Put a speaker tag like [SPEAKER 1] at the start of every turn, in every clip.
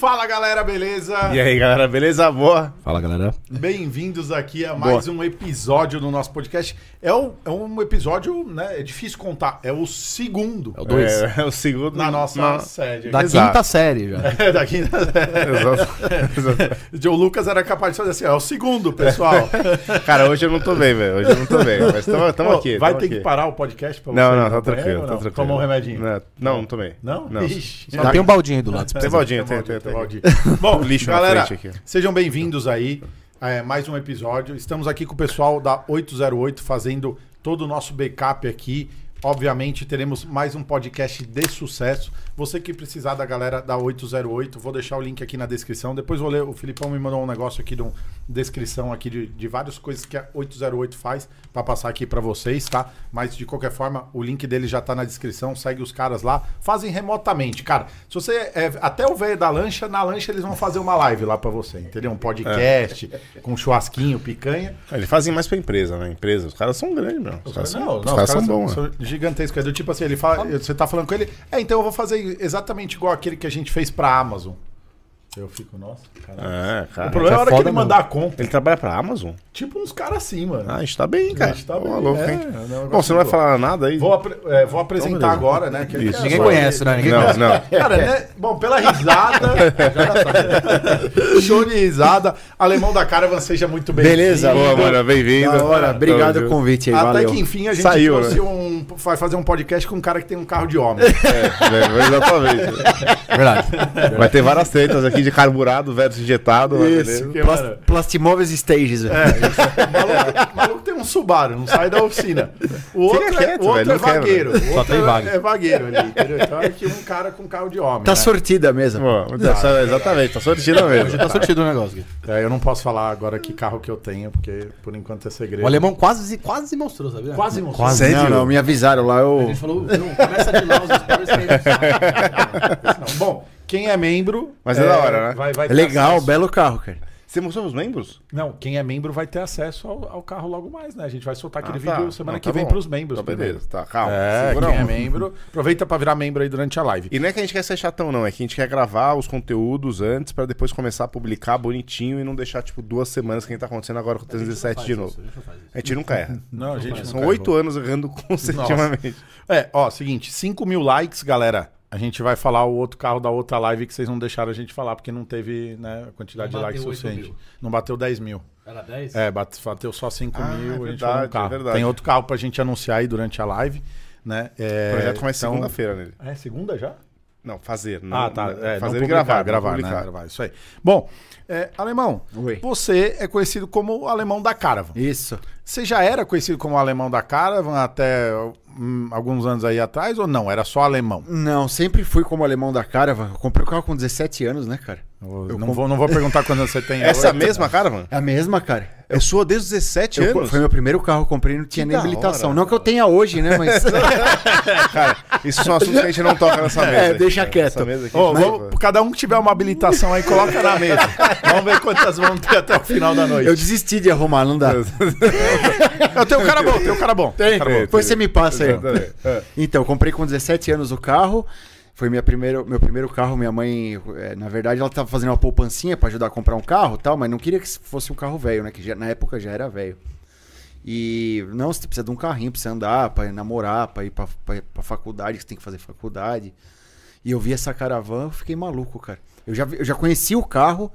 [SPEAKER 1] Fala galera, beleza?
[SPEAKER 2] E aí, galera, beleza? Boa?
[SPEAKER 3] Fala, galera.
[SPEAKER 1] Bem-vindos aqui a mais um episódio do nosso podcast. É um, é um episódio, né? É difícil contar. É o segundo
[SPEAKER 3] É o dois.
[SPEAKER 2] É, é o segundo.
[SPEAKER 1] na nossa
[SPEAKER 2] na-
[SPEAKER 1] série.
[SPEAKER 3] Da
[SPEAKER 2] Exato.
[SPEAKER 3] quinta série já.
[SPEAKER 1] É, da quinta.
[SPEAKER 2] Exato. Exato.
[SPEAKER 1] O Lucas era capaz de fazer assim, ó, é o segundo, pessoal.
[SPEAKER 2] Cara, hoje eu não tô bem, velho. Hoje eu não tô bem. Mas estamos
[SPEAKER 1] Pô,
[SPEAKER 2] aqui.
[SPEAKER 1] Vai
[SPEAKER 2] tamo
[SPEAKER 1] ter
[SPEAKER 2] aqui.
[SPEAKER 1] que parar o podcast pra
[SPEAKER 2] Não,
[SPEAKER 1] ir
[SPEAKER 2] não,
[SPEAKER 1] no
[SPEAKER 2] tá
[SPEAKER 1] banheiro
[SPEAKER 2] tranquilo,
[SPEAKER 1] ou
[SPEAKER 2] tá
[SPEAKER 1] não?
[SPEAKER 2] tranquilo.
[SPEAKER 1] Toma um remedinho.
[SPEAKER 2] Não, não, não tomei.
[SPEAKER 1] Não?
[SPEAKER 2] Não.
[SPEAKER 1] Ixi.
[SPEAKER 3] Tá, tem um baldinho do lado. se
[SPEAKER 2] Tem
[SPEAKER 3] precisar.
[SPEAKER 2] baldinho, tem, tem,
[SPEAKER 1] Tem
[SPEAKER 2] tem.
[SPEAKER 1] balde. Bom,
[SPEAKER 2] Lixo na
[SPEAKER 1] galera,
[SPEAKER 2] frente aqui.
[SPEAKER 1] sejam bem-vindos aí a mais um episódio. Estamos aqui com o pessoal da 808 fazendo todo o nosso backup aqui. Obviamente, teremos mais um podcast de sucesso. Você que precisar da galera da 808, vou deixar o link aqui na descrição. Depois vou ler. O Filipão me mandou um negócio aqui de um descrição aqui de, de várias coisas que a 808 faz para passar aqui para vocês, tá? Mas de qualquer forma, o link dele já tá na descrição. Segue os caras lá. Fazem remotamente, cara. Se você é até o velho da lancha, na lancha eles vão fazer uma live lá para você, entendeu? Um podcast
[SPEAKER 2] É.
[SPEAKER 1] com churrasquinho, picanha.
[SPEAKER 2] Eles fazem mais pra empresa, né? Empresa. Os caras são grandes, meu. Os caras são,
[SPEAKER 1] Não, não,
[SPEAKER 2] os caras são bons, né? Ah.
[SPEAKER 1] gigantescos. É do tipo assim, ele fala, você tá falando com ele, é, então eu vou fazer exatamente igual aquele que a gente fez pra Amazon. Eu fico, nossa, caralho.
[SPEAKER 2] É, cara.
[SPEAKER 1] o problema
[SPEAKER 3] é
[SPEAKER 1] é a hora que
[SPEAKER 3] foda
[SPEAKER 1] ele mandar a conta.
[SPEAKER 2] Ele trabalha pra Amazon?
[SPEAKER 1] Tipo uns caras assim, mano.
[SPEAKER 2] Ah, a gente tá bem, cara.
[SPEAKER 1] A gente tá
[SPEAKER 2] Ô,
[SPEAKER 1] bem,
[SPEAKER 2] louco,
[SPEAKER 1] é,
[SPEAKER 2] hein?
[SPEAKER 1] é um negócio
[SPEAKER 2] Bom, você não vai
[SPEAKER 1] bom.
[SPEAKER 2] falar nada aí?
[SPEAKER 1] Vou, apre- é, vou apresentar
[SPEAKER 2] Então, beleza.
[SPEAKER 1] agora, né? que-
[SPEAKER 2] Isso.
[SPEAKER 1] que-
[SPEAKER 3] Ninguém
[SPEAKER 1] só-
[SPEAKER 3] conhece, né? Ninguém
[SPEAKER 2] Não,
[SPEAKER 3] conhece.
[SPEAKER 2] não.
[SPEAKER 1] Cara, né? Bom, pela risada. tá show de risada. Alemão da Caravan, seja muito bem-vindo.
[SPEAKER 4] Beleza,
[SPEAKER 2] Boa, mano, bem-vindo.
[SPEAKER 4] Da hora, obrigado
[SPEAKER 2] Tamo
[SPEAKER 4] pelo
[SPEAKER 2] junto.
[SPEAKER 4] convite aí,
[SPEAKER 1] Até
[SPEAKER 4] valeu.
[SPEAKER 1] que enfim a gente
[SPEAKER 2] Saiu,
[SPEAKER 1] trouxe
[SPEAKER 2] né?
[SPEAKER 1] um. Vai fazer um podcast com um cara que tem um carro de homem.
[SPEAKER 2] É, exatamente.
[SPEAKER 3] Verdade.
[SPEAKER 2] Vai ter várias tretas aqui de carburado versus injetado. mas beleza.
[SPEAKER 4] Isso,
[SPEAKER 1] Porque,
[SPEAKER 4] Plas-
[SPEAKER 1] mano,
[SPEAKER 4] Plastimóveis Stages,
[SPEAKER 3] É,
[SPEAKER 4] Tá velho.
[SPEAKER 1] O maluco, o maluco tem um Subaru, não sai da oficina. O outro, é-
[SPEAKER 2] quieto,
[SPEAKER 1] o outro
[SPEAKER 2] velho,
[SPEAKER 1] é
[SPEAKER 2] não quebra.
[SPEAKER 1] vagueiro. O
[SPEAKER 3] Só
[SPEAKER 1] outro
[SPEAKER 3] tem
[SPEAKER 1] é-
[SPEAKER 3] vaga.
[SPEAKER 1] é vagueiro ali, entendeu? Então é que um cara com carro de homem.
[SPEAKER 4] Tá
[SPEAKER 1] né?
[SPEAKER 4] sortida mesmo.
[SPEAKER 2] Pô, tá- exatamente, tá sortindo mesmo.
[SPEAKER 3] Hoje tá sortido o negócio aqui.
[SPEAKER 1] É, eu não posso falar agora que carro que eu tenho, porque por enquanto é segredo.
[SPEAKER 3] O alemão quase, quase mostrou, sabia?
[SPEAKER 1] Quase um mostrou.
[SPEAKER 3] Quase.
[SPEAKER 4] Não, não, me avisaram lá, eu...
[SPEAKER 3] Ele falou, não, começa de lá os stories.
[SPEAKER 1] Não, Bom, quem é membro.
[SPEAKER 2] Mas é da hora, né?
[SPEAKER 1] Vai, vai ter
[SPEAKER 4] Legal,
[SPEAKER 1] acesso.
[SPEAKER 4] belo carro, cara.
[SPEAKER 2] Você mostrou os membros?
[SPEAKER 1] Não, quem é membro vai ter acesso ao, ao carro logo mais, né? A gente vai soltar aquele
[SPEAKER 2] Ah, tá.
[SPEAKER 1] vídeo semana
[SPEAKER 2] Não,
[SPEAKER 1] que
[SPEAKER 2] tá
[SPEAKER 1] vem
[SPEAKER 2] bom.
[SPEAKER 1] pros membros.
[SPEAKER 2] Tá,
[SPEAKER 1] primeiro.
[SPEAKER 2] beleza, tá, calma.
[SPEAKER 1] Então, É,
[SPEAKER 2] segura
[SPEAKER 1] quem
[SPEAKER 2] a
[SPEAKER 1] é
[SPEAKER 2] onda.
[SPEAKER 1] membro. Aproveita pra virar membro aí durante a live.
[SPEAKER 2] E não é que a gente quer ser chatão, não. É que a gente quer gravar os conteúdos antes pra depois começar a publicar bonitinho e não deixar, tipo, duas semanas que nem tá acontecendo agora com o 317 de novo. A gente nunca erra.
[SPEAKER 1] Não, a gente
[SPEAKER 2] São oito anos errando consecutivamente.
[SPEAKER 1] É, ó, seguinte, 5 mil likes, galera. A gente vai falar o outro carro da outra live que vocês não deixaram a gente falar, porque não teve né, a quantidade
[SPEAKER 3] Não
[SPEAKER 1] de
[SPEAKER 3] bateu
[SPEAKER 1] likes
[SPEAKER 3] 8
[SPEAKER 1] suficiente.
[SPEAKER 3] mil.
[SPEAKER 1] Não bateu 10 mil.
[SPEAKER 3] Era 10?
[SPEAKER 1] É, bate- bateu só 5
[SPEAKER 2] Ah,
[SPEAKER 1] mil.
[SPEAKER 2] é
[SPEAKER 1] a gente
[SPEAKER 2] verdade,
[SPEAKER 1] falou um
[SPEAKER 2] é
[SPEAKER 1] carro.
[SPEAKER 2] verdade.
[SPEAKER 1] Tem outro carro pra gente anunciar aí durante a live, né? É,
[SPEAKER 2] O projeto começa
[SPEAKER 1] então-
[SPEAKER 2] segunda-feira nele.
[SPEAKER 1] É, segunda já?
[SPEAKER 2] Não, fazer. Não, né,
[SPEAKER 1] Ah, tá. É,
[SPEAKER 2] fazer
[SPEAKER 1] não
[SPEAKER 2] e gravar.
[SPEAKER 1] publicar, gravar, né? Gravar, isso aí. Bom, é, Alemão,
[SPEAKER 4] Oi.
[SPEAKER 1] você é conhecido como o Alemão da Caravan.
[SPEAKER 4] Isso.
[SPEAKER 1] Você já era conhecido como Alemão da Caravan até hum, alguns anos aí atrás ou não? Era só alemão?
[SPEAKER 4] Não, sempre fui como alemão da cara, velho. Eu comprei o carro com 17 anos, né, cara?
[SPEAKER 1] Eu não, vou, não vou perguntar quantos anos você tem
[SPEAKER 2] Essa
[SPEAKER 1] hoje.
[SPEAKER 2] mesma caravan?
[SPEAKER 4] É a mesma, cara.
[SPEAKER 2] É sua desde os 17
[SPEAKER 4] Eu-
[SPEAKER 2] anos?
[SPEAKER 4] foi meu primeiro carro, eu comprei, não tinha
[SPEAKER 2] Que
[SPEAKER 4] nem
[SPEAKER 2] da
[SPEAKER 4] habilitação.
[SPEAKER 2] hora.
[SPEAKER 4] Não que eu tenha hoje, né, mas...
[SPEAKER 2] Cara, isso são assuntos que a gente não toca nessa mesa.
[SPEAKER 4] É,
[SPEAKER 2] aqui,
[SPEAKER 4] deixa
[SPEAKER 2] cara.
[SPEAKER 4] quieto.
[SPEAKER 2] Essa mesa aqui,
[SPEAKER 1] Ô,
[SPEAKER 2] mas-
[SPEAKER 1] vamos- cada um que tiver uma habilitação aí, coloca na mesa. Vamos ver quantas vão ter até o final da noite.
[SPEAKER 4] eu desisti de arrumar, não dá.
[SPEAKER 1] Eu tenho um cara bom, tenho um cara bom.
[SPEAKER 4] Tem,
[SPEAKER 2] Acabou.
[SPEAKER 4] depois você me passa aí.
[SPEAKER 2] Tá Exatamente. É.
[SPEAKER 4] Então, eu comprei com 17 anos o carro. Foi minha primeira, meu primeiro carro. Minha mãe, eh, na verdade, ela tava fazendo uma poupancinha pra ajudar a comprar um carro e tal, mas não queria que fosse um carro velho, né? Que já- na época já era velho. E, não, você precisa de um carrinho pra você andar, pra namorar, pra ir pra, pra, pra faculdade, que você tem que fazer faculdade. E eu vi essa caravana, eu fiquei maluco, cara. Eu já, vi- eu já conheci o carro,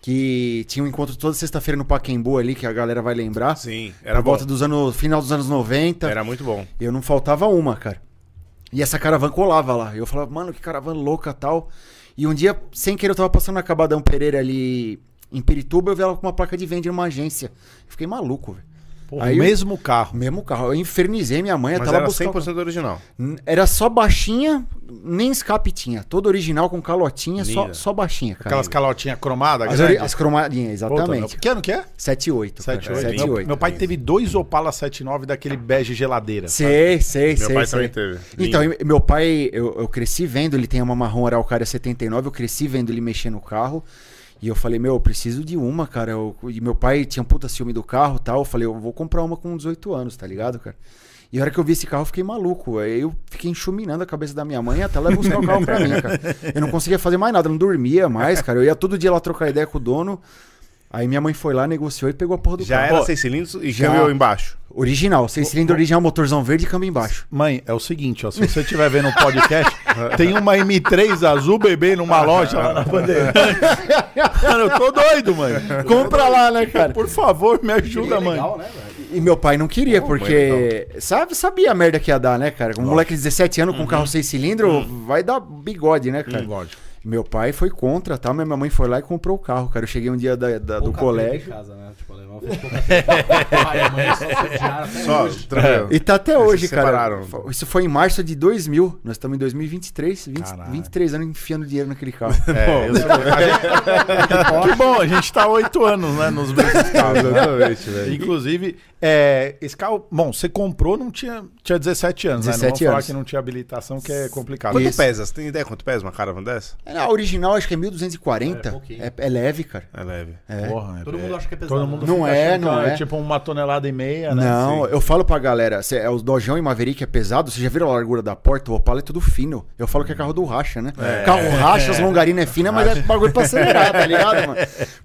[SPEAKER 4] que tinha um encontro toda sexta-feira no Paquembu ali, que a galera vai lembrar.
[SPEAKER 2] Sim,
[SPEAKER 4] Era
[SPEAKER 2] era bom.
[SPEAKER 4] volta dos anos, final dos anos 90.
[SPEAKER 2] Era muito bom.
[SPEAKER 4] Eu não faltava uma, cara. E essa caravana colava lá. Eu falava, mano, que caravana louca tal. E um dia, sem querer, eu tava passando na Cabadão Pereira ali em Pirituba, eu vi ela com uma placa de venda numa agência. Eu fiquei maluco, velho.
[SPEAKER 1] Pô,
[SPEAKER 4] Aí
[SPEAKER 1] o
[SPEAKER 4] eu-
[SPEAKER 1] mesmo carro.
[SPEAKER 4] Mesmo carro. Eu infernizei minha mãe, eu
[SPEAKER 2] Mas
[SPEAKER 4] É, tava
[SPEAKER 2] era
[SPEAKER 4] buscando.
[SPEAKER 2] 100% original.
[SPEAKER 4] Era só baixinha, nem escape tinha. Todo original com calotinha, só,
[SPEAKER 2] Linda.
[SPEAKER 4] só baixinha, cara.
[SPEAKER 1] Aquelas calotinhas cromadas,
[SPEAKER 4] as, ori- as cromadinhas, exatamente.
[SPEAKER 1] Que ano que é?
[SPEAKER 4] 78, cara.
[SPEAKER 1] 78.
[SPEAKER 4] 78.
[SPEAKER 1] Meu, meu pai teve dois Opala 79 daquele bege geladeira.
[SPEAKER 4] Sei, sei, sei.
[SPEAKER 2] Meu pai também
[SPEAKER 4] sei.
[SPEAKER 2] teve.
[SPEAKER 4] Então, e- meu pai, eu, eu cresci vendo, ele tem uma marrom araucária 79, eu cresci vendo ele mexer no carro. E eu falei, meu, eu preciso de uma, cara. Eu- e meu pai tinha um puta ciúme do carro e tal. Eu falei, eu vou comprar uma com 18 anos, tá ligado, cara? E a hora que eu vi esse carro, eu fiquei maluco. Aí eu fi- fiquei enxuminando a cabeça da minha mãe até ela ir buscar o carro pra mim, cara. Eu não conseguia fazer mais nada, eu não dormia mais, cara. Eu ia todo dia lá trocar ideia com o dono. Aí minha mãe foi lá, negociou e pegou a porra do
[SPEAKER 2] Tá Já
[SPEAKER 4] carro.
[SPEAKER 2] era
[SPEAKER 4] Pô,
[SPEAKER 2] seis cilindros e
[SPEAKER 4] já.
[SPEAKER 2] câmbio embaixo.
[SPEAKER 4] Original, seis cilindros original, motorzão verde e câmbio embaixo.
[SPEAKER 1] Mãe, é o seguinte, ó, se você estiver vendo um podcast, tem uma M3 azul bebê numa loja lá na Bandeirantes. Mano, eu tô doido, mãe.
[SPEAKER 4] Compra lá, né, cara?
[SPEAKER 1] Por favor, me ajuda, mãe.
[SPEAKER 3] legal, né, velho?
[SPEAKER 4] E meu pai não queria, porque sabe, sabia a merda que ia dar, né, cara? Um moleque de 17 anos com um carro seis cilindros vai dar bigode, né, cara?
[SPEAKER 1] Lógico.
[SPEAKER 4] Meu pai foi contra, tá? Mas Minha mãe foi lá e comprou o carro, cara. Eu cheguei um dia da- da- do
[SPEAKER 3] Pouca briga em
[SPEAKER 4] colégio.
[SPEAKER 3] casa, né? Tipo, alemão fez pouca briga. Pai e mãe é se odiaram até
[SPEAKER 2] Só,
[SPEAKER 3] hoje.
[SPEAKER 2] tranquilo.
[SPEAKER 4] E tá até
[SPEAKER 2] Eles
[SPEAKER 4] hoje,
[SPEAKER 2] se
[SPEAKER 4] cara.
[SPEAKER 2] separaram.
[SPEAKER 4] Isso foi em março de 2000. Nós estamos em 2023, 20,
[SPEAKER 1] Caralho.
[SPEAKER 4] 23 anos enfiando dinheiro naquele carro.
[SPEAKER 2] É, eu sou-
[SPEAKER 1] Que bom, a gente tá há oito anos, né, nos mesmos carros.
[SPEAKER 2] é.
[SPEAKER 1] né?
[SPEAKER 2] Exatamente, velho.
[SPEAKER 1] Inclusive, é, esse carro, bom, você comprou, não tinha, tinha 17 anos, né? Não
[SPEAKER 4] 17
[SPEAKER 1] vou falar
[SPEAKER 4] anos.
[SPEAKER 1] que não tinha habilitação, que é complicado.
[SPEAKER 2] Quanto
[SPEAKER 4] Isso.
[SPEAKER 2] pesa? Você tem ideia quanto pesa uma caravan dessa?
[SPEAKER 4] É, A original acho que é
[SPEAKER 3] É
[SPEAKER 4] 1240.
[SPEAKER 3] pouquinho.
[SPEAKER 4] É, é leve, cara.
[SPEAKER 2] É leve.
[SPEAKER 4] É.
[SPEAKER 1] Porra,
[SPEAKER 3] Todo
[SPEAKER 1] é-
[SPEAKER 3] mundo acha que é pesado.
[SPEAKER 1] Todo mundo
[SPEAKER 4] Não
[SPEAKER 1] fica
[SPEAKER 4] é,
[SPEAKER 1] achando que
[SPEAKER 4] não é.
[SPEAKER 1] Tipo uma tonelada e meia, né?
[SPEAKER 4] Não,
[SPEAKER 1] Sim.
[SPEAKER 4] eu falo pra galera, cê- é, os Dojão e Maverick é pesado, vocês já viram a largura da porta? O Opala é tudo fino. Eu falo que é carro do racha, né? Carro racha, as longarinas é fina, mas é bagulho pra acelerar, tá ligado, mano?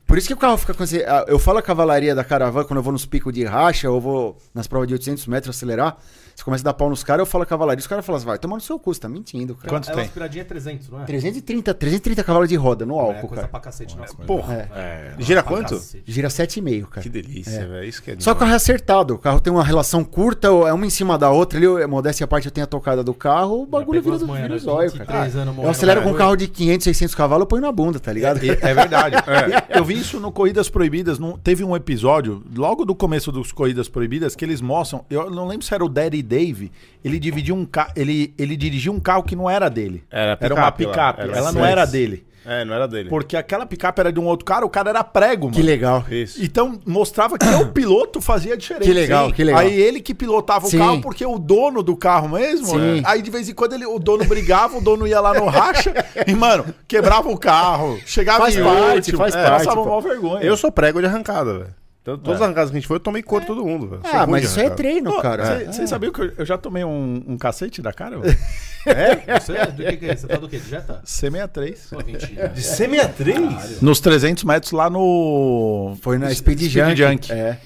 [SPEAKER 4] Por isso que o carro fica com esse... a- Eu falo a cavalaria da caravan quando eu vou nos picos de racha, ou vou nas provas de 800 metros acelerar, você começa a dar pau nos caras, eu falo a cavalaria, os caras falam assim, vai tomar no seu cu, você tá mentindo, cara.
[SPEAKER 1] Quantos
[SPEAKER 3] É uma
[SPEAKER 1] tem?
[SPEAKER 3] aspiradinha 300, não é?
[SPEAKER 4] 330, 330 cavalos de roda no
[SPEAKER 3] é
[SPEAKER 4] álcool,
[SPEAKER 3] coisa
[SPEAKER 4] cara.
[SPEAKER 3] pra cacete. Nossa,
[SPEAKER 2] Porra.
[SPEAKER 3] É.
[SPEAKER 2] E gira
[SPEAKER 3] Pra
[SPEAKER 2] quanto?
[SPEAKER 3] cacete.
[SPEAKER 4] Gira 7,5, cara.
[SPEAKER 2] Que delícia, velho. Isso que é
[SPEAKER 4] Só o carro é acertado. O carro tem uma relação curta, é uma em cima da outra. Ali, eu- modéstia à parte, eu tenho a tocada do carro, o bagulho
[SPEAKER 3] pegou
[SPEAKER 4] vira
[SPEAKER 3] as
[SPEAKER 4] do
[SPEAKER 3] manhã, né?
[SPEAKER 4] vira o zóio,
[SPEAKER 3] 23
[SPEAKER 4] cara.
[SPEAKER 3] anos
[SPEAKER 4] Eu
[SPEAKER 3] morrendo,
[SPEAKER 4] acelero com um
[SPEAKER 3] cara.
[SPEAKER 4] carro de 500, 600 cavalos, eu ponho na bunda, tá ligado?
[SPEAKER 1] E- É verdade. Eu vi isso no Corridas Proibidas. num- teve um episódio, logo do começo dos Corridas Proibidas, que eles mostram. Eu não lembro se era o Daddy Dave. Ele dividiu um ca- ele, ele dirigiu um carro que não era dele.
[SPEAKER 2] Era
[SPEAKER 1] uma
[SPEAKER 2] picape lá.
[SPEAKER 1] picape.
[SPEAKER 2] Era
[SPEAKER 1] Ela não
[SPEAKER 2] seis.
[SPEAKER 1] era dele.
[SPEAKER 2] É, não era dele.
[SPEAKER 1] Porque aquela picape era de um outro cara, o cara era prego, mano.
[SPEAKER 4] Que legal.
[SPEAKER 2] É,
[SPEAKER 4] Ah,
[SPEAKER 2] Isso.
[SPEAKER 1] Então mostrava que o piloto fazia diferença.
[SPEAKER 4] Que legal, que legal.
[SPEAKER 1] Aí ele que pilotava
[SPEAKER 4] Sim.
[SPEAKER 1] o carro, porque o dono do carro mesmo. né?
[SPEAKER 4] Sim.
[SPEAKER 1] Aí de vez em quando ele, o dono brigava, o dono ia lá no racha e, mano, quebrava o carro. Chegava
[SPEAKER 4] Faz
[SPEAKER 1] em
[SPEAKER 4] parte,
[SPEAKER 1] último,
[SPEAKER 4] faz
[SPEAKER 1] é,
[SPEAKER 4] parte,
[SPEAKER 1] Passava
[SPEAKER 4] pô.
[SPEAKER 1] mal vergonha.
[SPEAKER 2] Eu sou prego de arrancada, velho. Então, todas as arrancadas que a gente foi, eu tomei cor todo mundo, velho. Sou
[SPEAKER 4] Ah,
[SPEAKER 2] ruim
[SPEAKER 4] mas
[SPEAKER 2] de
[SPEAKER 4] isso aí é
[SPEAKER 2] arrancada.
[SPEAKER 4] treino,
[SPEAKER 1] Pô,
[SPEAKER 4] cara.
[SPEAKER 1] Você você sabia que eu, eu já tomei um, um cacete da cara? velho?
[SPEAKER 3] Você, do que que é? Você tá do que? Dieta?
[SPEAKER 1] C63.
[SPEAKER 3] Pô, né? mentira.
[SPEAKER 2] De CMA3?
[SPEAKER 1] Nos 300 metros lá no.
[SPEAKER 4] Foi na né? Speed, Junk. É,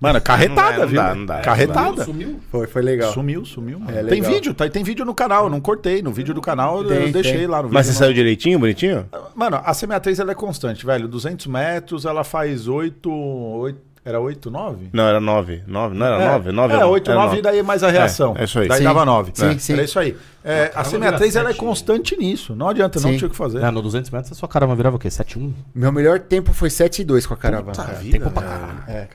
[SPEAKER 1] Mano, carretada,
[SPEAKER 2] Não dá,
[SPEAKER 1] viu?
[SPEAKER 2] não dá, não dá.
[SPEAKER 1] Carretada.
[SPEAKER 3] Sumiu?
[SPEAKER 4] foi, foi legal.
[SPEAKER 1] Sumiu, sumiu. mano.
[SPEAKER 4] É,
[SPEAKER 1] tem
[SPEAKER 4] legal.
[SPEAKER 1] vídeo, tá, tem vídeo no canal, eu não cortei. No vídeo do canal eu-
[SPEAKER 4] Tem,
[SPEAKER 1] eu deixei
[SPEAKER 4] tem.
[SPEAKER 1] lá no vídeo.
[SPEAKER 2] Mas você
[SPEAKER 1] não-
[SPEAKER 2] saiu direitinho, bonitinho?
[SPEAKER 1] Mano, a CMA3 ela é constante, velho. 200 metros, ela faz 8. 8 era 8, 9?
[SPEAKER 2] Não, era 9. 9, não era
[SPEAKER 1] É,
[SPEAKER 2] 9? 9
[SPEAKER 1] é, 8, 9 e daí mais a reação.
[SPEAKER 2] É, é isso aí.
[SPEAKER 1] Daí
[SPEAKER 2] Sim.
[SPEAKER 1] dava 9.
[SPEAKER 4] Sim, sim.
[SPEAKER 1] Era isso aí. É, a CMA3 ela é constante nisso. Não adianta, não
[SPEAKER 4] Sim.
[SPEAKER 1] tinha o que fazer.
[SPEAKER 3] Ah, no 200 metros a sua caramba virava o quê? 7-1?
[SPEAKER 4] Meu melhor tempo foi 7,2 com a caravana. cara.
[SPEAKER 2] Vida,
[SPEAKER 4] né?
[SPEAKER 2] velho.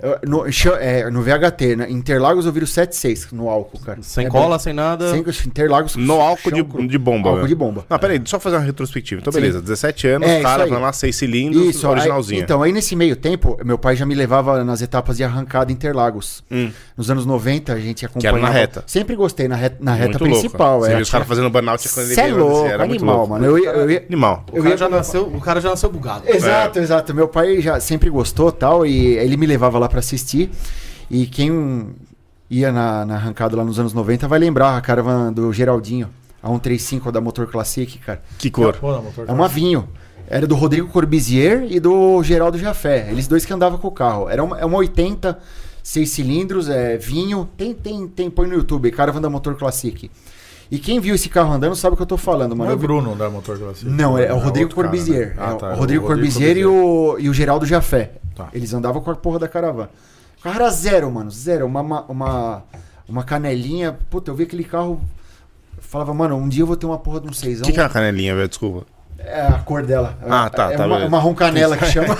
[SPEAKER 4] Eu- No, cho- é, no VHT, né? Interlagos eu viro 7,6 no álcool, cara.
[SPEAKER 3] Sem
[SPEAKER 4] É
[SPEAKER 3] cola,
[SPEAKER 4] bem-
[SPEAKER 3] sem nada.
[SPEAKER 4] Sem Interlagos.
[SPEAKER 2] No álcool de,
[SPEAKER 4] chão cru.
[SPEAKER 2] de bomba.
[SPEAKER 4] Álcool
[SPEAKER 2] velho.
[SPEAKER 4] de bomba.
[SPEAKER 2] Não, peraí, só fazer uma retrospectiva. Então, beleza, 17 anos,
[SPEAKER 4] É, isso
[SPEAKER 2] cara,
[SPEAKER 4] aí.
[SPEAKER 2] vai lá, 6 cilindros,
[SPEAKER 4] aí-
[SPEAKER 2] originalzinha.
[SPEAKER 4] então, aí nesse meio tempo, meu pai já me levava nas etapas de arrancada em Interlagos. Nos anos 90, a gente
[SPEAKER 2] Hum. era
[SPEAKER 4] acompanhava.
[SPEAKER 2] na reta.
[SPEAKER 4] Sempre gostei, na reta, na reta
[SPEAKER 2] Muito
[SPEAKER 4] principal.
[SPEAKER 2] louco. Você
[SPEAKER 4] é.
[SPEAKER 2] viu os caras fazendo burnout quando ele
[SPEAKER 4] Cê é
[SPEAKER 2] veio, assim,
[SPEAKER 4] louco,
[SPEAKER 2] era muito
[SPEAKER 4] animal,
[SPEAKER 2] louco.
[SPEAKER 4] mano. Eu, ia- eu ia-
[SPEAKER 2] Animal. É.
[SPEAKER 3] O cara, já nasceu, o cara já nasceu bugado.
[SPEAKER 4] Exato, exato. Meu pai já sempre gostou tal, e ele me levava lá pra assistir. E quem um, ia na, na arrancada lá nos anos 90 vai lembrar a caravana do Geraldinho, a 135 da Motor Classic, cara.
[SPEAKER 2] Que cor?
[SPEAKER 1] Pô, não, motor
[SPEAKER 4] É uma vinho. Era do Rodrigo Corbizier e do Geraldo Jafé. Eles dois que andavam com o carro. Era uma, é uma 80, seis cilindros, é vinho. Tem, tem, tem, põe no YouTube, Caravan da Motor Classic. E quem viu esse carro andando sabe o que eu tô falando,
[SPEAKER 1] Não
[SPEAKER 4] mano.
[SPEAKER 1] é
[SPEAKER 4] Eu
[SPEAKER 1] o
[SPEAKER 4] vi-
[SPEAKER 1] Bruno da Motor Classic.
[SPEAKER 4] Não, é, o Rodrigo
[SPEAKER 1] outro cara, né?
[SPEAKER 4] Corbizier.
[SPEAKER 1] Ah,
[SPEAKER 4] É
[SPEAKER 1] tá,
[SPEAKER 4] o Rodrigo Corbizier e o, e o Geraldo Jafé.
[SPEAKER 1] Tá.
[SPEAKER 4] Eles andavam com a porra da caravana. O carro era zero, mano. Zero. Uma, uma, uma, uma canelinha. Puta, eu vi aquele carro. eu Falava, mano, um dia eu vou ter uma porra de um
[SPEAKER 2] O
[SPEAKER 4] seisão.
[SPEAKER 2] que, que é uma canelinha, velho? Desculpa.
[SPEAKER 4] É a cor dela.
[SPEAKER 2] Ah, tá,
[SPEAKER 4] É
[SPEAKER 2] tá,
[SPEAKER 4] uma,
[SPEAKER 2] beleza.
[SPEAKER 4] marrom canela que chama.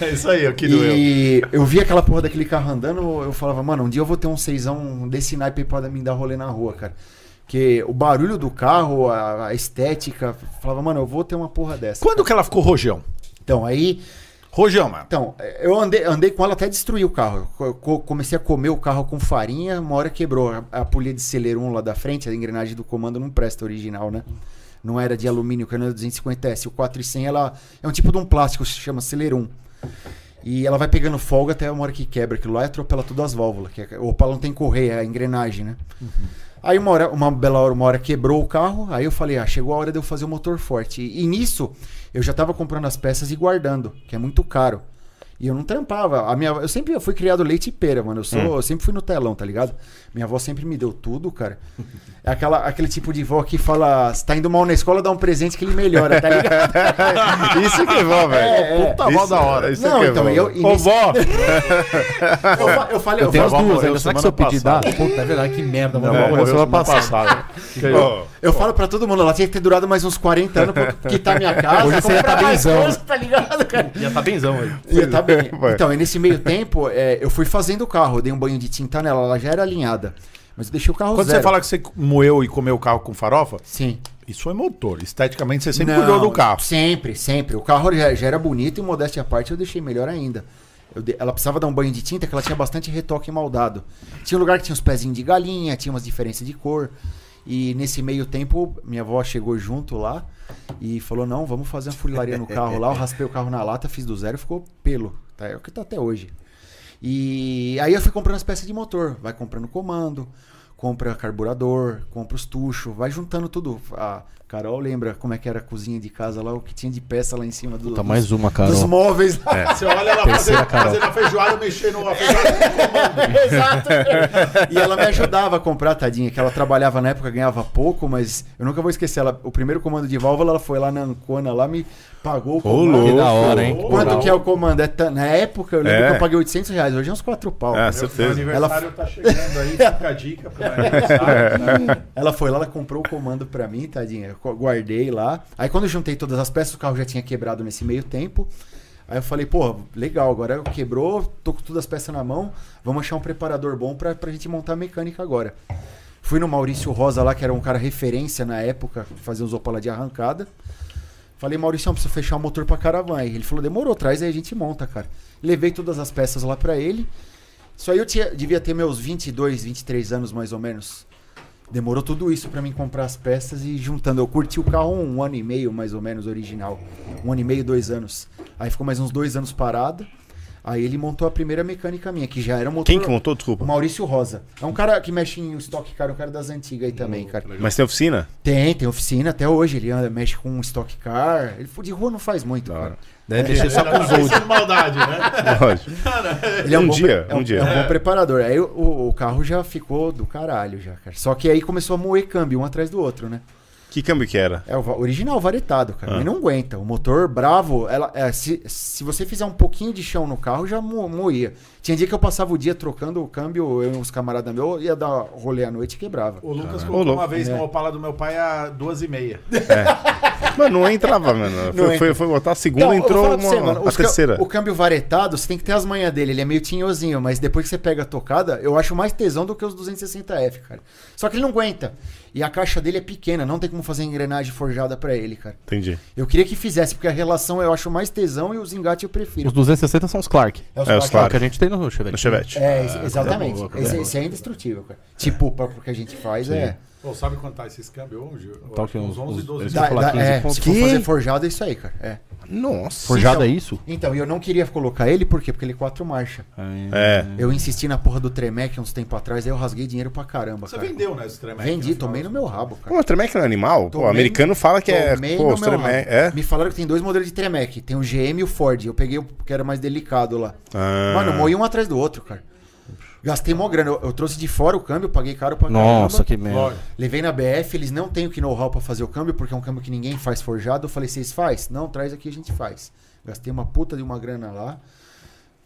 [SPEAKER 1] É isso aí, ó, que doeu.
[SPEAKER 4] e eu vi aquela porra daquele carro andando, eu falava, mano, um dia eu vou ter um seisão desse naipe aí pra me dar rolê na rua, cara. Porque o barulho do carro, a, a estética, eu falava, mano, eu vou ter uma porra dessa.
[SPEAKER 1] Quando que ela ficou rojão?
[SPEAKER 4] Então, aí.
[SPEAKER 1] Rojão, mano.
[SPEAKER 4] Então, eu andei, andei com ela até destruir o carro. Eu co- comecei a comer o carro com farinha, uma hora quebrou. A, a polia de celeron lá da frente, a engrenagem do comando não presta original, né? Não era de alumínio, que era 250S. O 400 ela é um tipo de um plástico, se chama celeron. E ela vai pegando folga até uma hora que quebra aquilo lá e atropela todas as válvulas. Que é- o Opala não tem correia, é engrenagem, né? Aí uma hora, uma bela hora, uma hora quebrou o carro. Aí eu falei, ah, chegou a hora de eu fazer o motor forte. E, e nisso, eu já tava comprando as peças e guardando, que é muito caro. E eu não trampava. A minha, eu sempre fui criado leite e pera, mano. Eu, sou, eu sempre fui no telão, tá ligado? Minha avó sempre me deu tudo, cara. É aquela, aquele tipo de vó que fala, se tá indo mal na escola, dá um presente que ele melhora, tá ligado?
[SPEAKER 2] Isso que é vó, velho.
[SPEAKER 4] é.
[SPEAKER 2] Puta vó da hora. Isso
[SPEAKER 4] Não,
[SPEAKER 2] que é
[SPEAKER 4] então,
[SPEAKER 2] vó.
[SPEAKER 4] eu- e
[SPEAKER 2] Ô,
[SPEAKER 4] nesse-
[SPEAKER 2] vó!
[SPEAKER 4] Eu, fa- eu falei,
[SPEAKER 5] Eu
[SPEAKER 4] eu
[SPEAKER 5] tenho as
[SPEAKER 4] falo,
[SPEAKER 5] duas
[SPEAKER 1] morreu
[SPEAKER 5] ainda. Será que se eu
[SPEAKER 1] semana
[SPEAKER 5] pedir dá? Puta, é verdade, que merda, mano.
[SPEAKER 2] É,
[SPEAKER 5] Vou morrer semana passada.
[SPEAKER 2] Ô,
[SPEAKER 4] eu falo pra todo mundo, ela tinha que ter durado mais uns 40 anos pra quitar minha casa.
[SPEAKER 5] Hoje você ia
[SPEAKER 4] comprar
[SPEAKER 5] tá
[SPEAKER 4] mais
[SPEAKER 5] benzão.
[SPEAKER 4] coisa, tá ligado, cara?
[SPEAKER 3] Já tá benzão aí.
[SPEAKER 4] Ia tá bem.
[SPEAKER 2] Vai.
[SPEAKER 4] Então, e nesse meio tempo, é, eu fui fazendo o carro. Eu dei um banho de tinta nela, ela já era alinhada. Mas eu deixei o carro
[SPEAKER 1] Quando
[SPEAKER 4] zero.
[SPEAKER 1] você fala que você moeu e comeu o carro com farofa,
[SPEAKER 4] Sim.
[SPEAKER 1] isso é motor. Esteticamente, você sempre
[SPEAKER 4] Não,
[SPEAKER 1] cuidou do carro.
[SPEAKER 4] Sempre, sempre. O carro já, já era bonito e modéstia à parte eu deixei melhor ainda. Eu de- Ela precisava dar um banho de tinta, que ela tinha bastante retoque maldado. Tinha um lugar que tinha uns pezinhos de galinha, tinha umas diferenças de cor. E nesse meio tempo, minha avó chegou junto lá e falou: não, vamos fazer uma funilaria no carro lá. Eu raspei o carro na lata, fiz do zero e ficou pelo. Tá, é o que tá até hoje. E aí eu fui comprando as peças de motor. Vai comprando comando, compra carburador, compra os tuchos, vai juntando tudo. A Carol lembra como é que era a cozinha de casa lá, o que tinha de peça lá em cima
[SPEAKER 3] Tá
[SPEAKER 4] do,
[SPEAKER 5] Puta,
[SPEAKER 4] dos-
[SPEAKER 5] mais uma,
[SPEAKER 4] dos
[SPEAKER 5] Carol. É.
[SPEAKER 4] móveis.
[SPEAKER 1] Você olha ela
[SPEAKER 5] Terceira, Carol.
[SPEAKER 1] a feijoada, mexendo a feijoada.
[SPEAKER 4] Exato. E ela me ajudava a comprar, tadinha, que ela trabalhava na época, ganhava pouco, mas eu nunca vou esquecer. Ela, o primeiro comando de válvula, ela foi lá na Ancona, lá me pagou o comando.
[SPEAKER 2] louco.
[SPEAKER 5] Que da hora, hein?
[SPEAKER 4] Quanto que é o comando? É tan- na época, eu lembro
[SPEAKER 2] É.
[SPEAKER 4] que eu paguei 800 reais, hoje é uns 4 pau.
[SPEAKER 2] Ah,
[SPEAKER 1] Meu
[SPEAKER 2] certeza.
[SPEAKER 1] aniversário tá chegando aí, fica a dica pro meu aniversário.
[SPEAKER 4] Ela foi lá, ela comprou o comando pra mim, tadinha. Eu co- guardei lá. Aí quando eu juntei todas as peças, o carro já tinha quebrado nesse meio tempo. Aí eu falei, pô, legal, agora quebrou, tô com todas as peças na mão, vamos achar um preparador bom pra, pra gente montar a mecânica agora. Fui no Maurício Rosa lá, que era um cara referência na época, fazia uns Opala de arrancada. Falei, Maurício, preciso fechar o motor pra caravana. Ele falou, demorou, traz aí a gente monta, cara. Levei todas as peças lá pra ele. Isso aí eu tinha, devia ter meus 22, 23 anos mais ou menos. Demorou tudo isso pra mim comprar as peças e juntando. Eu curti o carro um, ano e meio, mais ou menos, original. Um ano e meio, dois anos. Aí ficou mais uns dois anos parado. Aí ele montou a primeira mecânica minha, que já era um motor.
[SPEAKER 2] Quem que montou?
[SPEAKER 4] O
[SPEAKER 2] Desculpa.
[SPEAKER 4] Maurício Rosa. É um cara que mexe em estoque caro, um cara das antigas aí também, cara.
[SPEAKER 2] Mas tem oficina?
[SPEAKER 4] Tem, tem oficina até hoje. Ele anda, mexe com estoque car. Ele de rua não faz muito,
[SPEAKER 2] Da hora.
[SPEAKER 4] cara.
[SPEAKER 5] Deve mexer só com os
[SPEAKER 3] Tá
[SPEAKER 5] outros.
[SPEAKER 3] pensando maldade, né?
[SPEAKER 2] Lógico.
[SPEAKER 4] Ele é
[SPEAKER 2] Um
[SPEAKER 4] bom
[SPEAKER 2] dia,
[SPEAKER 4] pre- é
[SPEAKER 2] um dia.
[SPEAKER 4] É um bom preparador. Aí o- o, o carro já ficou do caralho, já, cara. Só que aí começou a moer câmbio um atrás do outro, né?
[SPEAKER 2] Que câmbio que era?
[SPEAKER 4] É o va- original varetado, cara.
[SPEAKER 2] Ah.
[SPEAKER 4] Mas não aguenta. O motor bravo, ela, é, se, se você fizer um pouquinho de chão no carro, já mo- moía. Tinha dia que eu passava o dia trocando o câmbio, eu e uns camaradas meus, ia dar rolê à noite e quebrava.
[SPEAKER 1] O Lucas
[SPEAKER 2] Ô,
[SPEAKER 1] colocou
[SPEAKER 2] louco.
[SPEAKER 1] uma vez no Opala do meu pai a duas e meia.
[SPEAKER 2] Mano, não entrava, mano. Foi,
[SPEAKER 4] entra.
[SPEAKER 2] foi- foi botar a segunda,
[SPEAKER 4] Então, eu vou
[SPEAKER 2] entrou
[SPEAKER 4] falar
[SPEAKER 2] uma,
[SPEAKER 4] pra você, mano,
[SPEAKER 2] a
[SPEAKER 4] os cam-
[SPEAKER 2] terceira.
[SPEAKER 4] O câmbio varetado, você tem que ter as manhas dele. Ele é meio tinhozinho, mas depois que você pega a tocada, eu acho mais tesão do que os 260F, cara. Só que ele não aguenta. E a caixa dele é pequena, não tem como fazer engrenagem forjada pra ele, cara.
[SPEAKER 2] Entendi.
[SPEAKER 4] Eu queria que fizesse, porque a relação eu acho mais tesão e os engates eu prefiro.
[SPEAKER 5] Os 260 são os Clark.
[SPEAKER 4] É os
[SPEAKER 2] É, os
[SPEAKER 4] Clark.
[SPEAKER 5] Clark
[SPEAKER 2] Clark.
[SPEAKER 5] que a gente tem no Chevette.
[SPEAKER 2] No Chevette.
[SPEAKER 4] É, ex- exatamente.
[SPEAKER 5] Ah, boa, coisa
[SPEAKER 4] esse,
[SPEAKER 5] boa.
[SPEAKER 4] esse é indestrutível, cara. Tipo, pra- porque a gente faz é.
[SPEAKER 1] Pô, sabe quanto tá esses câmbios hoje? Eu
[SPEAKER 5] Tá
[SPEAKER 1] acho que
[SPEAKER 5] aqui
[SPEAKER 1] uns
[SPEAKER 5] uns-
[SPEAKER 1] 11,
[SPEAKER 5] uns-
[SPEAKER 1] 12
[SPEAKER 5] esse
[SPEAKER 4] Dá-
[SPEAKER 5] falar
[SPEAKER 4] dá-
[SPEAKER 5] 15
[SPEAKER 4] é,
[SPEAKER 5] pontos.
[SPEAKER 4] se for
[SPEAKER 5] Que?
[SPEAKER 4] fazer forjado, é isso aí, cara. É.
[SPEAKER 2] Nossa.
[SPEAKER 5] Forjado
[SPEAKER 4] Então-
[SPEAKER 5] é isso?
[SPEAKER 4] Então, e eu não queria colocar ele, por quê? Porque ele é quatro marchas.
[SPEAKER 2] É.
[SPEAKER 4] Eu insisti na porra do Tremec uns tempo atrás, aí eu rasguei dinheiro pra caramba,
[SPEAKER 1] Você
[SPEAKER 4] cara.
[SPEAKER 1] vendeu, né, esse Tremec?
[SPEAKER 4] Vendi, tomei no meu rabo, cara.
[SPEAKER 2] Pô, o Tremec não é animal? Pô,
[SPEAKER 4] Tomei-
[SPEAKER 2] o americano fala que é.
[SPEAKER 4] Tomei
[SPEAKER 2] Pô,
[SPEAKER 4] no
[SPEAKER 2] os
[SPEAKER 4] meu
[SPEAKER 2] Tremec.
[SPEAKER 4] rabo.
[SPEAKER 2] É?
[SPEAKER 4] Me falaram que tem dois modelos de Tremec. Tem o GM e o Ford. Eu peguei o que era mais delicado lá.
[SPEAKER 2] Ah.
[SPEAKER 4] Mano, moí um atrás do outro, cara. Gastei mó grana. Eu, eu trouxe de fora o câmbio, paguei caro pra caramba.
[SPEAKER 5] Nossa, que merda.
[SPEAKER 1] É. Lógico.
[SPEAKER 4] Levei na BF, eles não têm o que know-how pra fazer o câmbio, porque é um câmbio que ninguém faz forjado. Eu falei, vocês faz? Não, traz aqui, a gente faz. Gastei uma puta de uma grana lá,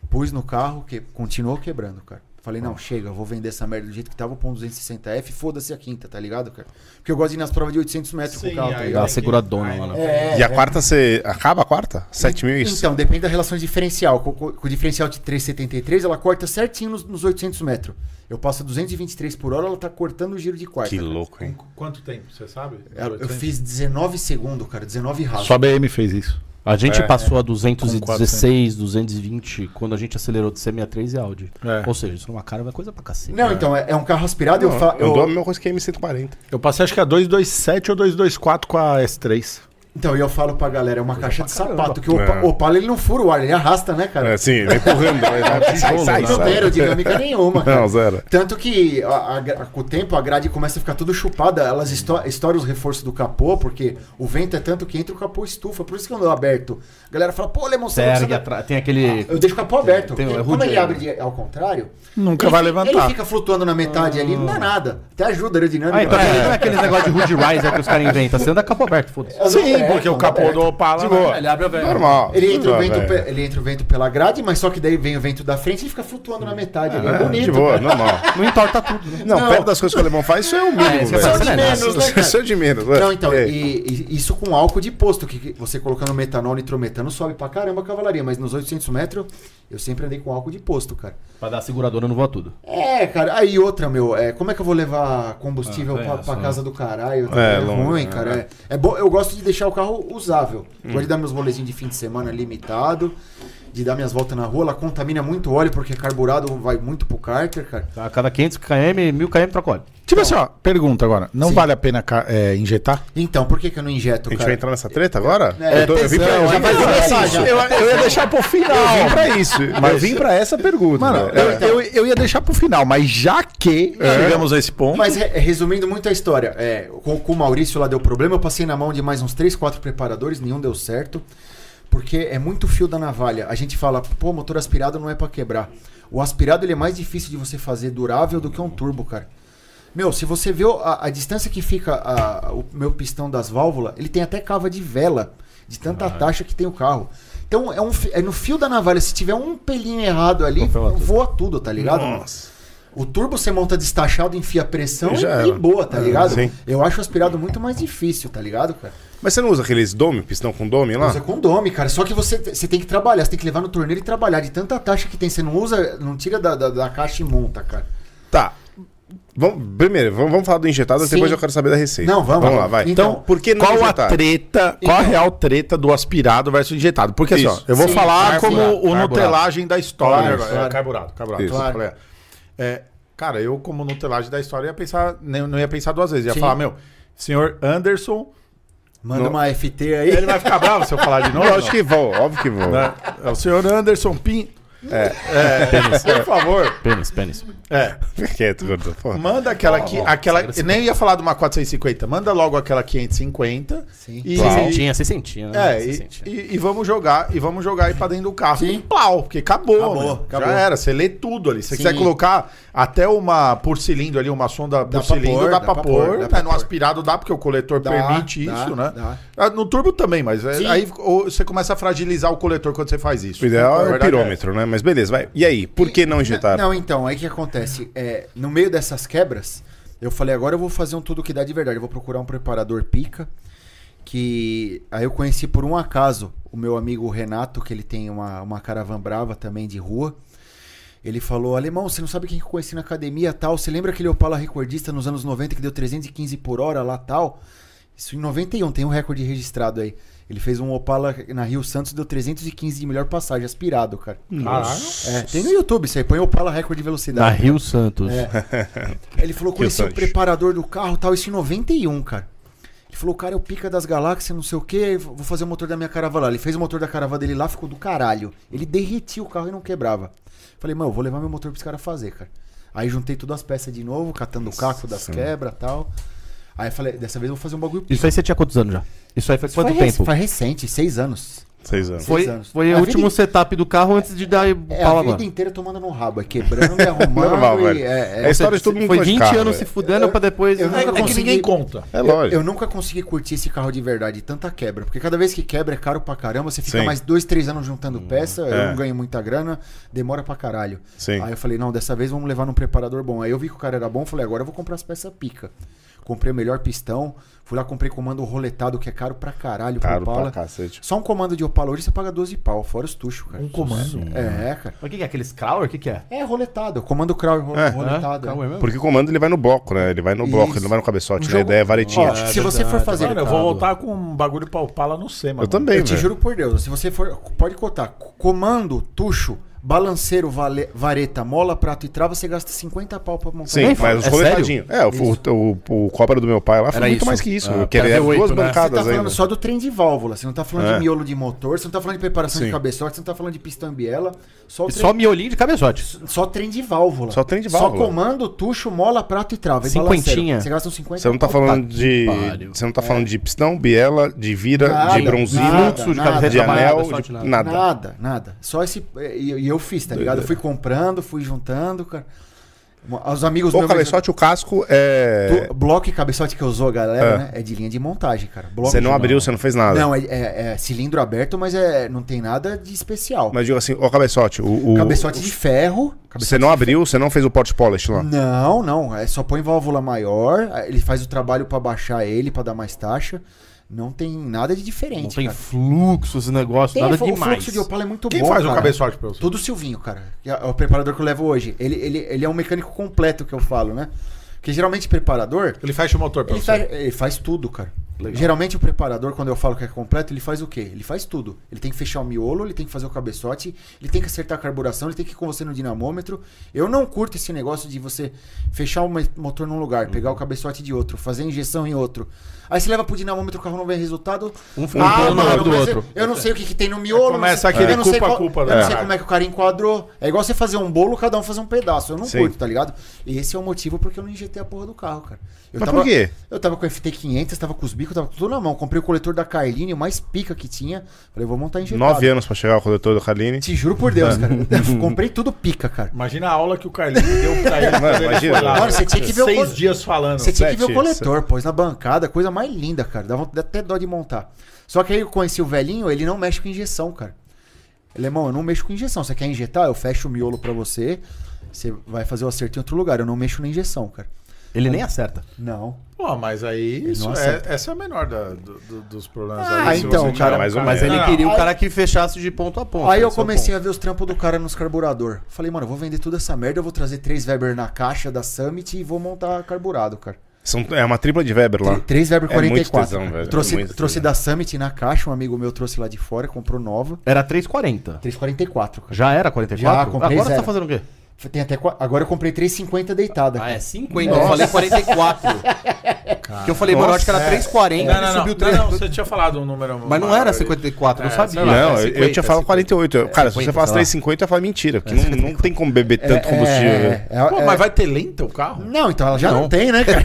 [SPEAKER 4] pus no carro, que continuou quebrando, cara. Falei, não, chega, eu vou vender essa merda do jeito que tava, pôr um 260F, foda-se a quinta, tá ligado, cara? Porque eu gosto de ir nas provas de 800 metros com o carro, tá
[SPEAKER 5] dá
[SPEAKER 4] ligado?
[SPEAKER 5] uma
[SPEAKER 2] é
[SPEAKER 5] seguradona lá na
[SPEAKER 2] E a quarta você. Acaba a quarta? 7 mil isso?
[SPEAKER 4] É, Então, depende da relação de diferencial. Com, com- com o diferencial de 3,73, ela corta certinho nos, nos 800 metros. Eu passo 223 por hora, ela tá cortando o giro de quarta.
[SPEAKER 2] Que
[SPEAKER 4] cara.
[SPEAKER 2] louco, hein?
[SPEAKER 1] Qu- Quanto tempo, você sabe?
[SPEAKER 4] Ela- É. Eu fiz 19 segundos, cara, 19 rasos.
[SPEAKER 1] Só a BM fez isso.
[SPEAKER 5] A gente
[SPEAKER 2] É.
[SPEAKER 5] passou a 216, 220 quando a gente acelerou de C63 e Audi.
[SPEAKER 1] É.
[SPEAKER 5] Ou seja, isso numa cara é coisa pra cacete.
[SPEAKER 4] Não, então, é, é um carro aspirado eu
[SPEAKER 1] é
[SPEAKER 2] Não,
[SPEAKER 4] falo.
[SPEAKER 2] eu dou a mesma coisa que a M140.
[SPEAKER 1] Eu passei acho que a 227 ou 224 com a S3.
[SPEAKER 4] Então, e eu falo pra galera, é uma caixa de
[SPEAKER 1] caramba.
[SPEAKER 4] sapato, que o Opa-
[SPEAKER 2] É.
[SPEAKER 4] o Opala ele não fura o ar, ele arrasta, né, cara?
[SPEAKER 2] É, sim, ele empurrando. né? Sai,
[SPEAKER 1] É,
[SPEAKER 2] sai,
[SPEAKER 4] não tem
[SPEAKER 2] sai.
[SPEAKER 4] aerodinâmica nenhuma, cara.
[SPEAKER 2] Não, zero.
[SPEAKER 4] Tanto que a- a gra- com o tempo a grade começa a ficar toda chupada, elas esto- estouram os reforços do capô, porque o vento é tanto que entra o capô estufa. Por isso que eu ando aberto. A galera fala, pô, Lemon,
[SPEAKER 5] Você
[SPEAKER 4] você não
[SPEAKER 5] ergue
[SPEAKER 4] precisa-
[SPEAKER 5] atrás. Tem aquele.
[SPEAKER 4] Eu deixo o capô aberto.
[SPEAKER 5] Tem- tem-
[SPEAKER 4] Ele-
[SPEAKER 5] é
[SPEAKER 4] como
[SPEAKER 5] rude,
[SPEAKER 4] ele
[SPEAKER 5] né?
[SPEAKER 4] abre de- ao contrário,
[SPEAKER 1] Nunca
[SPEAKER 4] ele
[SPEAKER 1] vai
[SPEAKER 4] fi-
[SPEAKER 1] levantar.
[SPEAKER 4] Ele fica flutuando na metade ali, não dá nada. Até ajuda a aerodinâmica.
[SPEAKER 5] Ah, então não é aquele negócio de Hood Riser que os caras inventam. Você anda capô aberto, foda-se.
[SPEAKER 4] As-
[SPEAKER 1] Sim,
[SPEAKER 4] é,
[SPEAKER 1] porque
[SPEAKER 4] não
[SPEAKER 1] o
[SPEAKER 4] dá
[SPEAKER 1] capô
[SPEAKER 4] aberto.
[SPEAKER 1] do Opala...
[SPEAKER 2] De boa.
[SPEAKER 1] né?
[SPEAKER 3] Ele abre a velha.
[SPEAKER 2] Normal.
[SPEAKER 4] Ele entra, o
[SPEAKER 2] Ah,
[SPEAKER 4] vento,
[SPEAKER 2] velho.
[SPEAKER 4] pe- ele entra o vento pela grade, mas só que daí vem o vento da frente e ele fica flutuando na metade. ali. é
[SPEAKER 2] É,
[SPEAKER 4] bonito.
[SPEAKER 2] de boa, normal.
[SPEAKER 5] Não entorta tudo, né?
[SPEAKER 2] Não, perto das coisas que o alemão faz, isso é o mínimo,
[SPEAKER 5] É, isso que eu
[SPEAKER 2] velho.
[SPEAKER 5] falo, acelera.
[SPEAKER 2] Isso é de menos. né?
[SPEAKER 4] né, Não, então,
[SPEAKER 2] É.
[SPEAKER 4] e, e isso com álcool de posto, que que você colocando metanol, nitrometano, sobe pra caramba a cavalaria, mas nos 800 metros, eu sempre andei com álcool de posto, cara.
[SPEAKER 5] Pra dar seguradora não voa tudo.
[SPEAKER 4] É, cara, aí outra, meu, é, como é que eu vou levar combustível
[SPEAKER 5] Ah,
[SPEAKER 4] pra,
[SPEAKER 5] é,
[SPEAKER 4] pra
[SPEAKER 5] só-
[SPEAKER 4] casa do caralho?
[SPEAKER 2] É,
[SPEAKER 4] É,
[SPEAKER 2] longe,
[SPEAKER 4] ruim,
[SPEAKER 2] né?
[SPEAKER 4] cara. É, é bom, eu gosto de deixar o carro usável.
[SPEAKER 2] Hum.
[SPEAKER 4] Gosto de dar meus rolezinhos de fim de semana limitado, de dar minhas voltas na rua, ela contamina muito óleo, porque é carburado vai muito pro cárter, cara.
[SPEAKER 5] Então, A cada 500 km, 1000 km troca óleo.
[SPEAKER 1] Tipo assim, ó, pergunta agora. Não
[SPEAKER 4] Sim.
[SPEAKER 1] vale a pena ca- é, injetar?
[SPEAKER 4] Então, por que que eu não
[SPEAKER 2] A
[SPEAKER 4] injeto,
[SPEAKER 2] gente
[SPEAKER 4] cara?
[SPEAKER 2] vai entrar nessa treta agora?
[SPEAKER 4] É,
[SPEAKER 2] tô- vim pra-
[SPEAKER 4] tesão, É.
[SPEAKER 2] eu
[SPEAKER 4] já vai
[SPEAKER 2] vim pra
[SPEAKER 4] começar,
[SPEAKER 2] isso.
[SPEAKER 4] já.
[SPEAKER 2] Eu-
[SPEAKER 1] ia deixar pro
[SPEAKER 2] eu
[SPEAKER 1] final.
[SPEAKER 2] vim pra isso. Mas eu vim pra essa pergunta.
[SPEAKER 1] Mano,
[SPEAKER 2] né?
[SPEAKER 1] eu, eu, eu ia deixar pro final, mas já que chegamos a esse ponto.
[SPEAKER 4] Mas re- resumindo muito a história, é, com, com o Maurício lá deu problema, eu passei na mão de mais uns 3, 4 preparadores, nenhum deu certo, porque é muito fio da navalha. A gente fala, pô, motor aspirado não é pra quebrar. O aspirado ele é mais difícil de você fazer durável do que um turbo, cara. Meu, se você vê o- a, a distância que fica a- o meu pistão das válvulas, ele tem até cava de vela, de tanta taxa que tem o carro. Então é, um fi- é no fio da navalha, se tiver um pelinho errado ali,
[SPEAKER 5] Confirma tudo.
[SPEAKER 4] voa tudo, tá ligado? O turbo você monta destachado, enfia pressão
[SPEAKER 2] E já
[SPEAKER 4] e,
[SPEAKER 2] era. É,
[SPEAKER 4] e boa, tá ligado?
[SPEAKER 2] sim.
[SPEAKER 4] Eu acho o aspirado muito mais difícil, tá ligado, cara?
[SPEAKER 2] Mas você não usa aqueles dome, pistão com dome lá?
[SPEAKER 4] Usa condome, cara. Só que você, te- você tem que trabalhar, você tem que levar no torneiro e trabalhar. De tanta taxa que tem, você não usa, não tira da, da, da caixa e monta, cara.
[SPEAKER 2] Tá. Vamos, primeiro, vamos, vamos falar do injetado,
[SPEAKER 4] Sim.
[SPEAKER 2] depois eu quero saber da receita.
[SPEAKER 4] Não, vamos.
[SPEAKER 2] Vamos lá, vai.
[SPEAKER 4] Então,
[SPEAKER 2] por que não
[SPEAKER 1] qual a
[SPEAKER 2] injetar?
[SPEAKER 1] treta, qual a
[SPEAKER 4] Então.
[SPEAKER 1] real treta do aspirado versus injetado? Porque assim, ó,
[SPEAKER 2] Isso.
[SPEAKER 1] eu vou
[SPEAKER 4] Sim,
[SPEAKER 1] falar
[SPEAKER 4] carburado,
[SPEAKER 1] como o
[SPEAKER 5] carburado.
[SPEAKER 1] nutelagem da história.
[SPEAKER 4] Claro,
[SPEAKER 1] agora.
[SPEAKER 4] claro.
[SPEAKER 1] É, carburado, carburado.
[SPEAKER 2] Isso.
[SPEAKER 1] Claro. É. É, cara, eu como nutelagem da história ia pensar, nem- não ia pensar duas vezes, ia
[SPEAKER 4] Sim.
[SPEAKER 1] falar, meu, senhor Anderson,
[SPEAKER 4] Manda
[SPEAKER 2] Não.
[SPEAKER 4] uma FT aí.
[SPEAKER 1] ele vai ficar bravo se eu falar de novo.
[SPEAKER 2] Não, acho "Ah, que vou, óbvio que vou.
[SPEAKER 1] Né? É o senhor Anderson Pin. É, por favor,
[SPEAKER 5] Pênis, pênis.
[SPEAKER 1] é,
[SPEAKER 2] Fica quieto, gordo. Pô.
[SPEAKER 1] manda aquela que aquela, eu nem ia falar de uma 450, manda logo aquela 550.
[SPEAKER 4] Sim.
[SPEAKER 1] E,
[SPEAKER 5] Sessentinha, sessentinha. né?
[SPEAKER 1] É, e,
[SPEAKER 5] Sessentinha.
[SPEAKER 1] e- e vamos jogar, e vamos jogar aí pra dentro do carro.
[SPEAKER 4] Sim.
[SPEAKER 1] Sim. Plau, porque acabou,
[SPEAKER 4] Acabou,
[SPEAKER 1] meu.
[SPEAKER 4] acabou.
[SPEAKER 1] Já era, você lê tudo ali. Se você
[SPEAKER 4] Sim.
[SPEAKER 1] quiser colocar até uma por cilindro ali, uma sonda
[SPEAKER 4] Dá
[SPEAKER 1] por
[SPEAKER 4] pra
[SPEAKER 1] cilindro,
[SPEAKER 4] pôr,
[SPEAKER 1] dá,
[SPEAKER 4] dá
[SPEAKER 1] pra
[SPEAKER 4] pra
[SPEAKER 1] pôr.
[SPEAKER 4] pôr, dá
[SPEAKER 1] né?
[SPEAKER 4] pra
[SPEAKER 1] no
[SPEAKER 4] pôr.
[SPEAKER 1] aspirado dá, porque o coletor
[SPEAKER 4] Dá,
[SPEAKER 1] permite
[SPEAKER 4] dá,
[SPEAKER 1] isso, né?
[SPEAKER 4] dá.
[SPEAKER 1] Ah, No turbo também, mas é-
[SPEAKER 4] Sim.
[SPEAKER 1] aí ou você começa a fragilizar o coletor quando você faz isso.
[SPEAKER 2] O
[SPEAKER 1] A
[SPEAKER 2] ideal é o
[SPEAKER 1] verdade
[SPEAKER 2] pirômetro, né? Mas beleza, vai. E aí, por que não injetar?
[SPEAKER 4] Não, então, aí o que acontece? É, no meio dessas quebras, eu falei, agora eu vou fazer um tudo que dá de verdade. Eu vou procurar um preparador pica. Que aí eu conheci por um acaso o meu amigo Renato, que ele tem uma, uma caravan brava também de rua. Ele falou, alemão, você não sabe quem que eu conheci na academia tal? Você lembra aquele Opala recordista nos anos 90 que deu 315 por hora lá tal? Isso em 91, tem um recorde registrado aí. Ele fez um Opala na Rio Santos, deu 315 de melhor passagem, aspirado, cara. É, tem no YouTube isso aí, põe Opala recorde de
[SPEAKER 5] Na
[SPEAKER 4] velocidade.
[SPEAKER 5] Rio Santos.
[SPEAKER 4] Ele falou, conheci o
[SPEAKER 2] Sancho.
[SPEAKER 4] preparador do carro e tal, isso em 91, cara. Ele falou, cara, eu pica das galáxias, não sei o que, vou fazer o motor da minha caravana lá. Ele fez o motor da caravana dele lá, ficou do caralho. Ele derretia o carro e não quebrava. Falei, mano, eu vou levar meu motor pros caras fazer, cara. Aí juntei todas as peças de novo, catando o caco das quebras e tal. Aí falei, dessa vez eu vou fazer um bagulho
[SPEAKER 5] Isso aí você tinha quantos anos já? Isso aí foi quanto
[SPEAKER 4] foi rec-
[SPEAKER 5] tempo?
[SPEAKER 4] Foi recente, seis anos.
[SPEAKER 2] Seis anos.
[SPEAKER 4] Seis
[SPEAKER 5] Foi,
[SPEAKER 4] anos. A
[SPEAKER 5] foi o
[SPEAKER 4] vida
[SPEAKER 5] último
[SPEAKER 4] in-
[SPEAKER 5] setup do carro antes de dar
[SPEAKER 4] É,
[SPEAKER 5] pau
[SPEAKER 4] a vida
[SPEAKER 5] agora.
[SPEAKER 4] inteira tomando no rabo, é quebrando e arrumando.
[SPEAKER 2] Normal,
[SPEAKER 4] e-
[SPEAKER 2] velho.
[SPEAKER 4] é- é-
[SPEAKER 2] É história de todo mundo
[SPEAKER 5] Foi
[SPEAKER 2] que gosta de
[SPEAKER 5] 20
[SPEAKER 2] carro,
[SPEAKER 5] anos se
[SPEAKER 2] velho.
[SPEAKER 5] fudendo pra depois.
[SPEAKER 4] eu
[SPEAKER 1] É, é que
[SPEAKER 4] consegui-
[SPEAKER 1] ninguém conta.
[SPEAKER 2] É lógico.
[SPEAKER 4] Eu nunca consegui curtir esse carro de verdade, tanta quebra. Porque cada vez que quebra é caro pra caramba, você fica
[SPEAKER 2] Sim.
[SPEAKER 4] mais dois, três anos juntando peça, eu
[SPEAKER 2] é.
[SPEAKER 4] não ganho muita grana, demora pra caralho.
[SPEAKER 2] Sim.
[SPEAKER 4] Aí eu falei, não, dessa vez vamos levar num preparador bom. Aí eu vi que o cara era bom, falei, agora eu vou comprar as peças pica. Comprei o melhor pistão, fui lá, comprei comando roletado, que é caro pra caralho, pro
[SPEAKER 2] Caro
[SPEAKER 4] Opala.
[SPEAKER 2] pra cacete.
[SPEAKER 4] Só um comando de Opala hoje você paga 12 pau, fora os tuchos, cara.
[SPEAKER 1] Um comando.
[SPEAKER 4] É, cara.
[SPEAKER 5] Mas o que, que é? Aqueles crawler? O que, que é?
[SPEAKER 4] É roletado, comando crawl ro-
[SPEAKER 2] É.
[SPEAKER 4] roletado. é.
[SPEAKER 2] Porque o comando ele vai no bloco, né? Ele vai no bloco,
[SPEAKER 4] Isso.
[SPEAKER 2] ele não vai no cabeçote,
[SPEAKER 4] Um
[SPEAKER 2] né? A
[SPEAKER 4] jogo-
[SPEAKER 2] ideia é varetinha.
[SPEAKER 4] Ó, se você for fazer.
[SPEAKER 1] Mano, eu vou voltar com um bagulho pra upar lá no SEMA.
[SPEAKER 2] eu
[SPEAKER 1] mano.
[SPEAKER 2] também,
[SPEAKER 4] Eu te
[SPEAKER 2] velho.
[SPEAKER 4] juro por Deus, se você for. Pode cotar. c- Comando, tucho, balanceiro, vale- vareta, mola, prato e trava, você gasta 50 pau pra montar. um
[SPEAKER 2] Sim,
[SPEAKER 5] É,
[SPEAKER 2] mas os
[SPEAKER 5] é
[SPEAKER 2] roletadinhos. É, o, o, o, o cobra do meu pai lá foi
[SPEAKER 4] Era
[SPEAKER 2] muito
[SPEAKER 4] isso.
[SPEAKER 2] mais que isso.
[SPEAKER 5] Ah,
[SPEAKER 2] que ele
[SPEAKER 5] até
[SPEAKER 2] era
[SPEAKER 5] V8,
[SPEAKER 2] duas
[SPEAKER 5] né?
[SPEAKER 4] Você
[SPEAKER 2] bancadas
[SPEAKER 4] tá falando
[SPEAKER 2] ainda.
[SPEAKER 4] só do trem de válvula, você não tá falando
[SPEAKER 2] É.
[SPEAKER 4] de miolo de motor, você não tá falando de preparação
[SPEAKER 2] Sim.
[SPEAKER 4] de cabeçote, você não tá falando de pistão e biela, só, o
[SPEAKER 5] E
[SPEAKER 4] trem,
[SPEAKER 5] Só miolinho de cabeçote.
[SPEAKER 4] só trem de válvula.
[SPEAKER 2] Só trem de válvula.
[SPEAKER 4] Só comando, tucho, mola, prato e trava. E
[SPEAKER 5] Cinquentinha.
[SPEAKER 4] balanceiro. Você gasta uns 50
[SPEAKER 2] Você não tá
[SPEAKER 4] pau,
[SPEAKER 2] falando de.
[SPEAKER 5] pariu.
[SPEAKER 2] Você não tá falando de pistão, biela, de vira,
[SPEAKER 4] É. Nada,
[SPEAKER 2] de bronzino,
[SPEAKER 4] nada,
[SPEAKER 5] Fluxo de
[SPEAKER 4] nada,
[SPEAKER 5] cabeça
[SPEAKER 2] de
[SPEAKER 5] trabalhada,
[SPEAKER 2] anel,
[SPEAKER 5] sorte
[SPEAKER 2] de
[SPEAKER 5] nada.
[SPEAKER 2] nada.
[SPEAKER 4] Nada, nada. Só esse. E e eu fiz, tá ligado? Eu fui comprando, fui juntando, cara. Mo- Os amigos
[SPEAKER 2] O
[SPEAKER 4] meus.
[SPEAKER 2] cabeçote, o casco é.
[SPEAKER 4] do- bloco e cabeçote que usou a galera, né? É de linha de montagem, cara. Bloco
[SPEAKER 2] Você não
[SPEAKER 4] de-
[SPEAKER 2] abriu, você não fez nada.
[SPEAKER 4] Não, é, é- é cilindro aberto, mas é, não tem nada de especial.
[SPEAKER 2] Mas digo assim, o cabeçote, o. o-
[SPEAKER 4] cabeçote de ferro.
[SPEAKER 2] Você não abriu, você não fez o port polish lá.
[SPEAKER 4] Não, não. É só põe válvula maior. aí Ele faz o trabalho pra baixar ele, pra dar mais taxa. Não tem nada de diferente.
[SPEAKER 5] Não tem
[SPEAKER 4] cara.
[SPEAKER 5] fluxo esse negócio,
[SPEAKER 4] Tem,
[SPEAKER 5] nada
[SPEAKER 4] o
[SPEAKER 5] demais.
[SPEAKER 4] fluxo de Opala é muito
[SPEAKER 1] Quem
[SPEAKER 4] bom.
[SPEAKER 1] faz o
[SPEAKER 4] cara.
[SPEAKER 1] cabeçote pra você?
[SPEAKER 4] Tudo Silvinho, cara. que É o preparador que eu levo hoje. Ele, ele, ele é um mecânico completo que eu falo, né? Porque geralmente preparador,
[SPEAKER 1] Ele fecha o motor pra
[SPEAKER 4] ele
[SPEAKER 1] você.
[SPEAKER 4] faz, ele faz tudo, cara. Geralmente o preparador, quando eu falo que é completo, ele faz o quê? Ele faz tudo. Ele tem que fechar o miolo, ele tem que fazer o cabeçote, ele tem que acertar a carburação, ele tem que ir com você no dinamômetro. Eu não curto esse negócio de você fechar o me- motor num lugar, pegar o cabeçote de outro, fazer a injeção em outro. Aí você leva pro dinamômetro, o carro não vê resultado. Ah,
[SPEAKER 5] Um funciona no
[SPEAKER 4] mano,
[SPEAKER 5] lugar do
[SPEAKER 4] mas
[SPEAKER 5] outro.
[SPEAKER 4] Eu não sei o que, que tem no miolo.
[SPEAKER 1] É, Começa
[SPEAKER 4] não sei-
[SPEAKER 1] aquele
[SPEAKER 4] eu não sei
[SPEAKER 1] culpa,
[SPEAKER 4] qual-
[SPEAKER 1] culpa,
[SPEAKER 4] Eu
[SPEAKER 1] né?
[SPEAKER 4] não sei como é que o cara enquadrou. É igual você fazer um bolo, cada um fazer um pedaço. Eu não
[SPEAKER 2] Sim.
[SPEAKER 4] curto, tá ligado? E esse é o motivo porque eu não injetei a porra do carro, cara. Eu
[SPEAKER 2] Mas
[SPEAKER 4] tava-
[SPEAKER 2] por quê?
[SPEAKER 4] eu tava com o FT500, tava com os bicos, tava com tudo na mão. Comprei o coletor da Carline, o mais pica que tinha. Falei, vou montar injetado.
[SPEAKER 2] Nove anos pra chegar ao coletor do Carline.
[SPEAKER 4] Te juro por Deus, cara. Comprei tudo pica, cara.
[SPEAKER 1] Imagina a aula que o Carlinhos deu pra ele.
[SPEAKER 2] Mano,
[SPEAKER 1] quando ele
[SPEAKER 2] imagina.
[SPEAKER 1] foi lá.
[SPEAKER 4] Mano, você tinha que ver o
[SPEAKER 1] Seis
[SPEAKER 4] co-
[SPEAKER 1] dias falando.
[SPEAKER 4] Você tinha que ver o
[SPEAKER 2] sete,
[SPEAKER 4] coletor, pôs na bancada, coisa mais linda, cara. Dava dá até dó de montar. Só que aí eu conheci o velhinho, ele não mexe com injeção, cara. Alemão, eu não mexo com injeção. Você quer injetar? Eu fecho o miolo pra você. Você vai fazer o acerto em outro lugar. Eu não mexo na injeção, cara.
[SPEAKER 5] Ele nem acerta.
[SPEAKER 4] Não.
[SPEAKER 1] Pô, mas aí isso
[SPEAKER 4] não
[SPEAKER 1] é,
[SPEAKER 4] acerta.
[SPEAKER 1] essa é a menor da- do- do- dos problemas.
[SPEAKER 4] Ah,
[SPEAKER 1] Aí, se
[SPEAKER 4] então,
[SPEAKER 1] você tiver
[SPEAKER 4] cara,
[SPEAKER 1] um
[SPEAKER 2] mas o-
[SPEAKER 5] Mas
[SPEAKER 2] É.
[SPEAKER 5] ele
[SPEAKER 1] Não,
[SPEAKER 5] queria
[SPEAKER 1] não.
[SPEAKER 5] o cara que fechasse de ponto a ponto.
[SPEAKER 4] Aí eu
[SPEAKER 5] esse é o
[SPEAKER 4] comecei a ver os trampos do cara nos carburador. Falei, mano, eu vou vender toda essa merda, eu vou trazer três Weber na caixa da Summit e vou montar carburado, cara.
[SPEAKER 2] São, é uma tripla de Weber lá.
[SPEAKER 4] Tre- Três Weber
[SPEAKER 2] É muito
[SPEAKER 4] 44.
[SPEAKER 2] tesão,
[SPEAKER 4] cara.
[SPEAKER 2] velho,
[SPEAKER 4] Eu trouxe
[SPEAKER 2] é muito
[SPEAKER 4] trouxe
[SPEAKER 2] tesão.
[SPEAKER 4] da Summit na caixa, um amigo meu trouxe lá de fora, comprou nova.
[SPEAKER 5] ponto. Era 3,40.
[SPEAKER 4] 344, cara.
[SPEAKER 5] Já era 44?
[SPEAKER 4] Já, comprei
[SPEAKER 5] Agora você
[SPEAKER 4] zero.
[SPEAKER 5] tá fazendo o quê?
[SPEAKER 4] Tem até qua- Agora eu comprei 350 deitada.
[SPEAKER 5] Ah,
[SPEAKER 4] cara.
[SPEAKER 5] é 50. Eu falei 44. que eu falei, mano, eu acho que era 3,40.
[SPEAKER 1] Não,
[SPEAKER 4] É.
[SPEAKER 1] não,
[SPEAKER 5] ele
[SPEAKER 1] não,
[SPEAKER 5] subiu
[SPEAKER 1] não,
[SPEAKER 5] 3.
[SPEAKER 1] não, você tinha falado um número.
[SPEAKER 5] Mas não
[SPEAKER 1] maior
[SPEAKER 5] era
[SPEAKER 1] aí.
[SPEAKER 5] 54, eu
[SPEAKER 1] É,
[SPEAKER 5] não sabia.
[SPEAKER 1] sei lá,
[SPEAKER 2] não,
[SPEAKER 1] é
[SPEAKER 2] eu- eu tinha falado 48. cara, se você
[SPEAKER 5] 50,
[SPEAKER 2] falasse
[SPEAKER 5] sei lá.
[SPEAKER 2] 350, eu falava mentira, porque não, não tem como beber
[SPEAKER 4] É,
[SPEAKER 2] tanto combustível. né?
[SPEAKER 4] é, é,
[SPEAKER 1] Pô,
[SPEAKER 4] é-
[SPEAKER 1] mas vai ter lenta o carro?
[SPEAKER 4] Não, então ela já não, tem, né, cara?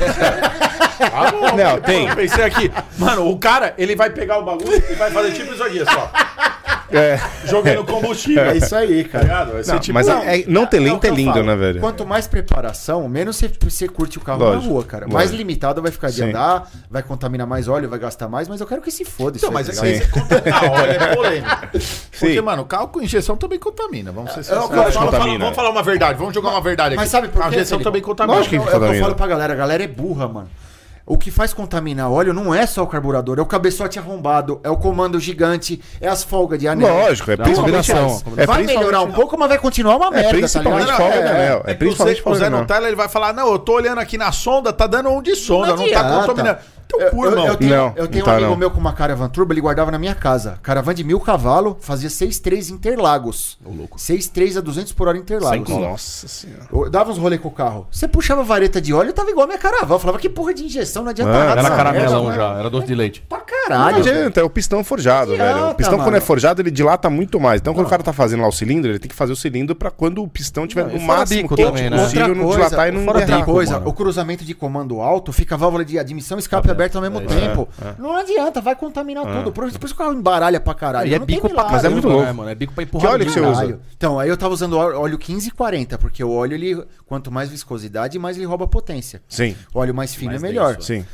[SPEAKER 1] Ah, bom,
[SPEAKER 2] Não, tem.
[SPEAKER 1] Eu pensei aqui, mano, o cara, ele vai pegar o bagulho e vai fazer tipo isso aqui, só. Jogando combustível.
[SPEAKER 4] É isso aí,
[SPEAKER 1] Tá
[SPEAKER 4] cara.
[SPEAKER 1] ligado? Vai ser
[SPEAKER 2] É. Não,
[SPEAKER 1] tipo-
[SPEAKER 2] mas
[SPEAKER 1] Não,
[SPEAKER 2] é- é- não ter
[SPEAKER 4] É o
[SPEAKER 2] lento
[SPEAKER 4] que
[SPEAKER 2] é,
[SPEAKER 4] eu
[SPEAKER 2] lindo,
[SPEAKER 4] falo.
[SPEAKER 2] né, velho?
[SPEAKER 4] Quanto mais preparação, menos você, você curte o carro
[SPEAKER 2] Lógico,
[SPEAKER 4] na rua, cara. Mais
[SPEAKER 2] lógico.
[SPEAKER 4] limitada vai ficar de
[SPEAKER 2] Sim.
[SPEAKER 4] andar, vai contaminar mais óleo, vai gastar mais, mas eu quero que se foda isso
[SPEAKER 1] Então,
[SPEAKER 4] aí,
[SPEAKER 1] mas
[SPEAKER 4] tá
[SPEAKER 1] é
[SPEAKER 4] ligado?
[SPEAKER 1] que você contaminar óleo é polêmico. Porque,
[SPEAKER 2] Sim.
[SPEAKER 1] mano, carro com injeção também contamina. Vamos ser
[SPEAKER 4] eu
[SPEAKER 1] sinceros.
[SPEAKER 4] acho que
[SPEAKER 1] Fala- fala-
[SPEAKER 2] contamina.
[SPEAKER 1] Vamos falar uma verdade, vamos jogar uma verdade aqui.
[SPEAKER 4] Mas sabe por
[SPEAKER 1] A
[SPEAKER 4] quê,
[SPEAKER 1] injeção
[SPEAKER 4] Felipe?
[SPEAKER 1] também contamina.
[SPEAKER 2] Lógico que
[SPEAKER 4] é o que eu
[SPEAKER 2] contamina.
[SPEAKER 4] falo pra galera, a galera é burra, mano. O que faz contaminar óleo não é só o carburador, é o cabeçote arrombado, é o comando gigante, é as folgas de anel.
[SPEAKER 2] Lógico, é
[SPEAKER 5] Não,
[SPEAKER 2] principalmente.
[SPEAKER 5] combinação,
[SPEAKER 2] as-
[SPEAKER 5] combinação.
[SPEAKER 2] É
[SPEAKER 4] vai
[SPEAKER 2] principalmente-
[SPEAKER 4] melhorar um pouco, mas vai continuar uma merda,
[SPEAKER 2] É
[SPEAKER 4] tá
[SPEAKER 2] principalmente
[SPEAKER 4] ligado?
[SPEAKER 2] folga de
[SPEAKER 4] É,
[SPEAKER 2] anel.
[SPEAKER 1] É
[SPEAKER 2] É
[SPEAKER 1] que o Zé,
[SPEAKER 2] principalmente
[SPEAKER 1] o
[SPEAKER 2] folga
[SPEAKER 1] Zé
[SPEAKER 2] de anel.
[SPEAKER 1] Nutella, ele vai falar, não, eu tô olhando aqui na sonda, tá dando um de sonda, não, tá
[SPEAKER 4] adianta.
[SPEAKER 1] contaminando. Teu
[SPEAKER 4] Eu-
[SPEAKER 1] cu,
[SPEAKER 4] eu,
[SPEAKER 1] irmão.
[SPEAKER 4] eu tenho,
[SPEAKER 2] Não,
[SPEAKER 4] eu
[SPEAKER 2] não
[SPEAKER 4] tenho
[SPEAKER 2] tá,
[SPEAKER 4] um amigo
[SPEAKER 2] não.
[SPEAKER 4] meu com uma caravan turbo, ele guardava na minha casa. Caravan de mil cavalos, fazia 6.3 Interlagos.
[SPEAKER 5] Ô, louco.
[SPEAKER 4] 6.3 a 200 por hora Interlagos.
[SPEAKER 2] Nossa senhora.
[SPEAKER 4] Eu dava uns rolê com o carro. Você puxava a vareta de óleo, tava igual a minha caravana. Eu falava, que porra de injeção, não adianta
[SPEAKER 2] Ah,
[SPEAKER 4] nada.
[SPEAKER 5] Era
[SPEAKER 4] essa
[SPEAKER 5] caramelão
[SPEAKER 4] merda,
[SPEAKER 5] já, Tá era doce de leite.
[SPEAKER 4] Pra
[SPEAKER 2] Não
[SPEAKER 4] caralho.
[SPEAKER 2] adianta, é o pistão forjado,
[SPEAKER 4] Adianta,
[SPEAKER 2] velho. O pistão,
[SPEAKER 4] mano.
[SPEAKER 2] quando é forjado, ele dilata muito mais. Então, quando o cara tá fazendo lá o cilindro, ele tem que fazer o cilindro pra quando o pistão tiver
[SPEAKER 5] Não,
[SPEAKER 2] o
[SPEAKER 5] e fora
[SPEAKER 2] máximo
[SPEAKER 5] bico
[SPEAKER 2] quente
[SPEAKER 5] também, né?
[SPEAKER 2] possível, não dilatar e não
[SPEAKER 4] fora outra
[SPEAKER 2] derrar.
[SPEAKER 4] coisa,
[SPEAKER 5] mano.
[SPEAKER 4] o cruzamento de comando alto fica a válvula de admissão e escape aberta ao mesmo tempo. Não adianta, vai contaminar tudo. Por isso por isso que o carro embaralha pra caralho.
[SPEAKER 5] E é
[SPEAKER 4] Não tem
[SPEAKER 5] bico pra
[SPEAKER 4] milagre.
[SPEAKER 5] caramba,
[SPEAKER 2] é muito louco.
[SPEAKER 5] né, mano? É bico pra
[SPEAKER 2] Que
[SPEAKER 5] empurrar.
[SPEAKER 2] óleo que você
[SPEAKER 5] caralho.
[SPEAKER 2] usa?
[SPEAKER 4] Então, aí eu tava usando ó- óleo 15 e 40, porque o óleo, ele, quanto mais viscosidade, mais ele rouba potência.
[SPEAKER 2] Sim,
[SPEAKER 4] O óleo mais fino
[SPEAKER 5] Mais
[SPEAKER 4] é melhor.
[SPEAKER 5] denso.
[SPEAKER 2] sim.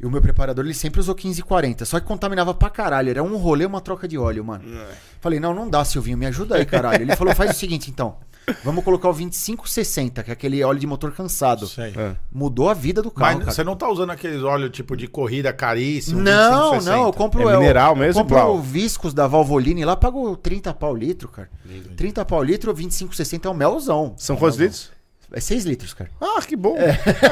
[SPEAKER 4] E o meu preparador, ele sempre usou 15 e 40, só que contaminava pra caralho. Era um rolê, uma troca de óleo, mano.
[SPEAKER 2] É.
[SPEAKER 4] Falei, não, não dá, Silvinho, me ajuda aí, caralho. Ele falou, faz o seguinte, então. Vamos colocar o 2560, que é aquele óleo de motor cansado.
[SPEAKER 1] Sei.
[SPEAKER 2] É.
[SPEAKER 4] Mudou a vida do
[SPEAKER 1] Mas
[SPEAKER 4] carro, cara.
[SPEAKER 1] você não tá usando aqueles óleos tipo de corrida
[SPEAKER 2] um
[SPEAKER 1] caríssimo?
[SPEAKER 4] Não,
[SPEAKER 1] 25,
[SPEAKER 4] não, eu
[SPEAKER 1] 60.
[SPEAKER 4] compro
[SPEAKER 2] É mineral mesmo,
[SPEAKER 4] Eu compro
[SPEAKER 2] Blau?
[SPEAKER 4] o Viscos da Valvoline lá, pago 30 pau o litro, cara. 30 pau o litro, 25,60 é o melzão.
[SPEAKER 2] São quantos litros?
[SPEAKER 4] É 6 litros, cara.
[SPEAKER 2] Ah, que bom.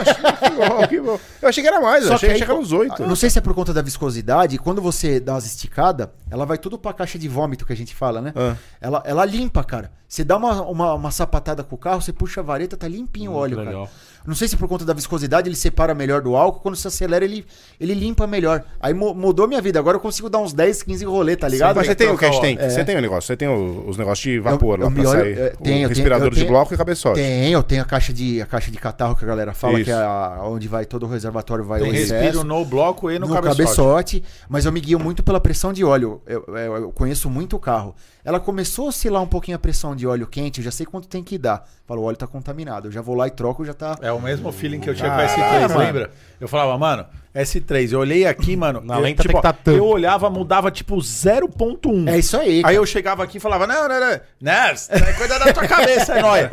[SPEAKER 2] que bom, que bom. Eu achei que era mais, eu achei que, ia
[SPEAKER 4] aí,
[SPEAKER 2] chegar
[SPEAKER 4] pô,
[SPEAKER 2] nos oito.
[SPEAKER 4] Não sei se é por conta da viscosidade, quando você dá umas esticadas, ela vai tudo pra caixa de vômito que a gente fala, né?
[SPEAKER 2] Ah.
[SPEAKER 4] Ela, ela limpa, cara. Você dá uma, uma, uma sapatada com o carro, você puxa a vareta, tá limpinho o óleo,
[SPEAKER 5] legal.
[SPEAKER 4] cara. Não sei se por conta da viscosidade ele separa melhor do álcool, quando você acelera ele, ele limpa melhor. Aí mu- mudou minha vida, agora eu consigo dar uns 10, 15 rolê, tá ligado?
[SPEAKER 2] Mas você tem o cash tank,
[SPEAKER 4] É.
[SPEAKER 2] você tem o negócio, você tem o- os negócios de vapor lá pra
[SPEAKER 4] me olho-
[SPEAKER 2] sair.
[SPEAKER 4] é, tenho,
[SPEAKER 2] o
[SPEAKER 4] eu
[SPEAKER 2] respirador
[SPEAKER 4] tenho, eu
[SPEAKER 2] de
[SPEAKER 4] tenho-
[SPEAKER 2] bloco e cabeçote.
[SPEAKER 4] Tem, eu tenho a caixa de, a caixa de catarro que a galera fala,
[SPEAKER 2] Isso.
[SPEAKER 4] que é a- onde vai todo o reservatório, vai
[SPEAKER 1] Tem
[SPEAKER 4] o excesso.
[SPEAKER 1] respiro no bloco e no,
[SPEAKER 4] no,
[SPEAKER 1] cabeçote.
[SPEAKER 4] cabeçote. mas eu me guio muito pela pressão de óleo. Eu, eu- eu conheço muito o carro. Ela começou a oscilar um pouquinho a pressão de óleo quente, eu já sei quanto tem que dar. Falo, o óleo tá contaminado. Eu já vou lá e troco, já tá.
[SPEAKER 1] É o mesmo feeling que eu tinha com a S3, lembra? Eu falava, mano, S3, eu olhei aqui, mano.
[SPEAKER 5] Na
[SPEAKER 1] eu,
[SPEAKER 5] lenta
[SPEAKER 1] tipo,
[SPEAKER 5] tem que tá tanto.
[SPEAKER 1] Eu olhava, mudava tipo 0.1.
[SPEAKER 4] É isso aí.
[SPEAKER 1] Aí eu chegava aqui e falava, não, não, não, não, isso é coisa da tua cabeça, é nóia.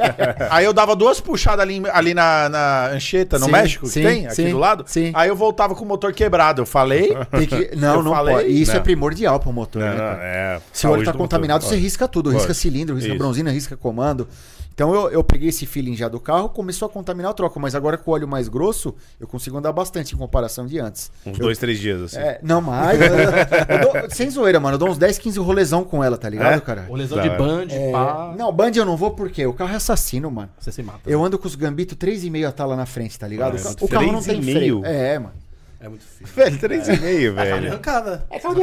[SPEAKER 1] Aí eu dava duas puxadas ali, ali na, na Anchieta, no
[SPEAKER 4] Sim,
[SPEAKER 1] México, que
[SPEAKER 4] sim,
[SPEAKER 1] tem, aqui
[SPEAKER 4] sim,
[SPEAKER 1] do lado.
[SPEAKER 4] sim.
[SPEAKER 1] Aí eu voltava com o motor quebrado, eu falei.
[SPEAKER 4] Tem que- Não,
[SPEAKER 1] Eu
[SPEAKER 4] não
[SPEAKER 1] falei,
[SPEAKER 4] pode. Isso
[SPEAKER 2] não.
[SPEAKER 4] é primordial pro motor,
[SPEAKER 2] Não,
[SPEAKER 4] né,
[SPEAKER 2] não,
[SPEAKER 4] cara?
[SPEAKER 2] né? é,
[SPEAKER 4] Se o óleo
[SPEAKER 2] saúde
[SPEAKER 4] tá
[SPEAKER 2] do
[SPEAKER 4] contaminado,
[SPEAKER 2] motor.
[SPEAKER 4] você risca tudo.
[SPEAKER 2] Pode.
[SPEAKER 4] Risca cilindro, risca
[SPEAKER 2] Isso.
[SPEAKER 4] bronzina, risca comando. Então eu, eu peguei esse feeling já do carro, começou a contaminar o troco. Mas agora com o óleo mais grosso, eu consigo andar bastante em comparação de antes.
[SPEAKER 2] Uns dois, três dias, assim.
[SPEAKER 4] É, não mais. eu- eu dou- sem zoeira, mano. Eu dou uns 10, 15 rolezão com ela, tá ligado,
[SPEAKER 2] É?
[SPEAKER 4] cara?
[SPEAKER 5] O lesão
[SPEAKER 2] Da
[SPEAKER 5] né? de
[SPEAKER 2] hora.
[SPEAKER 5] band,
[SPEAKER 4] É,
[SPEAKER 5] pá.
[SPEAKER 4] Não, Band eu não vou porque o carro é assassino, mano.
[SPEAKER 5] Você se mata. né?
[SPEAKER 4] Eu ando com os gambito 3,5 a tala na frente, tá ligado?
[SPEAKER 2] Nossa,
[SPEAKER 4] o carro não tem
[SPEAKER 2] 3,5?
[SPEAKER 4] freio. É, mano.
[SPEAKER 5] É muito feio.
[SPEAKER 2] Velho, três e meio, velho.
[SPEAKER 5] Arrancada. É
[SPEAKER 4] Cara,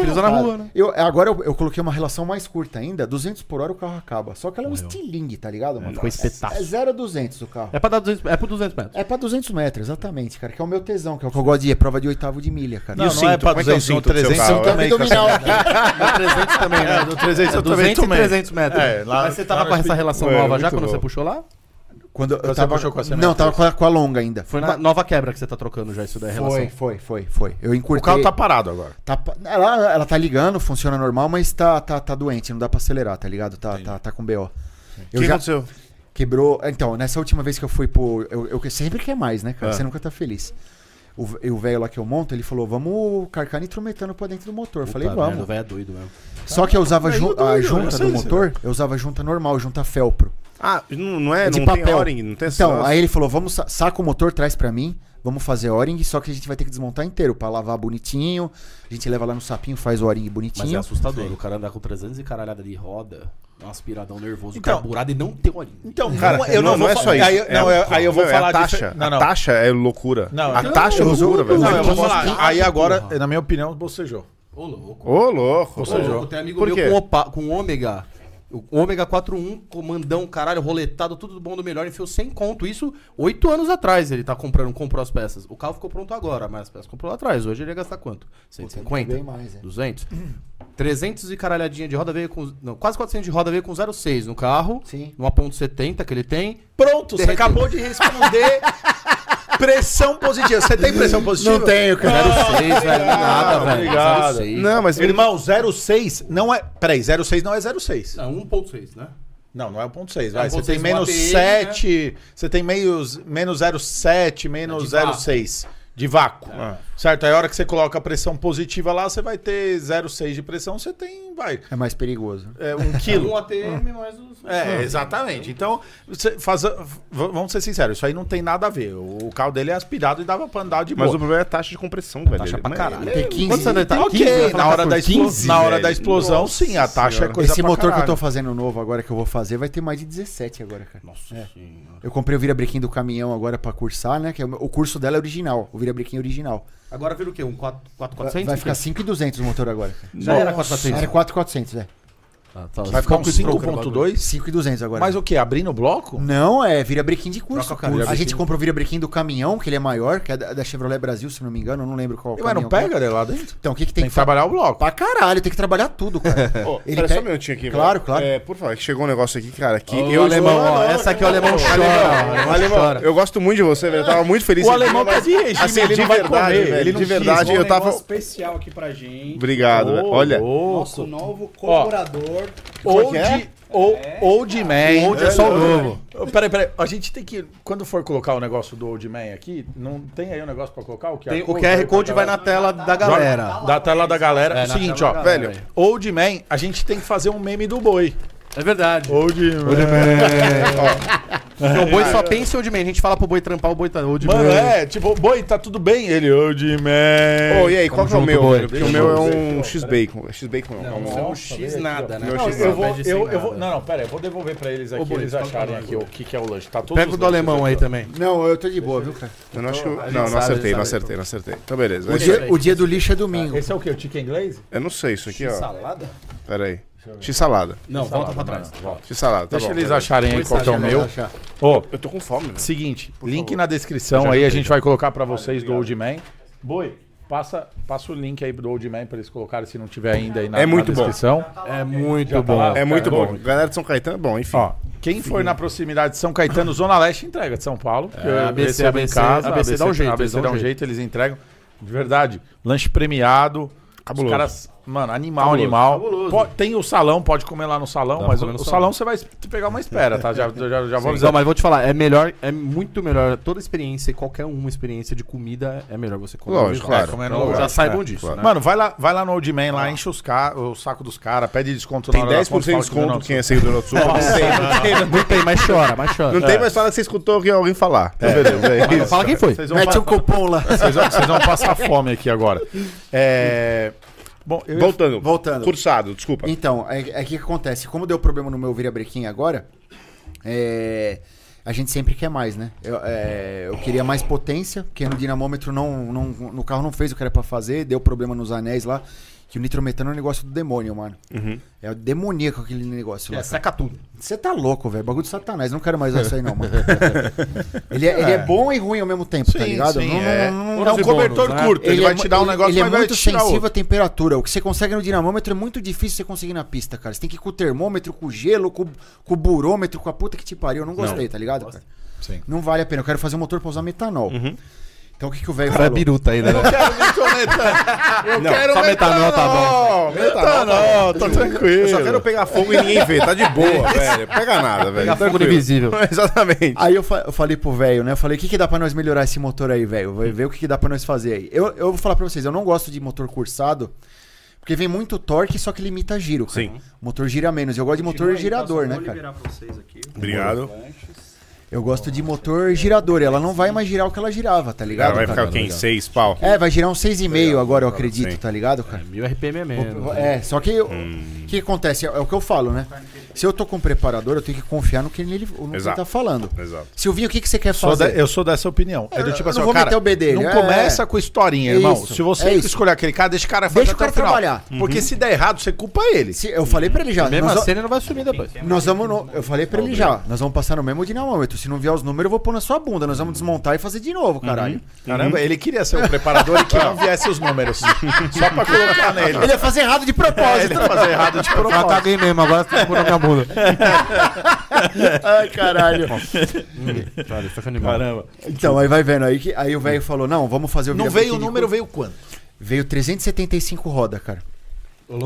[SPEAKER 4] Eu, agora eu, eu coloquei uma relação mais curta ainda, 200 por hora o carro acaba. Só que ela é um estilingue, tá ligado, mano?
[SPEAKER 5] ficou espetáculo.
[SPEAKER 4] É 0 a 200 o carro.
[SPEAKER 5] É pra dar 200, é por 200 metros.
[SPEAKER 4] É pra 200 metros, exatamente, cara. Que é o meu tesão, que é o que eu gosto de ir. É prova de oitavo de milha, cara.
[SPEAKER 1] Não, não
[SPEAKER 2] cinto?
[SPEAKER 1] é pra
[SPEAKER 2] Como é que é o
[SPEAKER 1] 200, não,
[SPEAKER 2] cinto do seu
[SPEAKER 1] 300
[SPEAKER 2] carro?
[SPEAKER 1] também. com essa-
[SPEAKER 5] É 300 também, né? Do 300 eu
[SPEAKER 1] 200
[SPEAKER 5] também
[SPEAKER 1] e
[SPEAKER 5] tomei.
[SPEAKER 1] 300 metros.
[SPEAKER 5] É, lá, Mas você tava
[SPEAKER 1] lá
[SPEAKER 5] com
[SPEAKER 1] no
[SPEAKER 5] essa
[SPEAKER 1] Speed-
[SPEAKER 5] relação
[SPEAKER 2] Ué,
[SPEAKER 5] nova já
[SPEAKER 2] muito
[SPEAKER 5] quando
[SPEAKER 2] bom.
[SPEAKER 5] você puxou lá?
[SPEAKER 4] Quando eu
[SPEAKER 1] Você
[SPEAKER 4] tava...
[SPEAKER 1] puxou com a
[SPEAKER 4] Não, tava com a, com a longa ainda.
[SPEAKER 5] Foi na nova quebra que você tá trocando já isso daí a relação.
[SPEAKER 4] Foi, foi, foi, foi. Eu
[SPEAKER 1] O
[SPEAKER 4] encurtei.
[SPEAKER 1] carro tá parado agora.
[SPEAKER 4] Tá pa- ela, ela tá ligando, funciona normal, mas tá, tá, tá doente, não dá pra acelerar, tá ligado? Tá, tá, tá com BO.
[SPEAKER 2] O
[SPEAKER 4] Eu
[SPEAKER 2] que
[SPEAKER 4] já
[SPEAKER 2] aconteceu?
[SPEAKER 4] quebrou. Então, nessa última vez que eu fui pro. Eu, eu sempre quer mais, né, cara?
[SPEAKER 2] Ah.
[SPEAKER 4] Você nunca tá feliz. O v- E o velho lá que eu monto, ele falou: vamos carcar nitrometano pra dentro do motor. Eu falei,
[SPEAKER 5] Puta
[SPEAKER 4] vamos.
[SPEAKER 5] merda, o velho é doido mesmo.
[SPEAKER 4] Só que eu usava ju-
[SPEAKER 1] doido,
[SPEAKER 4] a
[SPEAKER 1] eu
[SPEAKER 4] junta
[SPEAKER 1] sei
[SPEAKER 4] do
[SPEAKER 1] disso,
[SPEAKER 4] motor, eu usava junta normal, junta felpro.
[SPEAKER 2] Ah, não, não é,
[SPEAKER 4] É de
[SPEAKER 2] não tem
[SPEAKER 4] papel.
[SPEAKER 2] O-ring, não tem essa-
[SPEAKER 4] Então, aí ele falou: vamos, sa- saca o motor, traz pra mim, vamos fazer o-ring, só que a gente vai ter que desmontar inteiro pra lavar bonitinho. A gente leva lá no sapinho, faz o o-ring bonitinho.
[SPEAKER 5] Mas é assustador. O cara andar com 300 e caralhada de roda, dá um aspiradão nervoso,
[SPEAKER 1] Então-
[SPEAKER 5] carburado e não tem olhinho.
[SPEAKER 1] Então,
[SPEAKER 2] Cara,
[SPEAKER 1] não, eu não, vou
[SPEAKER 2] é
[SPEAKER 1] fa-
[SPEAKER 2] só isso.
[SPEAKER 1] Aí, eu-
[SPEAKER 2] É
[SPEAKER 1] não,
[SPEAKER 2] a-
[SPEAKER 1] eu- aí eu vou
[SPEAKER 2] não, é
[SPEAKER 1] falar
[SPEAKER 2] a taxa.
[SPEAKER 1] dife- Não, não.
[SPEAKER 2] A taxa é loucura.
[SPEAKER 1] Não,
[SPEAKER 2] a
[SPEAKER 1] não,
[SPEAKER 2] taxa é loucura, velho.
[SPEAKER 1] Não, eu vou
[SPEAKER 5] Nossa,
[SPEAKER 1] falar.
[SPEAKER 5] que
[SPEAKER 1] Aí agora,
[SPEAKER 5] porra.
[SPEAKER 1] na minha opinião, bocejou.
[SPEAKER 5] Ô, louco.
[SPEAKER 2] Ô, louco.
[SPEAKER 5] Ô,
[SPEAKER 1] seja,
[SPEAKER 5] louco, tem amigo
[SPEAKER 2] por
[SPEAKER 5] meu
[SPEAKER 2] quê?
[SPEAKER 5] com, opa, com ômega. O ômega 41, comandão, caralho, roletado, tudo do bom do melhor, enfiou sem conto. Isso oito anos atrás ele tá comprando, comprou as peças. O carro ficou pronto agora, mas as peças comprou lá atrás. Hoje ele ia gastar quanto? 150?
[SPEAKER 4] bem mais, é.
[SPEAKER 5] 200? 300 e caralhadinha de roda veio com. Não, quase 400 de roda veio com 0,6 no carro.
[SPEAKER 4] Sim.
[SPEAKER 5] No 1,70 que ele tem.
[SPEAKER 1] Pronto, você
[SPEAKER 5] Derreteu.
[SPEAKER 1] acabou de responder. pressão positiva. Você tem pressão positiva?
[SPEAKER 4] Não tenho, cara.
[SPEAKER 5] 0,6, velho. Não é nada, velho.
[SPEAKER 1] obrigado.
[SPEAKER 5] 0,6.
[SPEAKER 2] Não, mas
[SPEAKER 1] Irmão, 06 não é. Peraí, 06 não é 06.
[SPEAKER 5] Não, 1,6, né?
[SPEAKER 1] Não, não é o ponto 6.
[SPEAKER 5] É
[SPEAKER 1] Vai.
[SPEAKER 5] o
[SPEAKER 1] Você
[SPEAKER 5] ponto
[SPEAKER 1] tem
[SPEAKER 5] seis
[SPEAKER 1] menos
[SPEAKER 5] do APM,
[SPEAKER 1] 7. Você tem meios, menos 07,
[SPEAKER 5] É
[SPEAKER 1] menos
[SPEAKER 5] de vácuo.
[SPEAKER 1] 06 de vácuo.
[SPEAKER 2] Ah.
[SPEAKER 1] Certo? Aí a hora que você coloca a pressão positiva lá, você vai ter 06 de pressão, você tem, vai,
[SPEAKER 4] É mais perigoso.
[SPEAKER 1] é, um
[SPEAKER 5] Um
[SPEAKER 1] quilo.
[SPEAKER 5] ATM mais os.
[SPEAKER 1] É, exatamente. Então, você faz- v- vamos ser sinceros, isso aí não tem nada a ver. O o carro dele é aspirado e dava pra andar de boa.
[SPEAKER 2] Mas o problema é a taxa de compressão, velho.
[SPEAKER 5] Taxa
[SPEAKER 2] Ele-
[SPEAKER 5] pra
[SPEAKER 2] mas-
[SPEAKER 5] caralho.
[SPEAKER 1] é
[SPEAKER 4] Tem 15.
[SPEAKER 5] Quantos anos ele tá?
[SPEAKER 1] ok,
[SPEAKER 5] 15, eu
[SPEAKER 4] né?
[SPEAKER 5] ia falar
[SPEAKER 1] na, hora
[SPEAKER 5] que
[SPEAKER 1] da
[SPEAKER 5] tá
[SPEAKER 1] explo-
[SPEAKER 5] 15,
[SPEAKER 1] na hora
[SPEAKER 2] velho.
[SPEAKER 1] da explosão,
[SPEAKER 2] Nossa
[SPEAKER 1] sim, a taxa
[SPEAKER 2] senhora.
[SPEAKER 1] é coisa
[SPEAKER 4] Esse
[SPEAKER 1] pra
[SPEAKER 4] motor que eu
[SPEAKER 1] caralho.
[SPEAKER 4] tô fazendo novo agora que eu vou fazer vai ter mais de 17 agora, cara.
[SPEAKER 5] Nossa
[SPEAKER 1] É.
[SPEAKER 5] senhora.
[SPEAKER 4] Eu comprei o virabrequim do caminhão agora pra cursar, né? Que é o, o curso dela é original, o virabrequim original.
[SPEAKER 5] Agora vira o quê? Um 4- 4,400?
[SPEAKER 4] Vai, vai ficar 5,200 o motor agora. cara.
[SPEAKER 5] Já era
[SPEAKER 4] Era
[SPEAKER 5] 4,400.
[SPEAKER 4] 4,400, é.
[SPEAKER 5] Ah, tá.
[SPEAKER 1] Vai ficar um
[SPEAKER 5] Pouco estroco no bagulho.
[SPEAKER 1] 5.2?
[SPEAKER 4] 5,200 agora.
[SPEAKER 1] Mas o que? Abrindo o bloco?
[SPEAKER 4] Não, é virabrequim de curso,
[SPEAKER 1] Troca
[SPEAKER 4] cara.
[SPEAKER 1] curso.
[SPEAKER 4] A gente compra o virabrequim do caminhão, que ele é maior, que é da, da Chevrolet Brasil, se não me engano, eu não lembro qual.
[SPEAKER 1] Mas não
[SPEAKER 4] caminhão que é.
[SPEAKER 1] um pega de lá dentro?
[SPEAKER 4] Então, o que, que tem
[SPEAKER 1] Tem
[SPEAKER 4] que
[SPEAKER 1] que trabalhar o bloco.
[SPEAKER 4] Pra caralho, tem que trabalhar tudo, cara.
[SPEAKER 2] Ô,
[SPEAKER 4] Ele
[SPEAKER 2] pera
[SPEAKER 4] pega-
[SPEAKER 2] só um minutinho aqui.
[SPEAKER 4] Claro,
[SPEAKER 2] velho.
[SPEAKER 4] claro.
[SPEAKER 2] É, por favor, que chegou um negócio aqui, cara, que
[SPEAKER 5] Ô,
[SPEAKER 2] eu...
[SPEAKER 5] alemão,
[SPEAKER 2] sou-
[SPEAKER 5] ó, essa
[SPEAKER 1] é
[SPEAKER 5] aqui o alemão chora. o alemão chora.
[SPEAKER 2] Eu gosto muito de você, velho. Eu tava muito feliz.
[SPEAKER 1] O
[SPEAKER 2] aqui,
[SPEAKER 1] alemão tá
[SPEAKER 2] mas-
[SPEAKER 1] de regime,
[SPEAKER 2] assim,
[SPEAKER 1] ele
[SPEAKER 2] de
[SPEAKER 1] não vai
[SPEAKER 2] verdade,
[SPEAKER 1] comer,
[SPEAKER 2] velho,
[SPEAKER 1] ele não
[SPEAKER 2] de
[SPEAKER 1] quis. um
[SPEAKER 2] verdade, eu tava...
[SPEAKER 3] especial aqui pra gente.
[SPEAKER 2] Obrigado, velho.
[SPEAKER 1] Ô,
[SPEAKER 2] Olha,
[SPEAKER 1] louco.
[SPEAKER 3] Nosso novo colaborador.
[SPEAKER 1] Ou
[SPEAKER 2] que é?
[SPEAKER 1] de. Ou, Old Man.
[SPEAKER 5] Old é só o novo.
[SPEAKER 1] Ô, Peraí, peraí. A gente tem que. Quando for colocar o negócio do Old Man aqui, não tem aí um negócio pra colocar? O QR
[SPEAKER 5] Tem- o
[SPEAKER 1] Code
[SPEAKER 5] QR
[SPEAKER 1] aí pra
[SPEAKER 5] Code vai
[SPEAKER 1] galera?
[SPEAKER 5] na tela da galera.
[SPEAKER 1] Da tela da galera.
[SPEAKER 5] É,
[SPEAKER 1] o
[SPEAKER 5] na
[SPEAKER 1] seguinte, ó.
[SPEAKER 5] tela da galera,
[SPEAKER 1] velho,
[SPEAKER 5] velho.
[SPEAKER 1] Old Man, a gente tem que fazer um meme do boi.
[SPEAKER 5] É verdade.
[SPEAKER 1] Old Man.
[SPEAKER 5] Porque o boi só pensa em old man. A gente fala pro boi trampar, o boi tá old
[SPEAKER 1] Mano,
[SPEAKER 5] man.
[SPEAKER 1] é, tipo, boi, tá tudo bem? Ele, ô, de
[SPEAKER 2] Ô, e aí, qual que é o
[SPEAKER 5] junto,
[SPEAKER 2] meu?
[SPEAKER 5] boy.
[SPEAKER 2] velho? Porque o meu é um X-Bacon. É X-Bacon não. é um-
[SPEAKER 5] Não, é um X nada, né?
[SPEAKER 2] Meu
[SPEAKER 1] Não,
[SPEAKER 2] X
[SPEAKER 1] eu vou,
[SPEAKER 5] Pede sem
[SPEAKER 1] eu, eu vou,
[SPEAKER 5] nada.
[SPEAKER 1] não, não, pera aí, eu vou devolver pra eles aqui,
[SPEAKER 5] Ô, boi,
[SPEAKER 1] eles
[SPEAKER 5] fala
[SPEAKER 1] acharem
[SPEAKER 5] aí,
[SPEAKER 1] aqui o que, que é o lanche. Tá todos
[SPEAKER 5] Pega o
[SPEAKER 1] os
[SPEAKER 5] do
[SPEAKER 1] lanches
[SPEAKER 5] alemão aí
[SPEAKER 1] aqui, ó.
[SPEAKER 5] também.
[SPEAKER 4] Não, eu tô de boa, viu, cara?
[SPEAKER 2] Eu não acho que eu-
[SPEAKER 1] A gente
[SPEAKER 2] Não, não
[SPEAKER 1] sabe,
[SPEAKER 2] acertei,
[SPEAKER 1] a
[SPEAKER 2] não
[SPEAKER 1] gente sabe.
[SPEAKER 2] acertei, não acertei. Então, beleza.
[SPEAKER 4] O
[SPEAKER 2] é isso aí.
[SPEAKER 4] dia, o dia do lixo é domingo.
[SPEAKER 1] Esse é o que? O chicken glaze?
[SPEAKER 2] Eu não sei isso aqui, ó.
[SPEAKER 5] Salada?
[SPEAKER 2] Pera aí. X-salada.
[SPEAKER 5] Não, volta pra trás.
[SPEAKER 2] X-salada, tá
[SPEAKER 1] Deixa
[SPEAKER 2] bom.
[SPEAKER 1] eles
[SPEAKER 2] beleza.
[SPEAKER 1] acharem aí qual que é o meu.
[SPEAKER 4] Achar.
[SPEAKER 1] Ô,
[SPEAKER 2] Eu tô com fome, né?
[SPEAKER 1] seguinte, link na descrição aí, a gente vai colocar pra vocês do Old Man. Boi, passa, passa o link aí do Old Man pra eles colocarem se não tiver ainda aí na,
[SPEAKER 2] É muito
[SPEAKER 1] na
[SPEAKER 2] bom.
[SPEAKER 1] descrição.
[SPEAKER 5] É muito
[SPEAKER 1] tá
[SPEAKER 5] bom.
[SPEAKER 1] lá?
[SPEAKER 2] É muito
[SPEAKER 1] Cara,
[SPEAKER 2] bom. Galera de São Caetano, é bom, enfim.
[SPEAKER 1] Ó, quem for na proximidade de São Caetano, Zona Leste, entrega de São Paulo.
[SPEAKER 5] É,
[SPEAKER 1] porque
[SPEAKER 5] ABC,
[SPEAKER 1] recebe em
[SPEAKER 5] ABC,
[SPEAKER 1] casa,
[SPEAKER 5] ABC dá um jeito,
[SPEAKER 1] ABC dá um jeito, eles entregam. De verdade, lanche premiado. Os
[SPEAKER 2] Cabuloso.
[SPEAKER 1] caras, mano, animal, animal. Po- tem o salão, pode comer lá no salão,
[SPEAKER 5] Dá
[SPEAKER 1] mas o,
[SPEAKER 5] pra comer no
[SPEAKER 1] o salão
[SPEAKER 5] salão.
[SPEAKER 1] você vai es- pegar uma espera, tá? Já, já, já vou
[SPEAKER 5] Não,
[SPEAKER 1] avisar.
[SPEAKER 5] mas vou te falar, é melhor, é muito melhor. Toda experiência, e qualquer uma experiência de comida, é melhor você comer.
[SPEAKER 2] Lógico,
[SPEAKER 5] no lugar.
[SPEAKER 2] claro.
[SPEAKER 5] Comer no
[SPEAKER 2] Lógico,
[SPEAKER 5] lugar. Já
[SPEAKER 2] claro.
[SPEAKER 5] saibam disso,
[SPEAKER 2] Claro.
[SPEAKER 5] né?
[SPEAKER 1] Mano, vai lá, vai lá no Old Man, lá, enche os ca- o saco dos caras, pede desconto
[SPEAKER 2] Tem
[SPEAKER 1] na hora da
[SPEAKER 2] 10%
[SPEAKER 1] conta,
[SPEAKER 2] de
[SPEAKER 1] fala que
[SPEAKER 2] desconto
[SPEAKER 1] não-
[SPEAKER 2] quem é seguidor do Otsu. Não tem, não tem,
[SPEAKER 5] Não tem, mas chora, mas chora.
[SPEAKER 2] não tem, mas fala que você escutou alguém falar. Então, beleza, é
[SPEAKER 5] Mas
[SPEAKER 2] isso.
[SPEAKER 5] fala quem foi.
[SPEAKER 1] Vocês vão
[SPEAKER 4] Mete
[SPEAKER 1] pa-
[SPEAKER 4] um cupom lá.
[SPEAKER 1] vocês vão- vocês vão passar fome aqui agora. É... Bom, eu ia
[SPEAKER 2] Voltando.
[SPEAKER 4] Voltando.
[SPEAKER 2] Cursado, desculpa.
[SPEAKER 4] Então, é, é que acontece. Como deu problema no meu virabrequim agora, é, a gente sempre quer mais, né? Eu, é, eu queria mais potência, porque no dinamômetro não, não- no carro não fez o que era pra fazer, deu problema nos anéis lá. Que o nitrometano é um negócio do demônio, mano. É o demoníaco aquele negócio lá.
[SPEAKER 5] É, seca tudo.
[SPEAKER 4] Você tá louco, velho. Bagulho de satanás. Não quero mais isso aí, não, mano. ele, é, ele é bom e ruim ao mesmo tempo, tá
[SPEAKER 1] Sim,
[SPEAKER 4] ligado?
[SPEAKER 1] sim,
[SPEAKER 4] não,
[SPEAKER 1] é.
[SPEAKER 4] não- não-
[SPEAKER 1] é um cobertor
[SPEAKER 5] bônus, né?
[SPEAKER 1] curto, ele, vai
[SPEAKER 4] é
[SPEAKER 1] te
[SPEAKER 4] mu-
[SPEAKER 1] dar um
[SPEAKER 4] ele-
[SPEAKER 1] negócio,
[SPEAKER 4] Ele é
[SPEAKER 1] mas vai
[SPEAKER 4] muito
[SPEAKER 1] te tirar
[SPEAKER 4] sensível
[SPEAKER 1] outro.
[SPEAKER 4] à temperatura. O que você consegue no dinamômetro é muito difícil você conseguir na pista, cara. Você tem que ir com o termômetro, com o gelo, com, com o burômetro, com a puta que te pariu. Eu não gostei, tá ligado? cara?
[SPEAKER 1] Sim. Uhum.
[SPEAKER 4] Não vale a pena. Eu quero fazer um motor pra usar metanol. Então o que, que o velho
[SPEAKER 5] Cara, é
[SPEAKER 4] falou?
[SPEAKER 5] biruta ainda, né?
[SPEAKER 2] Eu quero
[SPEAKER 5] só metanol tá bom.
[SPEAKER 2] Metanol, tá tranquilo. Eu só quero pegar fogo e ninguém vê. Tá de boa, velho. Pega nada, velho.
[SPEAKER 5] Pega fogo no
[SPEAKER 2] Tranquilo.
[SPEAKER 5] invisível.
[SPEAKER 2] Exatamente.
[SPEAKER 4] Aí eu, fa- eu falei pro velho, né? Eu falei, o que, que dá pra nós melhorar esse motor aí, velho? Vai ver o que, que dá pra nós fazer aí. Eu, eu vou falar pra vocês, eu não gosto de motor cursado, porque vem muito torque, só que limita giro, cara.
[SPEAKER 2] Sim.
[SPEAKER 4] O motor gira menos. Eu gosto de motor girador, né,
[SPEAKER 3] Vou
[SPEAKER 4] cara?
[SPEAKER 3] liberar pra vocês aqui.
[SPEAKER 2] Obrigado.
[SPEAKER 4] Eu gosto de motor girador. Ela não vai mais girar o que ela girava, tá ligado?
[SPEAKER 2] Cara, vai
[SPEAKER 4] cara?
[SPEAKER 2] ficar quem? Seis pau.
[SPEAKER 4] É, vai girar uns 6,5 agora, eu acredito,
[SPEAKER 2] Sim.
[SPEAKER 4] tá ligado, cara?
[SPEAKER 5] 1000 RPM é menos.
[SPEAKER 4] É, só que o
[SPEAKER 1] Hum.
[SPEAKER 4] o que acontece? É, é o que eu falo, né? Se eu tô com um preparador, eu tenho que confiar no que ele, no que ele
[SPEAKER 2] Exato.
[SPEAKER 4] tá falando.
[SPEAKER 2] Exato.
[SPEAKER 4] Silvinho, o que, que você quer
[SPEAKER 1] Sou
[SPEAKER 4] fazer?
[SPEAKER 1] da- eu sou dessa opinião. É do tipo
[SPEAKER 4] eu
[SPEAKER 1] assim,
[SPEAKER 4] não
[SPEAKER 1] ó,
[SPEAKER 4] vou
[SPEAKER 1] cara,
[SPEAKER 4] meter o bedelho,
[SPEAKER 1] não
[SPEAKER 4] é.
[SPEAKER 1] começa com historinha,
[SPEAKER 4] É
[SPEAKER 1] irmão.
[SPEAKER 4] isso,
[SPEAKER 1] Se você
[SPEAKER 4] é isso.
[SPEAKER 1] escolher aquele cara, deixa o cara fazer
[SPEAKER 4] Deixa o
[SPEAKER 1] até
[SPEAKER 4] cara trabalhar. Uhum.
[SPEAKER 1] Porque se der errado, você culpa ele.
[SPEAKER 4] Se- eu falei pra ele já.
[SPEAKER 5] Mesmo
[SPEAKER 4] nós va-
[SPEAKER 5] assim, ele não vai sumir depois.
[SPEAKER 4] Nós vamos no- eu falei pra ele já, nós vamos passar no mesmo dinamômetro. Se não vier os números, eu vou pôr na sua bunda. Nós vamos desmontar e fazer de novo, caralho.
[SPEAKER 1] Caramba,
[SPEAKER 4] Uhum.
[SPEAKER 1] ele queria ser o preparador e que não viesse os números. Só pra colocar nele.
[SPEAKER 4] Ele ia fazer errado de
[SPEAKER 1] É, Uhum.
[SPEAKER 4] propósito.
[SPEAKER 1] ele
[SPEAKER 4] tá
[SPEAKER 1] ia fazer errado de
[SPEAKER 5] Eu
[SPEAKER 1] propósito.
[SPEAKER 5] caguei mesmo, agora você tá na minha bunda.
[SPEAKER 4] Ai, caralho.
[SPEAKER 5] Cara, isso é animal.
[SPEAKER 1] Caramba.
[SPEAKER 4] Então, aí vai vendo. Aí, que- aí o velho falou: não, vamos fazer o
[SPEAKER 1] Não
[SPEAKER 4] virabrequim
[SPEAKER 1] veio o
[SPEAKER 4] de
[SPEAKER 1] número,
[SPEAKER 4] curva.
[SPEAKER 1] veio quanto?
[SPEAKER 4] Veio 375 roda, cara.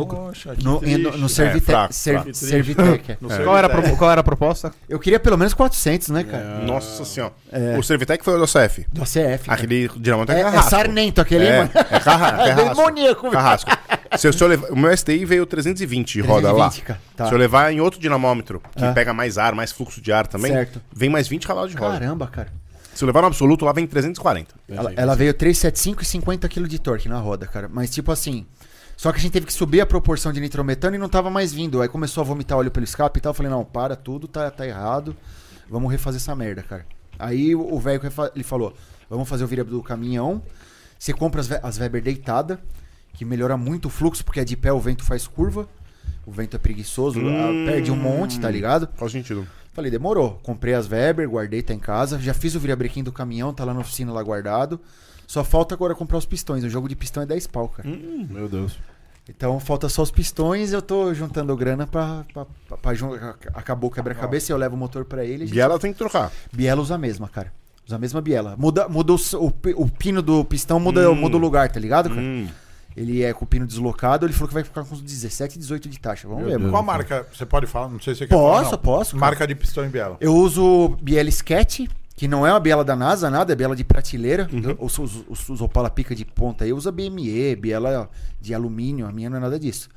[SPEAKER 1] Poxa, que
[SPEAKER 4] No, e no, no
[SPEAKER 1] triste.
[SPEAKER 4] Servitec.
[SPEAKER 2] É, fraco,
[SPEAKER 4] Serv-
[SPEAKER 2] fraco.
[SPEAKER 4] Servitec, é.
[SPEAKER 1] No
[SPEAKER 5] Qual era, a
[SPEAKER 1] Servitec.
[SPEAKER 5] pro- qual era a proposta?
[SPEAKER 4] Eu queria pelo menos 400, né,
[SPEAKER 2] É.
[SPEAKER 4] cara?
[SPEAKER 2] Nossa senhora. O Servitec foi o do CF.
[SPEAKER 4] Do ACF. cara.
[SPEAKER 2] Aquele dinamômetro
[SPEAKER 4] É,
[SPEAKER 2] é
[SPEAKER 4] é
[SPEAKER 2] carrasco.
[SPEAKER 4] sarnento aquele,
[SPEAKER 2] É,
[SPEAKER 4] mano.
[SPEAKER 2] é carra-
[SPEAKER 4] É
[SPEAKER 2] carrasco.
[SPEAKER 4] demoníaco, velho.
[SPEAKER 2] Carrasco. Se eu, se eu levar, o meu STI veio 320 de roda
[SPEAKER 4] 320,
[SPEAKER 2] lá.
[SPEAKER 4] cara, tá.
[SPEAKER 2] Se eu levar em outro dinamômetro, que
[SPEAKER 4] Ah.
[SPEAKER 2] pega mais ar, mais fluxo de ar também,
[SPEAKER 4] Certo.
[SPEAKER 2] vem mais 20 cavalos de roda.
[SPEAKER 4] Caramba, cara.
[SPEAKER 2] Se eu levar no absoluto, lá vem 340.
[SPEAKER 4] Ela, ela veio 375 e 50 kg de torque na roda, cara. Mas tipo assim. Só que a gente teve que subir a proporção de nitrometano e não tava mais vindo. Aí começou a vomitar óleo pelo escape e tal. Eu falei, não, para tudo, tá, tá errado. Vamos refazer essa merda, cara. Aí o o velho que fa- ele falou: vamos fazer o vira do caminhão. Você compra as, Ve- as Weber deitada, que melhora muito o fluxo, porque é de pé, o vento faz curva. O vento é preguiçoso, a- perde um monte, tá ligado?
[SPEAKER 2] Faz sentido.
[SPEAKER 4] Falei, demorou. Comprei as Weber, guardei, tá em casa. Já fiz o virabrequim do caminhão, tá lá na oficina, lá guardado. Só falta agora comprar os pistões. O jogo de pistão é 10 pau, cara.
[SPEAKER 5] Meu Deus.
[SPEAKER 4] Então falta só os pistões, eu tô juntando grana pra. pra, pra, pra jun- acabou o quebra-cabeça, eu levo o motor pra ele. a gente-
[SPEAKER 2] E ela tem que trocar.
[SPEAKER 4] Biela usa a mesma, cara. Usa a mesma biela. Muda, muda o, s- o, pi- o pino do pistão, muda,
[SPEAKER 2] Hum.
[SPEAKER 4] muda o lugar, tá ligado, cara?
[SPEAKER 2] Hum.
[SPEAKER 4] Ele é com o pino deslocado, ele falou que vai ficar com uns 17, 18 de taxa. Vamos ver,
[SPEAKER 1] Qual
[SPEAKER 4] mano.
[SPEAKER 1] marca? Você pode falar? Não sei se você quer falar,
[SPEAKER 4] Posso,
[SPEAKER 1] não.
[SPEAKER 4] posso. cara.
[SPEAKER 1] Marca de pistão em biela.
[SPEAKER 4] Eu uso biela sketch, que não é uma biela da NASA, nada, é biela de prateleira. Eu- Os, os, os- os Opala pica de ponta aí, eu uso a BME, biela de alumínio, a minha não é nada disso.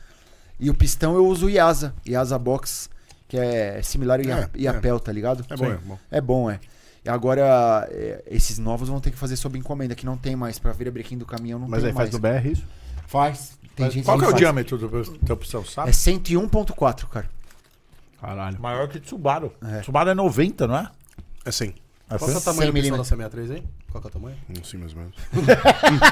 [SPEAKER 4] E o pistão eu uso Iasa, Iasa Box, que é similar ao Ia-
[SPEAKER 2] É,
[SPEAKER 4] Iapel, tá ligado?
[SPEAKER 2] É bom, é bom.
[SPEAKER 4] É bom, é. E agora, é, esses novos vão ter que fazer sob encomenda, que não tem mais. Pra virabrequim do caminhão não
[SPEAKER 3] Mas
[SPEAKER 4] tem
[SPEAKER 3] aí faz
[SPEAKER 4] mais.
[SPEAKER 3] no BR isso?
[SPEAKER 4] Faz. Tem gente
[SPEAKER 1] Qual que é o
[SPEAKER 4] faz.
[SPEAKER 1] diâmetro do da opção,
[SPEAKER 4] É
[SPEAKER 1] sabe?
[SPEAKER 4] 101.4, cara.
[SPEAKER 3] Caralho.
[SPEAKER 1] Maior que o Subaru.
[SPEAKER 4] É.
[SPEAKER 1] Subaru é 90, não é?
[SPEAKER 2] É sim.
[SPEAKER 1] É
[SPEAKER 5] Qual que é o
[SPEAKER 1] França?
[SPEAKER 5] tamanho
[SPEAKER 4] 100
[SPEAKER 5] do pessoal da C63 aí? Qual que é o tamanho?
[SPEAKER 2] Não sei mais ou menos.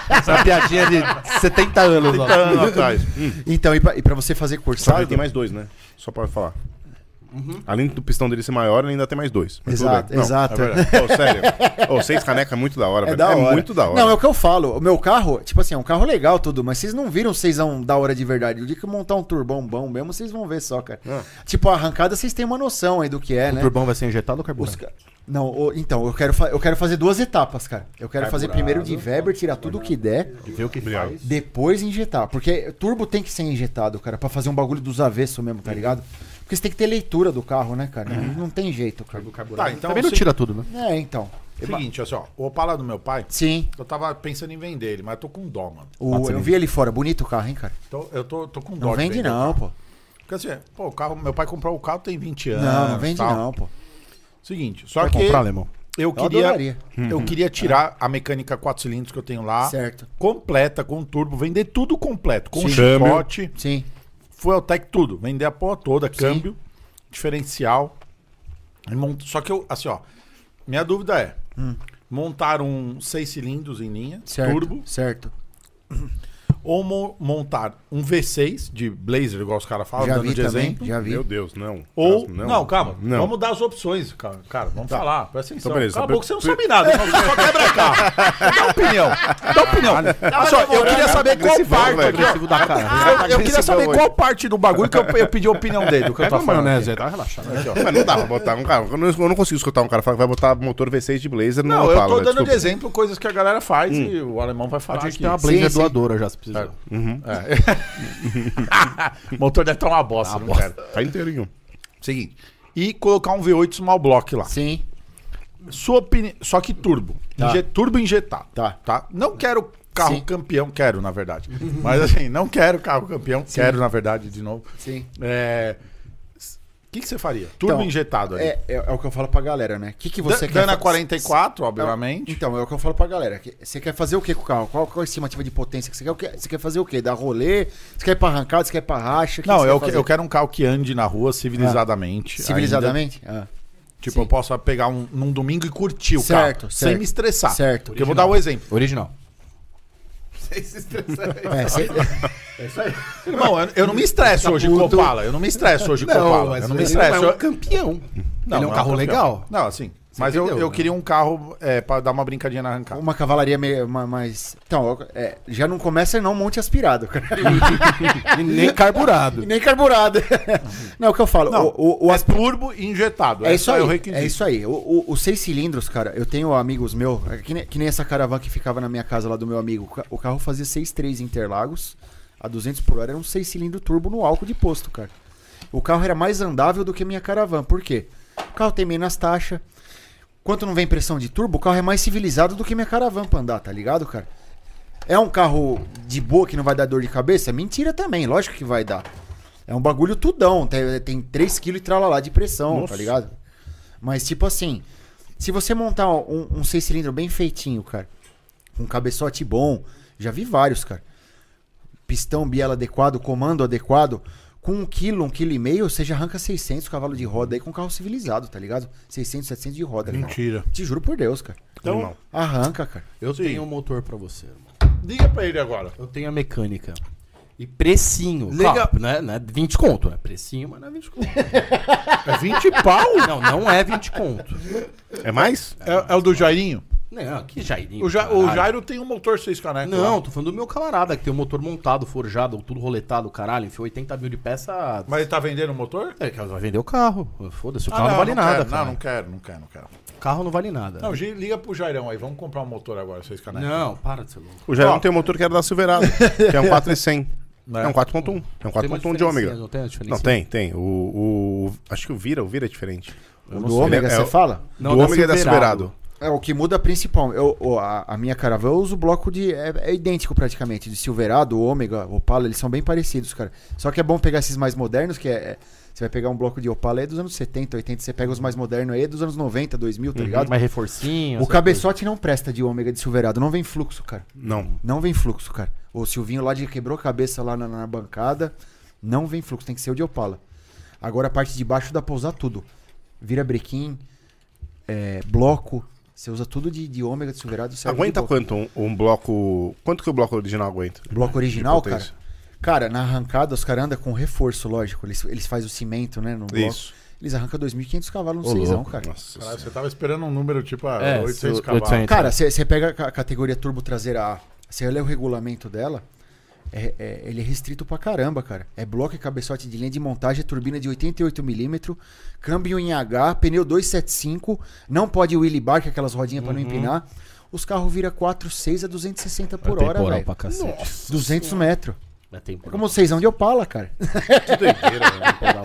[SPEAKER 5] Essa é uma piadinha de 70 anos,
[SPEAKER 2] Tá,
[SPEAKER 5] ó.
[SPEAKER 1] anos atrás.
[SPEAKER 4] Então, e pra, e pra você fazer
[SPEAKER 2] Só que ele
[SPEAKER 4] cursado...
[SPEAKER 2] tem mais dois, né? hum, Só pra falar. Além do pistão dele ser maior, ele ainda tem mais dois. Mas tudo
[SPEAKER 4] Uhum. Exato,
[SPEAKER 2] bem. Não,
[SPEAKER 4] exato.
[SPEAKER 2] É verdade. Pô, sério. Ô, seis caneca é muito da hora,
[SPEAKER 4] É
[SPEAKER 2] velho.
[SPEAKER 4] da hora.
[SPEAKER 2] É muito da hora.
[SPEAKER 4] Não, é o que eu falo. O meu carro, tipo assim, é um carro legal tudo, mas vocês não viram seisão da hora de verdade. O dia que eu montar um turbão bom mesmo, vocês vão ver só, cara.
[SPEAKER 2] Ah.
[SPEAKER 4] Tipo, a arrancada vocês têm uma noção aí do que é,
[SPEAKER 5] O
[SPEAKER 4] né?
[SPEAKER 5] turbão vai ser injetado ou
[SPEAKER 4] Os
[SPEAKER 5] carburante?
[SPEAKER 4] ca- Não, o- então, eu quero, fa- eu quero fazer duas etapas, cara. Eu quero fazer primeiro de Weber, tirar tudo que der,
[SPEAKER 5] E ver o que
[SPEAKER 2] Obrigado.
[SPEAKER 5] faz.
[SPEAKER 4] depois injetar. Porque turbo tem que ser injetado, cara, pra fazer um bagulho dos avesso mesmo,
[SPEAKER 2] Uhum.
[SPEAKER 4] tá ligado? Porque você tem que ter leitura do carro, né, cara? Não tem jeito, cara.
[SPEAKER 1] Tá, então.
[SPEAKER 5] Também não
[SPEAKER 1] se-
[SPEAKER 5] tira tudo, né?
[SPEAKER 4] É, então.
[SPEAKER 1] Seguinte, assim, ó. O Opala do meu pai,
[SPEAKER 4] Sim.
[SPEAKER 1] eu tava pensando em vender ele, mas eu tô com dó, mano.
[SPEAKER 4] O, eu vi ele fora, bonito o carro, hein, cara?
[SPEAKER 1] Tô- eu tô, tô com dó.
[SPEAKER 4] Não
[SPEAKER 1] de
[SPEAKER 4] vende
[SPEAKER 1] vender.
[SPEAKER 4] não, pô.
[SPEAKER 1] Porque assim, pô, o carro, meu pai comprou o carro tem 20 anos.
[SPEAKER 4] Não, não vende
[SPEAKER 1] tal.
[SPEAKER 4] não, pô.
[SPEAKER 1] Seguinte, só
[SPEAKER 5] Vai
[SPEAKER 1] que
[SPEAKER 2] né?
[SPEAKER 5] comprar, alemão?
[SPEAKER 1] eu
[SPEAKER 4] adoraria.
[SPEAKER 1] queria eu queria tirar a mecânica 4 cilindros que eu tenho lá,
[SPEAKER 4] Certo.
[SPEAKER 1] completa com turbo, vender tudo completo, com
[SPEAKER 2] Sim.
[SPEAKER 1] chicote,
[SPEAKER 4] Sim.
[SPEAKER 1] Fueltec tudo, vender a porra toda, câmbio, diferencial. e mont- Só que eu, assim, ó, minha dúvida é, montar um 6 cilindros em linha,
[SPEAKER 4] Hum. Certo.
[SPEAKER 1] turbo,
[SPEAKER 4] Certo.
[SPEAKER 1] ou mo- montar um V6 de Blazer, igual os caras falam,
[SPEAKER 4] já
[SPEAKER 1] Ah, dando
[SPEAKER 4] vi
[SPEAKER 1] de
[SPEAKER 4] também,
[SPEAKER 1] exemplo.
[SPEAKER 4] já vi.
[SPEAKER 2] Meu Deus, não.
[SPEAKER 1] Ou.
[SPEAKER 2] Próximo,
[SPEAKER 1] Não, calma.
[SPEAKER 2] Não.
[SPEAKER 1] Vamos dar as opções, cara. Cara, vamos falar. Presta atenção.
[SPEAKER 2] Então, beleza.
[SPEAKER 1] Cala a
[SPEAKER 2] Tá
[SPEAKER 1] boca, você
[SPEAKER 2] pre-
[SPEAKER 1] não sabe nada. Então, você só quebra carro. Dá opinião. Dá né? opinião. Olha só, eu queria saber qual
[SPEAKER 2] agressivão,
[SPEAKER 1] parte.
[SPEAKER 2] velho.
[SPEAKER 1] aqui, ó.
[SPEAKER 5] Agressivo da cara.
[SPEAKER 1] Eu- Eu queria saber qual parte do bagulho que eu, eu pedi a opinião dele. do que eu
[SPEAKER 3] Pega
[SPEAKER 1] tô
[SPEAKER 3] uma
[SPEAKER 1] falando
[SPEAKER 3] maionese aí,
[SPEAKER 1] aqui.
[SPEAKER 3] tá relaxado.
[SPEAKER 1] Aqui, ó.
[SPEAKER 2] Mas não dá pra botar um cara. Eu não, eu não consigo escutar um cara falar que vai botar motor V6 de blazer no
[SPEAKER 1] Não, eu
[SPEAKER 2] Opala,
[SPEAKER 1] tô dando
[SPEAKER 2] velho,
[SPEAKER 1] de
[SPEAKER 2] desculpa. Hum.
[SPEAKER 1] exemplo coisas que a galera faz e o alemão vai falar
[SPEAKER 5] A gente
[SPEAKER 1] aqui.
[SPEAKER 5] tem uma blazer
[SPEAKER 4] Sim, sim.
[SPEAKER 5] doadora já, se precisar.
[SPEAKER 1] O motor deve estar uma tá- bosta, não quero.
[SPEAKER 2] Tá inteirinho.
[SPEAKER 1] Seguinte. E colocar um V8 small block lá.
[SPEAKER 4] Sim.
[SPEAKER 1] Sua opinião. Só que turbo. Inje- Turbo injetado.
[SPEAKER 4] Tá.
[SPEAKER 1] Não quero carro
[SPEAKER 4] Sim.
[SPEAKER 1] campeão, quero, na verdade. Mas assim, não quero carro campeão, quero, na verdade, de novo.
[SPEAKER 4] Sim.
[SPEAKER 1] É, s- O que, que você faria? Turbo
[SPEAKER 4] Então,
[SPEAKER 1] injetado ali.
[SPEAKER 4] É, é, é o que eu falo pra galera, né? O que, que você
[SPEAKER 1] Da-
[SPEAKER 4] quer
[SPEAKER 1] Dana
[SPEAKER 4] fa-
[SPEAKER 1] 44,
[SPEAKER 4] Então,
[SPEAKER 1] obviamente.
[SPEAKER 4] Então, é o que eu falo pra galera. que- Você quer fazer o que com o carro? Qual, qual a estimativa de potência que você quer? O que- Você quer fazer o quê? Dar rolê? Você quer ir pra arrancada? Você quer ir pra racha? O que
[SPEAKER 1] não, eu,
[SPEAKER 4] que você
[SPEAKER 1] que-
[SPEAKER 4] quer
[SPEAKER 1] eu
[SPEAKER 4] fazer?
[SPEAKER 1] quero um carro que ande na rua civilizadamente. ainda.
[SPEAKER 4] Civilizadamente? Ah,
[SPEAKER 1] Tipo,
[SPEAKER 4] sim.
[SPEAKER 1] eu posso pegar um, num domingo e curtir o
[SPEAKER 4] Certo,
[SPEAKER 1] carro. Sem
[SPEAKER 4] certo.
[SPEAKER 1] me estressar.
[SPEAKER 4] Certo.
[SPEAKER 1] Porque eu vou dar um exemplo.
[SPEAKER 5] Original.
[SPEAKER 4] É, você-
[SPEAKER 1] Não, eu, eu não me
[SPEAKER 4] Tá
[SPEAKER 1] estresso hoje com
[SPEAKER 5] puto.
[SPEAKER 1] Opala. Eu não me estresso hoje com Opala. Eu não me estresso.
[SPEAKER 5] é
[SPEAKER 1] Eu-
[SPEAKER 5] um campeão. Não, ele é um carro
[SPEAKER 1] campeão.
[SPEAKER 5] legal.
[SPEAKER 1] Não, assim. mas eu,
[SPEAKER 5] entendeu,
[SPEAKER 1] eu
[SPEAKER 5] né?
[SPEAKER 1] queria um carro é, pra dar uma brincadinha na arrancada.
[SPEAKER 4] é uma cavalaria meio, ma- mais... Então, eu- é, já não começa não monte aspirado, cara.
[SPEAKER 5] E nem
[SPEAKER 4] E
[SPEAKER 5] carburado.
[SPEAKER 4] nem carburado. não, é o que eu falo.
[SPEAKER 1] Uhum. Não,
[SPEAKER 4] o, o, o
[SPEAKER 1] é turbo e injetado.
[SPEAKER 4] É isso
[SPEAKER 1] Esse
[SPEAKER 4] aí.
[SPEAKER 1] É, o requisito.
[SPEAKER 4] É isso aí. O- o- Os seis cilindros, cara, eu tenho amigos meus, é que nem, que nem essa caravana que ficava na minha casa lá do meu amigo. O ca- O carro fazia 6.3 Interlagos, a 200 por hora, era um seis cilindro turbo no álcool de posto, cara. O carro era mais andável do que a minha caravana. Por quê? O carro tem menos taxa. Quanto não vem pressão de turbo, o carro é mais civilizado do que minha caravana pra andar, tá ligado, cara? É um carro de boa que não vai dar dor de cabeça? Mentira também, lógico que vai dar. É um bagulho tudão, tem, tem 3kg e tralalá de pressão, tá ligado? Mas, tipo assim, se você montar um, um seis cilindro bem feitinho, cara, com cabeçote bom, já vi vários, cara. Pistão, biela adequado, comando adequado, com um quilo, um quilo e meio, você já arranca 600 cavalos de roda aí com um carro civilizado, tá ligado? 600, 700 de roda. cara.
[SPEAKER 1] Mentira.
[SPEAKER 4] Te juro por Deus, cara.
[SPEAKER 1] Então,
[SPEAKER 2] não.
[SPEAKER 4] Arranca, cara.
[SPEAKER 5] Eu
[SPEAKER 1] Sim.
[SPEAKER 5] tenho um motor pra você, irmão.
[SPEAKER 1] liga pra ele agora.
[SPEAKER 5] Eu tenho a mecânica. E precinho.
[SPEAKER 1] Legal.
[SPEAKER 5] Claro, né? Não é 20 conto. É precinho, mas não é 20 conto.
[SPEAKER 1] É 20 pau?
[SPEAKER 5] não, não é 20 conto.
[SPEAKER 2] É mais?
[SPEAKER 1] É, é o do Jairinho?
[SPEAKER 5] Não, que Jairinho.
[SPEAKER 1] O, Ja- o
[SPEAKER 5] caralho.
[SPEAKER 1] Jairo tem um motor seis canecas.
[SPEAKER 5] Ah. Não,
[SPEAKER 1] lá.
[SPEAKER 5] tô falando do meu camarada, que tem o motor montado, forjado, tudo roletado, caralho. Enfiou 80 mil de peça.
[SPEAKER 1] Mas ele tá vendendo o motor?
[SPEAKER 5] É, que ela vai vender o carro. Foda-se, o
[SPEAKER 1] Ah,
[SPEAKER 5] carro não, vale nada,
[SPEAKER 1] quero,
[SPEAKER 5] cara.
[SPEAKER 1] Não, não quero, não quero, não quero.
[SPEAKER 5] O carro não vale nada.
[SPEAKER 1] Não, Gi, liga pro Jairão aí. Vamos comprar um motor agora, seis canecas.
[SPEAKER 5] Não, para de ser louco.
[SPEAKER 2] O Jair
[SPEAKER 1] Ó.
[SPEAKER 2] não tem o motor que era da Silverado, que é um 4100.
[SPEAKER 1] Né?
[SPEAKER 2] É um 4.1. É um
[SPEAKER 5] Tem uma
[SPEAKER 2] 4.1 de ômega.
[SPEAKER 5] diferencinha, Não tem a diferença.
[SPEAKER 2] Não, tem, tem. O, o- o- Acho que o Vira, o Vira é diferente.
[SPEAKER 4] O do ômega,
[SPEAKER 2] Ele é-
[SPEAKER 4] você
[SPEAKER 2] é o-
[SPEAKER 4] fala?
[SPEAKER 5] Não,
[SPEAKER 2] do
[SPEAKER 5] da
[SPEAKER 2] ômega é da
[SPEAKER 5] Silverado.
[SPEAKER 2] Silverado.
[SPEAKER 4] É, o que muda principal. Eu, o- a, a minha caravana eu uso bloco de. É, é idêntico praticamente. De Silverado, Ômega, Opala, eles são bem parecidos, cara. Só que é bom pegar esses mais modernos, que é. é- Você vai pegar um bloco de Opala é dos anos 70, 80, você pega os mais modernos aí é dos anos 90, 2000, tá ligado?
[SPEAKER 5] Mais reforcinho.
[SPEAKER 4] O cabeçote não presta de ômega de Silverado, não vem fluxo, cara.
[SPEAKER 2] Não.
[SPEAKER 4] Não vem fluxo, cara. O Silvinho lá de quebrou a cabeça lá na, na bancada, não vem fluxo, tem que ser o de Opala. Agora a parte de baixo dá pra usar tudo. Vira brequim, é, bloco, você usa tudo de, de ômega de Silverado. serve de
[SPEAKER 2] aguenta
[SPEAKER 4] boa.
[SPEAKER 2] quanto um, um bloco. Quanto que o bloco original aguenta?
[SPEAKER 4] Bloco original,
[SPEAKER 2] De
[SPEAKER 4] cara?
[SPEAKER 2] potência.
[SPEAKER 4] Cara, na arrancada os caras andam com reforço, lógico. Eles, eles fazem o cimento, né, no bloco.
[SPEAKER 2] Isso.
[SPEAKER 4] Eles arrancam 2.500 cavalos no seisão, cara.
[SPEAKER 2] Nossa.
[SPEAKER 1] Caralho,
[SPEAKER 2] senhora.
[SPEAKER 1] você tava esperando um número tipo ah,
[SPEAKER 5] É,
[SPEAKER 1] 800
[SPEAKER 5] se-
[SPEAKER 1] cavalos.
[SPEAKER 5] 800.
[SPEAKER 4] Cara, você pega a ca- categoria turbo traseira A, você olha o regulamento dela, é- é- ele é restrito pra caramba, cara. É bloco e cabeçote de linha de montagem, turbina de 88mm, câmbio em H, pneu 275, não pode wheelie bar, que é aquelas rodinhas pra não
[SPEAKER 2] Uhum.
[SPEAKER 4] empinar. Os carros viram 4, 6 a 260 por hora, velho.
[SPEAKER 5] É pra cacete.
[SPEAKER 4] 200 metros.
[SPEAKER 5] É
[SPEAKER 4] É
[SPEAKER 5] temporal.
[SPEAKER 4] como o seisão de Opala, cara.
[SPEAKER 5] assim? É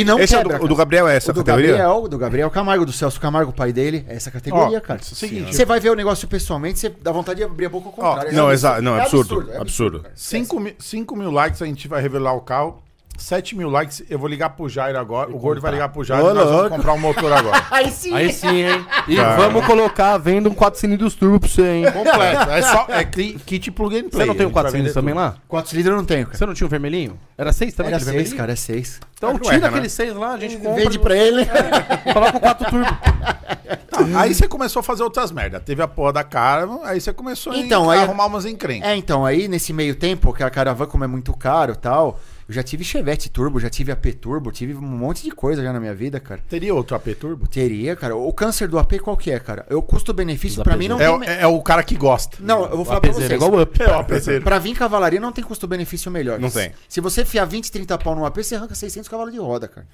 [SPEAKER 4] E não
[SPEAKER 2] Esse é o
[SPEAKER 4] quebra,
[SPEAKER 2] do, o
[SPEAKER 4] cara.
[SPEAKER 2] do Gabriel, é essa
[SPEAKER 4] O do
[SPEAKER 2] categoria?
[SPEAKER 4] Gabriel, do Gabriel Camargo, do Celso Camargo, pai dele, é essa categoria,
[SPEAKER 2] Ó,
[SPEAKER 4] cara.
[SPEAKER 1] seguinte.
[SPEAKER 4] Você vai ver o negócio pessoalmente, você dá vontade de abrir a boca ao contrário.
[SPEAKER 2] Não,
[SPEAKER 4] É
[SPEAKER 2] exa não,
[SPEAKER 4] é
[SPEAKER 2] absurdo.
[SPEAKER 4] absurdo, é
[SPEAKER 2] absurdo.
[SPEAKER 1] 5 mil, cinco mil likes, a gente vai revelar o carro. 7 mil likes, eu vou ligar pro Jairo agora. o Gordo vai ligar pro Jairo
[SPEAKER 2] Ô,
[SPEAKER 1] e nós vamos
[SPEAKER 2] louco.
[SPEAKER 1] comprar um motor agora.
[SPEAKER 4] Aí sim.
[SPEAKER 5] Aí sim, hein? E
[SPEAKER 2] Cara.
[SPEAKER 5] vamos colocar a venda um 4 cilindros turbo pra você, hein?
[SPEAKER 1] Completo. É, só, é cli- kit plug and play.
[SPEAKER 5] Você não tem
[SPEAKER 1] a
[SPEAKER 5] um
[SPEAKER 1] gente vai
[SPEAKER 5] 4
[SPEAKER 1] vender
[SPEAKER 5] cilindros também lá?
[SPEAKER 4] 4 cilindros eu não tenho, cara.
[SPEAKER 5] Você não tinha um vermelhinho? Era 6 também?
[SPEAKER 4] Era
[SPEAKER 5] aquele
[SPEAKER 4] 6,
[SPEAKER 5] vermelhinho?
[SPEAKER 4] cara, é 6.
[SPEAKER 5] Então
[SPEAKER 2] Não
[SPEAKER 5] tira
[SPEAKER 2] erra,
[SPEAKER 5] aquele
[SPEAKER 2] né?
[SPEAKER 5] 6 lá, a gente compra.
[SPEAKER 4] Então, Vende pra ele.
[SPEAKER 5] Coloca o 4 turbo.
[SPEAKER 1] tudo. Tá, Aí você começou a fazer outras merdas. Teve a porra da cara, aí você começou
[SPEAKER 4] Então,
[SPEAKER 1] a
[SPEAKER 4] aí-
[SPEAKER 1] arrumar umas encrencas.
[SPEAKER 4] É, então, aí nesse meio tempo, que a Caravan, como é muito caro e tal, eu já tive Chevette Turbo, já tive AP Turbo, tive um monte de coisa já na minha vida, cara.
[SPEAKER 1] Teria outro AP Turbo?
[SPEAKER 4] Teria, cara. O câncer do AP qual que é, cara? O custo-benefício pra mim não
[SPEAKER 1] É,
[SPEAKER 4] tem...
[SPEAKER 1] o- é o cara que gosta.
[SPEAKER 4] Não, eu vou falar pra vocês.
[SPEAKER 5] Apezeiro, é igual o up.
[SPEAKER 1] É o APC.
[SPEAKER 4] Pra vir cavalaria não tem custo-benefício melhor.
[SPEAKER 2] Não tem.
[SPEAKER 4] Se você fiar 20, 30 pau num AP, você arranca 600 cavalos de roda, cara.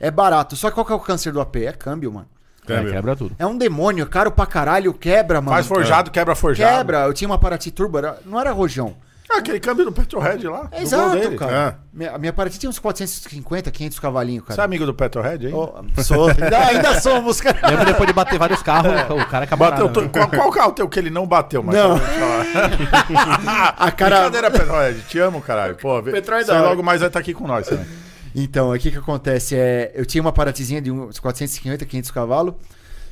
[SPEAKER 4] É barato. Só que qual que é o câncer do AP? É câmbio, mano.
[SPEAKER 2] Câmbio.
[SPEAKER 5] quebra tudo.
[SPEAKER 4] É um demônio, é caro pra caralho, quebra, mano.
[SPEAKER 1] Faz forjado, quebra forjado.
[SPEAKER 4] É. Quebra. Eu tinha uma Paraty Turbo, era- não era rojão.
[SPEAKER 1] Ah, aquele câmbio do Petrohead lá. do
[SPEAKER 4] É
[SPEAKER 1] gol
[SPEAKER 4] exato,
[SPEAKER 1] dele.
[SPEAKER 4] cara. Minha, minha Paraty tinha uns 450, 500 cavalinhos,
[SPEAKER 1] Você é
[SPEAKER 4] cara.
[SPEAKER 1] amigo do Petrohead, hein?
[SPEAKER 4] Oh, sou, ainda, ainda somos, cara.
[SPEAKER 5] Lembra depois de bater vários carros, o cara acabou. né?
[SPEAKER 1] Bateu to- qual, qual carro teu que ele não bateu, mas
[SPEAKER 4] Não.
[SPEAKER 1] a
[SPEAKER 4] cara-
[SPEAKER 1] Brincadeira, Petrohead. Te amo, caralho. Pô, vê-
[SPEAKER 4] Petrohead é
[SPEAKER 1] você
[SPEAKER 4] da hora.
[SPEAKER 1] logo mais vai estar aqui com nós também.
[SPEAKER 4] Então, aí o que que acontece? É, eu tinha uma paratizinha de um, uns 450, 500 cavalos,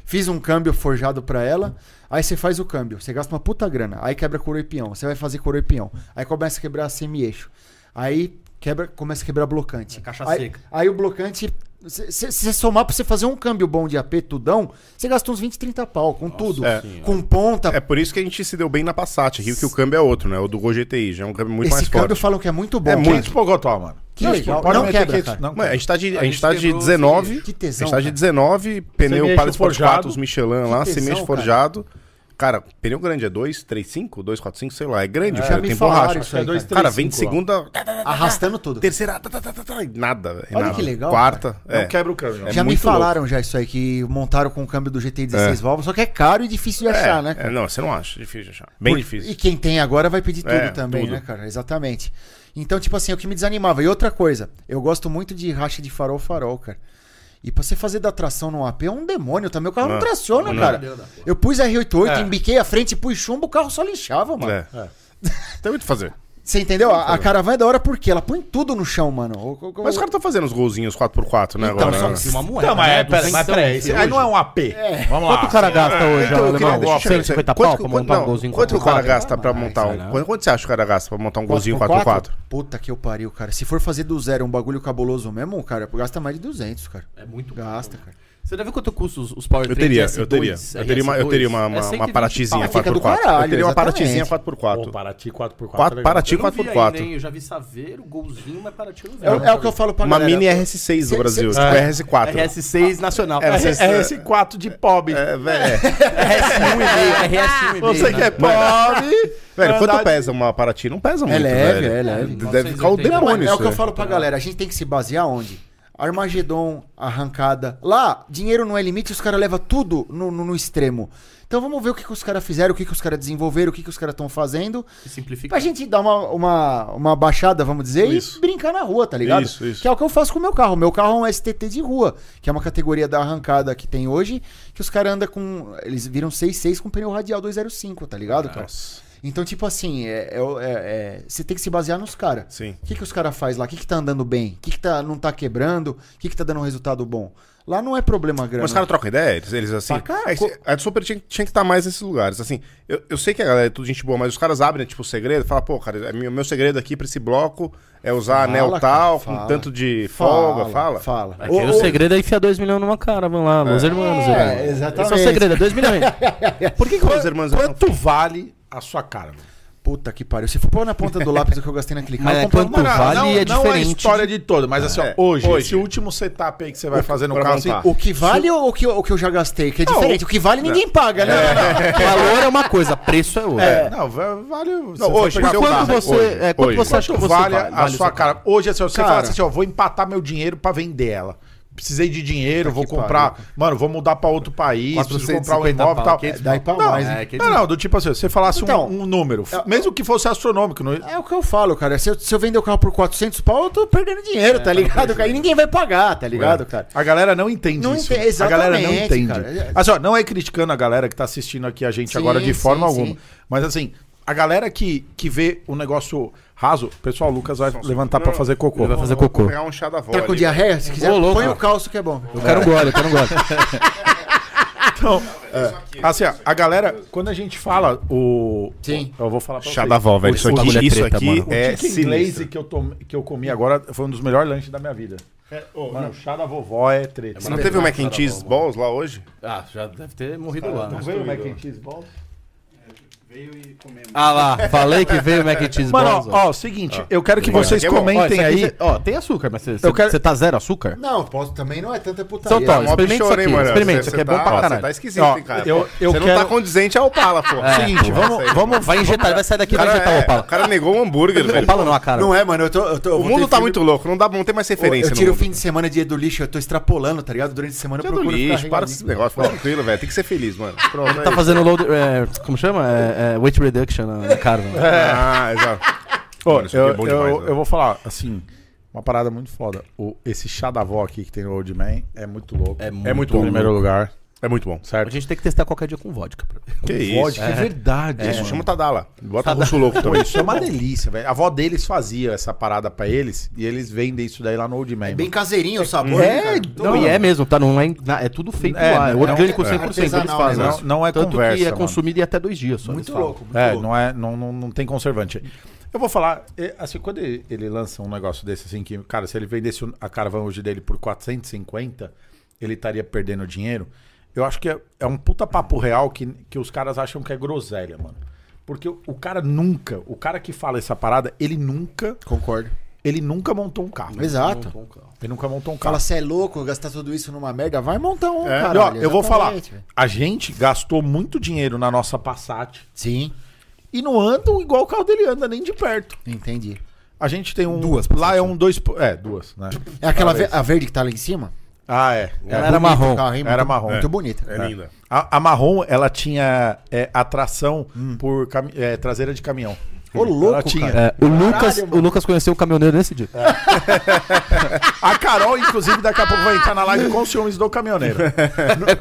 [SPEAKER 4] fiz um câmbio forjado pra ela, aí você faz o câmbio, você gasta uma puta grana, aí quebra coroa e peão, você vai fazer coroa e peão, aí começa a quebrar semi-eixo, aí quebra, começa a quebrar blocante.
[SPEAKER 5] É caixa
[SPEAKER 4] aí,
[SPEAKER 5] seca.
[SPEAKER 4] Aí o blocante, se se- se você somar pra você fazer um câmbio bom de AP, tudão, você gasta uns 20, 30 pau, com tudo, com ponta,
[SPEAKER 2] É por isso que a gente se deu bem na Passat aqui, porque o câmbio é outro, né? O do Gol GTI, já é um câmbio muito mais
[SPEAKER 4] esse câmbio
[SPEAKER 2] forte.
[SPEAKER 4] falam que é muito bom.
[SPEAKER 2] É
[SPEAKER 4] cara.
[SPEAKER 2] muito.
[SPEAKER 1] Quinhentos Pogotó, mano.
[SPEAKER 4] Que
[SPEAKER 1] Não,
[SPEAKER 4] legal.
[SPEAKER 1] pode
[SPEAKER 4] Não
[SPEAKER 1] meter
[SPEAKER 4] quebra,
[SPEAKER 1] 500,
[SPEAKER 4] cara.
[SPEAKER 1] Não,
[SPEAKER 2] Mano, a gente tá de, a gente
[SPEAKER 5] gente
[SPEAKER 2] tá de
[SPEAKER 5] quebrou o
[SPEAKER 2] 19.
[SPEAKER 4] seguinte. Que tesão,
[SPEAKER 2] a gente tá de
[SPEAKER 4] cara.
[SPEAKER 2] 19, pneu
[SPEAKER 1] Semi-eixo
[SPEAKER 2] Palio
[SPEAKER 1] forjado.
[SPEAKER 2] 4, os Michelin lá,
[SPEAKER 4] tesão,
[SPEAKER 2] semeixo
[SPEAKER 4] cara.
[SPEAKER 2] forjado. Cara, pneu grande é 2, 3, 5, 2, 4, 5, sei lá. É grande, o
[SPEAKER 4] Já
[SPEAKER 2] cara,
[SPEAKER 4] me
[SPEAKER 2] tem
[SPEAKER 4] falaram
[SPEAKER 2] borracha.
[SPEAKER 4] isso aí,
[SPEAKER 1] dois,
[SPEAKER 4] cara.
[SPEAKER 1] três,
[SPEAKER 2] Cara, vem de
[SPEAKER 1] cinco, ó.
[SPEAKER 2] segunda, tá,
[SPEAKER 4] arrastando tudo.
[SPEAKER 2] terceira, tá, tá, tá, tá, tá, e nada. velho,
[SPEAKER 4] Olha
[SPEAKER 2] nada.
[SPEAKER 4] que legal,
[SPEAKER 2] Quarta, é.
[SPEAKER 1] Não quebra o câmbio.
[SPEAKER 2] É
[SPEAKER 4] já me
[SPEAKER 2] muito
[SPEAKER 4] falaram já isso aí, que montaram com o câmbio do GT 16 válvulas, só que é caro e difícil de
[SPEAKER 2] É,
[SPEAKER 4] achar, né?
[SPEAKER 2] é, não, você não acha, difícil de achar. Bem difícil.
[SPEAKER 4] E quem tem agora vai pedir tudo
[SPEAKER 2] É,
[SPEAKER 4] também,
[SPEAKER 2] tudo.
[SPEAKER 4] né, cara? Exatamente. Então, tipo assim, é o que me desanimava. E outra coisa, eu gosto muito de racha de farol farol, cara. E pra você fazer da tração no AP é um demônio também. O carro não,
[SPEAKER 2] Não,
[SPEAKER 4] traciona,
[SPEAKER 2] não.
[SPEAKER 4] cara. Eu pus R88, embiquei a frente, pus chumbo, o carro só linchava, mano.
[SPEAKER 2] É. Tem muito o que fazer.
[SPEAKER 4] Você entendeu? A, a caravana é da hora porque ela põe tudo no chão, mano. O- o-
[SPEAKER 2] Mas os caras estão fazendo os golzinhos 4x4, né?
[SPEAKER 4] Então,
[SPEAKER 2] agora,
[SPEAKER 4] só
[SPEAKER 2] né?
[SPEAKER 4] que
[SPEAKER 5] Uma moeda.
[SPEAKER 1] Não, mas,
[SPEAKER 5] né?
[SPEAKER 1] é, pera, mas
[SPEAKER 5] 200
[SPEAKER 1] peraí, esse aí não é um AP. Vamos lá.
[SPEAKER 5] Quanto o cara gasta hoje,
[SPEAKER 2] Então, eu queria-
[SPEAKER 5] alemão?
[SPEAKER 2] deixa eu ver isso aí.
[SPEAKER 5] 150
[SPEAKER 2] Quanto
[SPEAKER 5] pau
[SPEAKER 2] que-
[SPEAKER 5] pra
[SPEAKER 2] quanto-
[SPEAKER 5] montar um
[SPEAKER 2] não,
[SPEAKER 5] golzinho
[SPEAKER 2] Quanto que o cara
[SPEAKER 5] 4x4?
[SPEAKER 2] gasta pra montar
[SPEAKER 5] sei lá.
[SPEAKER 2] um... Quanto quanto você acha que o cara gasta pra montar um golzinho
[SPEAKER 4] 4x4?
[SPEAKER 2] 4x4?
[SPEAKER 4] Puta que eu pariu, cara. Se for fazer do zero um bagulho cabuloso mesmo, cara, gasta mais de 200, cara.
[SPEAKER 5] É muito
[SPEAKER 4] Gasta, cara.
[SPEAKER 5] Você deve quanto custa os, os Power Assim,
[SPEAKER 2] Eu teria, eu teria. Eu teria uma, eu
[SPEAKER 5] É
[SPEAKER 2] teria uma, uma, uma paratizinha 4x4.
[SPEAKER 4] Fica do
[SPEAKER 2] eu
[SPEAKER 4] caralho,
[SPEAKER 2] teria uma paratizinha
[SPEAKER 4] exatamente.
[SPEAKER 2] 4x4.
[SPEAKER 1] Paraty 4x4.
[SPEAKER 2] Quatro- Paraty
[SPEAKER 5] Eu não vi ainda,
[SPEAKER 2] 4x4.
[SPEAKER 5] hein? Eu já vi Saveiro, Golzinho, mas Paraty eu não vi.
[SPEAKER 4] É, o- é o que eu falo pra
[SPEAKER 2] Uma
[SPEAKER 4] galera.
[SPEAKER 2] mini RS6
[SPEAKER 4] Cê-
[SPEAKER 2] do Brasil,
[SPEAKER 4] cê-
[SPEAKER 2] tipo RS4.
[SPEAKER 5] RS6 nacional.
[SPEAKER 2] É,
[SPEAKER 5] RS1,5.
[SPEAKER 2] vocês-
[SPEAKER 1] É esse 4 de pobre.
[SPEAKER 2] É, velho.
[SPEAKER 5] RS1,5.
[SPEAKER 1] Você que é
[SPEAKER 2] Pobre! Velho, quanto
[SPEAKER 1] Verdade.
[SPEAKER 2] pesa uma Paraty? Não pesa muito,
[SPEAKER 4] leve,
[SPEAKER 2] velho.
[SPEAKER 4] é leve.
[SPEAKER 2] Deve ficar o
[SPEAKER 4] Não,
[SPEAKER 5] 480.
[SPEAKER 2] demônio
[SPEAKER 4] mano, é o que eu
[SPEAKER 2] aí.
[SPEAKER 4] falo pra galera. A gente tem que se basear onde? Armagedon, arrancada. Lá, dinheiro não é limite, os caras levam tudo no, no- no extremo. Então vamos ver o que, que os caras fizeram, o que, que os caras desenvolveram, o que, que os caras estão fazendo.
[SPEAKER 5] Simplifica.
[SPEAKER 4] Pra gente dar uma, uma, uma baixada, vamos dizer,
[SPEAKER 2] Isso.
[SPEAKER 4] e brincar na rua, tá ligado?
[SPEAKER 2] Isso, isso.
[SPEAKER 4] Que é o que eu faço com o meu carro. Meu carro é um STT de rua, que é uma categoria da arrancada que tem hoje, que os caras andam com. Eles viram 6.6 com pneu radial 205, tá ligado, cara? Então, tipo assim, é, é, é- é- você tem que se basear nos caras.
[SPEAKER 2] Sim.
[SPEAKER 4] O que, que os caras faz lá? O que, que tá andando bem? O que, que tá, não tá quebrando? O que, que tá dando um resultado bom? Lá não é problema grande.
[SPEAKER 2] Mas os tá caras trocam ideia, eles, eles assim.
[SPEAKER 4] Pra cá,
[SPEAKER 2] é,
[SPEAKER 4] co-
[SPEAKER 2] a Super tinha, tinha que estar mais nesses lugares. Assim, eu, eu sei que a galera é tudo gente boa, mas os caras abrem, tipo, o segredo e falam, pô, cara, é meu, meu segredo aqui pra esse bloco é usar
[SPEAKER 4] Fala,
[SPEAKER 2] anel
[SPEAKER 4] cara,
[SPEAKER 2] tal,
[SPEAKER 4] fala.
[SPEAKER 2] com tanto de folga, fala.
[SPEAKER 4] Fala.
[SPEAKER 3] Aqui o segredo é enfiar 2 milhões numa cara, vamos lá, meus irmãos.
[SPEAKER 4] É,
[SPEAKER 3] aí. Esse
[SPEAKER 4] exatamente.
[SPEAKER 3] é o segredo, é 2 milhões.
[SPEAKER 2] Por que, que os irmãos eram
[SPEAKER 1] Quanto vale a sua cara? mano?
[SPEAKER 4] Puta que pariu. Se for pôr na ponta do lápis o que eu gastei naquele carro,
[SPEAKER 5] Mas é
[SPEAKER 4] eu compro
[SPEAKER 5] quanto
[SPEAKER 4] uma-
[SPEAKER 5] vale
[SPEAKER 1] não,
[SPEAKER 5] é
[SPEAKER 1] não a
[SPEAKER 5] diferente
[SPEAKER 1] história de toda, mas assim, ó,
[SPEAKER 2] É,
[SPEAKER 1] hoje,
[SPEAKER 2] hoje.
[SPEAKER 1] esse último setup aí que você vai fazer no
[SPEAKER 2] pra
[SPEAKER 1] carro, assim,
[SPEAKER 2] montar.
[SPEAKER 4] O que vale ou o que, o que eu já gastei? Que é diferente. O que vale ninguém paga, né?
[SPEAKER 5] Valor é uma coisa, preço é outra.
[SPEAKER 1] É, não, va- vale. você
[SPEAKER 2] hoje,
[SPEAKER 1] foi pegar
[SPEAKER 2] mas
[SPEAKER 1] o
[SPEAKER 2] quanto
[SPEAKER 1] carro.
[SPEAKER 5] você-
[SPEAKER 1] Hoje,
[SPEAKER 5] é, quanto
[SPEAKER 1] hoje.
[SPEAKER 5] você acha que você
[SPEAKER 1] vale,
[SPEAKER 5] vale-
[SPEAKER 1] a
[SPEAKER 5] vale
[SPEAKER 1] sua
[SPEAKER 5] sua
[SPEAKER 1] cara? Hoje, assim, ó, você
[SPEAKER 4] Cara.
[SPEAKER 1] fala assim, ó, vou empatar meu dinheiro pra vender ela. Precisei de dinheiro, vou
[SPEAKER 4] que
[SPEAKER 1] comprar. Mano, vou mudar pra outro país, preciso comprar um
[SPEAKER 5] 450
[SPEAKER 1] imóvel e
[SPEAKER 5] pau,
[SPEAKER 1] tal.
[SPEAKER 5] 500
[SPEAKER 4] Daí pra
[SPEAKER 1] Não,
[SPEAKER 4] mais.
[SPEAKER 5] é,
[SPEAKER 4] hein?
[SPEAKER 5] que-
[SPEAKER 1] não, não, do tipo assim, você falasse um-
[SPEAKER 4] Então,
[SPEAKER 1] um, número, mesmo que fosse astronômico, não,
[SPEAKER 4] É o que eu falo, cara. Se eu, se eu vender o carro por 400 pau, eu tô perdendo dinheiro, tá ligado, cara? E ninguém vai pagar, tá
[SPEAKER 1] É.
[SPEAKER 4] ligado, cara?
[SPEAKER 1] A galera não entende
[SPEAKER 4] Não
[SPEAKER 1] isso.
[SPEAKER 4] entende-
[SPEAKER 1] a galera não
[SPEAKER 4] exatamente,
[SPEAKER 1] entende.
[SPEAKER 4] cara.
[SPEAKER 1] Assim, ó, não é criticando a galera que tá assistindo aqui a gente
[SPEAKER 4] Sim,
[SPEAKER 1] agora de
[SPEAKER 4] sim,
[SPEAKER 1] forma
[SPEAKER 4] sim.
[SPEAKER 1] alguma. Mas assim, a galera que, que vê o negócio raso, pessoal, o Lucas vai levantar pra fazer cocô.
[SPEAKER 5] Ele vai fazer cocô.
[SPEAKER 2] pegar um chá da avó
[SPEAKER 4] Tá com
[SPEAKER 2] ali.
[SPEAKER 4] diarreia? Se quiser,
[SPEAKER 5] Ô, louco.
[SPEAKER 4] põe o calço que é bom.
[SPEAKER 5] Eu quero um gole, eu quero um gole.
[SPEAKER 1] Então, assim, ó, a galera, quando a gente fala o.
[SPEAKER 4] Sim.
[SPEAKER 1] Eu vou falar pra
[SPEAKER 2] Chá
[SPEAKER 1] vocês.
[SPEAKER 2] da avó, velho. Isso
[SPEAKER 5] o bagulho é
[SPEAKER 2] aqui, isso
[SPEAKER 5] treta,
[SPEAKER 2] aqui
[SPEAKER 5] mano.
[SPEAKER 1] O
[SPEAKER 2] é
[SPEAKER 1] chicken glaze
[SPEAKER 2] sinistro.
[SPEAKER 1] que eu, tom- que eu comi agora foi um dos melhores lanches da minha vida.
[SPEAKER 2] É,
[SPEAKER 1] Mano, o chá da vovó é treta.
[SPEAKER 2] Não teve o Mac and Cheese Balls lá hoje?
[SPEAKER 5] Ah, já deve ter morrido lá.
[SPEAKER 1] Não
[SPEAKER 5] né?
[SPEAKER 1] veio o mac and cheese balls?
[SPEAKER 5] Ah lá, falei que veio o Mac and Cheese
[SPEAKER 1] Mano,
[SPEAKER 5] Balls,
[SPEAKER 1] ó, ó,
[SPEAKER 4] Ah.
[SPEAKER 1] seguinte, eu quero que
[SPEAKER 2] Bom,
[SPEAKER 1] vocês
[SPEAKER 2] aqui é bom.
[SPEAKER 5] Ó,
[SPEAKER 1] comentem
[SPEAKER 5] isso aqui
[SPEAKER 1] aí.
[SPEAKER 5] cê- Ó, tem açúcar, mas você
[SPEAKER 1] Eu quero-
[SPEAKER 5] tá zero açúcar?
[SPEAKER 4] Não, posso também não é tanta putaria.
[SPEAKER 5] Então, tá,
[SPEAKER 2] Mó
[SPEAKER 5] experimenta isso
[SPEAKER 2] bichona,
[SPEAKER 5] aqui,
[SPEAKER 2] hein, Um mano?
[SPEAKER 5] experimenta,
[SPEAKER 2] Você-
[SPEAKER 5] isso aqui é
[SPEAKER 2] você
[SPEAKER 5] bom pra
[SPEAKER 2] tá-
[SPEAKER 5] caralho.
[SPEAKER 2] Você tá esquisito,
[SPEAKER 1] Ó,
[SPEAKER 2] hein, cara?
[SPEAKER 1] eu- eu
[SPEAKER 2] você não
[SPEAKER 1] quero-
[SPEAKER 2] tá condizente ao Pala, pô.
[SPEAKER 5] É,
[SPEAKER 1] Seguinte, vamos, vamos,
[SPEAKER 5] Vai injetar, ele vai sair daqui e vai
[SPEAKER 2] Cara,
[SPEAKER 5] injetar
[SPEAKER 2] é,
[SPEAKER 5] o Opala.
[SPEAKER 2] O cara negou um hambúrguer, velho.
[SPEAKER 5] Opala não, a cara.
[SPEAKER 4] Não é, mano. Eu tô, eu tô, eu
[SPEAKER 2] O
[SPEAKER 4] vou
[SPEAKER 2] mundo
[SPEAKER 4] ter
[SPEAKER 2] tá
[SPEAKER 4] filho-
[SPEAKER 2] muito louco, não, dá, não tem mais referência
[SPEAKER 4] Eu tiro
[SPEAKER 2] no
[SPEAKER 4] o
[SPEAKER 2] mundo.
[SPEAKER 4] fim de semana dia do lixo, eu tô extrapolando, tá ligado? Durante a semana eu
[SPEAKER 2] Dia do
[SPEAKER 4] procuro ficar
[SPEAKER 2] lixo, para com esse
[SPEAKER 4] arreganhando.
[SPEAKER 2] negócio, fica tranquilo, velho. Tem que ser feliz, mano. né? Pronto,
[SPEAKER 5] Tá fazendo load. é, como chama? É, é, weight reduction na né? na carne.
[SPEAKER 2] Ah, exato.
[SPEAKER 1] Ô,
[SPEAKER 2] Mano, isso
[SPEAKER 1] eu,
[SPEAKER 2] aqui é bom demais,
[SPEAKER 1] eu-
[SPEAKER 2] né?
[SPEAKER 1] eu vou falar, assim, uma parada muito foda. O, esse chá da avó aqui que tem no Old Man é muito louco.
[SPEAKER 5] É muito
[SPEAKER 1] bom.
[SPEAKER 5] louco.
[SPEAKER 1] Em primeiro lugar,
[SPEAKER 2] É muito bom.
[SPEAKER 5] A
[SPEAKER 1] certo?
[SPEAKER 5] gente tem que testar qualquer dia com vodka.
[SPEAKER 2] Que
[SPEAKER 1] Vodka,
[SPEAKER 2] isso.
[SPEAKER 1] é verdade.
[SPEAKER 2] É,
[SPEAKER 1] mano.
[SPEAKER 2] isso, chama o Tadala. Bota o russo louco
[SPEAKER 1] Pô,
[SPEAKER 2] também.
[SPEAKER 1] isso é uma delícia, velho. A avó deles fazia essa parada pra eles e eles vendem isso daí lá no Old Man.
[SPEAKER 4] É Bem
[SPEAKER 1] mano.
[SPEAKER 4] caseirinho o sabor. né, cara?
[SPEAKER 5] Não, e é mesmo, tá? Não é, na- é tudo feito
[SPEAKER 1] É,
[SPEAKER 5] lá. É
[SPEAKER 1] não,
[SPEAKER 5] orgânico
[SPEAKER 1] é
[SPEAKER 5] 100%. eles
[SPEAKER 4] artesanal,
[SPEAKER 5] fazem
[SPEAKER 4] né?
[SPEAKER 1] não,
[SPEAKER 5] isso.
[SPEAKER 1] não é
[SPEAKER 5] Tanto
[SPEAKER 1] conversa.
[SPEAKER 5] que é
[SPEAKER 1] mano.
[SPEAKER 5] consumido em até dois dias só.
[SPEAKER 4] Muito
[SPEAKER 5] eles falam.
[SPEAKER 4] louco, muito
[SPEAKER 1] É,
[SPEAKER 4] louco.
[SPEAKER 1] não, é não, não, não tem conservante. Eu vou falar, é, assim, quando ele, ele lança um negócio desse, assim, que, cara, se ele vendesse a caravana hoje dele por 450, ele estaria perdendo dinheiro. Eu acho que é, é um puta papo real que, que os caras acham que é groselha, mano. Porque o, o cara nunca, o cara que fala essa parada, ele nunca,
[SPEAKER 4] Concordo.
[SPEAKER 1] ele nunca montou um carro.
[SPEAKER 4] Exato.
[SPEAKER 1] Ele nunca montou um carro.
[SPEAKER 4] Fala, você é louco gastar tudo isso numa merda? Vai montar um,
[SPEAKER 1] É,
[SPEAKER 4] caralho,
[SPEAKER 1] ó, eu vou falar,
[SPEAKER 4] exatamente, velho.
[SPEAKER 1] a gente gastou muito dinheiro na nossa Passat
[SPEAKER 4] Sim,
[SPEAKER 1] e não andam igual o carro dele anda, nem de perto.
[SPEAKER 4] entendi.
[SPEAKER 1] A gente tem um.
[SPEAKER 5] Duas,
[SPEAKER 1] Lá é um dois. po- É, duas, né?
[SPEAKER 4] É aquela ve- a verde que tá lá em cima?
[SPEAKER 1] Ah, é.
[SPEAKER 5] Ela
[SPEAKER 4] Bonito
[SPEAKER 5] era
[SPEAKER 4] o
[SPEAKER 5] marrom.
[SPEAKER 4] carro, hein?
[SPEAKER 1] Era
[SPEAKER 4] Muito-
[SPEAKER 1] marrom.
[SPEAKER 4] Muito
[SPEAKER 1] É.
[SPEAKER 4] bonita.
[SPEAKER 2] É linda.
[SPEAKER 1] A, a marrom, ela tinha é, atração por cami- é, traseira de caminhão.
[SPEAKER 4] Ô, louco,
[SPEAKER 1] ela tinha.
[SPEAKER 4] cara.
[SPEAKER 5] É, o, Lucas, o Lucas conheceu o caminhoneiro nesse dia.
[SPEAKER 1] É. A Carol, inclusive, daqui a pouco vai entrar na live com os ciúmes do caminhoneiro.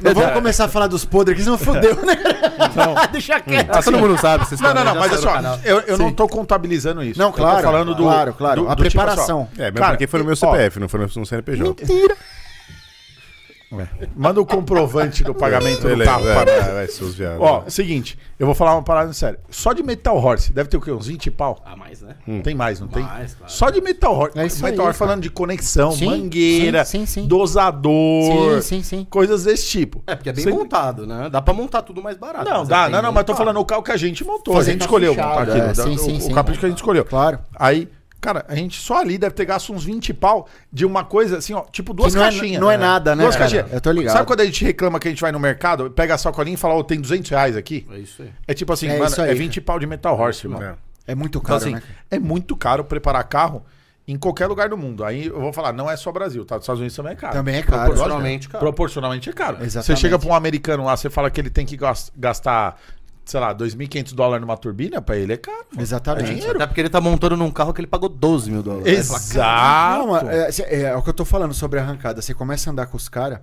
[SPEAKER 4] Não vamos começar a falar dos podres que senão fodeu, né? Deixa quieto.
[SPEAKER 5] Ah, todo mundo sabe. vocês
[SPEAKER 1] Assim, Não, não,
[SPEAKER 5] também
[SPEAKER 1] não,
[SPEAKER 5] já
[SPEAKER 1] mas é
[SPEAKER 5] sabem o
[SPEAKER 1] só.
[SPEAKER 5] canal.
[SPEAKER 1] Eu, eu não tô contabilizando isso.
[SPEAKER 4] Não,
[SPEAKER 1] Eu tô
[SPEAKER 4] claro,
[SPEAKER 1] falando do.
[SPEAKER 4] claro, claro.
[SPEAKER 1] do-
[SPEAKER 4] A
[SPEAKER 1] do tipo
[SPEAKER 4] preparação.
[SPEAKER 1] assim, ó.
[SPEAKER 2] É, mesmo
[SPEAKER 1] Cara,
[SPEAKER 2] porque foi no meu
[SPEAKER 1] ó,
[SPEAKER 2] CPF, não foi no seu CNPJ.
[SPEAKER 1] Manda o comprovante do pagamento do
[SPEAKER 2] Beleza,
[SPEAKER 1] carro
[SPEAKER 2] é,
[SPEAKER 1] pra mim.
[SPEAKER 2] vai, vai, seus viados.
[SPEAKER 1] Ó, seguinte, eu vou falar uma parada séria. Só de Metal Horse, deve ter o quê? Uns 20 pau?
[SPEAKER 5] Ah, mais, né?
[SPEAKER 1] Tem mais, não tem?
[SPEAKER 5] Mais, claro.
[SPEAKER 1] Só de Metal Horse.
[SPEAKER 4] É isso
[SPEAKER 1] metal
[SPEAKER 4] aí,
[SPEAKER 1] Horse falando de conexão,
[SPEAKER 4] Sim,
[SPEAKER 1] mangueira,
[SPEAKER 4] sim, sim, sim.
[SPEAKER 1] dosador,
[SPEAKER 4] Sim, sim, sim.
[SPEAKER 1] coisas desse tipo.
[SPEAKER 5] É, porque é bem
[SPEAKER 1] Você-
[SPEAKER 5] montado, né? Dá pra montar tudo mais barato.
[SPEAKER 1] Não,
[SPEAKER 5] mas
[SPEAKER 1] dá,
[SPEAKER 5] é
[SPEAKER 1] não,
[SPEAKER 5] bem
[SPEAKER 1] não, mas tô
[SPEAKER 5] montado.
[SPEAKER 1] falando o carro que a gente montou.
[SPEAKER 4] Fazer
[SPEAKER 1] a gente
[SPEAKER 4] tá
[SPEAKER 1] escolheu
[SPEAKER 4] fechado,
[SPEAKER 1] montar aquilo. da-
[SPEAKER 4] é, sim,
[SPEAKER 1] o,
[SPEAKER 4] sim,
[SPEAKER 1] o
[SPEAKER 4] sim.
[SPEAKER 1] capricho que a gente escolheu.
[SPEAKER 4] Claro.
[SPEAKER 1] Aí, cara, a gente só ali deve ter gasto uns 20 pau de uma coisa assim, ó, tipo duas
[SPEAKER 4] não é-
[SPEAKER 1] caixinhas.
[SPEAKER 4] não é nada, né,
[SPEAKER 1] Duas
[SPEAKER 4] cara?
[SPEAKER 1] caixinhas.
[SPEAKER 4] Eu tô ligado.
[SPEAKER 1] Sabe quando a gente reclama que a gente vai no mercado, pega a sacolinha e fala, ô, tem 200 reais aqui?
[SPEAKER 5] É isso aí.
[SPEAKER 1] É tipo assim,
[SPEAKER 4] É
[SPEAKER 1] mano,
[SPEAKER 4] isso aí,
[SPEAKER 1] é 20 pau de Metal Horse, irmão.
[SPEAKER 2] É.
[SPEAKER 4] É muito
[SPEAKER 1] Então,
[SPEAKER 4] caro,
[SPEAKER 1] assim,
[SPEAKER 4] né? cara?
[SPEAKER 1] é muito caro preparar carro em qualquer lugar do mundo. Aí eu vou falar, não é só Brasil, tá? Os Estados Unidos também é caro.
[SPEAKER 4] Também é caro.
[SPEAKER 5] Proporcionalmente, cara.
[SPEAKER 1] Proporcionalmente é caro.
[SPEAKER 4] Exatamente.
[SPEAKER 1] Você chega pra um americano lá, você fala que ele tem que gas- gastar, sei lá, 2.500 dólares numa turbina, pra ele é caro.
[SPEAKER 4] Exatamente.
[SPEAKER 5] Até porque ele tá montando num carro que ele pagou 12 mil dólares.
[SPEAKER 1] Exato.
[SPEAKER 5] ah,
[SPEAKER 4] Não, mas é, cê- é, é o que eu tô falando sobre arrancada. Você começa a andar com os caras,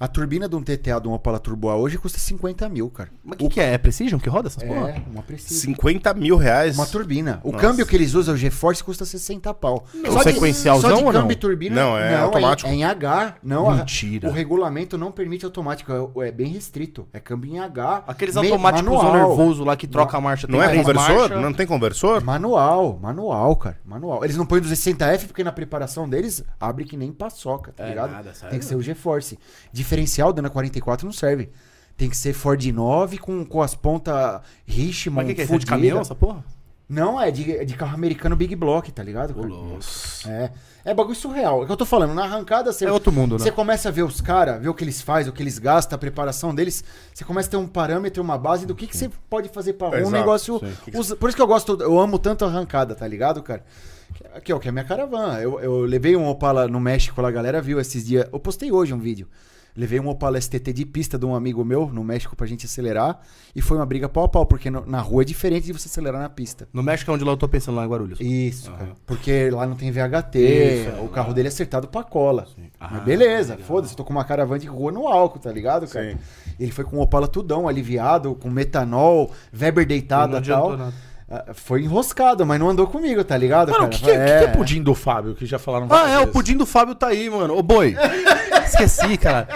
[SPEAKER 4] A turbina de um TTA de um Opala Turbo A hoje custa 50 mil, cara.
[SPEAKER 5] Mas o que, que é? É Precision que roda essas porra?
[SPEAKER 4] É, uma precisa.
[SPEAKER 2] 50 mil reais.
[SPEAKER 4] Uma turbina. O
[SPEAKER 2] Nossa.
[SPEAKER 4] câmbio que eles usam, o GeForce, custa 60 pau. Só de-
[SPEAKER 5] sequencialzão
[SPEAKER 4] só de
[SPEAKER 5] ou não?
[SPEAKER 4] câmbio e turbina.
[SPEAKER 2] Não, é automático.
[SPEAKER 4] É em H. Não, a-
[SPEAKER 5] Mentira.
[SPEAKER 4] o regulamento não permite automático. É, é bem restrito. É câmbio em H.
[SPEAKER 5] Aqueles
[SPEAKER 4] me-
[SPEAKER 5] automáticos
[SPEAKER 4] manual.
[SPEAKER 5] nervoso lá que troca a marcha.
[SPEAKER 2] Não
[SPEAKER 5] tem
[SPEAKER 2] é
[SPEAKER 5] três
[SPEAKER 2] conversor?
[SPEAKER 5] marchas.
[SPEAKER 2] Não tem conversor?
[SPEAKER 4] Manual, manual, cara. Manual. Eles não põem 260F porque na preparação deles abre que nem paçoca, tá
[SPEAKER 5] É
[SPEAKER 4] ligado?
[SPEAKER 5] nada,
[SPEAKER 4] Tem
[SPEAKER 5] sério?
[SPEAKER 4] que ser o GeForce. Diferencial da Ana 44 não serve. Tem que ser Ford 9 com, com as pontas Richmond.
[SPEAKER 5] Mas o que, que é? Isso é
[SPEAKER 4] fudida.
[SPEAKER 5] de caminhão essa porra?
[SPEAKER 4] Não, é de, é de carro americano Big Block, tá ligado? cara?
[SPEAKER 5] Nossa.
[SPEAKER 4] É. É bagulho surreal. É o que eu tô falando. Na arrancada você.
[SPEAKER 5] É outro mundo, né?
[SPEAKER 4] Você começa a ver os caras, ver o que eles fazem, o que eles gastam, a preparação deles. Você começa a ter um parâmetro, uma base do que, que você pode fazer pra um
[SPEAKER 2] Exato,
[SPEAKER 4] negócio.
[SPEAKER 2] sim. Que que
[SPEAKER 4] usa- Por isso que eu gosto, eu amo tanto a arrancada, tá ligado, cara? Que- Aqui, ó, que é a minha caravana. Eu, eu levei um Opala no México lá, a galera viu esses dias. Eu postei hoje um vídeo. Levei um Opala STT de pista de um amigo meu no México pra gente acelerar. E foi uma briga pau a pau, porque no- na rua é diferente de você acelerar na pista.
[SPEAKER 5] No México é onde lá eu tô pensando, lá em Guarulhos.
[SPEAKER 4] Isso,
[SPEAKER 5] Aham.
[SPEAKER 4] cara. Porque lá não tem VHT,
[SPEAKER 5] Isso, é,
[SPEAKER 4] o
[SPEAKER 5] lá.
[SPEAKER 4] carro dele é acertado pra cola.
[SPEAKER 5] Ah,
[SPEAKER 4] Mas beleza,
[SPEAKER 5] legal.
[SPEAKER 4] foda-se, tô com uma caravana de rua no álcool, tá ligado, cara?
[SPEAKER 2] Sim.
[SPEAKER 4] Ele foi com o Opala tudão, aliviado, com metanol, Weber deitada e
[SPEAKER 5] adiantou
[SPEAKER 4] tal.
[SPEAKER 5] nada.
[SPEAKER 4] Ah, Foi enroscado, mas não andou comigo, tá ligado,
[SPEAKER 1] Mano, o
[SPEAKER 4] cara?
[SPEAKER 1] que, que, é, o que que é pudim do Fábio, que já falaram
[SPEAKER 5] Ah,
[SPEAKER 1] várias
[SPEAKER 5] é, o
[SPEAKER 1] vezes?
[SPEAKER 5] pudim do Fábio tá aí, mano. Ô, boi. Esqueci, cara.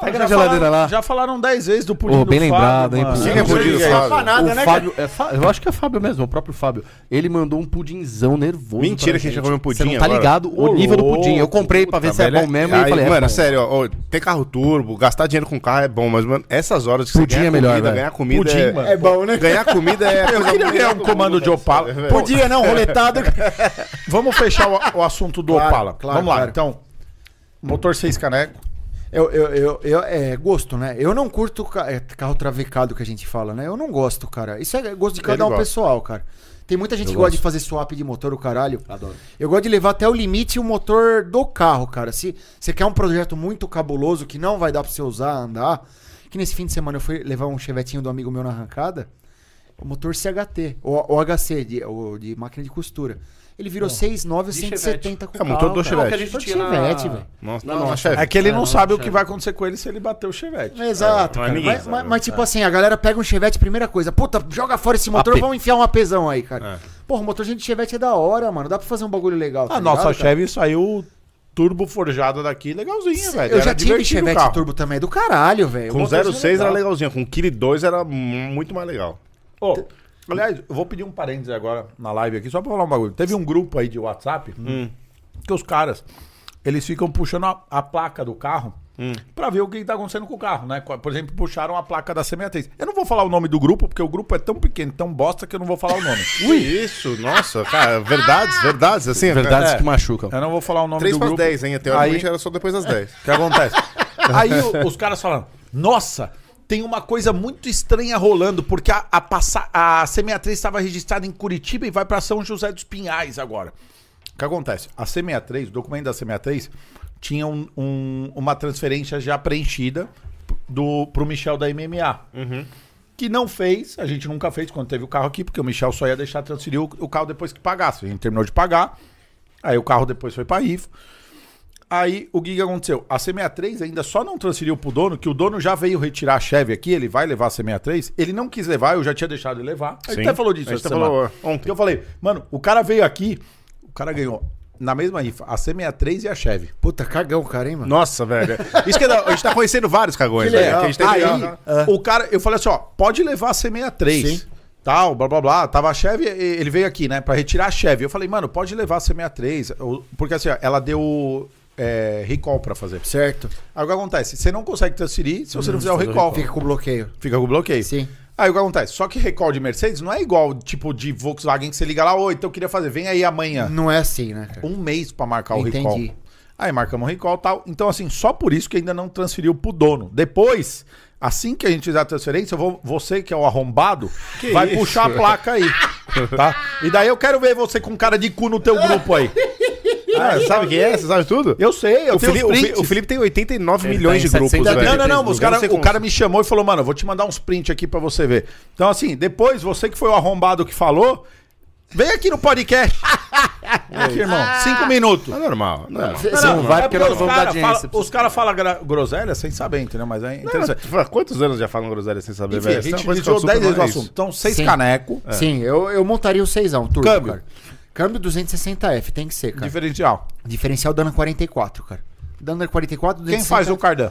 [SPEAKER 5] Pega na
[SPEAKER 1] já
[SPEAKER 5] geladeira
[SPEAKER 1] falaram,
[SPEAKER 5] lá.
[SPEAKER 1] Já falaram 10 vezes do pudim
[SPEAKER 5] Ô,
[SPEAKER 1] do
[SPEAKER 5] bem
[SPEAKER 1] Fábio,
[SPEAKER 5] lembrado, hein,
[SPEAKER 1] mano.
[SPEAKER 2] pudim.
[SPEAKER 1] Eu não
[SPEAKER 2] Quem é
[SPEAKER 1] sei
[SPEAKER 2] pudim?
[SPEAKER 1] disso.
[SPEAKER 2] Fábio.
[SPEAKER 5] o Fábio, é Fá- eu acho que é Fábio mesmo, o próprio Fábio. Ele mandou um pudinzão nervoso.
[SPEAKER 2] Mentira
[SPEAKER 5] pra
[SPEAKER 2] que a gente já
[SPEAKER 5] gente
[SPEAKER 2] comeu um pudim
[SPEAKER 5] Você não tá
[SPEAKER 2] agora.
[SPEAKER 5] ligado o
[SPEAKER 2] Ô,
[SPEAKER 5] nível do pudim. Eu
[SPEAKER 2] louco,
[SPEAKER 5] comprei pra ver
[SPEAKER 2] puta,
[SPEAKER 5] se é
[SPEAKER 2] velho,
[SPEAKER 5] bom mesmo e
[SPEAKER 2] aí,
[SPEAKER 5] falei, é
[SPEAKER 2] Mano, assim,
[SPEAKER 5] bom.
[SPEAKER 2] sério, ó, ó, ter carro turbo, gastar dinheiro com carro é bom, mas, mano, essas horas que
[SPEAKER 5] Pudim
[SPEAKER 2] você ganha
[SPEAKER 5] é melhor,
[SPEAKER 2] comida,
[SPEAKER 5] velho.
[SPEAKER 2] ganhar comida
[SPEAKER 1] Pudim,
[SPEAKER 2] é...
[SPEAKER 1] mano.
[SPEAKER 4] É bom, né?
[SPEAKER 2] Ganhar comida é...
[SPEAKER 1] Eu queria ganhar um comando de Opala.
[SPEAKER 4] Podia, não, roletado.
[SPEAKER 1] Vamos fechar o, o assunto do
[SPEAKER 4] Claro,
[SPEAKER 1] Opala.
[SPEAKER 4] claro,
[SPEAKER 1] Vamos lá,
[SPEAKER 4] claro.
[SPEAKER 1] então. Motor seis caneco.
[SPEAKER 4] Eu, eu, eu, eu- é gosto, né? Eu não curto ca- é, carro travecado que a gente fala, né? Eu não gosto, cara. Isso é gosto de cada
[SPEAKER 2] Ele
[SPEAKER 4] um
[SPEAKER 2] gosta.
[SPEAKER 4] pessoal, cara. Tem muita gente que gosta de fazer swap de motor, o caralho.
[SPEAKER 5] Adoro.
[SPEAKER 4] Eu gosto de levar até o limite o motor do carro, cara. Se você quer um projeto muito cabuloso que não vai dar pra você usar, andar. Que nesse fim de semana eu fui levar um chevetinho do amigo meu na arrancada. O motor CHT, o, o HC, de, o, de máquina de costura. Ele virou 6,9 e
[SPEAKER 5] De Chevette.
[SPEAKER 4] 170 com
[SPEAKER 2] É, motor do
[SPEAKER 4] cara.
[SPEAKER 5] Não, que
[SPEAKER 2] Chevette.
[SPEAKER 5] a gente
[SPEAKER 4] Motor
[SPEAKER 5] tinha na-
[SPEAKER 4] Chevette, velho.
[SPEAKER 2] Nossa,
[SPEAKER 5] Não,
[SPEAKER 2] não,
[SPEAKER 5] não,
[SPEAKER 2] não, chefe.
[SPEAKER 1] É que ele não
[SPEAKER 5] não,
[SPEAKER 1] sabe o que
[SPEAKER 5] chefe.
[SPEAKER 1] vai acontecer com ele se ele bater o chevette.
[SPEAKER 4] Exato,
[SPEAKER 2] não é
[SPEAKER 4] cara.
[SPEAKER 2] ninguém,
[SPEAKER 4] mas,
[SPEAKER 2] sabe?
[SPEAKER 4] mas- mas, tipo assim, a galera pega um Chevette, primeira coisa, puta, joga fora esse motor,
[SPEAKER 1] AP.
[SPEAKER 4] vamos enfiar um apesão aí, cara.
[SPEAKER 2] É.
[SPEAKER 4] Porra, o motorzinho de Chevette é da hora, mano, dá pra fazer um bagulho legal,
[SPEAKER 1] A
[SPEAKER 4] tá
[SPEAKER 1] Ah, nossa
[SPEAKER 4] ligado, cara?
[SPEAKER 1] Chevy saiu turbo forjada daqui, legalzinha, velho.
[SPEAKER 4] Eu
[SPEAKER 1] Era
[SPEAKER 4] já tive
[SPEAKER 1] divertido o
[SPEAKER 4] Chevette
[SPEAKER 1] carro.
[SPEAKER 4] Turbo também, é do caralho, velho.
[SPEAKER 2] Com
[SPEAKER 4] O motorzinho
[SPEAKER 2] 0,6
[SPEAKER 4] é
[SPEAKER 2] era
[SPEAKER 4] legal.
[SPEAKER 2] legalzinho, com 1,2 era muito mais legal.
[SPEAKER 1] Ô, aliás, eu vou pedir um parênteses agora na live aqui, só pra falar um bagulho. Teve um grupo aí de WhatsApp que os caras, eles ficam puxando a, a placa do carro pra ver o que tá acontecendo com o carro, né? Co- Por exemplo, puxaram a placa da C63. Eu não vou falar o nome do grupo, porque o grupo é tão pequeno, tão bosta, que eu não vou falar o nome.
[SPEAKER 2] Ui. Isso, nossa, cara, verdades, verdades, assim.
[SPEAKER 5] Verdades
[SPEAKER 1] É.
[SPEAKER 5] que machucam.
[SPEAKER 1] eu não vou falar o nome
[SPEAKER 2] 3
[SPEAKER 1] do
[SPEAKER 2] para
[SPEAKER 1] grupo.
[SPEAKER 2] 10, hein? Teoricamente
[SPEAKER 1] Aí-
[SPEAKER 4] é
[SPEAKER 2] era só depois das 10.
[SPEAKER 1] O que acontece? Aí o- os caras falaram, nossa, tem uma coisa muito estranha rolando, porque a, a, passa- a C63 estava registrada em Curitiba e vai para São José dos Pinhais agora. O que acontece? A C63, o documento da C63, tinha um- um- uma transferência já preenchida do, pro Michel da MMA. Que não fez, a gente nunca fez quando teve o carro aqui, porque o Michel só ia deixar transferir o, o carro depois que pagasse. A gente terminou de pagar, aí o carro depois foi para IFO. Aí o que, que aconteceu? A C63 ainda só não transferiu pro dono, que o dono já veio retirar a Chevy aqui, ele vai levar a C63. Ele não quis levar, eu já tinha deixado ele levar. A gente
[SPEAKER 2] Sim.
[SPEAKER 1] até falou disso,
[SPEAKER 2] A gente
[SPEAKER 1] essa
[SPEAKER 2] até falou
[SPEAKER 1] semana.
[SPEAKER 2] ontem.
[SPEAKER 1] Que eu falei, mano, o cara veio aqui, o cara ganhou na mesma rifa a C63 e a Chevy.
[SPEAKER 4] Puta, cagão, cara, hein, mano.
[SPEAKER 2] Nossa, velho. Isso que é da- a gente tá conhecendo vários cagões,
[SPEAKER 4] Que
[SPEAKER 2] velho.
[SPEAKER 4] legal. ah.
[SPEAKER 2] que a gente tem que
[SPEAKER 1] Aí,
[SPEAKER 2] legal.
[SPEAKER 1] o cara, eu falei assim, ó, pode levar a C63.
[SPEAKER 4] Sim.
[SPEAKER 1] Tal, blá blá blá. Tava a Chevy, e- ele veio aqui, né, pra retirar a Chevy. Eu falei, mano, pode levar a C63. o- Porque assim, ó, ela deu é, recall pra fazer.
[SPEAKER 4] Certo. Uhum.
[SPEAKER 1] Aí o que acontece? Você não consegue transferir se você não fizer o recall.
[SPEAKER 4] Fica com bloqueio.
[SPEAKER 1] Fica com bloqueio.
[SPEAKER 4] Sim.
[SPEAKER 1] Aí o que acontece? Só que recall de Mercedes não é igual, tipo, de Volkswagen que você liga lá, ô, então eu queria fazer, vem aí amanhã.
[SPEAKER 4] Não é assim, né, cara?
[SPEAKER 1] Um mês pra marcar o
[SPEAKER 4] Entendi.
[SPEAKER 1] recall. Aí marcamos o recall e tal. Então, assim, só por isso que ainda não transferiu pro dono. Depois, assim que a gente fizer a transferência, eu vou- você que é o arrombado, vai
[SPEAKER 2] isso?
[SPEAKER 1] puxar a placa aí. Tá? E daí eu quero ver você com cara de cu no teu grupo aí.
[SPEAKER 2] Ah, sabe quem é? Você sabe tudo?
[SPEAKER 1] Eu sei, eu
[SPEAKER 2] o,
[SPEAKER 1] tenho
[SPEAKER 2] Felipe,
[SPEAKER 1] os
[SPEAKER 2] o Fi-
[SPEAKER 1] prints.
[SPEAKER 2] o Felipe tem 89
[SPEAKER 5] Ele
[SPEAKER 2] milhões
[SPEAKER 5] tá em
[SPEAKER 2] de grupos,
[SPEAKER 5] 700
[SPEAKER 2] velho.
[SPEAKER 1] Não, não, não.
[SPEAKER 2] Eu
[SPEAKER 1] Os cara,
[SPEAKER 2] sei
[SPEAKER 1] o
[SPEAKER 2] como-
[SPEAKER 1] cara me chamou e falou, mano, eu vou te mandar uns print aqui pra você ver. Então, assim, depois, você que foi o arrombado que falou, Vem aqui no podcast. aqui, irmão. Cinco minutos.
[SPEAKER 2] É normal. normal.
[SPEAKER 4] Você
[SPEAKER 1] é um
[SPEAKER 4] não, vai porque nós não vamos dar audiência.
[SPEAKER 1] os caras falam groselha sem saber, entendeu? Mas é interessante.
[SPEAKER 2] Fala, Quantos anos já falam groselha sem saber,
[SPEAKER 1] Enfim, a
[SPEAKER 2] Isso é uma
[SPEAKER 1] gente
[SPEAKER 2] coisa que eu
[SPEAKER 1] visou 10
[SPEAKER 2] super-
[SPEAKER 1] vezes o
[SPEAKER 2] é isso.
[SPEAKER 1] assunto. Então, seis
[SPEAKER 4] Sim.
[SPEAKER 1] caneco,
[SPEAKER 4] É. Sim, eu, eu montaria o seisão, turbo,
[SPEAKER 1] Câmbio.
[SPEAKER 4] cara. Câmbio 260F, tem que ser, cara.
[SPEAKER 1] diferencial.
[SPEAKER 4] Diferencial dando 44, cara. Dando 44,
[SPEAKER 1] Quem faz o cardan?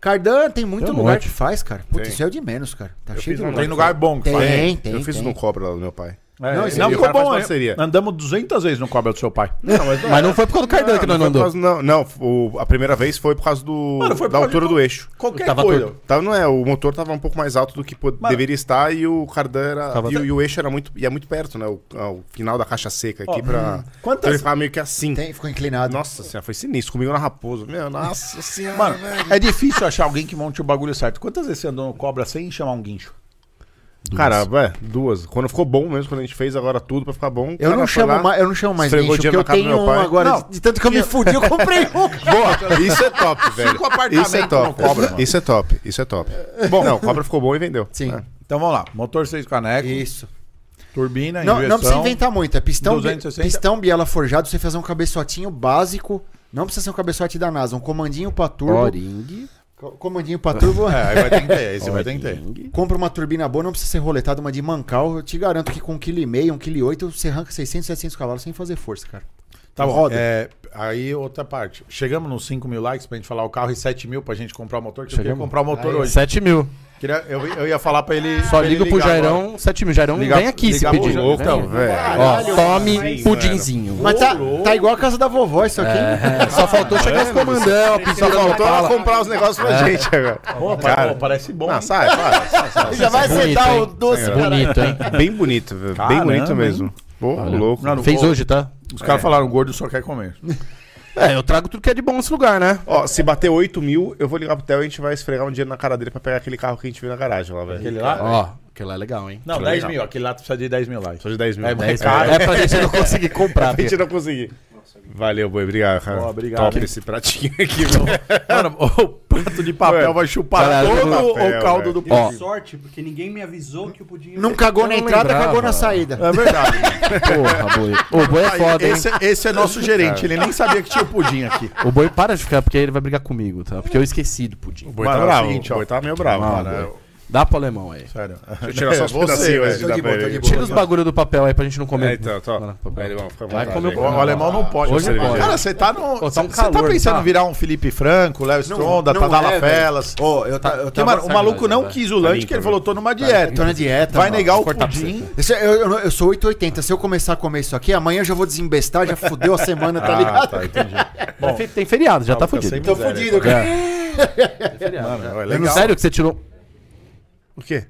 [SPEAKER 4] Cardan tem muito
[SPEAKER 5] Tem um
[SPEAKER 4] lugar
[SPEAKER 5] monte.
[SPEAKER 4] que faz, cara. Putz,
[SPEAKER 2] Tem.
[SPEAKER 4] isso é o de menos, cara. Tá
[SPEAKER 2] Eu fiz
[SPEAKER 4] cheio de
[SPEAKER 2] um
[SPEAKER 4] lugar.
[SPEAKER 1] Tem lugar bom que
[SPEAKER 4] Tem,
[SPEAKER 1] faz.
[SPEAKER 4] tem, tem.
[SPEAKER 2] Eu fiz isso no cobra lá do meu pai.
[SPEAKER 1] É,
[SPEAKER 4] Não,
[SPEAKER 1] não,
[SPEAKER 4] esse
[SPEAKER 1] não
[SPEAKER 2] aí o
[SPEAKER 1] ficou
[SPEAKER 2] cara faz
[SPEAKER 1] bom, hein?
[SPEAKER 2] parceria.
[SPEAKER 1] Andamos 200 vezes no cobra do seu pai. Não, mas
[SPEAKER 5] Mas não foi por causa do cardan que nós
[SPEAKER 2] É. não,
[SPEAKER 5] não
[SPEAKER 2] foi por
[SPEAKER 5] andamos.
[SPEAKER 2] causa- não, não, o- a primeira vez foi por causa do
[SPEAKER 1] Mano, foi por
[SPEAKER 2] da
[SPEAKER 1] causa
[SPEAKER 2] altura
[SPEAKER 1] de-
[SPEAKER 2] do eixo.
[SPEAKER 1] qualquer
[SPEAKER 5] Tava
[SPEAKER 1] coisa.
[SPEAKER 5] torto.
[SPEAKER 2] Tava, não é, o motor tava um pouco mais alto do que pod-
[SPEAKER 1] Mano.
[SPEAKER 2] deveria estar e o cardan era.
[SPEAKER 5] Tava-
[SPEAKER 2] E, o- e o eixo era muito. E é muito perto, né? O, ah, o final da caixa seca aqui
[SPEAKER 1] Ó,
[SPEAKER 2] pra.
[SPEAKER 1] quantas-
[SPEAKER 2] Então ele ficava meio que assim.
[SPEAKER 4] Tem, ficou inclinado.
[SPEAKER 2] Nossa senhora, foi sinistro. Comigo na raposa. Meu, nossa senhora.
[SPEAKER 1] Mano,
[SPEAKER 2] velho.
[SPEAKER 1] é difícil achar alguém que monte o bagulho certo. Quantas vezes você andou no cobra sem chamar um guincho?
[SPEAKER 2] Cara, é, duas. Quando ficou bom mesmo, quando a gente fez agora tudo pra ficar bom. o
[SPEAKER 4] Eu
[SPEAKER 2] cara
[SPEAKER 4] não,
[SPEAKER 2] foi
[SPEAKER 4] chamo
[SPEAKER 2] lá,
[SPEAKER 4] mais, eu não chamo mais
[SPEAKER 2] esfregou
[SPEAKER 4] lixo, porque
[SPEAKER 2] dinheiro
[SPEAKER 4] eu
[SPEAKER 2] na cara do
[SPEAKER 4] tenho
[SPEAKER 2] meu
[SPEAKER 4] um
[SPEAKER 2] pai.
[SPEAKER 4] agora.
[SPEAKER 1] Não.
[SPEAKER 4] De tanto que eu me fudi, eu comprei um. cara.
[SPEAKER 2] Boa, isso é top, velho.
[SPEAKER 1] Cinco apartamentos
[SPEAKER 2] isso é
[SPEAKER 1] no
[SPEAKER 2] top.
[SPEAKER 1] Cobra, mano.
[SPEAKER 2] isso é top, isso é top. Bom, não, o Cobra ficou bom e vendeu.
[SPEAKER 4] Sim.
[SPEAKER 2] É.
[SPEAKER 1] Então vamos lá. Motor seis caneco,
[SPEAKER 4] Isso.
[SPEAKER 1] turbina,
[SPEAKER 4] Não,
[SPEAKER 1] injeção.
[SPEAKER 4] não precisa inventar muito. É pistão, bi-
[SPEAKER 1] 260.
[SPEAKER 4] pistão biela forjado, você fazer um cabeçotinho básico. Não precisa ser um cabeçote da NASA, um comandinho pra turbo.
[SPEAKER 5] Oring.
[SPEAKER 4] Co- Comandinho pra turbo.
[SPEAKER 1] É, aí vai ter que ter. Esse vai ter que ter.
[SPEAKER 4] Compra uma turbina boa, não precisa ser roletada, uma de mancal. Eu te garanto que com 1,5 kg, 1,8 kg, você arranca 600, 700 cavalos sem fazer força, cara.
[SPEAKER 1] Tá bom.
[SPEAKER 4] Roda.
[SPEAKER 1] É, aí outra parte. Chegamos nos 5 mil likes pra gente falar o carro e 7 mil pra gente comprar o motor. Que eu queria
[SPEAKER 5] Chegamos.
[SPEAKER 1] comprar o motor hoje.
[SPEAKER 5] 7 mil.
[SPEAKER 1] Queria- eu, eu ia falar pra ele.
[SPEAKER 5] Só
[SPEAKER 1] pra ele
[SPEAKER 5] liga pro
[SPEAKER 1] ligar
[SPEAKER 5] Jairão,
[SPEAKER 1] agora.
[SPEAKER 5] 7 mil. Jairão,
[SPEAKER 1] Ligar-
[SPEAKER 5] vem aqui se
[SPEAKER 1] ligar pro
[SPEAKER 5] pedir.
[SPEAKER 1] Jairão.
[SPEAKER 5] Vem.
[SPEAKER 2] Então, velho.
[SPEAKER 5] Ó,
[SPEAKER 4] Caralho,
[SPEAKER 5] tome
[SPEAKER 2] mano.
[SPEAKER 5] pudinzinho.
[SPEAKER 4] Mas tá, tá igual a casa da vovó isso aqui.
[SPEAKER 5] Só faltou chegar os comandão,
[SPEAKER 2] Só
[SPEAKER 5] a piscina da
[SPEAKER 2] faltou ela
[SPEAKER 5] bala.
[SPEAKER 2] comprar os negócios pra gente agora.
[SPEAKER 1] Pô, pa- pô, parece É. bom.
[SPEAKER 2] Ah, sai, para. sai, sai.
[SPEAKER 4] Já vai
[SPEAKER 5] Bonito,
[SPEAKER 4] acertar
[SPEAKER 5] hein?
[SPEAKER 4] o doce,
[SPEAKER 2] Sim,
[SPEAKER 4] cara.
[SPEAKER 5] Bonito, hein?
[SPEAKER 2] Bem bonito, velho. Bem
[SPEAKER 1] Caramba,
[SPEAKER 2] bonito
[SPEAKER 1] hein?
[SPEAKER 2] mesmo. Pô, louco.
[SPEAKER 1] Não, não,
[SPEAKER 5] Fez
[SPEAKER 1] o-
[SPEAKER 5] hoje, tá?
[SPEAKER 1] Os caras falaram gordo só quer comer.
[SPEAKER 5] É, eu trago tudo que é de bom nesse lugar, né?
[SPEAKER 2] Ó, se bater 8 mil, eu vou ligar pro Theo e a gente vai esfregar um dinheiro na cara dele pra pegar aquele carro que a gente viu na garagem lá, velho.
[SPEAKER 1] Aquele lá?
[SPEAKER 5] Ó, aquele lá é legal, hein?
[SPEAKER 1] Não,
[SPEAKER 2] Isso é
[SPEAKER 1] 10
[SPEAKER 2] legal.
[SPEAKER 1] mil. Aquele lá precisa de 10 mil likes.
[SPEAKER 2] Só de 10 mil.
[SPEAKER 1] É,
[SPEAKER 2] É,
[SPEAKER 1] mas- Cara.
[SPEAKER 5] É pra gente não conseguir comprar.
[SPEAKER 2] a gente
[SPEAKER 5] filho.
[SPEAKER 2] não conseguir. Valeu, boi. Obrigado, cara.
[SPEAKER 1] Ó, obrigado,
[SPEAKER 2] Top
[SPEAKER 1] hein?
[SPEAKER 2] esse pratinho aqui, velho.
[SPEAKER 1] Mano, o prato de papel
[SPEAKER 2] Mano,
[SPEAKER 1] vai chupar
[SPEAKER 5] caralho,
[SPEAKER 1] todo
[SPEAKER 2] papel,
[SPEAKER 1] o caldo do
[SPEAKER 2] velho.
[SPEAKER 3] E
[SPEAKER 5] Ó.
[SPEAKER 3] deu sorte, porque ninguém me avisou que o pudim...
[SPEAKER 4] Não cagou na
[SPEAKER 5] Eu não
[SPEAKER 4] entrada,
[SPEAKER 5] lembrava.
[SPEAKER 4] cagou na saída.
[SPEAKER 1] É verdade.
[SPEAKER 5] Porra, boi. O boi é foda, hein?
[SPEAKER 1] esse, esse é nosso gerente, ele nem sabia que tinha o pudim aqui.
[SPEAKER 5] O boi para de ficar, porque ele vai brigar comigo, tá? Porque eu esqueci do pudim.
[SPEAKER 2] Boi
[SPEAKER 1] Mano,
[SPEAKER 2] tá
[SPEAKER 1] é o
[SPEAKER 2] bravo.
[SPEAKER 1] seguinte,
[SPEAKER 2] o
[SPEAKER 1] ó.
[SPEAKER 2] boi tá meio bravo,
[SPEAKER 5] Não,
[SPEAKER 2] mano.
[SPEAKER 5] boi. Dá pro alemão aí.
[SPEAKER 1] Sério.
[SPEAKER 2] Deixa eu tirar só os
[SPEAKER 1] Você, é
[SPEAKER 2] pedacinhos antes de
[SPEAKER 4] tô
[SPEAKER 2] dar
[SPEAKER 4] de
[SPEAKER 2] pra
[SPEAKER 4] boa, tô de
[SPEAKER 2] ele.
[SPEAKER 4] boa.
[SPEAKER 5] Tira os bagulho do papel aí pra gente não comer.
[SPEAKER 2] É, então,
[SPEAKER 5] Não,
[SPEAKER 2] tó.
[SPEAKER 5] tá bom.
[SPEAKER 2] Aí, Alemão, fica à
[SPEAKER 5] Vai
[SPEAKER 2] vontade
[SPEAKER 5] comer
[SPEAKER 2] aí,
[SPEAKER 5] o
[SPEAKER 1] O,
[SPEAKER 2] cara.
[SPEAKER 1] o alemão não pode.
[SPEAKER 5] Hoje
[SPEAKER 1] você-
[SPEAKER 5] não pode.
[SPEAKER 1] Cara, você tá no.
[SPEAKER 5] Pô, tá um
[SPEAKER 1] você
[SPEAKER 5] calor,
[SPEAKER 1] tá pensando
[SPEAKER 5] tá?
[SPEAKER 1] em virar um Felipe Franco, Léo Stronda,
[SPEAKER 4] não
[SPEAKER 1] Tadala
[SPEAKER 4] é, velho.
[SPEAKER 1] Felas.
[SPEAKER 4] Ô, eu, ta- eu
[SPEAKER 1] Que,
[SPEAKER 4] tava-
[SPEAKER 1] mano, o maluco
[SPEAKER 5] velho,
[SPEAKER 1] não
[SPEAKER 5] velho.
[SPEAKER 1] quis o lanche, que ele falou, tô numa dieta.
[SPEAKER 4] tô na dieta.
[SPEAKER 1] Vai
[SPEAKER 4] mano.
[SPEAKER 1] negar o
[SPEAKER 4] Vou cortar pra você.
[SPEAKER 1] pudim.
[SPEAKER 4] Isso é- Eu, eu não- eu sou 880. Se eu começar a comer isso aqui, amanhã eu já vou desembestar, já fudeu a semana, tá
[SPEAKER 2] Ah,
[SPEAKER 4] ligado?
[SPEAKER 2] tá, entendi.
[SPEAKER 5] Bom, Tem fe- tem feriado, já tá fudido.
[SPEAKER 1] sem
[SPEAKER 4] Tô
[SPEAKER 1] miséria.
[SPEAKER 4] fudido, cara.
[SPEAKER 1] Mano, é
[SPEAKER 5] Mano,
[SPEAKER 1] legal.
[SPEAKER 5] sério que você tirou.
[SPEAKER 2] O quê?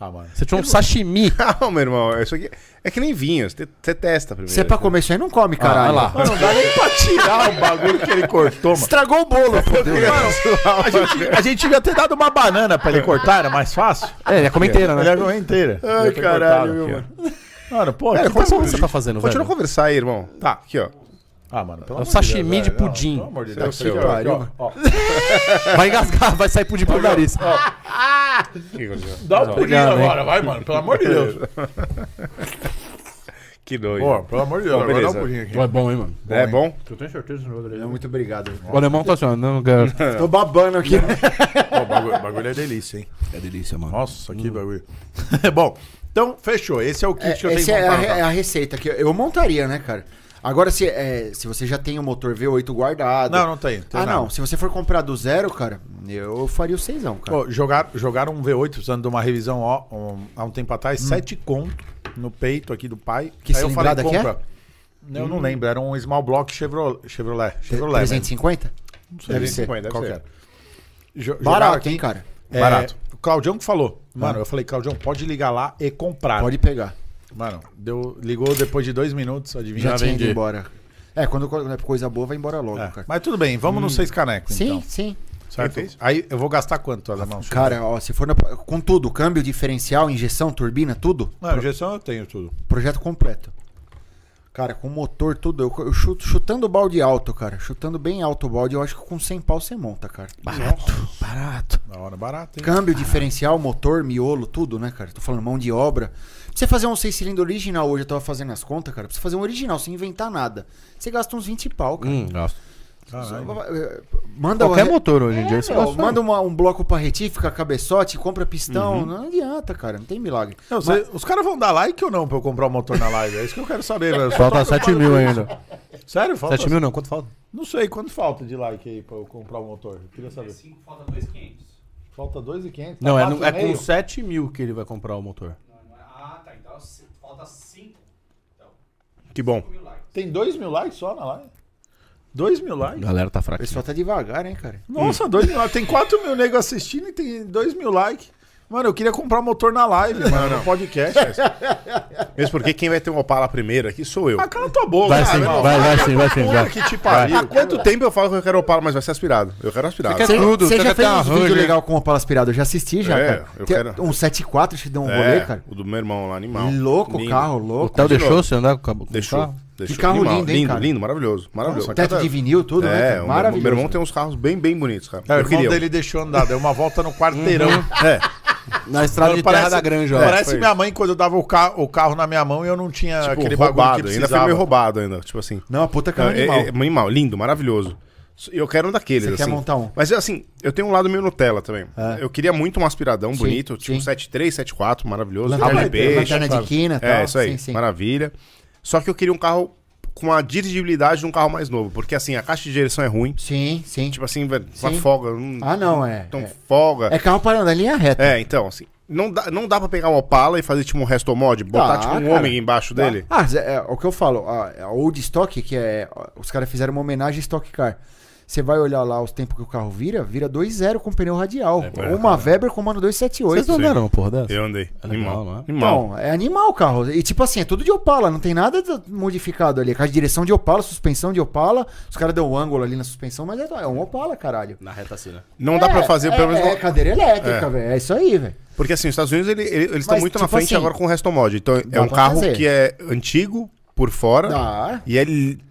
[SPEAKER 1] Ah, mano.
[SPEAKER 5] Você tirou um sashimi.
[SPEAKER 2] Não, meu irmão, isso aqui é que nem vinho, você você testa primeiro.
[SPEAKER 4] Se é pra comer isso aí, não come,
[SPEAKER 5] Ah,
[SPEAKER 4] caralho.
[SPEAKER 5] olha lá.
[SPEAKER 1] Não dá nem pra tirar o bagulho que ele cortou, mano. é
[SPEAKER 4] Estragou o bolo, fudeu.
[SPEAKER 1] A gente, a gente devia ter dado uma banana pra ele cortar, era mais fácil.
[SPEAKER 5] É, ele é comenteira,
[SPEAKER 1] Ele
[SPEAKER 5] né?
[SPEAKER 1] agora inteira.
[SPEAKER 2] Ai,
[SPEAKER 1] Devia ter
[SPEAKER 2] caralho,
[SPEAKER 1] cortado
[SPEAKER 2] meu
[SPEAKER 1] aqui, ó. Mano, pô,
[SPEAKER 5] Cara,
[SPEAKER 1] que
[SPEAKER 5] como
[SPEAKER 1] tá-
[SPEAKER 5] você tá fazendo,
[SPEAKER 2] Continua a
[SPEAKER 5] velho?
[SPEAKER 2] conversar aí, irmão. Tá. Aqui, ó.
[SPEAKER 1] Ah, mano, pelo
[SPEAKER 5] É um
[SPEAKER 1] amor Deus,
[SPEAKER 5] sashimi de
[SPEAKER 1] velho, não,
[SPEAKER 5] pudim.
[SPEAKER 1] pelo amor de
[SPEAKER 2] Seu
[SPEAKER 1] Deus.
[SPEAKER 2] que
[SPEAKER 1] Aqui, ó,
[SPEAKER 2] pariu,
[SPEAKER 1] ó,
[SPEAKER 4] mano.
[SPEAKER 1] ó.
[SPEAKER 5] Vai engasgar, vai sair pudim pro nariz.
[SPEAKER 2] Que coisa-
[SPEAKER 1] Dá um pulinho
[SPEAKER 5] Obrigado, hein.
[SPEAKER 1] agora, vai, mano. Pelo amor de Deus.
[SPEAKER 2] Que doido.
[SPEAKER 1] Pô, pelo amor de Deus,
[SPEAKER 2] Pô,
[SPEAKER 1] agora dá um
[SPEAKER 2] beleza.
[SPEAKER 1] pulinho aqui.
[SPEAKER 5] É bom, hein, mano?
[SPEAKER 2] é bom?
[SPEAKER 3] Eu tenho certeza que não vai
[SPEAKER 4] Muito obrigado.
[SPEAKER 5] O alemão tá assim, ó. Não, cara.
[SPEAKER 4] Tô babando aqui.
[SPEAKER 1] Pô, o bagulho, o bagulho é delícia, hein?
[SPEAKER 5] É delícia, mano.
[SPEAKER 1] Nossa, que bagulho. Bom, então fechou. Esse é o kit que eu tenho
[SPEAKER 4] Essa é a,
[SPEAKER 1] vontade,
[SPEAKER 4] re-
[SPEAKER 1] tá?
[SPEAKER 4] é a receita que eu- eu montaria, né, cara? Agora, se, é, se você já tem o motor V8 guardado.
[SPEAKER 1] Não, não tem. tem
[SPEAKER 4] ah,
[SPEAKER 1] nada.
[SPEAKER 4] não. Se você for comprar do zero, cara, eu faria o seisão, cara.
[SPEAKER 1] Pô, jogar, jogaram um V8 precisando de uma revisão ó, um- há um tempo atrás, sete conto no peito aqui do pai.
[SPEAKER 4] Hum. Que cilindrada que é? Hum.
[SPEAKER 1] Eu não lembro, era um small block Chevrolet. Chevrolet, Chevrolet né?
[SPEAKER 4] 350?
[SPEAKER 1] Não
[SPEAKER 4] Deve ser.
[SPEAKER 2] Põe, deve
[SPEAKER 1] Qual que
[SPEAKER 2] ser.
[SPEAKER 1] era? Jo- jogaram
[SPEAKER 4] Barato,
[SPEAKER 1] aqui,
[SPEAKER 4] hein, cara?
[SPEAKER 1] é,
[SPEAKER 2] Barato.
[SPEAKER 1] O Claudião que falou. Mano, eu falei, Claudião, pode ligar lá e comprar.
[SPEAKER 4] Pode pegar.
[SPEAKER 1] Mano, deu, ligou depois de dois minutos, adivinha,
[SPEAKER 4] Já tinha ido
[SPEAKER 1] vendi.
[SPEAKER 4] embora. É, quando, quando é coisa boa, vai embora logo,
[SPEAKER 1] É,
[SPEAKER 4] cara.
[SPEAKER 1] Mas tudo bem, vamos nos seis canecos,
[SPEAKER 4] Hum. Sim,
[SPEAKER 1] então.
[SPEAKER 4] sim.
[SPEAKER 1] Certo?
[SPEAKER 2] Perfeito.
[SPEAKER 1] Aí eu vou gastar quanto, Alemão?
[SPEAKER 4] Cara, ó, se for na- com tudo,
[SPEAKER 5] É.
[SPEAKER 4] câmbio, diferencial, injeção, turbina, tudo,
[SPEAKER 1] Mano, injeção eu tenho tudo.
[SPEAKER 4] projeto completo. Cara, com motor, tudo. Eu, eu chuto, chutando o balde alto, cara. Chutando bem alto o balde, eu acho que com 100 pau você monta, cara.
[SPEAKER 5] Barato, barato.
[SPEAKER 1] Na hora barata, hein?
[SPEAKER 4] Câmbio, diferencial, motor, miolo, tudo, né, cara? Tô falando mão de obra. Pra você fazer um 6 cilindro original hoje, eu tava fazendo as contas, cara. Pra você fazer um original sem inventar nada, você gasta uns 20 pau, cara.
[SPEAKER 5] Hum, nossa.
[SPEAKER 1] Caralho.
[SPEAKER 4] Só- eh, Manda
[SPEAKER 5] Qualquer
[SPEAKER 4] uma-
[SPEAKER 5] motor hoje em dia,
[SPEAKER 4] É,
[SPEAKER 5] você
[SPEAKER 4] meu,
[SPEAKER 5] gosta.
[SPEAKER 4] manda uma- um bloco pra retífica, cabeçote, compra pistão.
[SPEAKER 2] Uhum.
[SPEAKER 4] Não adianta, cara. Não tem milagre.
[SPEAKER 1] Não, você- Os caras vão dar like ou não pra eu comprar o motor na live? É isso que eu quero saber, velho. Eu só
[SPEAKER 5] Falta
[SPEAKER 1] tô
[SPEAKER 5] 7
[SPEAKER 1] preocupado
[SPEAKER 5] mil
[SPEAKER 1] com
[SPEAKER 5] ainda.
[SPEAKER 1] isso. Sério? Falta
[SPEAKER 5] 7 mil não, quanto falta?
[SPEAKER 1] Não sei, quanto falta de like aí pra eu comprar o motor? Eu queria saber. falta 2,500.
[SPEAKER 5] Não, é,
[SPEAKER 1] Falta
[SPEAKER 5] no- é
[SPEAKER 1] 2,500.
[SPEAKER 5] com 7 mil que ele vai comprar o motor.
[SPEAKER 6] Ah, tá. Então se- falta 5
[SPEAKER 2] Que bom.
[SPEAKER 6] mil likes.
[SPEAKER 1] Tem 2 mil likes só na live? 2 mil
[SPEAKER 5] A
[SPEAKER 1] likes?
[SPEAKER 5] galera tá
[SPEAKER 4] O
[SPEAKER 5] fraca.
[SPEAKER 4] pessoal tá devagar, hein, cara.
[SPEAKER 1] Nossa, 2 mil likes. Tem 4 mil nego assistindo e tem 2 mil likes. Mano, eu queria comprar motor na live, mano, no podcast. velho.
[SPEAKER 2] Mesmo porque quem vai ter um Opala primeiro aqui sou eu.
[SPEAKER 1] Ah, cala tua boca,
[SPEAKER 5] Vai
[SPEAKER 1] cara,
[SPEAKER 5] sim,
[SPEAKER 1] irmão.
[SPEAKER 5] vai, vai sim, vai sim,
[SPEAKER 1] Puta
[SPEAKER 5] vai.
[SPEAKER 1] que te
[SPEAKER 2] Há
[SPEAKER 1] pariu.
[SPEAKER 2] quanto tempo eu falo que eu quero Opala, mas vai ser aspirado? Eu quero aspirado.
[SPEAKER 5] Você quer- tudo,
[SPEAKER 4] Você
[SPEAKER 5] tá
[SPEAKER 4] já
[SPEAKER 5] até
[SPEAKER 4] fez
[SPEAKER 5] uma
[SPEAKER 4] uns vídeos
[SPEAKER 5] Ranger.
[SPEAKER 4] legal com o Opala aspirado? Eu já assisti já,
[SPEAKER 2] É,
[SPEAKER 4] cara.
[SPEAKER 2] eu
[SPEAKER 4] Tem
[SPEAKER 2] quero-
[SPEAKER 4] Um 74 te deu um
[SPEAKER 2] É,
[SPEAKER 4] rolê, cara.
[SPEAKER 2] o do meu irmão lá, animal.
[SPEAKER 4] Louco o
[SPEAKER 2] Lindo.
[SPEAKER 4] carro,
[SPEAKER 5] O
[SPEAKER 4] louco.
[SPEAKER 5] Theo
[SPEAKER 2] de
[SPEAKER 5] deixou
[SPEAKER 2] novo.
[SPEAKER 5] você andar com o cabo- com o
[SPEAKER 2] Deixou.
[SPEAKER 5] carro?
[SPEAKER 2] deixou.
[SPEAKER 4] Que carro
[SPEAKER 2] Animal.
[SPEAKER 4] lindo, hein,
[SPEAKER 2] lindo,
[SPEAKER 4] cara?
[SPEAKER 2] lindo, maravilhoso. Maravilhoso.
[SPEAKER 4] Nossa, teto de vinil, tudo, né?
[SPEAKER 2] É,
[SPEAKER 4] cara?
[SPEAKER 2] o meu-
[SPEAKER 4] Maravilhoso.
[SPEAKER 2] meu irmão tem uns carros bem, bem bonitos, cara.
[SPEAKER 1] É, o
[SPEAKER 2] eu queria.
[SPEAKER 1] irmão
[SPEAKER 2] um.
[SPEAKER 1] dele deixou andar, deu uma volta no quarteirão.
[SPEAKER 2] É,
[SPEAKER 5] Na estrada Uhum. de terra da granja, ó.
[SPEAKER 1] Parece
[SPEAKER 2] foi.
[SPEAKER 1] minha mãe quando eu dava o, ca o carro na minha mão e eu não tinha
[SPEAKER 2] tipo,
[SPEAKER 1] aquele bagulho que
[SPEAKER 2] roubado. Ainda foi
[SPEAKER 1] precisava.
[SPEAKER 2] meio roubado ainda, tipo assim.
[SPEAKER 4] Não, a puta cara
[SPEAKER 2] Não, é-
[SPEAKER 4] animal.
[SPEAKER 2] é- é animal, lindo, maravilhoso. Eu quero um daqueles,
[SPEAKER 4] Você quer
[SPEAKER 2] assim.
[SPEAKER 4] montar um? É.
[SPEAKER 2] Mas, assim, eu tenho um lado meio Nutella também. Eu queria muito um aspiradão bonito, tipo
[SPEAKER 4] sim.
[SPEAKER 2] 73, 74, maravilhoso.
[SPEAKER 4] Lanterna-
[SPEAKER 2] Carro de peixe.
[SPEAKER 4] Ah, lanterna de quina e tal.
[SPEAKER 2] É, isso aí,
[SPEAKER 4] Sim, sim.
[SPEAKER 2] maravilha. Só que eu queria um carro com a dirigibilidade de um carro mais novo. Porque, assim, a caixa de direção é ruim.
[SPEAKER 4] Sim, sim.
[SPEAKER 2] Tipo assim, velho, uma
[SPEAKER 4] Sim.
[SPEAKER 2] folga. Não,
[SPEAKER 4] Ah, não, é.
[SPEAKER 2] Então,
[SPEAKER 4] é.
[SPEAKER 2] folga.
[SPEAKER 4] É carro parando, é linha reta.
[SPEAKER 2] É, então, assim, não dá, não dá pra pegar o Opala e fazer tipo um resto mod, botar
[SPEAKER 4] Dá,
[SPEAKER 2] tipo um
[SPEAKER 4] cara.
[SPEAKER 2] ômega embaixo dele.
[SPEAKER 4] Ah, Zé, é, o que eu falo, a, a Old Stock, que é. Os caras fizeram uma homenagem a Stock Car. Você vai olhar lá os tempos que o carro vira, vira 2.0 com pneu
[SPEAKER 2] É
[SPEAKER 4] radial. Ou uma Weber com mano 278.
[SPEAKER 5] Vocês não andaram uma porra dessa?
[SPEAKER 2] Eu andei.
[SPEAKER 5] É legal,
[SPEAKER 2] animal.
[SPEAKER 5] não é?
[SPEAKER 2] animal.
[SPEAKER 4] Não, é animal o carro. E tipo assim, é tudo de Opala, não tem nada de- modificado ali. É caixa de direção de Opala, suspensão de Opala. Os caras dão um ângulo ali na suspensão, mas é, é um Opala, caralho.
[SPEAKER 5] Na reta assim, né?
[SPEAKER 2] Não dá pra fazer,
[SPEAKER 4] é,
[SPEAKER 2] pelo menos.
[SPEAKER 4] É cadeira elétrica, velho. É isso aí, velho.
[SPEAKER 2] Porque assim, os Estados Unidos ele- ele- eles estão
[SPEAKER 4] Mas,
[SPEAKER 2] muito na
[SPEAKER 4] tipo
[SPEAKER 2] frente
[SPEAKER 4] assim,
[SPEAKER 2] agora com o resto mod. Então é
[SPEAKER 4] dá
[SPEAKER 2] um
[SPEAKER 4] pra
[SPEAKER 2] carro
[SPEAKER 4] fazer.
[SPEAKER 2] que é antigo por fora
[SPEAKER 4] Dá.
[SPEAKER 2] e é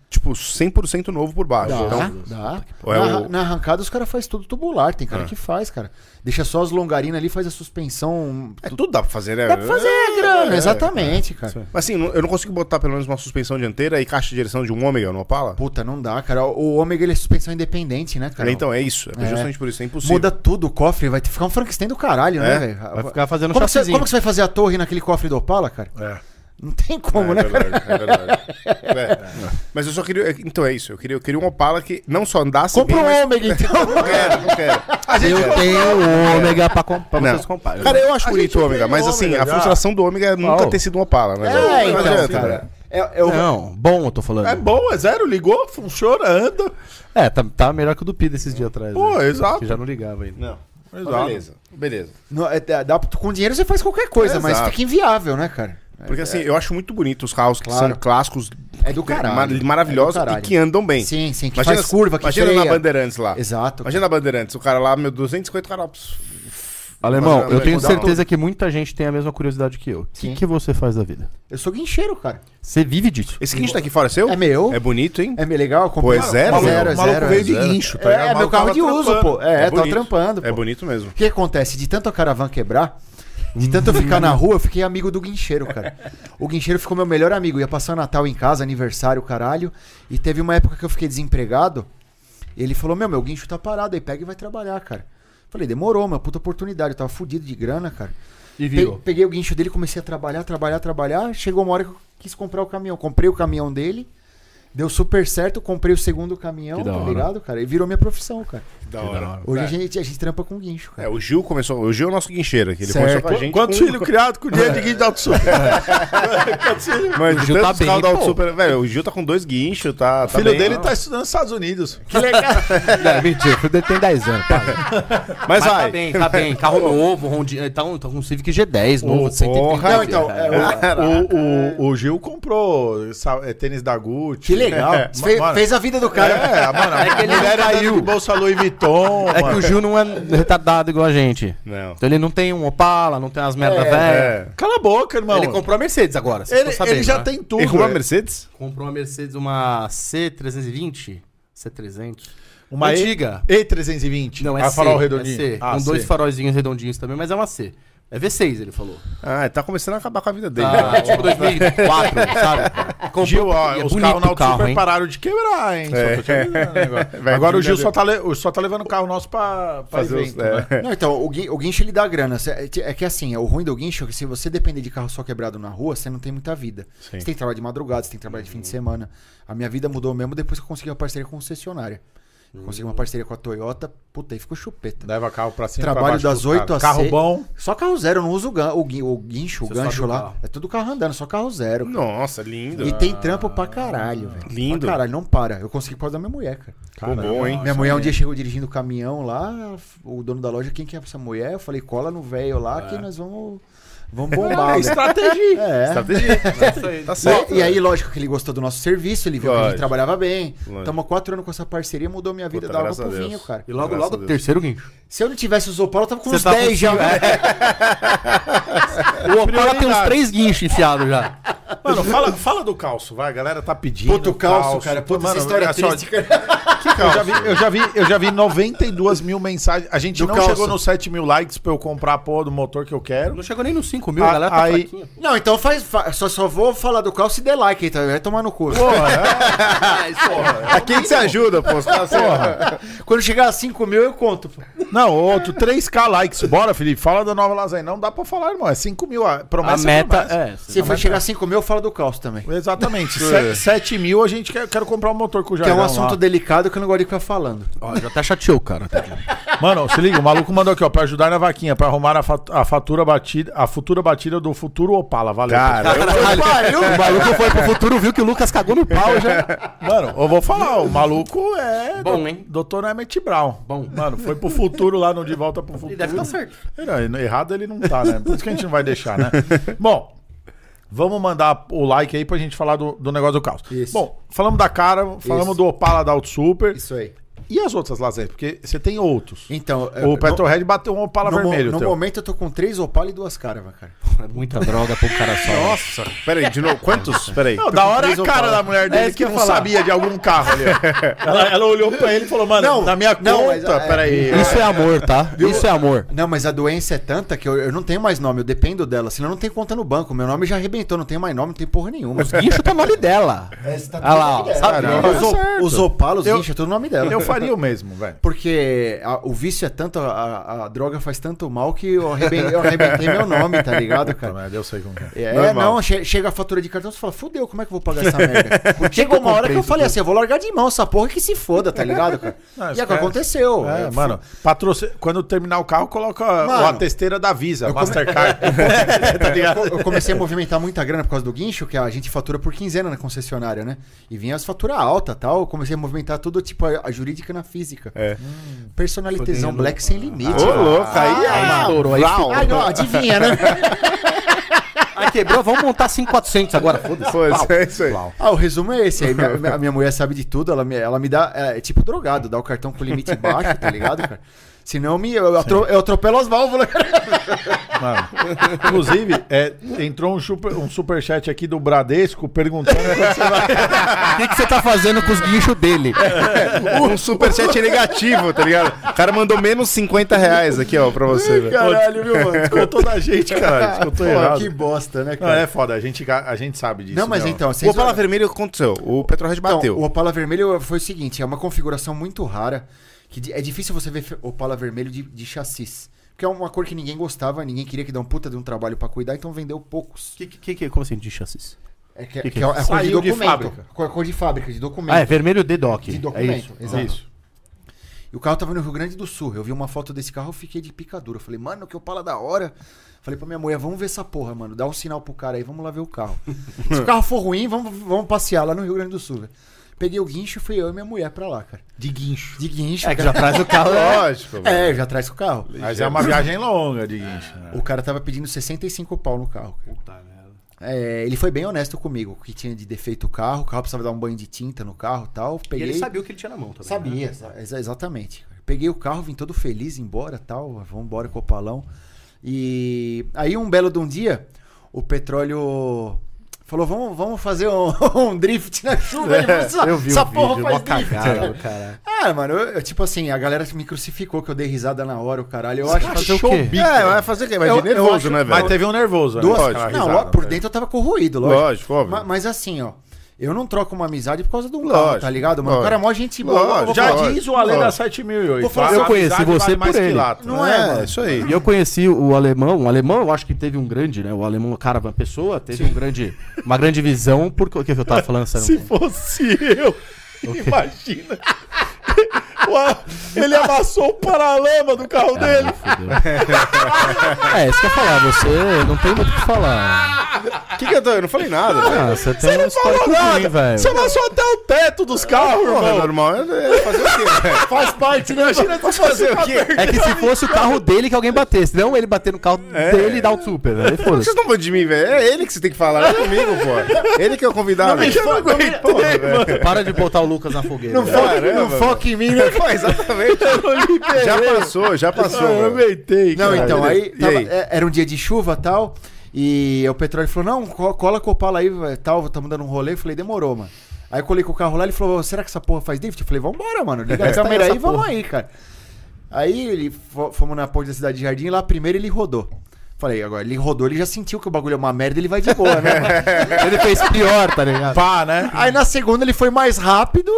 [SPEAKER 2] tipo 100% novo por baixo.
[SPEAKER 4] Dá,
[SPEAKER 2] Então,
[SPEAKER 4] dá.
[SPEAKER 2] É
[SPEAKER 4] na,
[SPEAKER 2] o- É.
[SPEAKER 4] na arrancada os caras fazem tudo tubular, tem cara que faz, cara. Deixa só as longarinas ali, faz a suspensão.
[SPEAKER 2] é, tudo dá pra fazer, né? É.
[SPEAKER 4] Dá pra fazer é grana, exatamente, cara.
[SPEAKER 2] Mas assim, não- eu não consigo botar pelo menos uma suspensão dianteira e caixa de direção de um ômega no Opala?
[SPEAKER 4] Puta, não dá, cara. O Ômega ele é suspensão independente, né, cara?
[SPEAKER 2] Então é isso. É,
[SPEAKER 4] É.
[SPEAKER 2] justamente por isso. É impossível.
[SPEAKER 4] Muda tudo o cofre, vai ficar um Frankenstein do caralho, né,
[SPEAKER 2] É,
[SPEAKER 4] velho?
[SPEAKER 5] Vai ficar fazendo
[SPEAKER 4] Como que, você,
[SPEAKER 5] chassizinho.
[SPEAKER 4] como que você vai fazer a torre naquele cofre do Opala, cara?
[SPEAKER 1] É.
[SPEAKER 4] Não tem como,
[SPEAKER 2] é
[SPEAKER 4] né, cara?
[SPEAKER 2] verdade, é verdade. É. Mas eu só queria. Então é isso. Eu queria, eu queria um Opala que não só andasse.
[SPEAKER 4] Compra
[SPEAKER 2] bem,
[SPEAKER 4] um
[SPEAKER 2] mas-
[SPEAKER 4] Ômega, então.
[SPEAKER 2] Não quero, não quero.
[SPEAKER 5] Eu tenho o ômega pra, com- pra
[SPEAKER 2] Não.
[SPEAKER 5] vocês comprarem.
[SPEAKER 2] Cara, eu acho
[SPEAKER 1] A
[SPEAKER 2] bonito
[SPEAKER 1] gente
[SPEAKER 2] o ômega,
[SPEAKER 1] tem
[SPEAKER 2] mas
[SPEAKER 1] o
[SPEAKER 2] assim,
[SPEAKER 1] ômega
[SPEAKER 2] a
[SPEAKER 1] já.
[SPEAKER 2] frustração do ômega é nunca
[SPEAKER 5] Qual?
[SPEAKER 2] ter sido um Opala, né?
[SPEAKER 4] É,
[SPEAKER 2] Não
[SPEAKER 4] então,
[SPEAKER 2] adianta, né?
[SPEAKER 4] cara. É, é o-
[SPEAKER 5] Não, bom eu tô falando.
[SPEAKER 1] É bom, é zero, ligou, funciona, anda.
[SPEAKER 5] É, tá, tá melhor que o do Pida esses dias atrás.
[SPEAKER 1] Pô,
[SPEAKER 5] né?
[SPEAKER 1] exato.
[SPEAKER 5] Que já não ligava ainda.
[SPEAKER 2] Não. Mas
[SPEAKER 1] Exato.
[SPEAKER 2] Beleza, beleza.
[SPEAKER 4] não, é- dá- dá- com dinheiro você faz qualquer coisa, mas
[SPEAKER 2] Exato.
[SPEAKER 4] fica inviável, né, cara?
[SPEAKER 2] Porque assim, eu acho muito bonito os carros que
[SPEAKER 4] Claro.
[SPEAKER 2] são clássicos,
[SPEAKER 4] É do caralho.
[SPEAKER 2] mar-
[SPEAKER 4] É do
[SPEAKER 2] maravilhosos e
[SPEAKER 4] caralho.
[SPEAKER 2] que andam bem.
[SPEAKER 4] Sim, sim, que
[SPEAKER 2] imagina,
[SPEAKER 4] faz curva, que
[SPEAKER 2] Imagina
[SPEAKER 4] freia.
[SPEAKER 2] na Bandeirantes lá.
[SPEAKER 4] Exato.
[SPEAKER 2] Imagina na Bandeirantes, o cara lá, meu, 250, o cara... pss,
[SPEAKER 5] Alemão,
[SPEAKER 2] Mas,
[SPEAKER 5] eu
[SPEAKER 2] mas
[SPEAKER 5] tenho
[SPEAKER 2] mudar
[SPEAKER 5] certeza que muita gente tem a mesma curiosidade que eu. O que,
[SPEAKER 4] Sim.
[SPEAKER 5] que você faz da vida?
[SPEAKER 4] Eu sou guincheiro, cara.
[SPEAKER 5] Você vive disso.
[SPEAKER 2] Esse guincho daqui fora é seu?
[SPEAKER 4] É meu.
[SPEAKER 2] É bonito, hein?
[SPEAKER 4] É meio legal? eu
[SPEAKER 2] Pô,
[SPEAKER 4] comprei-
[SPEAKER 2] é zero,
[SPEAKER 1] maluco,
[SPEAKER 2] meu?
[SPEAKER 4] zero,
[SPEAKER 1] o maluco
[SPEAKER 4] zero,
[SPEAKER 1] veio
[SPEAKER 4] é
[SPEAKER 1] de
[SPEAKER 4] zero.
[SPEAKER 1] guincho, tá ligado?
[SPEAKER 4] É, é
[SPEAKER 1] O
[SPEAKER 4] meu
[SPEAKER 1] maluco
[SPEAKER 4] carro
[SPEAKER 1] tava
[SPEAKER 4] de uso,
[SPEAKER 1] trampando.
[SPEAKER 4] pô. É, tá
[SPEAKER 2] bonito.
[SPEAKER 4] trampando, pô.
[SPEAKER 2] É bonito mesmo.
[SPEAKER 4] O que acontece? De tanto a caravana quebrar, de tanto eu ficar na rua, eu fiquei amigo do guincheiro, cara. O guincheiro ficou meu melhor amigo. Ia passar o Natal em casa, aniversário, caralho. E teve uma época que eu fiquei desempregado. Ele falou: Meu, meu guincho tá parado aí, pega e vai trabalhar, cara. Falei: Demorou, uma puta oportunidade. Eu tava fudido de grana, cara.
[SPEAKER 5] E
[SPEAKER 4] Pe- peguei o guincho dele, comecei a trabalhar, trabalhar, trabalhar. Chegou uma hora que eu quis comprar o caminhão. Comprei o caminhão dele. Deu super certo, comprei o segundo caminhão,
[SPEAKER 5] Que da
[SPEAKER 4] tá
[SPEAKER 5] hora. É.
[SPEAKER 4] ligado, cara? E virou minha profissão, cara.
[SPEAKER 2] Da
[SPEAKER 5] hora.
[SPEAKER 4] Hoje a, gente, a gente trampa com guincho, cara.
[SPEAKER 2] É, o Gil começou, o Gil é o nosso guincheiro aqui, ele
[SPEAKER 4] Certo.
[SPEAKER 2] começou com a gente É,
[SPEAKER 1] Quantos
[SPEAKER 2] com-
[SPEAKER 1] filhos criados com dinheiro de guincho da Autosul? Quantos filhos?
[SPEAKER 2] Mano,
[SPEAKER 5] O
[SPEAKER 2] de
[SPEAKER 5] Gil tá
[SPEAKER 2] tantos
[SPEAKER 5] bem,
[SPEAKER 2] carros da
[SPEAKER 5] pô.
[SPEAKER 2] Auto Super- velho, o Gil tá com dois guinchos, tá,
[SPEAKER 1] O
[SPEAKER 2] tá
[SPEAKER 1] filho
[SPEAKER 2] bem.
[SPEAKER 1] dele tá estudando nos Estados Unidos.
[SPEAKER 5] Não, mentira, o filho dele tem 10 anos. Tá,
[SPEAKER 2] Mas
[SPEAKER 5] tá
[SPEAKER 2] vai.
[SPEAKER 5] bem, tá bem. Carro novo, Rondinha. Tá, um, tá com um Civic G10 novo,
[SPEAKER 2] Ô,
[SPEAKER 5] de 130.
[SPEAKER 2] porra.
[SPEAKER 4] Não, então, é, o-
[SPEAKER 1] O, o, o Gil comprou sa- é, tênis da Gucci.
[SPEAKER 4] Que legal.
[SPEAKER 1] É,
[SPEAKER 4] Fe-
[SPEAKER 1] mano.
[SPEAKER 4] fez a vida do cara.
[SPEAKER 1] É, mano, a
[SPEAKER 5] É que ele
[SPEAKER 1] mulher
[SPEAKER 5] não
[SPEAKER 1] andando
[SPEAKER 5] caiu.
[SPEAKER 1] de Bolsa Louis Vuitton.
[SPEAKER 5] É que
[SPEAKER 1] mano.
[SPEAKER 5] o Gil não é retardado igual a gente.
[SPEAKER 2] Não.
[SPEAKER 5] Então ele não tem um Opala, não tem as merda velha.
[SPEAKER 2] É.
[SPEAKER 1] Cala a boca, irmão.
[SPEAKER 5] Ele comprou a Mercedes agora, vocês
[SPEAKER 1] Ele-
[SPEAKER 5] estão sabendo,
[SPEAKER 1] ele já
[SPEAKER 5] né?
[SPEAKER 1] tem tudo.
[SPEAKER 2] Ele roubou a
[SPEAKER 1] é.
[SPEAKER 2] Mercedes?
[SPEAKER 5] Comprou uma Mercedes, uma C320? C300?
[SPEAKER 1] Uma
[SPEAKER 5] antiga.
[SPEAKER 1] E, E320.
[SPEAKER 5] Não, é
[SPEAKER 1] a
[SPEAKER 5] C.
[SPEAKER 1] farol
[SPEAKER 5] É
[SPEAKER 1] redondinho.
[SPEAKER 5] C,
[SPEAKER 1] Ah,
[SPEAKER 5] com
[SPEAKER 1] C.
[SPEAKER 5] dois faróizinhos redondinhos também, mas é uma C. É V6, ele falou.
[SPEAKER 2] Ah, ele tá começando a acabar com a vida dele.
[SPEAKER 5] Tá, tipo 2004, sabe? Comprou,
[SPEAKER 1] Gil, ó,
[SPEAKER 5] é
[SPEAKER 1] os
[SPEAKER 5] bonito
[SPEAKER 1] carros na
[SPEAKER 5] o carro,
[SPEAKER 1] Super
[SPEAKER 5] hein?
[SPEAKER 1] pararam de quebrar, hein? Só tô te avisando, né, agora.
[SPEAKER 2] Vai
[SPEAKER 1] Agora o Gil
[SPEAKER 2] brilhar
[SPEAKER 1] só tá, le- só tá levando o carro nosso pra, pra
[SPEAKER 2] Fazer os...
[SPEAKER 1] evento, né?
[SPEAKER 2] É.
[SPEAKER 4] Não, então, o, gui- o guincho ele dá grana. Cê- É que- é que assim, o ruim do guincho é que se você depender de carro só quebrado na rua, você não tem muita vida. Você tem que trabalhar de madrugada, você tem que trabalhar de fim de
[SPEAKER 5] Uhum.
[SPEAKER 4] semana. A minha vida mudou mesmo depois que eu consegui uma parceria com concessionária.
[SPEAKER 5] Uhum.
[SPEAKER 4] Eu Consegui uma parceria com a Toyota, puta, aí ficou chupeta.
[SPEAKER 1] Leva carro pra cima
[SPEAKER 4] Trabalho
[SPEAKER 1] pra baixo
[SPEAKER 4] das
[SPEAKER 1] do
[SPEAKER 4] oito
[SPEAKER 1] cara.
[SPEAKER 4] às
[SPEAKER 1] Carro
[SPEAKER 4] seis.
[SPEAKER 1] bom.
[SPEAKER 4] Só carro zero, eu não uso o, gan- o gui- o guincho, o
[SPEAKER 5] Você
[SPEAKER 4] gancho
[SPEAKER 5] sobe o
[SPEAKER 4] lá.
[SPEAKER 5] carro.
[SPEAKER 4] É tudo carro andando, só carro zero. cara.
[SPEAKER 2] Nossa, lindo.
[SPEAKER 4] E tem trampo pra caralho, velho.
[SPEAKER 2] Lindo.
[SPEAKER 4] Pra caralho, não para. Eu consegui por causa da minha mulher, cara.
[SPEAKER 2] Pô, bom, hein?
[SPEAKER 4] Minha mulher um dia chegou dirigindo o caminhão lá, o dono da loja, quem que é essa mulher? Eu falei, cola no velho lá
[SPEAKER 2] É.
[SPEAKER 4] que nós vamos, vamos bombar. né?
[SPEAKER 1] Estratégia.
[SPEAKER 4] É.
[SPEAKER 2] Estratégia. tá certo.
[SPEAKER 4] Bom, e aí, lógico que ele gostou do nosso serviço, ele viu que a
[SPEAKER 2] Lógico.
[SPEAKER 4] gente trabalhava bem.
[SPEAKER 2] Lógico.
[SPEAKER 4] Estamos há quatro anos com essa parceria, mudou minha vida
[SPEAKER 2] Puta,
[SPEAKER 4] da água
[SPEAKER 2] graças
[SPEAKER 4] pro
[SPEAKER 2] a Deus.
[SPEAKER 4] vinho, cara.
[SPEAKER 5] E logo,
[SPEAKER 2] Graças a
[SPEAKER 5] logo,
[SPEAKER 2] Deus.
[SPEAKER 5] terceiro guincho.
[SPEAKER 4] Se eu não tivesse o Zopal, eu tava com
[SPEAKER 5] Você
[SPEAKER 4] uns
[SPEAKER 5] tá com
[SPEAKER 4] 10 já.
[SPEAKER 5] cinco, O Opala tem uns três guinchos enfiados já.
[SPEAKER 1] Mano, fala, fala do calço, vai. A galera tá pedindo.
[SPEAKER 4] Puta, o calço, cara. Puta, essa história é
[SPEAKER 1] olha só,
[SPEAKER 4] triste, cara.
[SPEAKER 1] Eu já, vi, eu, já vi, eu já vi 92 mil mensagens. A gente
[SPEAKER 4] Do
[SPEAKER 1] não
[SPEAKER 4] calço.
[SPEAKER 1] chegou nos 7 mil likes pra eu comprar a porra do motor que eu quero.
[SPEAKER 5] Não chegou nem nos 5 mil,
[SPEAKER 1] Ah,
[SPEAKER 5] a galera tá
[SPEAKER 1] aí-
[SPEAKER 5] fraquinha.
[SPEAKER 4] Não, então faz, fa- só, só vou falar do calço e dê like, então vai tomar no cu.
[SPEAKER 1] É,
[SPEAKER 2] A quem que você ajuda, pô? Os caras, assim, ó.
[SPEAKER 4] Quando chegar a 5 mil, eu conto. pô.
[SPEAKER 1] Não, outro, 3k likes. Bora, Felipe, fala da nova lasanha. Não dá pra falar, irmão. É 5 mil. A
[SPEAKER 5] A
[SPEAKER 1] promessa é
[SPEAKER 5] meta
[SPEAKER 1] promessa.
[SPEAKER 5] é essa.
[SPEAKER 4] Se for chegar a 5 mil, eu falo do calço também.
[SPEAKER 1] Exatamente. 7 É, mil a gente quer quero comprar um motor com o
[SPEAKER 4] Que é
[SPEAKER 1] Jairão
[SPEAKER 4] um assunto
[SPEAKER 1] lá.
[SPEAKER 4] delicado que eu não gosto de ficar falando.
[SPEAKER 5] Ó, já até chateou, cara. tá
[SPEAKER 1] Mano, se liga, o maluco mandou aqui, ó, pra ajudar na vaquinha, pra arrumar a, fat- a fatura batida, a futura batida do futuro Opala. Valeu.
[SPEAKER 2] Cara, eu-
[SPEAKER 5] o maluco foi pro futuro, viu que o Lucas cagou no pau já.
[SPEAKER 1] Mano, eu vou falar, o maluco é.
[SPEAKER 5] Bom,
[SPEAKER 1] do-
[SPEAKER 5] hein?
[SPEAKER 1] Doutor Emmett Brown.
[SPEAKER 5] Bom.
[SPEAKER 1] Mano, foi pro futuro lá no De Volta pro Futuro.
[SPEAKER 5] Ele deve tá certo.
[SPEAKER 1] Não, errado ele não tá, né? Por isso que a gente não vai deixar, né? Bom, vamos mandar o like aí pra gente falar do, do negócio do caos.
[SPEAKER 4] Isso.
[SPEAKER 1] Bom, falamos da cara, falamos
[SPEAKER 4] Isso.
[SPEAKER 1] do Opala da Auto Super.
[SPEAKER 4] Isso aí.
[SPEAKER 1] E as outras lasanhas? Porque você tem outros.
[SPEAKER 4] Então, eu-
[SPEAKER 1] O Petrohead bateu um Opala
[SPEAKER 4] no, mo-
[SPEAKER 1] vermelho,
[SPEAKER 4] no
[SPEAKER 1] teu.
[SPEAKER 4] momento eu tô com três Opala e duas caravas, cara.
[SPEAKER 5] É muita droga pra um cara só.
[SPEAKER 2] Nossa. Peraí, de novo. Quantos? Peraí.
[SPEAKER 1] Não, da hora é a
[SPEAKER 4] Três
[SPEAKER 1] cara
[SPEAKER 4] Opala.
[SPEAKER 1] da mulher
[SPEAKER 5] É
[SPEAKER 1] dele
[SPEAKER 5] isso
[SPEAKER 1] que
[SPEAKER 5] que eu
[SPEAKER 1] não
[SPEAKER 5] ia falar.
[SPEAKER 1] sabia de algum carro ali. ó. ela, ela olhou pra ele e falou, mano,
[SPEAKER 4] Não,
[SPEAKER 1] na minha
[SPEAKER 4] não, mas,
[SPEAKER 1] conta,
[SPEAKER 4] é,
[SPEAKER 1] peraí.
[SPEAKER 5] Isso é amor, tá? Isso é amor.
[SPEAKER 4] Não, mas a doença é tanta que eu, eu não tenho mais nome, eu dependo dela, senão eu não tenho conta no banco. Meu nome já arrebentou, não tenho mais nome, não tem porra nenhuma. Os
[SPEAKER 5] Guincho tá nome dela. Olha lá, ó. Sabe?
[SPEAKER 1] Caralho.
[SPEAKER 4] Os,
[SPEAKER 1] Tá certo.
[SPEAKER 4] o- os opalos,
[SPEAKER 1] Eu-
[SPEAKER 4] eu... é todo nome dela.
[SPEAKER 1] Eu faria o mesmo, velho.
[SPEAKER 4] Porque a- o vício é tanto, a, a- a droga faz tanto mal que eu arrebentei, eu arrebentei meu nome, tá ligado,
[SPEAKER 1] Puta
[SPEAKER 4] cara?
[SPEAKER 1] merda, eu sei como que é.
[SPEAKER 4] É,
[SPEAKER 2] Normal.
[SPEAKER 4] não, che- chega a fatura de cartão, você fala, fudeu, como é que eu vou pagar essa merda? Chegou uma hora que eu falei assim, eu vou largar de mão essa porra que se foda, tá ligado, cara?
[SPEAKER 1] Não,
[SPEAKER 4] e é o que
[SPEAKER 1] esquece.
[SPEAKER 4] aconteceu.
[SPEAKER 1] É,
[SPEAKER 4] Eu
[SPEAKER 1] mano, patrocin... quando terminar o carro, coloca
[SPEAKER 4] Mano,
[SPEAKER 1] a testeira da Visa,
[SPEAKER 4] eu come-
[SPEAKER 1] Mastercard. tá ligado?
[SPEAKER 4] Eu comecei a movimentar muita grana por causa do guincho, que a gente fatura por quinzena na concessionária, né? E vinha as faturas alta tal. Eu comecei a movimentar tudo, tipo, a, a jurídica na física. Hum,
[SPEAKER 2] É.
[SPEAKER 4] Personalitezão black sem limite.
[SPEAKER 2] Ô, louco, Ah, aí é
[SPEAKER 5] Aí estourou, aí
[SPEAKER 2] Uau.
[SPEAKER 4] Ai, ó, adivinha, né?
[SPEAKER 5] Aí quebrou, vamos montar 5,400 agora, foda-se.
[SPEAKER 2] Pô, isso é isso aí.
[SPEAKER 4] ah, o resumo é esse. Aí minha, minha- a minha mulher sabe de tudo, ela me, ela me dá. É, é tipo drogado, dá o cartão com limite baixo, tá ligado, cara? Senão me, eu, atro- eu atropelo as válvulas, cara.
[SPEAKER 1] Mano, Inclusive, é, entrou um, super, um superchat aqui do Bradesco perguntando quando você vai.
[SPEAKER 5] O que, que você tá fazendo com os guinchos dele?
[SPEAKER 2] Um superchat negativo, tá ligado? O cara mandou menos 50 reais aqui, ó, pra você. velho.
[SPEAKER 1] Caralho, viu, mano? Descontou da gente, caralho. Descontou errado.
[SPEAKER 4] que bosta, né,
[SPEAKER 1] Não,
[SPEAKER 4] cara?
[SPEAKER 1] é foda, a gente, a gente sabe disso. né,
[SPEAKER 4] Não, mas
[SPEAKER 1] meu.
[SPEAKER 4] então,
[SPEAKER 2] O
[SPEAKER 4] vocês-
[SPEAKER 2] Opala Vermelho, o que aconteceu? O Petrohead
[SPEAKER 4] Então,
[SPEAKER 2] bateu.
[SPEAKER 4] o Opala vermelho foi o seguinte, é uma configuração muito rara, que di- é difícil você ver fe- Opala vermelho de, de chassis. Porque é uma cor que ninguém gostava, ninguém queria que dá um puta de um trabalho pra cuidar, então vendeu poucos.
[SPEAKER 5] Que, que, que, como assim, de chassis?
[SPEAKER 4] É que,
[SPEAKER 5] que
[SPEAKER 4] que é a cor de
[SPEAKER 1] Saiu de
[SPEAKER 4] documento.
[SPEAKER 1] fábrica.
[SPEAKER 4] A cor- cor de fábrica, de documento.
[SPEAKER 5] Ah, é vermelho de doc.
[SPEAKER 4] De
[SPEAKER 5] é
[SPEAKER 4] documento,
[SPEAKER 5] isso.
[SPEAKER 4] exato.
[SPEAKER 1] Isso.
[SPEAKER 4] E o carro tava no Rio Grande do Sul. Eu vi uma foto desse carro, eu fiquei de picadura. Eu falei, mano, que Opala da hora. Falei pra minha mulher, vamos ver essa porra, mano. Dá um sinal pro cara aí, vamos lá ver o carro. Se o carro for ruim, vamos, vamos passear lá no Rio Grande do Sul, velho. Peguei o guincho e fui eu e minha mulher pra lá, cara.
[SPEAKER 1] De guincho.
[SPEAKER 4] De guincho,
[SPEAKER 5] É que já traz o carro.
[SPEAKER 2] Lógico. velho.
[SPEAKER 4] É, já traz com o carro.
[SPEAKER 1] Mas é uma viagem longa de guincho. né?
[SPEAKER 4] O cara tava pedindo 65 pau no carro. cara. é, ele foi bem honesto comigo, o que tinha de defeito o carro, o carro precisava dar um banho de tinta no carro e tal.
[SPEAKER 5] E
[SPEAKER 4] Peguei,
[SPEAKER 5] ele sabia o que ele tinha na
[SPEAKER 2] tá
[SPEAKER 5] mão também.
[SPEAKER 4] Sabia,
[SPEAKER 5] né?
[SPEAKER 4] exa- exa- exatamente. Peguei o carro, vim todo feliz, embora tal, vamos embora com o Opalão. E aí, um belo de um dia, o petróleo falou: vamos, vamos fazer um, um drift na chuva. Ele falou, "Essa-
[SPEAKER 2] É, eu vi
[SPEAKER 4] é essa
[SPEAKER 2] o
[SPEAKER 4] porra
[SPEAKER 2] vídeo,
[SPEAKER 4] faz
[SPEAKER 2] mó
[SPEAKER 4] drift.
[SPEAKER 5] É.
[SPEAKER 2] cagada.
[SPEAKER 5] Cara,
[SPEAKER 4] Ah, mano, eu, eu, tipo assim, a galera me crucificou que eu dei risada na hora, o caralho. Eu acho que
[SPEAKER 5] achou o quê?
[SPEAKER 2] É, vai fazer o quê? Vai de
[SPEAKER 4] Eu- eu
[SPEAKER 2] nervoso,
[SPEAKER 4] acho-
[SPEAKER 2] né, velho?
[SPEAKER 1] Mas teve um nervoso. né?
[SPEAKER 4] duas.
[SPEAKER 1] Lógico,
[SPEAKER 2] cara,
[SPEAKER 4] não,
[SPEAKER 1] risada,
[SPEAKER 4] ó, por
[SPEAKER 1] né?
[SPEAKER 4] dentro eu tava corroído, lógico.
[SPEAKER 2] Lógico, óbvio.
[SPEAKER 4] Ma- Mas assim, ó. Eu não troco uma amizade por causa de um
[SPEAKER 2] Lógico,
[SPEAKER 4] carro, tá ligado? Mano, o cara é mó gente boa.
[SPEAKER 2] lógico.
[SPEAKER 4] vou
[SPEAKER 1] Já
[SPEAKER 4] falar.
[SPEAKER 1] diz o Ale da
[SPEAKER 2] Lógico.
[SPEAKER 1] 7008.
[SPEAKER 4] Vou falar,
[SPEAKER 1] a
[SPEAKER 5] eu conheci
[SPEAKER 1] amizade
[SPEAKER 5] você por
[SPEAKER 1] que
[SPEAKER 5] ele.
[SPEAKER 1] lata.
[SPEAKER 4] Não
[SPEAKER 2] né,
[SPEAKER 4] é, mano.
[SPEAKER 2] isso aí.
[SPEAKER 5] E eu conheci o alemão, o alemão eu acho que teve um grande, né? O alemão, cara, uma pessoa teve um grande, uma grande visão, porque o que que eu tava falando, Sam?
[SPEAKER 2] Se fosse eu, imagina. Uau, Ele amassou o paralama do carro dele.
[SPEAKER 5] tá É, isso que eu ia falar, você não tem muito o que falar.
[SPEAKER 2] O que, que eu tô? Eu não falei nada.
[SPEAKER 4] né?
[SPEAKER 2] velho.
[SPEAKER 5] Ah, você tem um histórico ruim, velho.
[SPEAKER 2] Você amassou até o teto dos carros, Porra, É normal, é fazer o quê? velho?
[SPEAKER 4] Faz parte, né?
[SPEAKER 2] Imagina tu fazer o quê?
[SPEAKER 5] É que se fosse o carro dele que alguém batesse, não ele bater no carro dele e dar o super, velho. Aí Foda-se.
[SPEAKER 2] Vocês não vão de mim, velho. É ele que você tem que falar, não é comigo, pô. Ele que é o convidado.
[SPEAKER 5] Eu não aguentei, mano. Para de botar o Lucas na fogueira.
[SPEAKER 4] Não foca, não
[SPEAKER 2] Caramba,
[SPEAKER 4] foca em mim, né?
[SPEAKER 2] Pô, exatamente. já passou, já passou. velho.
[SPEAKER 1] aguentei.
[SPEAKER 4] Não,
[SPEAKER 2] Cara,
[SPEAKER 4] então, aí,
[SPEAKER 2] beleza. E
[SPEAKER 4] tava-
[SPEAKER 2] aí?
[SPEAKER 4] é- era um dia de chuva e tal. E o Petróleo falou: não, co- cola com o Opala aí vai, tal, tamo dando um rolê. Eu falei: demorou, mano. Aí eu colei com o carro lá. Ele falou: será que essa porra faz drift? Eu falei: vambora, mano. Liga a câmera aí, vamos aí, cara. Aí ele fo- fomos na ponte da cidade de Jardim. Lá primeiro ele rodou. Falei: agora ele rodou, ele já sentiu que o bagulho é uma merda. Ele vai de boa, né? mano? ele fez pior, tá ligado?
[SPEAKER 1] Pá, né?
[SPEAKER 4] Aí na segunda ele foi mais rápido.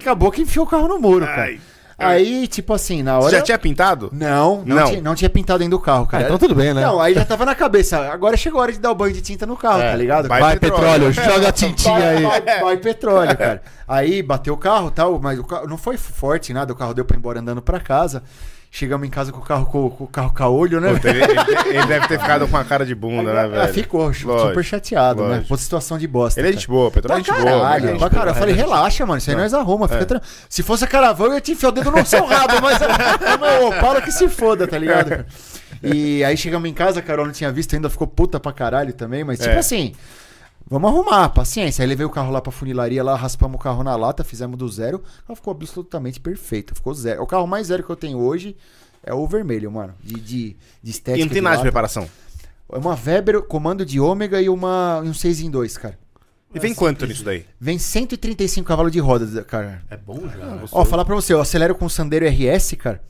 [SPEAKER 4] Acabou que enfiou o carro no muro, cara.
[SPEAKER 2] Ai.
[SPEAKER 4] Aí, tipo assim, na
[SPEAKER 2] Você
[SPEAKER 4] hora.
[SPEAKER 2] já tinha pintado?
[SPEAKER 4] Não, não,
[SPEAKER 2] Não.
[SPEAKER 4] Tinha, não tinha pintado ainda o carro,
[SPEAKER 5] Ah,
[SPEAKER 4] cara.
[SPEAKER 5] então tudo bem, né?
[SPEAKER 4] Não, é aí já tava na cabeça. Agora chegou a hora de dar o banho de tinta no carro, tá ligado?
[SPEAKER 2] vai
[SPEAKER 5] Vai, petróleo, joga a tintinha aí.
[SPEAKER 4] vai, vai petróleo, cara. Aí bateu o carro e tal, mas o carro não foi forte nada, o carro deu pra ir embora andando pra casa. Chegamos em casa com o carro com, com o carro caolho, né?
[SPEAKER 2] Ele, ele- ele deve ter ficado com a cara de bunda, né,
[SPEAKER 4] Ah,
[SPEAKER 2] velho?
[SPEAKER 4] ficou ch-
[SPEAKER 2] Lógico,
[SPEAKER 4] super chateado, né?
[SPEAKER 2] lógico.
[SPEAKER 4] Pô, situação de bosta.
[SPEAKER 2] Ele é
[SPEAKER 4] cara.
[SPEAKER 2] gente boa, Petróleo é
[SPEAKER 4] Pra
[SPEAKER 2] gente boa.
[SPEAKER 4] caralho,
[SPEAKER 2] né, É. gente
[SPEAKER 4] pra caralho. Eu falei, relaxa, mano, isso aí nós arruma, fica tranquilo. Se fosse a caravana, eu ia te enfiar o dedo no seu rabo, mas meu, para que se foda, tá ligado? cara? E aí chegamos em casa, a Carol não tinha visto ainda, ficou puta pra caralho também, mas tipo
[SPEAKER 2] É.
[SPEAKER 4] assim, vamos arrumar, paciência. Aí levei o carro lá pra funilaria, lá raspamos o carro na lata, fizemos do zero, ela ficou absolutamente perfeita, ficou zero. É O carro mais zero que eu tenho hoje é o vermelho, mano, de, de, de estética.
[SPEAKER 2] E não tem
[SPEAKER 4] de
[SPEAKER 2] nada de
[SPEAKER 4] lata.
[SPEAKER 2] preparação.
[SPEAKER 4] É uma Weber, comando de ômega e, uma, e um 6 em 2, cara.
[SPEAKER 2] E vem quanto nisso daí?
[SPEAKER 4] Vem 135 cavalos de roda, cara.
[SPEAKER 5] É bom já.
[SPEAKER 4] Ó, falar pra você, eu acelero com o Sandero RS, cara.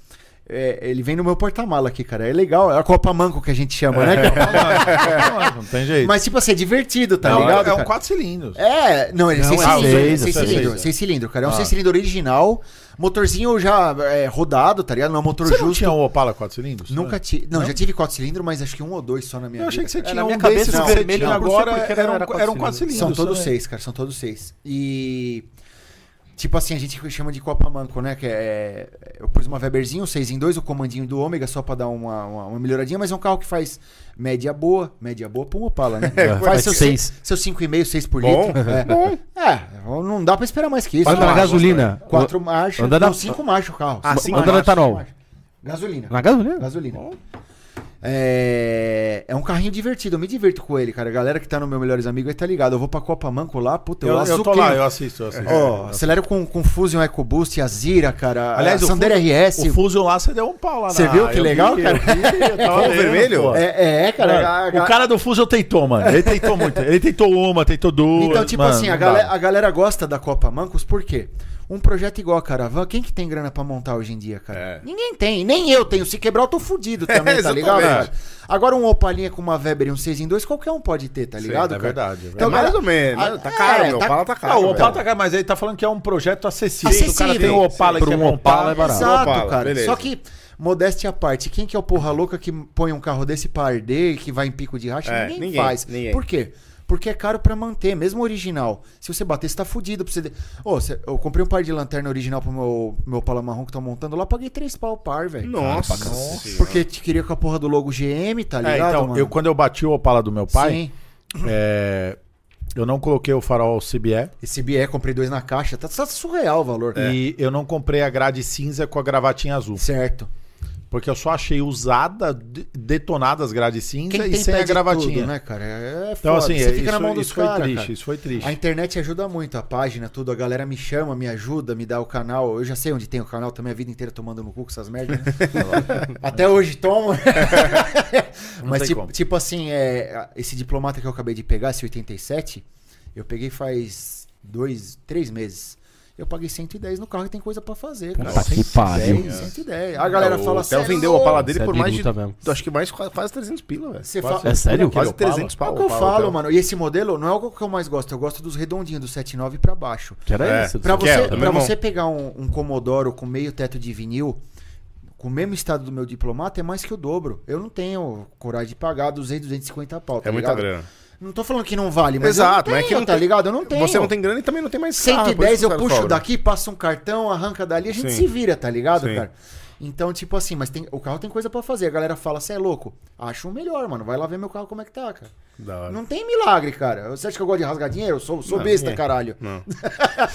[SPEAKER 4] É, ele vem no meu porta-mala aqui, cara. É legal. É a Copa Manco que a gente chama, né?
[SPEAKER 1] É.
[SPEAKER 4] cara?
[SPEAKER 2] então, é
[SPEAKER 1] Não tem jeito.
[SPEAKER 4] Mas, tipo assim, é divertido, tá
[SPEAKER 1] Não,
[SPEAKER 4] ligado?
[SPEAKER 1] é um
[SPEAKER 4] cara?
[SPEAKER 1] 4 cilindros.
[SPEAKER 4] É, não, ele é
[SPEAKER 5] Não,
[SPEAKER 4] seis
[SPEAKER 5] é
[SPEAKER 4] cilindros.
[SPEAKER 5] seis,
[SPEAKER 4] ele é
[SPEAKER 5] é
[SPEAKER 4] Seis
[SPEAKER 5] seis.
[SPEAKER 4] cilindros, seis cilindros,
[SPEAKER 1] Ah.
[SPEAKER 4] cara. É um seis cilindro original. Motorzinho já é, rodado, tá ligado? Não é um motor
[SPEAKER 1] Você não
[SPEAKER 4] justo.
[SPEAKER 1] tinha um Opala 4 cilindros?
[SPEAKER 4] Nunca tive. Não, já tive quatro cilindros, mas acho que um ou dois só na minha
[SPEAKER 1] Eu achei
[SPEAKER 4] vida.
[SPEAKER 1] que você
[SPEAKER 4] cara.
[SPEAKER 5] É,
[SPEAKER 1] tinha
[SPEAKER 5] na minha
[SPEAKER 1] um desses
[SPEAKER 5] cabeça,
[SPEAKER 1] que você
[SPEAKER 5] não,
[SPEAKER 1] tinha
[SPEAKER 5] não,
[SPEAKER 1] agora,
[SPEAKER 5] não sei porque
[SPEAKER 1] eram,
[SPEAKER 5] era quatro
[SPEAKER 1] eram 4 cilindros.
[SPEAKER 4] São todos
[SPEAKER 5] é.
[SPEAKER 1] né?
[SPEAKER 4] seis, cara, são todos seis. E. Tipo assim, a gente chama de Copa Manco, né? Que é, eu pus uma Weberzinha, um 6 em 2, o comandinho do ômega, só pra dar uma, uma, uma melhoradinha, mas é um carro que faz média boa, média boa pra um Opala, né?
[SPEAKER 5] faz
[SPEAKER 4] seu
[SPEAKER 5] seis.
[SPEAKER 4] Seu 5,5, 6 por
[SPEAKER 2] Bom,
[SPEAKER 4] litro. É. é, não dá pra esperar mais que isso.
[SPEAKER 5] Anda na
[SPEAKER 4] Quatro-
[SPEAKER 5] gasolina.
[SPEAKER 4] Quatro marchas,
[SPEAKER 5] Anda na-
[SPEAKER 4] não, cinco marchas o carro.
[SPEAKER 2] Ah,
[SPEAKER 4] Cinco
[SPEAKER 2] cinco
[SPEAKER 5] Anda no
[SPEAKER 2] marchas.
[SPEAKER 5] etanol.
[SPEAKER 4] marchas. Gasolina.
[SPEAKER 5] Na gasolina?
[SPEAKER 4] Gasolina. É... é um carrinho divertido, eu me divirto com ele, cara. A galera que tá no meu Melhores Amigos aí tá ligado. Eu vou pra Copa Manco lá, puta, eu,
[SPEAKER 1] Eu, eu tô
[SPEAKER 4] açuquei-
[SPEAKER 1] lá, eu assisto. Eu assisto.
[SPEAKER 4] Ó, é, acelero com, com Fusion EcoBoost, a Zira, cara.
[SPEAKER 1] Aliás,
[SPEAKER 4] a
[SPEAKER 1] o
[SPEAKER 4] Sandero
[SPEAKER 1] Fusion-
[SPEAKER 4] RS.
[SPEAKER 1] O Fusion lá, você deu um pau lá
[SPEAKER 4] Você
[SPEAKER 1] na-
[SPEAKER 4] viu que
[SPEAKER 1] eu
[SPEAKER 4] legal,
[SPEAKER 1] vi,
[SPEAKER 4] cara?
[SPEAKER 1] eu vi, eu tava
[SPEAKER 2] Com o
[SPEAKER 1] vendo,
[SPEAKER 2] vermelho?
[SPEAKER 1] pô.
[SPEAKER 4] É, é, cara. a-
[SPEAKER 1] Mano,
[SPEAKER 4] a-
[SPEAKER 1] o cara do Fusion tentou, mano. Ele tentou muito. Ele tentou uma, tentou duas.
[SPEAKER 4] Então, tipo
[SPEAKER 1] mano,
[SPEAKER 4] assim, a,
[SPEAKER 1] não dá.
[SPEAKER 4] gale- a galera gosta da Copa Mancos por quê? Um projeto igual a Caravan, quem que tem grana pra montar hoje em dia, cara?
[SPEAKER 2] É.
[SPEAKER 4] Ninguém tem, nem eu tenho. Se quebrar, eu tô fudido
[SPEAKER 1] É,
[SPEAKER 4] também, tá
[SPEAKER 2] exatamente.
[SPEAKER 4] ligado? cara? Agora, um Opalinha com uma Weber e um 6 em 2, qualquer um pode ter, tá
[SPEAKER 2] Sim,
[SPEAKER 4] ligado?
[SPEAKER 1] é
[SPEAKER 4] cara?
[SPEAKER 1] verdade, é
[SPEAKER 2] É mais
[SPEAKER 4] cara,
[SPEAKER 2] ou menos.
[SPEAKER 4] Ah,
[SPEAKER 2] Tá
[SPEAKER 4] é,
[SPEAKER 2] caro, meu.
[SPEAKER 4] tá-
[SPEAKER 2] Opala tá
[SPEAKER 1] Ah,
[SPEAKER 2] caro.
[SPEAKER 1] o Opala
[SPEAKER 2] velho.
[SPEAKER 1] tá caro, mas ele tá falando que é um projeto acessível. O cara tem
[SPEAKER 4] Acessível.
[SPEAKER 1] o Opala
[SPEAKER 5] Pra
[SPEAKER 1] que
[SPEAKER 5] um
[SPEAKER 1] é
[SPEAKER 5] Opala é
[SPEAKER 1] montado.
[SPEAKER 5] barato.
[SPEAKER 4] Exato,
[SPEAKER 2] Opala,
[SPEAKER 4] cara.
[SPEAKER 2] beleza.
[SPEAKER 4] Só que, modéstia à parte, quem que é o porra louca que põe um carro desse pra arder, que vai em pico de racha?
[SPEAKER 2] É,
[SPEAKER 4] ninguém,
[SPEAKER 2] ninguém,
[SPEAKER 4] faz.
[SPEAKER 2] ninguém.
[SPEAKER 4] Por quê? Porque é caro pra manter, mesmo original. Se você bater, você tá fudido. Pra você... de- Ô, cê- eu comprei um par de lanterna original pro meu, meu Opala marrom que tá montando lá, paguei três pau o par, velho.
[SPEAKER 2] Nossa.
[SPEAKER 4] Porque te queria com a porra do logo GM, tá
[SPEAKER 1] É,
[SPEAKER 4] ligado,
[SPEAKER 1] então,
[SPEAKER 4] mano?
[SPEAKER 1] eu, quando eu bati o Opala do meu pai,
[SPEAKER 4] Sim.
[SPEAKER 1] é, eu não coloquei o farol CBE
[SPEAKER 4] Esse BE, comprei dois na caixa.
[SPEAKER 1] É.
[SPEAKER 4] Tá, tá surreal o valor.
[SPEAKER 1] e eu não comprei a grade cinza com a gravatinha azul.
[SPEAKER 4] Certo.
[SPEAKER 1] Porque eu só achei usada, de- detonada as grades cinza e
[SPEAKER 4] tem
[SPEAKER 1] sem a
[SPEAKER 4] pede
[SPEAKER 1] é gravatinha.
[SPEAKER 4] tudo, né, cara? É
[SPEAKER 1] Então,
[SPEAKER 4] foda.
[SPEAKER 1] assim,
[SPEAKER 4] Você
[SPEAKER 1] é,
[SPEAKER 4] fica na
[SPEAKER 1] isso-
[SPEAKER 4] mão dos
[SPEAKER 1] isso foi
[SPEAKER 4] caras,
[SPEAKER 1] triste,
[SPEAKER 4] cara.
[SPEAKER 1] isso foi triste.
[SPEAKER 4] A internet ajuda muito, a página, tudo. A galera me chama, me ajuda, me dá o canal. Eu já sei onde tem o canal também, a vida inteira tomando no cu com essas merdas. né? Até hoje tomo.
[SPEAKER 1] Não
[SPEAKER 4] Mas,
[SPEAKER 1] tem
[SPEAKER 4] tipo,
[SPEAKER 1] como.
[SPEAKER 4] tipo assim, é, esse diplomata que eu acabei de pegar, esse 87, eu peguei faz dois, três meses. Eu paguei 110 no carro e tem coisa pra fazer, cara.
[SPEAKER 5] Puta que
[SPEAKER 4] 110,
[SPEAKER 5] pariu.
[SPEAKER 4] 110. A galera
[SPEAKER 2] o
[SPEAKER 4] fala
[SPEAKER 2] O Theo
[SPEAKER 4] "Cê é
[SPEAKER 2] vendeu a pala
[SPEAKER 4] louco".
[SPEAKER 2] dele
[SPEAKER 5] Cê é
[SPEAKER 2] por mais de.
[SPEAKER 5] biruta mesmo.
[SPEAKER 2] Acho que mais quase quase 300 pila, velho.
[SPEAKER 4] Você
[SPEAKER 1] Quase-
[SPEAKER 4] fala,
[SPEAKER 5] É sério?
[SPEAKER 2] Quase
[SPEAKER 1] Opala?
[SPEAKER 2] 300
[SPEAKER 4] É
[SPEAKER 2] pau.
[SPEAKER 4] o que eu
[SPEAKER 2] Opala,
[SPEAKER 4] falo,
[SPEAKER 2] Theo.
[SPEAKER 4] mano. E esse modelo não é o que eu mais gosto. Eu gosto dos redondinhos, do 7.9 pra baixo.
[SPEAKER 5] Que era
[SPEAKER 2] É,
[SPEAKER 5] isso?
[SPEAKER 4] Pra
[SPEAKER 2] Que é, do
[SPEAKER 4] você,
[SPEAKER 2] meu
[SPEAKER 4] pra
[SPEAKER 2] irmão.
[SPEAKER 4] você pegar um, um Commodoro com meio teto de vinil, com o mesmo estado do meu diplomata, é mais que o dobro. Eu não tenho coragem de pagar 200, 250 pau, tá
[SPEAKER 2] É muita
[SPEAKER 4] ligado?
[SPEAKER 2] grana.
[SPEAKER 4] Não tô falando que não vale, mas
[SPEAKER 2] Exato, mas
[SPEAKER 4] eu não
[SPEAKER 2] é
[SPEAKER 4] tenho,
[SPEAKER 2] que não
[SPEAKER 4] tá
[SPEAKER 2] tem-
[SPEAKER 4] ligado? Eu não tenho.
[SPEAKER 2] Você não tem grana e também não tem mais carro, por
[SPEAKER 4] 110
[SPEAKER 2] isso que
[SPEAKER 4] eu
[SPEAKER 2] os
[SPEAKER 4] puxo
[SPEAKER 2] caras cobram.
[SPEAKER 4] daqui, passo um cartão, arranca dali, a gente
[SPEAKER 2] Sim.
[SPEAKER 4] se vira, tá ligado,
[SPEAKER 2] Sim.
[SPEAKER 4] cara? Então, tipo assim, mas tem, o carro tem coisa pra fazer. A galera fala, você é louco? Acho o melhor, mano. Vai lá ver meu carro como é que tá, cara.
[SPEAKER 2] Da hora.
[SPEAKER 4] Não tem milagre, cara. Você acha que eu gosto de rasgar dinheiro? Eu sou, sou
[SPEAKER 2] Não,
[SPEAKER 4] besta,
[SPEAKER 2] é.
[SPEAKER 4] caralho.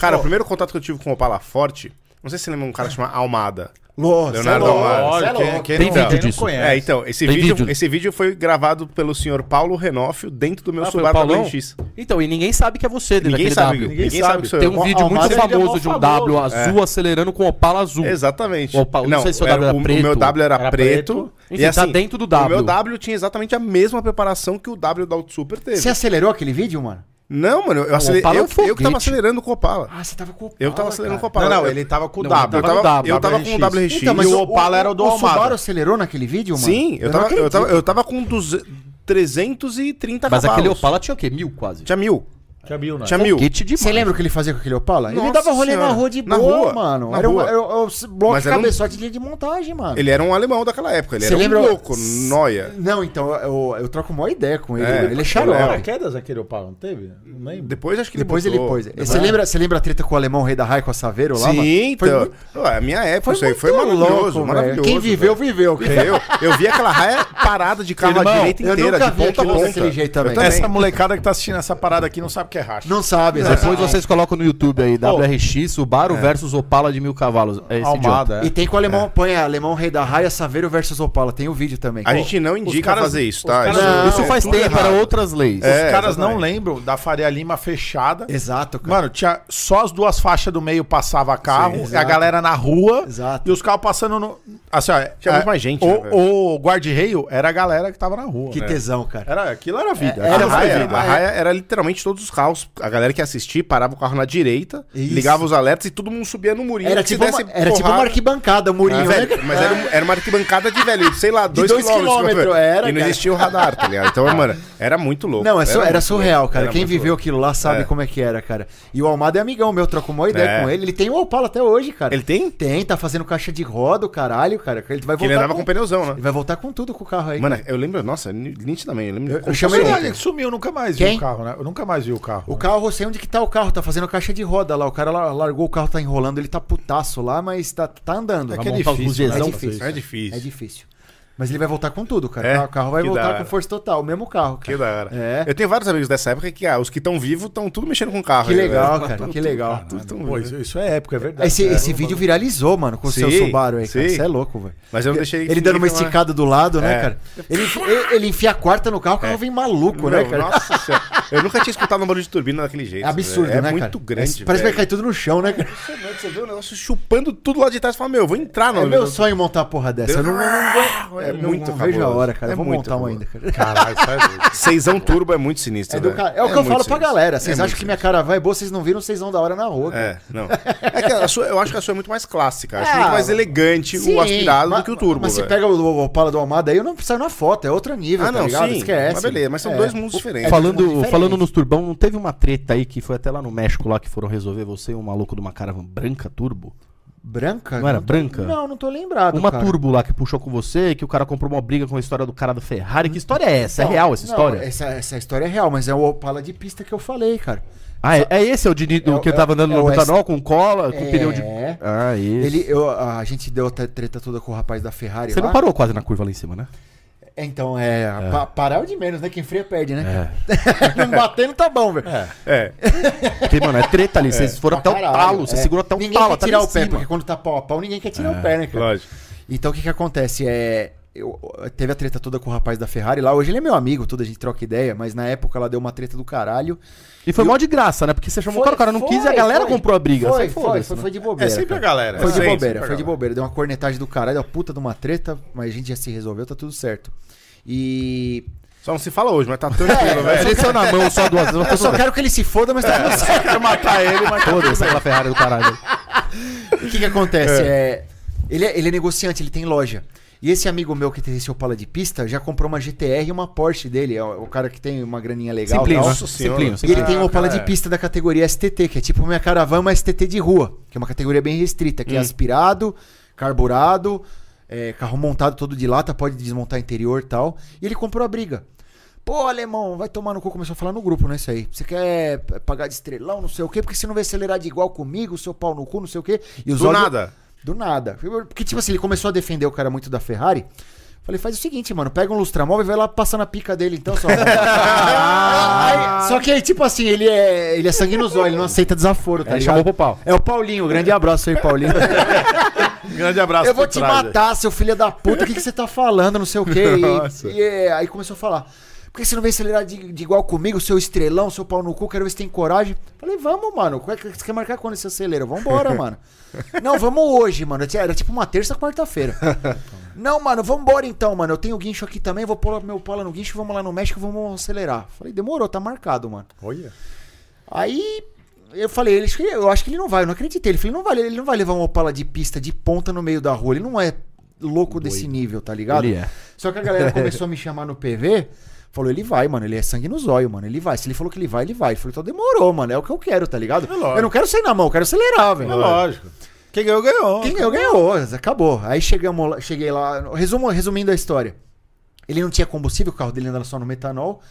[SPEAKER 2] Cara, o primeiro contato que eu tive com o Opala Forte, não sei se você lembra um cara chamado Almada.
[SPEAKER 4] Nossa,
[SPEAKER 2] Leonardo
[SPEAKER 4] é louco,
[SPEAKER 2] Amaro.
[SPEAKER 4] você é
[SPEAKER 1] Olha, quem,
[SPEAKER 4] louco.
[SPEAKER 1] quem
[SPEAKER 5] Tem
[SPEAKER 1] não,
[SPEAKER 5] vídeo
[SPEAKER 1] quem não
[SPEAKER 5] disso.
[SPEAKER 1] conhece.
[SPEAKER 2] É, então, esse
[SPEAKER 5] Tem
[SPEAKER 2] vídeo,
[SPEAKER 5] vídeo?
[SPEAKER 2] esse vídeo foi gravado pelo senhor Paulo Renófio dentro do meu
[SPEAKER 5] Ah, foi o
[SPEAKER 2] Subaru
[SPEAKER 5] Paulão?
[SPEAKER 2] WX.
[SPEAKER 5] Então, e ninguém sabe que é você dentro
[SPEAKER 2] Ninguém
[SPEAKER 5] daquele
[SPEAKER 2] sabe,
[SPEAKER 5] W.
[SPEAKER 2] ninguém sabe que sou
[SPEAKER 5] Tem
[SPEAKER 2] eu.
[SPEAKER 5] um vídeo
[SPEAKER 1] Almada
[SPEAKER 5] muito
[SPEAKER 1] ele é mó
[SPEAKER 5] famoso de um
[SPEAKER 1] famoso.
[SPEAKER 5] W azul acelerando com Opala azul.
[SPEAKER 2] Exatamente.
[SPEAKER 5] O Opala- não sei se o
[SPEAKER 2] era-
[SPEAKER 5] W era
[SPEAKER 2] o meu
[SPEAKER 5] preto.
[SPEAKER 2] W era,
[SPEAKER 5] Era
[SPEAKER 2] preto. é assim,
[SPEAKER 5] preto. Enfim, tá dentro do W.
[SPEAKER 2] O meu W tinha exatamente a mesma preparação que o W da Auto Super teve.
[SPEAKER 4] Você acelerou aquele vídeo, mano?
[SPEAKER 2] Não, mano, eu, acelerei,
[SPEAKER 5] Opala é um
[SPEAKER 2] eu, eu que tava
[SPEAKER 5] foguete.
[SPEAKER 2] acelerando com o Opala.
[SPEAKER 4] Ah, você tava com o Opala,
[SPEAKER 2] Eu que tava acelerando com o
[SPEAKER 4] cara.
[SPEAKER 2] Opala.
[SPEAKER 1] Não, não,
[SPEAKER 2] Eu-
[SPEAKER 1] ele tava com o
[SPEAKER 5] Não,
[SPEAKER 1] W.
[SPEAKER 5] ele tava com
[SPEAKER 2] eu tava
[SPEAKER 1] WRX.
[SPEAKER 2] com o WRX.
[SPEAKER 4] Então, mas
[SPEAKER 1] E
[SPEAKER 4] o
[SPEAKER 1] o Opala era o do
[SPEAKER 4] O
[SPEAKER 1] Almada.
[SPEAKER 4] Subaru acelerou naquele vídeo, mano?
[SPEAKER 2] Sim, eu,
[SPEAKER 4] não
[SPEAKER 2] tava, eu,
[SPEAKER 4] acredito.
[SPEAKER 2] tava, eu tava com duze- 330
[SPEAKER 5] Mas aquele
[SPEAKER 2] cavalos.
[SPEAKER 5] Opala tinha o quê? Mil quase?
[SPEAKER 2] Tinha mil.
[SPEAKER 1] Tinha mil, né?
[SPEAKER 2] Tinha mil.
[SPEAKER 5] Kit de
[SPEAKER 4] Você lembra o que ele fazia com aquele Opala? ele
[SPEAKER 2] Nossa
[SPEAKER 4] dava rolê
[SPEAKER 2] senhora.
[SPEAKER 4] na rua de
[SPEAKER 2] Na
[SPEAKER 4] boa,
[SPEAKER 2] rua,
[SPEAKER 4] mano.
[SPEAKER 2] na
[SPEAKER 4] era um-
[SPEAKER 2] rua.
[SPEAKER 4] era um- era um bloco
[SPEAKER 2] Mas
[SPEAKER 4] de
[SPEAKER 2] era um-
[SPEAKER 4] cabeçote de- de montagem, mano.
[SPEAKER 2] Ele era um alemão daquela época. Ele
[SPEAKER 4] Você
[SPEAKER 2] era
[SPEAKER 4] lembra-
[SPEAKER 2] um louco, noia.
[SPEAKER 4] Não, então, eu, eu troco uma ideia com ele.
[SPEAKER 2] É,
[SPEAKER 4] mano. ele é
[SPEAKER 2] ele
[SPEAKER 4] xarope.
[SPEAKER 1] Paraquedas aquele Opala, não teve? Não lembro.
[SPEAKER 2] Depois acho que ele
[SPEAKER 4] Depois ele
[SPEAKER 2] botou. né?
[SPEAKER 4] pôs. Você lembra, você lembra a treta com o alemão rei da raia com a Saveiro lá, mano?
[SPEAKER 2] Sim,
[SPEAKER 4] Foi
[SPEAKER 2] então.
[SPEAKER 4] muito-
[SPEAKER 2] Ué, a minha época, foi isso aí
[SPEAKER 4] muito
[SPEAKER 2] foi maravilhoso,
[SPEAKER 4] louco,
[SPEAKER 2] maravilhoso.
[SPEAKER 4] velho. Quem viveu, viveu. cara.
[SPEAKER 2] velho. Eu, eu vi aquela raia parada de carro à
[SPEAKER 1] Irmão,
[SPEAKER 2] direita
[SPEAKER 4] eu
[SPEAKER 2] inteira,
[SPEAKER 4] nunca
[SPEAKER 2] de
[SPEAKER 4] vi
[SPEAKER 2] ponta a
[SPEAKER 4] aquilo
[SPEAKER 2] ponta.
[SPEAKER 4] daquele jeito também.
[SPEAKER 2] Eu também.
[SPEAKER 1] Essa molecada que tá assistindo essa parada aqui não sabe o que é racha.
[SPEAKER 4] Não É. sabe,
[SPEAKER 5] Depois
[SPEAKER 4] exatamente.
[SPEAKER 5] vocês colocam no YouTube aí, WRX, Subaru versus Opala de mil cavalos. É esse idiota.
[SPEAKER 1] Almada, é.
[SPEAKER 4] E tem com o alemão, põe alemão rei da raia, Saveiro versus Opala. Tem o vídeo também.
[SPEAKER 2] A gente não indica
[SPEAKER 1] caras-
[SPEAKER 2] fazer isso,
[SPEAKER 1] os
[SPEAKER 2] tá?
[SPEAKER 1] caras-
[SPEAKER 4] Não,
[SPEAKER 5] Isso
[SPEAKER 2] é
[SPEAKER 5] faz
[SPEAKER 2] tudo
[SPEAKER 5] tempo,
[SPEAKER 2] errado.
[SPEAKER 5] era outras leis.
[SPEAKER 1] Os
[SPEAKER 2] É,
[SPEAKER 1] caras não
[SPEAKER 2] exatamente.
[SPEAKER 1] lembram da Faria Lima
[SPEAKER 4] É.
[SPEAKER 1] fechada.
[SPEAKER 4] Exato, cara.
[SPEAKER 1] Mano, tinha só as duas faixas do meio passava carro,
[SPEAKER 4] Sim,
[SPEAKER 1] a
[SPEAKER 4] exato.
[SPEAKER 1] galera na rua
[SPEAKER 4] Exato.
[SPEAKER 1] e os carros passando no. Assim, ó, é,
[SPEAKER 2] Tinha muito mais gente, né, velho?
[SPEAKER 1] O, o guarda-reio era a galera que tava na rua.
[SPEAKER 4] que
[SPEAKER 2] é.
[SPEAKER 1] né?
[SPEAKER 4] tesão, cara.
[SPEAKER 1] era, aquilo era vida.
[SPEAKER 2] A
[SPEAKER 4] É,
[SPEAKER 1] aquilo
[SPEAKER 4] era
[SPEAKER 1] foi
[SPEAKER 2] raia,
[SPEAKER 1] vida.
[SPEAKER 2] a raia era literalmente todos os carros. A galera que ia assistir parava o carro na direita,
[SPEAKER 4] Isso.
[SPEAKER 2] ligava os alertas e todo mundo subia no murinho.
[SPEAKER 4] Era
[SPEAKER 2] que se
[SPEAKER 4] tipo, uma,
[SPEAKER 2] desse
[SPEAKER 4] era tipo uma
[SPEAKER 2] porrada-
[SPEAKER 4] arquibancada, o murinho, né?
[SPEAKER 2] Velho, mas era, um- era uma arquibancada de velho, sei lá, dois,
[SPEAKER 4] dois
[SPEAKER 2] quilômetros.
[SPEAKER 4] quilômetros,
[SPEAKER 2] quilômetros,
[SPEAKER 4] era,
[SPEAKER 2] e não
[SPEAKER 4] cara.
[SPEAKER 2] existia o radar, tá ligado? Então, mano, era muito louco.
[SPEAKER 4] Não, é su- era,
[SPEAKER 2] muito
[SPEAKER 4] surreal,
[SPEAKER 2] louco,
[SPEAKER 4] cara.
[SPEAKER 2] era
[SPEAKER 4] Quem
[SPEAKER 2] muito
[SPEAKER 4] viveu
[SPEAKER 2] louco.
[SPEAKER 4] aquilo lá sabe
[SPEAKER 2] É.
[SPEAKER 4] como é que era, cara. E o Almada é amigão meu, trocou uma ideia
[SPEAKER 2] É.
[SPEAKER 4] com ele. Ele tem o Opala até hoje, cara.
[SPEAKER 2] Ele tem?
[SPEAKER 4] Tem, tá fazendo caixa de roda, o caralho, cara. Ele vai
[SPEAKER 2] Que ele
[SPEAKER 4] voltar.
[SPEAKER 2] andava com pneuzão,
[SPEAKER 4] ele
[SPEAKER 2] né?
[SPEAKER 4] vai voltar com tudo com o carro aí.
[SPEAKER 2] Mano, eu lembro, nossa, nitidamente, eu lembro.
[SPEAKER 4] Eu- eu
[SPEAKER 2] como-
[SPEAKER 4] chamo
[SPEAKER 1] Mas
[SPEAKER 4] ele-
[SPEAKER 1] ele- ele sumiu, nunca mais vi
[SPEAKER 4] Quem?
[SPEAKER 1] o carro, né? Eu nunca mais vi o carro.
[SPEAKER 4] O
[SPEAKER 1] né?
[SPEAKER 4] carro, eu sei onde que tá o carro, tá fazendo caixa de roda lá. O cara la- largou o carro, tá enrolando, ele tá putaço lá, mas tá, tá andando.
[SPEAKER 1] É
[SPEAKER 4] Vai
[SPEAKER 1] que é
[SPEAKER 4] montar
[SPEAKER 1] difícil,
[SPEAKER 4] alguns
[SPEAKER 1] né?
[SPEAKER 4] dias,
[SPEAKER 1] É
[SPEAKER 4] É
[SPEAKER 1] difícil.
[SPEAKER 4] difícil.
[SPEAKER 2] É difícil.
[SPEAKER 4] É difícil. Mas ele vai voltar com tudo, cara.
[SPEAKER 2] É?
[SPEAKER 4] O carro vai
[SPEAKER 2] Que da
[SPEAKER 4] voltar
[SPEAKER 2] hora.
[SPEAKER 4] com força total, o mesmo carro, cara.
[SPEAKER 2] Que da hora.
[SPEAKER 4] É.
[SPEAKER 2] Eu tenho vários amigos dessa época que, ah, os que estão vivos estão tudo mexendo com o carro.
[SPEAKER 4] Que
[SPEAKER 2] aí,
[SPEAKER 4] legal,
[SPEAKER 2] velho.
[SPEAKER 4] cara, que legal.
[SPEAKER 2] Tudo tão
[SPEAKER 1] Pô,
[SPEAKER 2] vivo.
[SPEAKER 1] isso, isso é época, é verdade.
[SPEAKER 4] Esse,
[SPEAKER 1] É.
[SPEAKER 4] esse vídeo viralizou, mano, com o seu
[SPEAKER 2] Sim,
[SPEAKER 4] Subaru aí, cara.
[SPEAKER 2] sim.
[SPEAKER 4] Você é louco, velho.
[SPEAKER 2] Mas eu não deixei
[SPEAKER 4] Ele dando uma
[SPEAKER 2] ninguém falar.
[SPEAKER 4] esticada do lado, né,
[SPEAKER 2] É.
[SPEAKER 4] cara? Ele, ele- ele enfia a quarta no carro, o carro vem maluco, né,
[SPEAKER 2] Meu,
[SPEAKER 4] cara?
[SPEAKER 2] Nossa senhora. Eu nunca tinha escutado um barulho de turbina daquele jeito.
[SPEAKER 4] É absurdo,
[SPEAKER 2] velho.
[SPEAKER 4] né,
[SPEAKER 2] É
[SPEAKER 4] cara?
[SPEAKER 2] muito grande.
[SPEAKER 4] É, parece que vai
[SPEAKER 2] velho.
[SPEAKER 4] cair tudo no chão, né, cara?
[SPEAKER 2] impressionante. Você vê o negócio chupando tudo lá de trás e fala, meu, eu vou entrar no
[SPEAKER 4] É meu sonho montar uma porra dessa. Eu não,
[SPEAKER 2] não É
[SPEAKER 4] Ah, eu não
[SPEAKER 2] muito
[SPEAKER 4] vejo a
[SPEAKER 2] cabuloso.
[SPEAKER 4] hora,
[SPEAKER 2] É
[SPEAKER 4] cara. Eu vou
[SPEAKER 2] muito
[SPEAKER 4] montar uma
[SPEAKER 2] cabuloso.
[SPEAKER 4] ainda, cara.
[SPEAKER 1] Caralho, sai doido.
[SPEAKER 2] Seisão turbo é muito sinistro,
[SPEAKER 4] É, do
[SPEAKER 2] velho.
[SPEAKER 4] ca- é o que eu
[SPEAKER 2] muito
[SPEAKER 4] falo pra
[SPEAKER 2] sinistro.
[SPEAKER 4] galera. Vocês
[SPEAKER 2] É
[SPEAKER 4] acham
[SPEAKER 2] muito
[SPEAKER 4] que minha caravana é boa, vocês não viram, vocês vão da hora na rua, cara.
[SPEAKER 2] É, não. É que a sua, eu acho que a sua é muito mais clássica. Acho
[SPEAKER 4] Ah,
[SPEAKER 2] muito mais elegante
[SPEAKER 4] Sim,
[SPEAKER 2] o aspirado
[SPEAKER 4] ma-
[SPEAKER 2] do que o turbo.
[SPEAKER 4] Mas se
[SPEAKER 2] velho.
[SPEAKER 4] pega o, o Opala do Almada aí, eu não saio na foto, é outro nível,
[SPEAKER 2] Ah,
[SPEAKER 4] tá
[SPEAKER 2] não,
[SPEAKER 4] ligado?
[SPEAKER 2] sim.
[SPEAKER 4] Esquece.
[SPEAKER 2] Mas beleza, mas são
[SPEAKER 4] É.
[SPEAKER 2] dois mundos diferentes.
[SPEAKER 5] falando,
[SPEAKER 4] diferente.
[SPEAKER 5] falando nos turbão, não teve uma treta aí que foi até lá no México lá que foram resolver você e um maluco de uma caravan branca turbo?
[SPEAKER 4] Branca?
[SPEAKER 5] Não era
[SPEAKER 4] tô-
[SPEAKER 5] branca?
[SPEAKER 4] Não, não tô lembrado,
[SPEAKER 5] Uma
[SPEAKER 4] cara.
[SPEAKER 5] turbo lá que puxou com você, que o cara comprou uma briga com a história do cara da Ferrari. Que história é essa?
[SPEAKER 4] Não,
[SPEAKER 5] é real essa
[SPEAKER 4] não,
[SPEAKER 5] história?
[SPEAKER 4] Essa, essa história é real, mas é o Opala de pista que eu falei, cara.
[SPEAKER 5] Ah, é, é esse é o de,
[SPEAKER 4] É
[SPEAKER 5] do
[SPEAKER 4] o-
[SPEAKER 5] que eu
[SPEAKER 4] é-
[SPEAKER 5] tava andando
[SPEAKER 4] é
[SPEAKER 5] no
[SPEAKER 4] o S-
[SPEAKER 5] Butanol com cola, com
[SPEAKER 4] É.
[SPEAKER 5] pneu de. Ah, isso.
[SPEAKER 4] Ele, eu, a gente deu até treta toda com o rapaz da Ferrari
[SPEAKER 5] Você
[SPEAKER 4] lá.
[SPEAKER 5] não parou quase na curva lá em cima, né?
[SPEAKER 4] Então, é, pa- parar é o de menos, né? Quem freia perde, né?
[SPEAKER 5] É.
[SPEAKER 4] não batendo tá bom, velho.
[SPEAKER 2] É.
[SPEAKER 5] Porque, mano, é treta ali. Vocês foram
[SPEAKER 4] Pra
[SPEAKER 5] até o
[SPEAKER 4] caralho,
[SPEAKER 5] talo, você
[SPEAKER 4] é.
[SPEAKER 5] segurou até o
[SPEAKER 4] ninguém
[SPEAKER 5] talo,
[SPEAKER 4] quer
[SPEAKER 5] até
[SPEAKER 4] tirar
[SPEAKER 5] lá
[SPEAKER 4] o
[SPEAKER 5] em
[SPEAKER 4] pé, tá
[SPEAKER 5] cima.
[SPEAKER 4] porque quando tá pau a pau, ninguém quer tirar o pé, né, cara?
[SPEAKER 2] Lógico.
[SPEAKER 4] Então o que que acontece? É, eu, teve a treta toda com o rapaz da Ferrari lá. Hoje ele é meu amigo, tudo, a gente troca ideia, mas na época ela deu uma treta do caralho.
[SPEAKER 5] E foi mal de graça, né? Porque você chamou o cara, o cara não quis e a galera comprou a briga.
[SPEAKER 4] Foi,
[SPEAKER 5] Você
[SPEAKER 4] foi,
[SPEAKER 5] foda-se,
[SPEAKER 4] foi,
[SPEAKER 5] né?
[SPEAKER 4] foi de
[SPEAKER 2] É
[SPEAKER 4] bobeira.
[SPEAKER 2] sempre a
[SPEAKER 4] cara.
[SPEAKER 2] galera.
[SPEAKER 4] Foi de
[SPEAKER 2] sempre,
[SPEAKER 4] bobeira,
[SPEAKER 2] sempre a
[SPEAKER 4] foi de
[SPEAKER 2] galera.
[SPEAKER 4] bobeira. Deu uma cornetagem do caralho, a puta de uma treta, mas a gente já se resolveu, tá tudo certo. E.
[SPEAKER 2] Só não se fala hoje, mas tá
[SPEAKER 4] É,
[SPEAKER 2] tranquilo, velho.
[SPEAKER 5] Ele saiu na mão só duas vezes.
[SPEAKER 4] Eu só quero que ele se foda, mas tá tudo certo.
[SPEAKER 2] quero matar ele, mas
[SPEAKER 5] Foda-se aquela Ferrari do caralho.
[SPEAKER 4] O que que acontece? É, ele, é, ele é negociante, ele tem loja. E esse amigo meu que tem esse Opala de pista já comprou uma GTR e uma Porsche dele. É o o cara que tem uma graninha legal.
[SPEAKER 5] Simplinho,
[SPEAKER 4] tal.
[SPEAKER 5] né?
[SPEAKER 2] Nossa Senhora.
[SPEAKER 5] Simplinho,
[SPEAKER 4] E ele
[SPEAKER 5] simplinho.
[SPEAKER 4] tem um Opala
[SPEAKER 2] cara,
[SPEAKER 4] de
[SPEAKER 2] é.
[SPEAKER 4] pista da categoria STT, que é tipo minha caravana, mas STT de rua, que é uma categoria bem restrita, que é aspirado, carburado, é, carro montado todo de lata, pode desmontar interior e tal. E ele comprou a briga. Pô, alemão, vai tomar no cu, começou a falar no grupo, né? Isso aí. Você quer pagar de estrelão, não sei o quê, porque você não vai acelerar de igual comigo, seu pau no cu, não sei o quê. E os
[SPEAKER 2] Do
[SPEAKER 4] olhos-
[SPEAKER 2] nada.
[SPEAKER 4] do nada. Porque, tipo assim, ele começou a defender o cara muito da Ferrari. Falei, faz o seguinte, mano, pega um lustramóvel e vai lá passar na pica dele, então, só. Aí- só que aí, tipo assim, ele é, ele é sangue nos olhos, ele não aceita desaforo, tá
[SPEAKER 5] Ele
[SPEAKER 4] ligado?
[SPEAKER 5] chamou pro pau.
[SPEAKER 4] É o Paulinho, grande abraço aí, Paulinho.
[SPEAKER 2] Grande abraço.
[SPEAKER 4] Eu vou
[SPEAKER 2] pro
[SPEAKER 4] te
[SPEAKER 2] Traje.
[SPEAKER 4] matar, seu filho da puta, o que, que você tá falando, não sei o quê. E-
[SPEAKER 2] Nossa.
[SPEAKER 4] E, é, aí começou a falar. Por que você não vem acelerar de, de igual comigo, seu estrelão, seu pau no cu? Quero ver se tem coragem. Falei, vamos, mano. Qual é que Você quer marcar quando você acelera? Vambora, mano. Não, vamos hoje, mano. Era tipo uma terça, quarta-feira. Não, mano, vambora então, mano. Eu tenho guincho aqui também, vou pôr meu pala no guincho, vamos lá no México, vamos acelerar. Falei, demorou, tá marcado, mano.
[SPEAKER 1] Olha.
[SPEAKER 4] Aí eu falei, ele, acho que- eu acho que ele não vai, eu não acreditei. Ele falou, ele não vai, ele não vai levar uma opala de pista de ponta no meio da rua. Ele não é louco desse nível, tá ligado?
[SPEAKER 5] Ele é.
[SPEAKER 4] Só que a galera começou a me chamar no PV, falou, ele vai, mano, ele é sangue no zóio, mano, ele vai. Se ele falou que ele vai, ele vai. Ele falou, então demorou, mano, é o que eu quero, tá ligado?
[SPEAKER 1] lógico.
[SPEAKER 4] eu não quero sair na mão, eu quero acelerar, velho.
[SPEAKER 1] É lógico. Quem ganhou, ganhou.
[SPEAKER 4] Quem ganhou, ganhou. Acabou. Aí chegamos, lá- cheguei lá. Resumo, resumindo a história. Ele não tinha combustível, o carro dele andava só no metanol.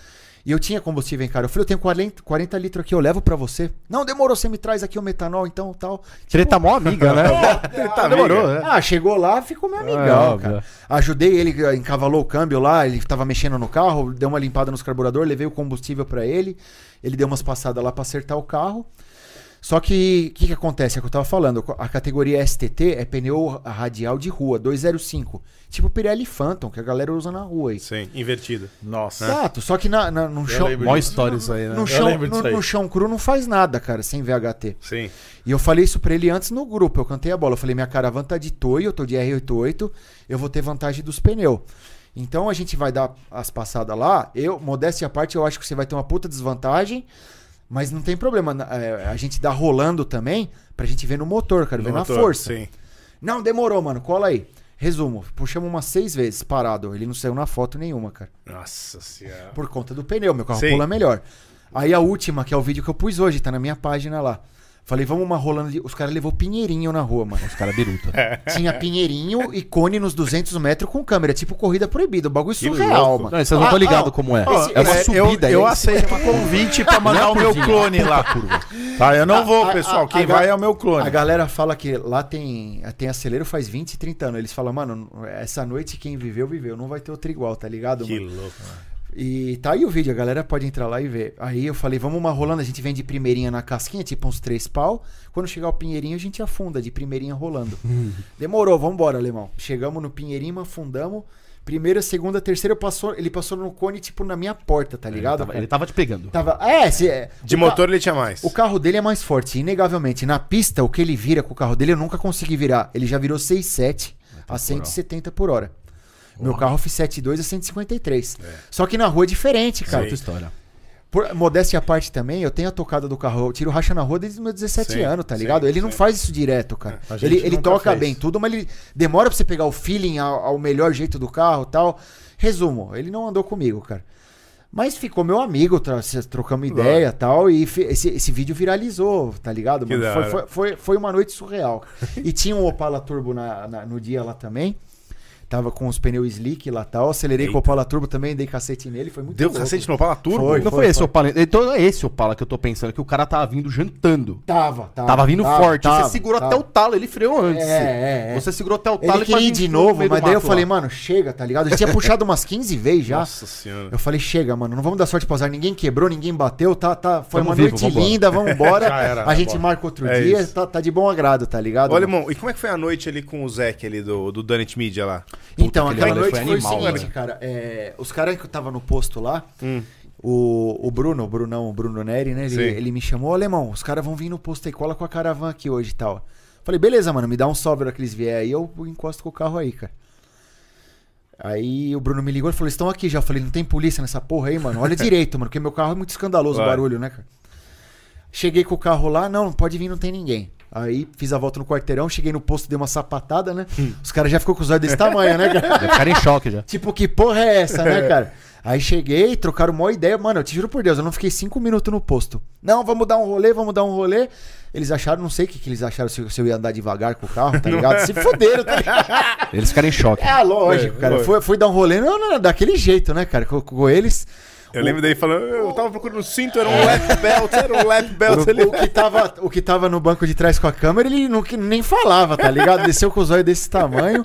[SPEAKER 4] E eu tinha combustível, hein, cara. Eu falei, eu tenho 40, 40 litros aqui, eu levo pra você. Não, demorou, você me traz aqui o metanol, então, tal.
[SPEAKER 5] Treta mó amiga, né?
[SPEAKER 2] Tá, demorou, né?
[SPEAKER 4] Ah, chegou lá, ficou meu amigão,
[SPEAKER 5] óbvio.
[SPEAKER 4] cara. Ajudei ele, eh, encavalou o câmbio lá, ele tava mexendo no carro, deu uma limpada nos carburadores, levei o combustível pra ele, ele deu umas passadas lá pra acertar o carro. Só que, o que que acontece? É o que eu tava falando, a categoria STT é pneu radial de rua, 205. Tipo Pirelli Phantom, que a galera usa na rua aí.
[SPEAKER 2] Sim, invertido.
[SPEAKER 1] Nossa.
[SPEAKER 4] Exato, só que na, na, num chão...
[SPEAKER 1] lembro
[SPEAKER 5] Mó história isso aí, né?
[SPEAKER 4] num chão,
[SPEAKER 1] lembro disso
[SPEAKER 4] no,
[SPEAKER 1] aí.
[SPEAKER 4] no chão cru não faz nada, cara, sem VHT.
[SPEAKER 2] Sim.
[SPEAKER 4] E eu falei isso pra ele antes no grupo. Eu cantei a bola. Eu falei, minha caravana tá de toio, eu tô de R88, eu vou ter vantagem dos pneus. Então a gente vai dar as passadas lá. Eu, modéstia à parte, eu acho que você vai ter uma puta desvantagem. Mas não tem problema. na- é, A gente dá rolando também pra gente ver no motor, cara, ver
[SPEAKER 2] No
[SPEAKER 4] na
[SPEAKER 2] motor,
[SPEAKER 4] força.
[SPEAKER 2] Sim.
[SPEAKER 4] Não, demorou, mano. Cola aí. Resumo, puxamos umas seis vezes parado. Ele não saiu na foto nenhuma, cara.
[SPEAKER 2] Nossa senhora.
[SPEAKER 4] Por conta do pneu, meu carro
[SPEAKER 2] É. Sim.
[SPEAKER 4] pula melhor. Aí a última, que é o vídeo que eu pus hoje, tá na minha página lá. Falei, vamos uma rolando de... Os caras levou pinheirinho na rua, mano.
[SPEAKER 5] Os caras biruta.
[SPEAKER 2] É.
[SPEAKER 4] Tinha pinheirinho e cone nos 200 metros com câmera. Tipo corrida proibida. O bagulho
[SPEAKER 2] Que
[SPEAKER 4] surreal,
[SPEAKER 2] louco.
[SPEAKER 4] mano.
[SPEAKER 5] Não, vocês não estão
[SPEAKER 4] Ah,
[SPEAKER 5] ligados
[SPEAKER 4] ah,
[SPEAKER 5] como é.
[SPEAKER 1] Ó,
[SPEAKER 5] é uma
[SPEAKER 1] é,
[SPEAKER 5] subida
[SPEAKER 1] eu, eu
[SPEAKER 5] aí.
[SPEAKER 1] aceito um convite pra mandar o meu
[SPEAKER 5] curvinha,
[SPEAKER 1] clone lá. Tá, eu não vou, pessoal. Quem
[SPEAKER 4] a-
[SPEAKER 1] vai é o meu
[SPEAKER 4] A
[SPEAKER 1] clone.
[SPEAKER 4] galera fala que lá tem, tem acelero faz 20, 30 anos. Eles falam, mano, essa noite quem viveu, viveu. Não vai ter outro igual, tá ligado,
[SPEAKER 2] Que
[SPEAKER 4] mano?
[SPEAKER 2] louco.
[SPEAKER 4] E tá aí o vídeo, a galera pode entrar lá e ver. Aí eu falei, vamos uma rolando, a gente vem de primeirinha na casquinha, tipo uns três pau. Quando chegar o Pinheirinho, a gente afunda de primeirinha rolando. Demorou, vambora, alemão. Chegamos no Pinheirinho, afundamos. Primeira, segunda, terceira, passou, ele passou no cone, tipo, na minha porta, tá ligado?
[SPEAKER 5] Ele tava te pegando.
[SPEAKER 4] Tava. É, se, é,
[SPEAKER 2] De
[SPEAKER 4] o ca-
[SPEAKER 2] motor ele tinha mais.
[SPEAKER 4] O carro dele é mais forte, inegavelmente. Na pista, o que ele vira com o carro dele, eu nunca consegui virar. Ele já virou 6,7 a 170 por hora. Meu carro F72 a 153. Só que na rua é diferente, cara.
[SPEAKER 5] Outra história.
[SPEAKER 4] Por, modéstia à parte também, eu tenho a tocada do carro. Eu tiro racha na rua desde os meus 17
[SPEAKER 2] Sim,
[SPEAKER 4] anos, tá
[SPEAKER 2] sim,
[SPEAKER 4] ligado? ele não
[SPEAKER 2] sim.
[SPEAKER 4] faz isso direto, cara.
[SPEAKER 1] A gente
[SPEAKER 4] Ele, ele
[SPEAKER 1] nunca
[SPEAKER 4] toca
[SPEAKER 1] fez.
[SPEAKER 4] bem tudo, mas ele demora pra você pegar o feeling ao, ao melhor jeito do carro e tal. Resumo, ele não andou comigo, cara. Mas ficou meu amigo, tra- trocamos ideia e tal, e fi- esse, esse vídeo viralizou, tá ligado?
[SPEAKER 2] Que
[SPEAKER 4] mano?
[SPEAKER 2] da
[SPEAKER 4] Foi,
[SPEAKER 2] hora.
[SPEAKER 4] foi, foi, foi uma noite surreal. e tinha um Opala Turbo na- na- no dia lá também. Tava com os pneus slick lá tal. Acelerei com o Opala Turbo também, dei cacete nele. Foi muito
[SPEAKER 2] Deu
[SPEAKER 4] louco.
[SPEAKER 2] cacete no Opala Turbo?
[SPEAKER 4] Foi,
[SPEAKER 5] não foi, esse o Opala. Então é esse Opala que eu tô pensando, que o cara tava vindo jantando.
[SPEAKER 4] Tava, tava.
[SPEAKER 5] Tava vindo forte.
[SPEAKER 4] Ah, tava,
[SPEAKER 5] você segurou
[SPEAKER 4] tava.
[SPEAKER 5] até o talo, ele freou antes.
[SPEAKER 4] É, é, é.
[SPEAKER 5] Você segurou até o talo
[SPEAKER 4] Ele queria
[SPEAKER 5] quase
[SPEAKER 4] ir de
[SPEAKER 5] entrou no
[SPEAKER 4] novo,
[SPEAKER 5] meio do
[SPEAKER 4] mas daí eu
[SPEAKER 5] mato
[SPEAKER 4] falei,
[SPEAKER 5] lá.
[SPEAKER 4] mano, chega, tá ligado? Ele tinha puxado umas 15 vezes já.
[SPEAKER 2] Nossa senhora.
[SPEAKER 4] Eu falei, chega, mano, não vamos dar sorte pro azar. Ninguém quebrou, ninguém bateu, tá, tá. Foi
[SPEAKER 5] Tamo
[SPEAKER 4] uma
[SPEAKER 5] vivo,
[SPEAKER 4] noite
[SPEAKER 5] vambora.
[SPEAKER 4] linda, vamos embora.
[SPEAKER 1] Já era,
[SPEAKER 4] a gente
[SPEAKER 1] vambora.
[SPEAKER 4] marca outro
[SPEAKER 2] É
[SPEAKER 4] dia,
[SPEAKER 2] isso.
[SPEAKER 4] tá, tá de bom agrado, tá ligado?
[SPEAKER 2] Olha,
[SPEAKER 4] mano?
[SPEAKER 2] irmão, e como é que foi a noite ali com o Zeke ali do, do Dunnet Media lá?
[SPEAKER 4] Então,
[SPEAKER 5] Puta,
[SPEAKER 4] aquela
[SPEAKER 5] aquele
[SPEAKER 4] noite
[SPEAKER 5] foi
[SPEAKER 4] foi o
[SPEAKER 5] animal,
[SPEAKER 4] seguinte,
[SPEAKER 5] velho.
[SPEAKER 4] cara. é, os caras que eu tava no posto lá, o, o Bruno, o Brunão, o Bruno Neri, né? Ele,
[SPEAKER 2] Sim.
[SPEAKER 4] ele me chamou, alemão, os caras vão vir no posto aí, cola com a caravana aqui hoje e tal. Falei, beleza, mano, me dá um salve na hora que eles vier aí, eu encosto com o carro aí, cara. Aí o Bruno me ligou e falou: estão aqui já. Eu falei, não tem polícia nessa porra aí, mano. Olha direito, mano, porque meu carro é muito escandaloso o
[SPEAKER 2] Claro.
[SPEAKER 4] barulho, né, cara? Cheguei com o carro lá, não, não pode vir, não tem ninguém. Aí fiz a volta no quarteirão, cheguei no posto, dei uma sapatada, né? Os caras já ficou com os olhos desse tamanho, né, cara?
[SPEAKER 5] Deve ficar em choque já.
[SPEAKER 4] Tipo, que porra é essa, né, cara? Aí cheguei, trocaram uma ideia. Mano, eu te juro por Deus, eu não fiquei cinco minutos no posto. Não, vamos dar um rolê, vamos dar um rolê. Eles acharam, não sei o que, que eles acharam, se, eu- se eu ia andar devagar com o carro, tá ligado? se fuderam, tá ligado?
[SPEAKER 5] Eles ficaram em choque.
[SPEAKER 4] É, lógico, cara.
[SPEAKER 2] foi.
[SPEAKER 4] Fui, fui dar um rolê, não, não, não, daquele jeito, né, cara? Com, com eles.
[SPEAKER 2] Eu lembro dele falando, eu tava procurando um cinto, era um lap belt, era um lap belt.
[SPEAKER 4] O,
[SPEAKER 2] Ele...
[SPEAKER 4] o que tava, o que tava no banco de trás com a câmera, ele não, que- nem falava, tá ligado? Desceu com os olhos desse tamanho.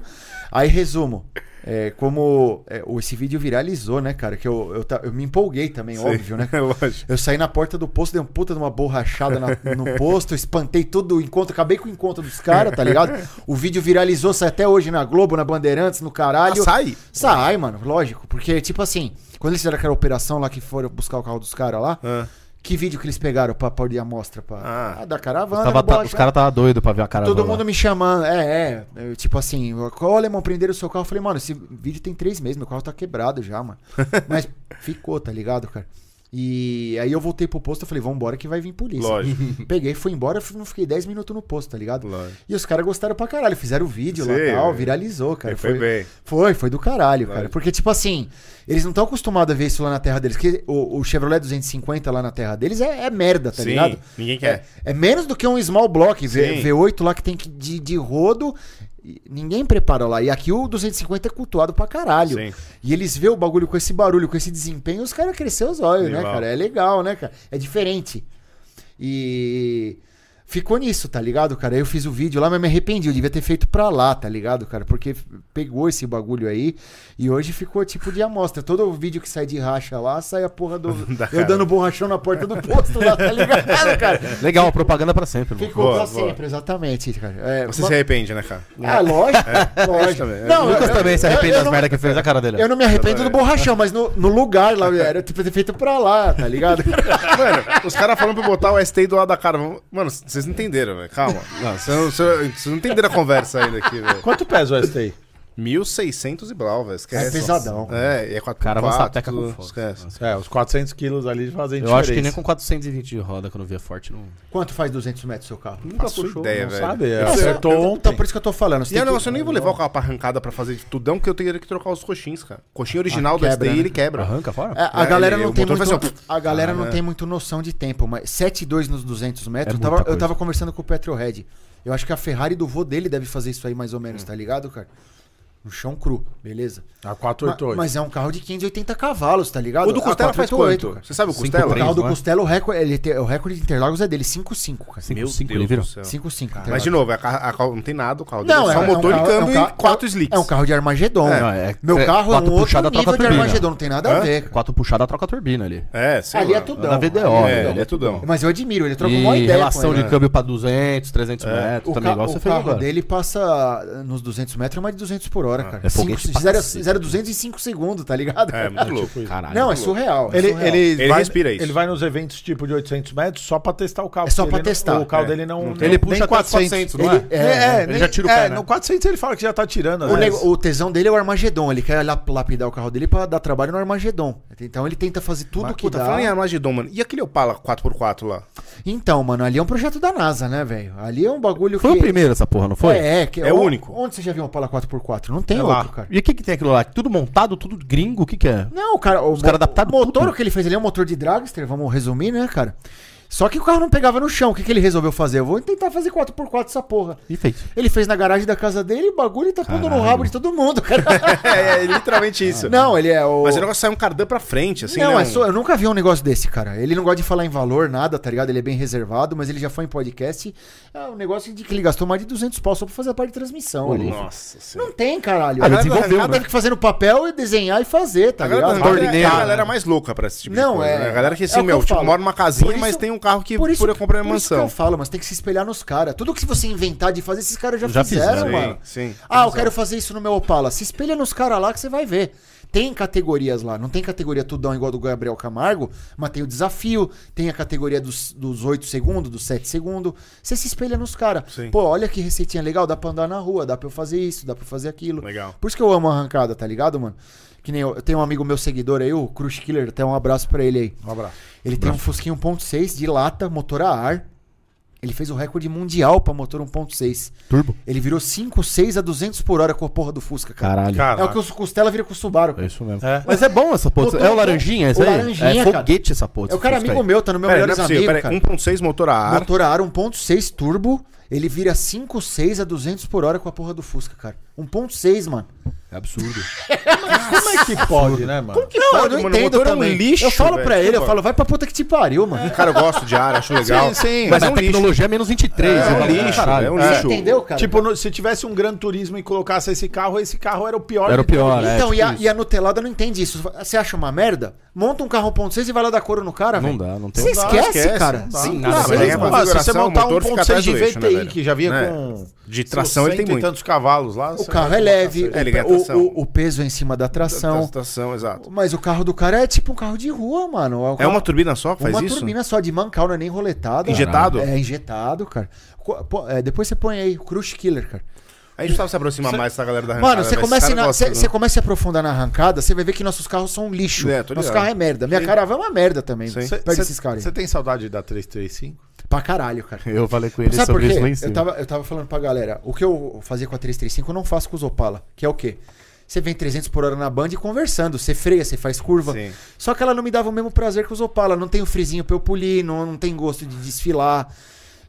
[SPEAKER 4] Aí, resumo. é, como é, o- esse vídeo viralizou, né, cara? Que eu, eu, ta- eu me empolguei também, óbvio, né?
[SPEAKER 2] É lógico.
[SPEAKER 4] Eu saí na porta do posto, dei um puta de uma borrachada na- no posto, espantei todo o encontro, acabei com o encontro dos caras, tá ligado? O vídeo viralizou, sai até hoje na Globo, na Bandeirantes, no caralho.
[SPEAKER 2] Ah, sai?
[SPEAKER 4] Sai, mano, lógico. Porque, tipo assim, quando eles fizeram aquela operação lá que foram buscar o carro dos caras lá,
[SPEAKER 2] Ah.
[SPEAKER 4] que vídeo que eles pegaram pra pôr de amostra? Pra,
[SPEAKER 2] Ah.
[SPEAKER 4] ah, da caravana.
[SPEAKER 5] Tava-
[SPEAKER 4] da
[SPEAKER 5] tá- os
[SPEAKER 4] borracha-
[SPEAKER 5] caras tava doido pra ver a cara
[SPEAKER 4] Todo
[SPEAKER 5] rolar.
[SPEAKER 4] mundo me chamando, é, é. eu, Tipo assim, qual alemão prenderam o seu carro? Eu falei, mano, esse vídeo tem três meses, meu carro tá quebrado já, mano. Mas ficou, tá ligado, cara? E aí eu voltei pro posto, eu falei, vambora que vai vir polícia.
[SPEAKER 2] Lógico.
[SPEAKER 4] Peguei, fui embora, fui- não fiquei 10 minutos no posto, tá ligado?
[SPEAKER 2] Lógico.
[SPEAKER 4] E os caras gostaram pra caralho, fizeram o vídeo lá
[SPEAKER 2] Sim,
[SPEAKER 4] e tal,
[SPEAKER 2] é.
[SPEAKER 4] viralizou, cara.
[SPEAKER 2] Foi bem.
[SPEAKER 4] Foi, foi do caralho, cara.
[SPEAKER 2] Lógico.
[SPEAKER 4] Porque, tipo assim, eles não estão acostumados a ver isso lá na terra deles. Porque o, o Chevrolet 250 lá na terra deles é, é merda, tá
[SPEAKER 2] Sim,
[SPEAKER 4] ligado?
[SPEAKER 2] ninguém quer.
[SPEAKER 4] É, é menos do que um small block
[SPEAKER 2] Sim.
[SPEAKER 4] V, V8 lá que tem que de, de rodo. e Ninguém prepara lá. E aqui o 250 é cultuado pra caralho.
[SPEAKER 2] Sim.
[SPEAKER 4] E eles vê o bagulho com esse barulho, com esse desempenho, os caras cresceram os olhos, né,
[SPEAKER 2] Animal.
[SPEAKER 4] cara? É legal, né, cara? É diferente. E ficou nisso, tá ligado, cara? Eu fiz o vídeo lá, mas me arrependi. Eu devia ter feito pra lá, tá ligado, cara? Porque pegou esse bagulho aí e hoje ficou tipo de amostra. Todo vídeo que sai de racha lá, sai a porra do. eu dando borrachão na porta do posto lá, tá ligado, cara?
[SPEAKER 5] Legal, propaganda pra sempre. mano.
[SPEAKER 4] Ficou
[SPEAKER 2] Boa,
[SPEAKER 4] pra
[SPEAKER 2] boa.
[SPEAKER 4] sempre, exatamente, cara. É,
[SPEAKER 2] Você
[SPEAKER 4] ma-
[SPEAKER 2] se arrepende, né, cara?
[SPEAKER 4] Ah, lógico, lógico.
[SPEAKER 2] também.
[SPEAKER 4] Não,
[SPEAKER 5] O Lucas
[SPEAKER 4] eu-
[SPEAKER 5] também se
[SPEAKER 4] eu-
[SPEAKER 5] arrepende
[SPEAKER 4] eu
[SPEAKER 5] das
[SPEAKER 4] não-
[SPEAKER 5] merda que fez a cara dele. ó.
[SPEAKER 4] eu não me arrependo do
[SPEAKER 2] Exatamente.
[SPEAKER 4] borrachão, mas no, no lugar lá, era tipo ter feito pra lá, tá ligado?
[SPEAKER 2] Mano, os caras falando pra eu botar o ST do lado da cara. Mano, vocês não entenderam, velho. Calma. Não, Vocês não, vocês não entenderam a conversa ainda aqui, velho.
[SPEAKER 1] Quanto pesa o STI?
[SPEAKER 2] 1600 e blau, velho. Esquece.
[SPEAKER 4] É pesadão.
[SPEAKER 2] É, e é 4
[SPEAKER 5] Cara, avança a teca com fogo.
[SPEAKER 2] Esquece.
[SPEAKER 1] É, os 400 quilos ali fazem
[SPEAKER 5] Eu acho que nem com 420 de roda, quando via forte, não.
[SPEAKER 4] Quanto faz 200 metros o seu carro?
[SPEAKER 2] Nunca Faço puxou, ideia,
[SPEAKER 1] não
[SPEAKER 2] velho.
[SPEAKER 1] sabe.
[SPEAKER 2] Eu-
[SPEAKER 1] é, Acertou
[SPEAKER 4] Então,
[SPEAKER 1] ontem.
[SPEAKER 4] por isso que eu tô falando. você
[SPEAKER 2] E é
[SPEAKER 4] tem
[SPEAKER 2] um
[SPEAKER 4] que-
[SPEAKER 2] negócio, eu nem vou levar o carro pra arrancada pra fazer de tudão, que eu teria que trocar os coxins, cara. Coxinha original
[SPEAKER 4] Ah, quebra,
[SPEAKER 2] do STI,
[SPEAKER 4] né?
[SPEAKER 2] ele quebra.
[SPEAKER 5] Arranca fora?
[SPEAKER 4] É, a
[SPEAKER 2] É,
[SPEAKER 4] galera
[SPEAKER 2] ele-
[SPEAKER 4] não
[SPEAKER 2] o
[SPEAKER 4] tem
[SPEAKER 2] motor
[SPEAKER 4] muito,
[SPEAKER 2] faz assim,
[SPEAKER 4] a galera
[SPEAKER 2] Ah,
[SPEAKER 4] não
[SPEAKER 2] é.
[SPEAKER 4] tem muito noção de tempo, mas 7,2 nos 200 metros,
[SPEAKER 5] É
[SPEAKER 4] eu, tava,
[SPEAKER 5] muita
[SPEAKER 4] eu
[SPEAKER 5] coisa.
[SPEAKER 4] tava conversando com o Petrohead. Eu acho que a Ferrari do vô dele deve fazer isso aí mais ou menos, tá ligado, cara? No chão cru, beleza?
[SPEAKER 1] A
[SPEAKER 4] Ma-
[SPEAKER 1] 488.
[SPEAKER 4] Mas é um carro de 580 cavalos, tá ligado?
[SPEAKER 2] O do
[SPEAKER 4] A
[SPEAKER 2] Costela faz
[SPEAKER 4] 488,
[SPEAKER 2] quanto?
[SPEAKER 4] cara.
[SPEAKER 2] Você sabe o
[SPEAKER 5] Cinco
[SPEAKER 2] Costela?
[SPEAKER 4] O carro do
[SPEAKER 5] não é?
[SPEAKER 4] Costela, o recorde, ele tem- o recorde de Interlagos é dele, 5,5, cara.
[SPEAKER 5] Cinco, cinco,
[SPEAKER 2] Deus
[SPEAKER 5] ele virou.
[SPEAKER 2] do céu.
[SPEAKER 4] 5,5.
[SPEAKER 2] Mas de
[SPEAKER 4] Interlagos.
[SPEAKER 2] novo, é a ca- a ca- não tem nada o carro dele.
[SPEAKER 4] Não,
[SPEAKER 2] é
[SPEAKER 4] é
[SPEAKER 2] só
[SPEAKER 4] é
[SPEAKER 2] motor
[SPEAKER 4] carro-
[SPEAKER 2] e câmbio
[SPEAKER 4] é um carro-
[SPEAKER 2] e quatro slicks.
[SPEAKER 4] É um carro de Armagedon.
[SPEAKER 2] É.
[SPEAKER 5] Não, é-
[SPEAKER 4] Meu
[SPEAKER 5] é
[SPEAKER 4] carro é um
[SPEAKER 5] quatro
[SPEAKER 4] outro
[SPEAKER 5] puxada,
[SPEAKER 4] nível
[SPEAKER 5] troca
[SPEAKER 4] de
[SPEAKER 5] turbina.
[SPEAKER 4] Armagedon, não tem nada a
[SPEAKER 2] Hã?
[SPEAKER 4] ver, cara.
[SPEAKER 5] É, Quatro puxada, troca a turbina ali.
[SPEAKER 2] É, sei
[SPEAKER 4] Ali
[SPEAKER 2] lá.
[SPEAKER 4] é tudão.
[SPEAKER 5] Na VDO,
[SPEAKER 2] É,
[SPEAKER 5] velho.
[SPEAKER 2] ali é tudão.
[SPEAKER 4] Mas eu admiro, ele troca
[SPEAKER 5] E
[SPEAKER 4] uma ideia. com
[SPEAKER 5] relação
[SPEAKER 4] ele. né? É.
[SPEAKER 5] de câmbio pra 200, 300 metros,
[SPEAKER 4] O,
[SPEAKER 5] também
[SPEAKER 4] ca-
[SPEAKER 5] igual
[SPEAKER 4] o
[SPEAKER 5] você né? fez
[SPEAKER 4] carro
[SPEAKER 5] agora.
[SPEAKER 4] dele passa nos 200 metros, mais de 200 por hora, cara.
[SPEAKER 5] é foguete
[SPEAKER 4] Cinco-
[SPEAKER 5] pra
[SPEAKER 4] zero-
[SPEAKER 5] cacete. né?
[SPEAKER 4] zero 200 em 5 segundos, tá ligado?
[SPEAKER 2] É, muito louco.
[SPEAKER 5] Caralho.
[SPEAKER 4] Não, é surreal. é
[SPEAKER 1] Ele,
[SPEAKER 4] surreal.
[SPEAKER 1] ele,
[SPEAKER 2] Ele
[SPEAKER 1] vai,
[SPEAKER 2] respira isso.
[SPEAKER 1] Ele vai nos eventos tipo de 800 metros só pra testar o carro.
[SPEAKER 4] É só
[SPEAKER 1] porque
[SPEAKER 4] pra
[SPEAKER 1] ele não-
[SPEAKER 4] testar.
[SPEAKER 1] O carro
[SPEAKER 2] É.
[SPEAKER 1] dele não.
[SPEAKER 2] tem.
[SPEAKER 1] não-
[SPEAKER 2] Ele puxa até 400, não é?
[SPEAKER 1] É,
[SPEAKER 4] é,
[SPEAKER 1] é,
[SPEAKER 5] ele
[SPEAKER 1] nem-
[SPEAKER 5] já tira o
[SPEAKER 1] é,
[SPEAKER 5] pé, né?
[SPEAKER 1] No 400 ele fala que já tá tirando.
[SPEAKER 4] O,
[SPEAKER 1] né?
[SPEAKER 4] nego- o tesão dele é o Armagedon. Ele quer lap- lapidar o carro dele pra dar trabalho no Armagedon. Então ele tenta fazer tudo
[SPEAKER 2] Mas,
[SPEAKER 4] que
[SPEAKER 2] puta,
[SPEAKER 4] dá.
[SPEAKER 2] falando em Armagedon, mano. E aquele Opala 4x4 lá?
[SPEAKER 4] Então, mano, ali é um projeto da NASA, né, velho? Ali é um bagulho
[SPEAKER 5] Foi
[SPEAKER 4] que...
[SPEAKER 5] o primeiro essa porra, não foi?
[SPEAKER 4] É, é, que-
[SPEAKER 2] É o
[SPEAKER 4] o-
[SPEAKER 2] único.
[SPEAKER 4] Onde você já viu um Opala 4x4? Não tem
[SPEAKER 5] É lá.
[SPEAKER 4] outro, cara.
[SPEAKER 5] E o que que tem aquilo lá? Tudo montado, tudo gringo, o que que é?
[SPEAKER 4] Não, cara, o
[SPEAKER 5] Os caras
[SPEAKER 4] mo-
[SPEAKER 5] adaptaram
[SPEAKER 4] o motor
[SPEAKER 5] tudo.
[SPEAKER 4] que ele fez ali é um motor de dragster, vamos resumir, né, cara? Só que o carro não pegava no chão. O que, que ele resolveu fazer? Eu vou tentar fazer 4x4 essa porra.
[SPEAKER 5] E fez.
[SPEAKER 4] Ele fez na garagem da casa dele o bagulho e tá pondo no rabo de todo mundo, cara.
[SPEAKER 2] É, é literalmente isso.
[SPEAKER 4] não, ele é o.
[SPEAKER 2] Mas o negócio saiu um cardan pra frente, assim,
[SPEAKER 4] não,
[SPEAKER 2] né?
[SPEAKER 4] é
[SPEAKER 2] Um-
[SPEAKER 4] só, eu nunca vi um negócio desse, cara. Ele não gosta de falar em valor, nada, tá ligado? Ele é bem reservado, mas ele já foi em podcast. É um negócio de que ele gastou mais de 200 pau só pra fazer a parte de transmissão
[SPEAKER 2] Um-
[SPEAKER 4] ali.
[SPEAKER 2] Nossa senhora.
[SPEAKER 4] Não tem, caralho.
[SPEAKER 5] Ah, ele
[SPEAKER 4] A galera-
[SPEAKER 5] desenvolveu,
[SPEAKER 4] a galera
[SPEAKER 5] né?
[SPEAKER 4] teve que fazer no papel e desenhar e fazer, tá
[SPEAKER 2] A galera,
[SPEAKER 4] ligado?
[SPEAKER 2] da Randon é
[SPEAKER 4] Torneira.
[SPEAKER 2] a galera mais louca pra esse tipo
[SPEAKER 4] Não,
[SPEAKER 2] de coisa.
[SPEAKER 4] é-
[SPEAKER 2] né? A galera que,
[SPEAKER 4] é
[SPEAKER 2] assim,
[SPEAKER 4] o que
[SPEAKER 2] meu,
[SPEAKER 4] eu
[SPEAKER 2] tipo,
[SPEAKER 4] falo.
[SPEAKER 2] mora numa casinha,
[SPEAKER 4] Por isso-
[SPEAKER 2] mas tem um carro que
[SPEAKER 4] Por isso,
[SPEAKER 2] pura compra
[SPEAKER 4] por isso que
[SPEAKER 2] mansão.
[SPEAKER 4] eu falo, mas tem que se espelhar nos caras. Tudo que você inventar de fazer, esses caras já,
[SPEAKER 5] Já
[SPEAKER 4] fizeram,
[SPEAKER 5] fizeram,
[SPEAKER 4] mano.
[SPEAKER 2] Sim, sim.
[SPEAKER 4] Ah, eu quero fazer isso no meu Opala. Se espelha nos caras lá que você vai ver. Tem categorias lá. Não tem categoria tudão igual do Gabriel Camargo, mas tem o desafio, tem a categoria dos, dos 8 segundos, dos 7 segundos. Você se espelha nos caras.
[SPEAKER 2] Sim.
[SPEAKER 4] Pô, olha que receitinha legal, dá pra andar na rua, dá pra eu fazer isso, dá pra eu fazer aquilo.
[SPEAKER 2] Legal.
[SPEAKER 4] Por isso que eu amo arrancada, tá ligado, mano? Que nem eu, eu tenho um amigo meu seguidor aí, o Cruz Killer, até um abraço pra ele aí.
[SPEAKER 1] Um abraço.
[SPEAKER 4] Ele tem um Fusquinha 1.6 de lata, motor a ar. Ele fez o recorde mundial pra motor 1.6.
[SPEAKER 5] Turbo.
[SPEAKER 4] Ele virou 5, 6 a 200 por hora com a porra do Fusca, cara.
[SPEAKER 5] Caralho.
[SPEAKER 1] Cara,
[SPEAKER 4] É o que o Costela vira com o Subaru.
[SPEAKER 5] É
[SPEAKER 4] cara.
[SPEAKER 5] isso mesmo.
[SPEAKER 1] É.
[SPEAKER 5] Mas é bom essa porra.
[SPEAKER 4] Botou-
[SPEAKER 5] É o laranjinha essa
[SPEAKER 4] o
[SPEAKER 5] aí?
[SPEAKER 4] laranjinha,
[SPEAKER 5] é
[SPEAKER 4] cara.
[SPEAKER 5] foguete essa porra.
[SPEAKER 4] É o cara
[SPEAKER 5] esse
[SPEAKER 4] amigo
[SPEAKER 5] Fusca
[SPEAKER 4] meu, tá no meu
[SPEAKER 2] Peraí, não é
[SPEAKER 4] melhores
[SPEAKER 2] possível. Peraí,
[SPEAKER 4] amigos, cara.
[SPEAKER 2] 1.6 motor a ar.
[SPEAKER 4] Motor a ar 1.6 turbo, ele vira 5, 6 a 200 por hora com a porra do Fusca, cara. 1.6, mano.
[SPEAKER 5] aí. É absurdo.
[SPEAKER 1] como é que pode, né, mano?
[SPEAKER 4] Não,
[SPEAKER 2] pode, mano? O motor é um lixo,
[SPEAKER 4] eu falo
[SPEAKER 2] velho.
[SPEAKER 4] pra ele, eu
[SPEAKER 2] Desculpa.
[SPEAKER 4] falo, vai pra puta que te pariu, mano.
[SPEAKER 2] Cara, eu gosto de ar, acho legal.
[SPEAKER 1] Sim, sim.
[SPEAKER 5] Mas
[SPEAKER 2] Mas é
[SPEAKER 5] a
[SPEAKER 2] um lixo.
[SPEAKER 5] tecnologia é menos 23.
[SPEAKER 2] É um
[SPEAKER 5] né?
[SPEAKER 2] lixo,
[SPEAKER 5] Caralho.
[SPEAKER 2] é um
[SPEAKER 4] Você
[SPEAKER 2] lixo.
[SPEAKER 4] entendeu, cara?
[SPEAKER 1] tipo, no- se tivesse um Gran Turismo e colocasse esse carro, esse carro era o pior.
[SPEAKER 5] Era o
[SPEAKER 1] de todos.
[SPEAKER 5] pior, né?
[SPEAKER 4] então, e, a,
[SPEAKER 5] tipo
[SPEAKER 4] e a Nutelada não entende isso. Você acha uma merda? Monta um carro 1.6 e vai lá dar couro no cara,
[SPEAKER 5] Não
[SPEAKER 4] velho.
[SPEAKER 5] dá, não tem.
[SPEAKER 4] Você
[SPEAKER 1] dá,
[SPEAKER 4] esquece,
[SPEAKER 2] esquece,
[SPEAKER 4] cara.
[SPEAKER 1] Ah, Tá. não dá.
[SPEAKER 4] Cinco,
[SPEAKER 5] Nada,
[SPEAKER 4] seis,
[SPEAKER 5] mas aí é
[SPEAKER 4] mano.
[SPEAKER 1] Ah, se você
[SPEAKER 2] configuração,
[SPEAKER 1] montar
[SPEAKER 2] o motor
[SPEAKER 1] 1.6
[SPEAKER 2] fica
[SPEAKER 1] de
[SPEAKER 2] atrás do eixo, né,
[SPEAKER 1] VTI,
[SPEAKER 2] velho?
[SPEAKER 1] que já vinha
[SPEAKER 2] É.
[SPEAKER 1] com...
[SPEAKER 2] De tração
[SPEAKER 1] seus
[SPEAKER 2] ele tem
[SPEAKER 1] cento e
[SPEAKER 2] muito.
[SPEAKER 1] tantos cavalos lá.
[SPEAKER 4] O carro é leve,
[SPEAKER 2] É, ele ganha
[SPEAKER 4] o- o,
[SPEAKER 2] tração.
[SPEAKER 4] o peso é em cima da tração.
[SPEAKER 2] Estação, exato.
[SPEAKER 4] Mas o carro do cara é tipo um carro de rua, mano.
[SPEAKER 2] É uma turbina só que faz
[SPEAKER 4] uma
[SPEAKER 2] isso?
[SPEAKER 4] turbina só de mancal, não é nem roletada.
[SPEAKER 2] Injetado?
[SPEAKER 4] É, injetado, cara. Co- pô, é, depois você põe aí, Crush Killer, cara.
[SPEAKER 2] A gente precisava se aproximar mais dessa galera da arrancada.
[SPEAKER 4] Mano, você
[SPEAKER 2] velho. Esse
[SPEAKER 4] começa,
[SPEAKER 2] É, cara
[SPEAKER 4] na-
[SPEAKER 2] gosta
[SPEAKER 4] você-
[SPEAKER 2] do-
[SPEAKER 4] você começa a aprofundar na arrancada, você vai ver que nossos carros são um lixo.
[SPEAKER 2] É, tô
[SPEAKER 4] Nosso
[SPEAKER 2] ligado.
[SPEAKER 4] carro é merda. Minha caravana é uma merda também.
[SPEAKER 2] Sim.
[SPEAKER 4] Perde esses caras
[SPEAKER 1] Você
[SPEAKER 4] aí.
[SPEAKER 1] tem saudade da 335?
[SPEAKER 4] Pra caralho, cara.
[SPEAKER 5] Eu falei com ele
[SPEAKER 4] Sabe por
[SPEAKER 5] sobre isso lá
[SPEAKER 4] quê?
[SPEAKER 5] em cima.
[SPEAKER 4] Eu tava, eu tava falando pra galera, o que eu fazia com a 335 eu não faço com os Opala, que é o quê? Você vem 300 por hora na banda e conversando, você freia, você faz curva.
[SPEAKER 2] Sim.
[SPEAKER 4] Só que ela não me dava o mesmo prazer que os Opala, não tem o frizinho pra eu polir, não, não tem gosto de desfilar.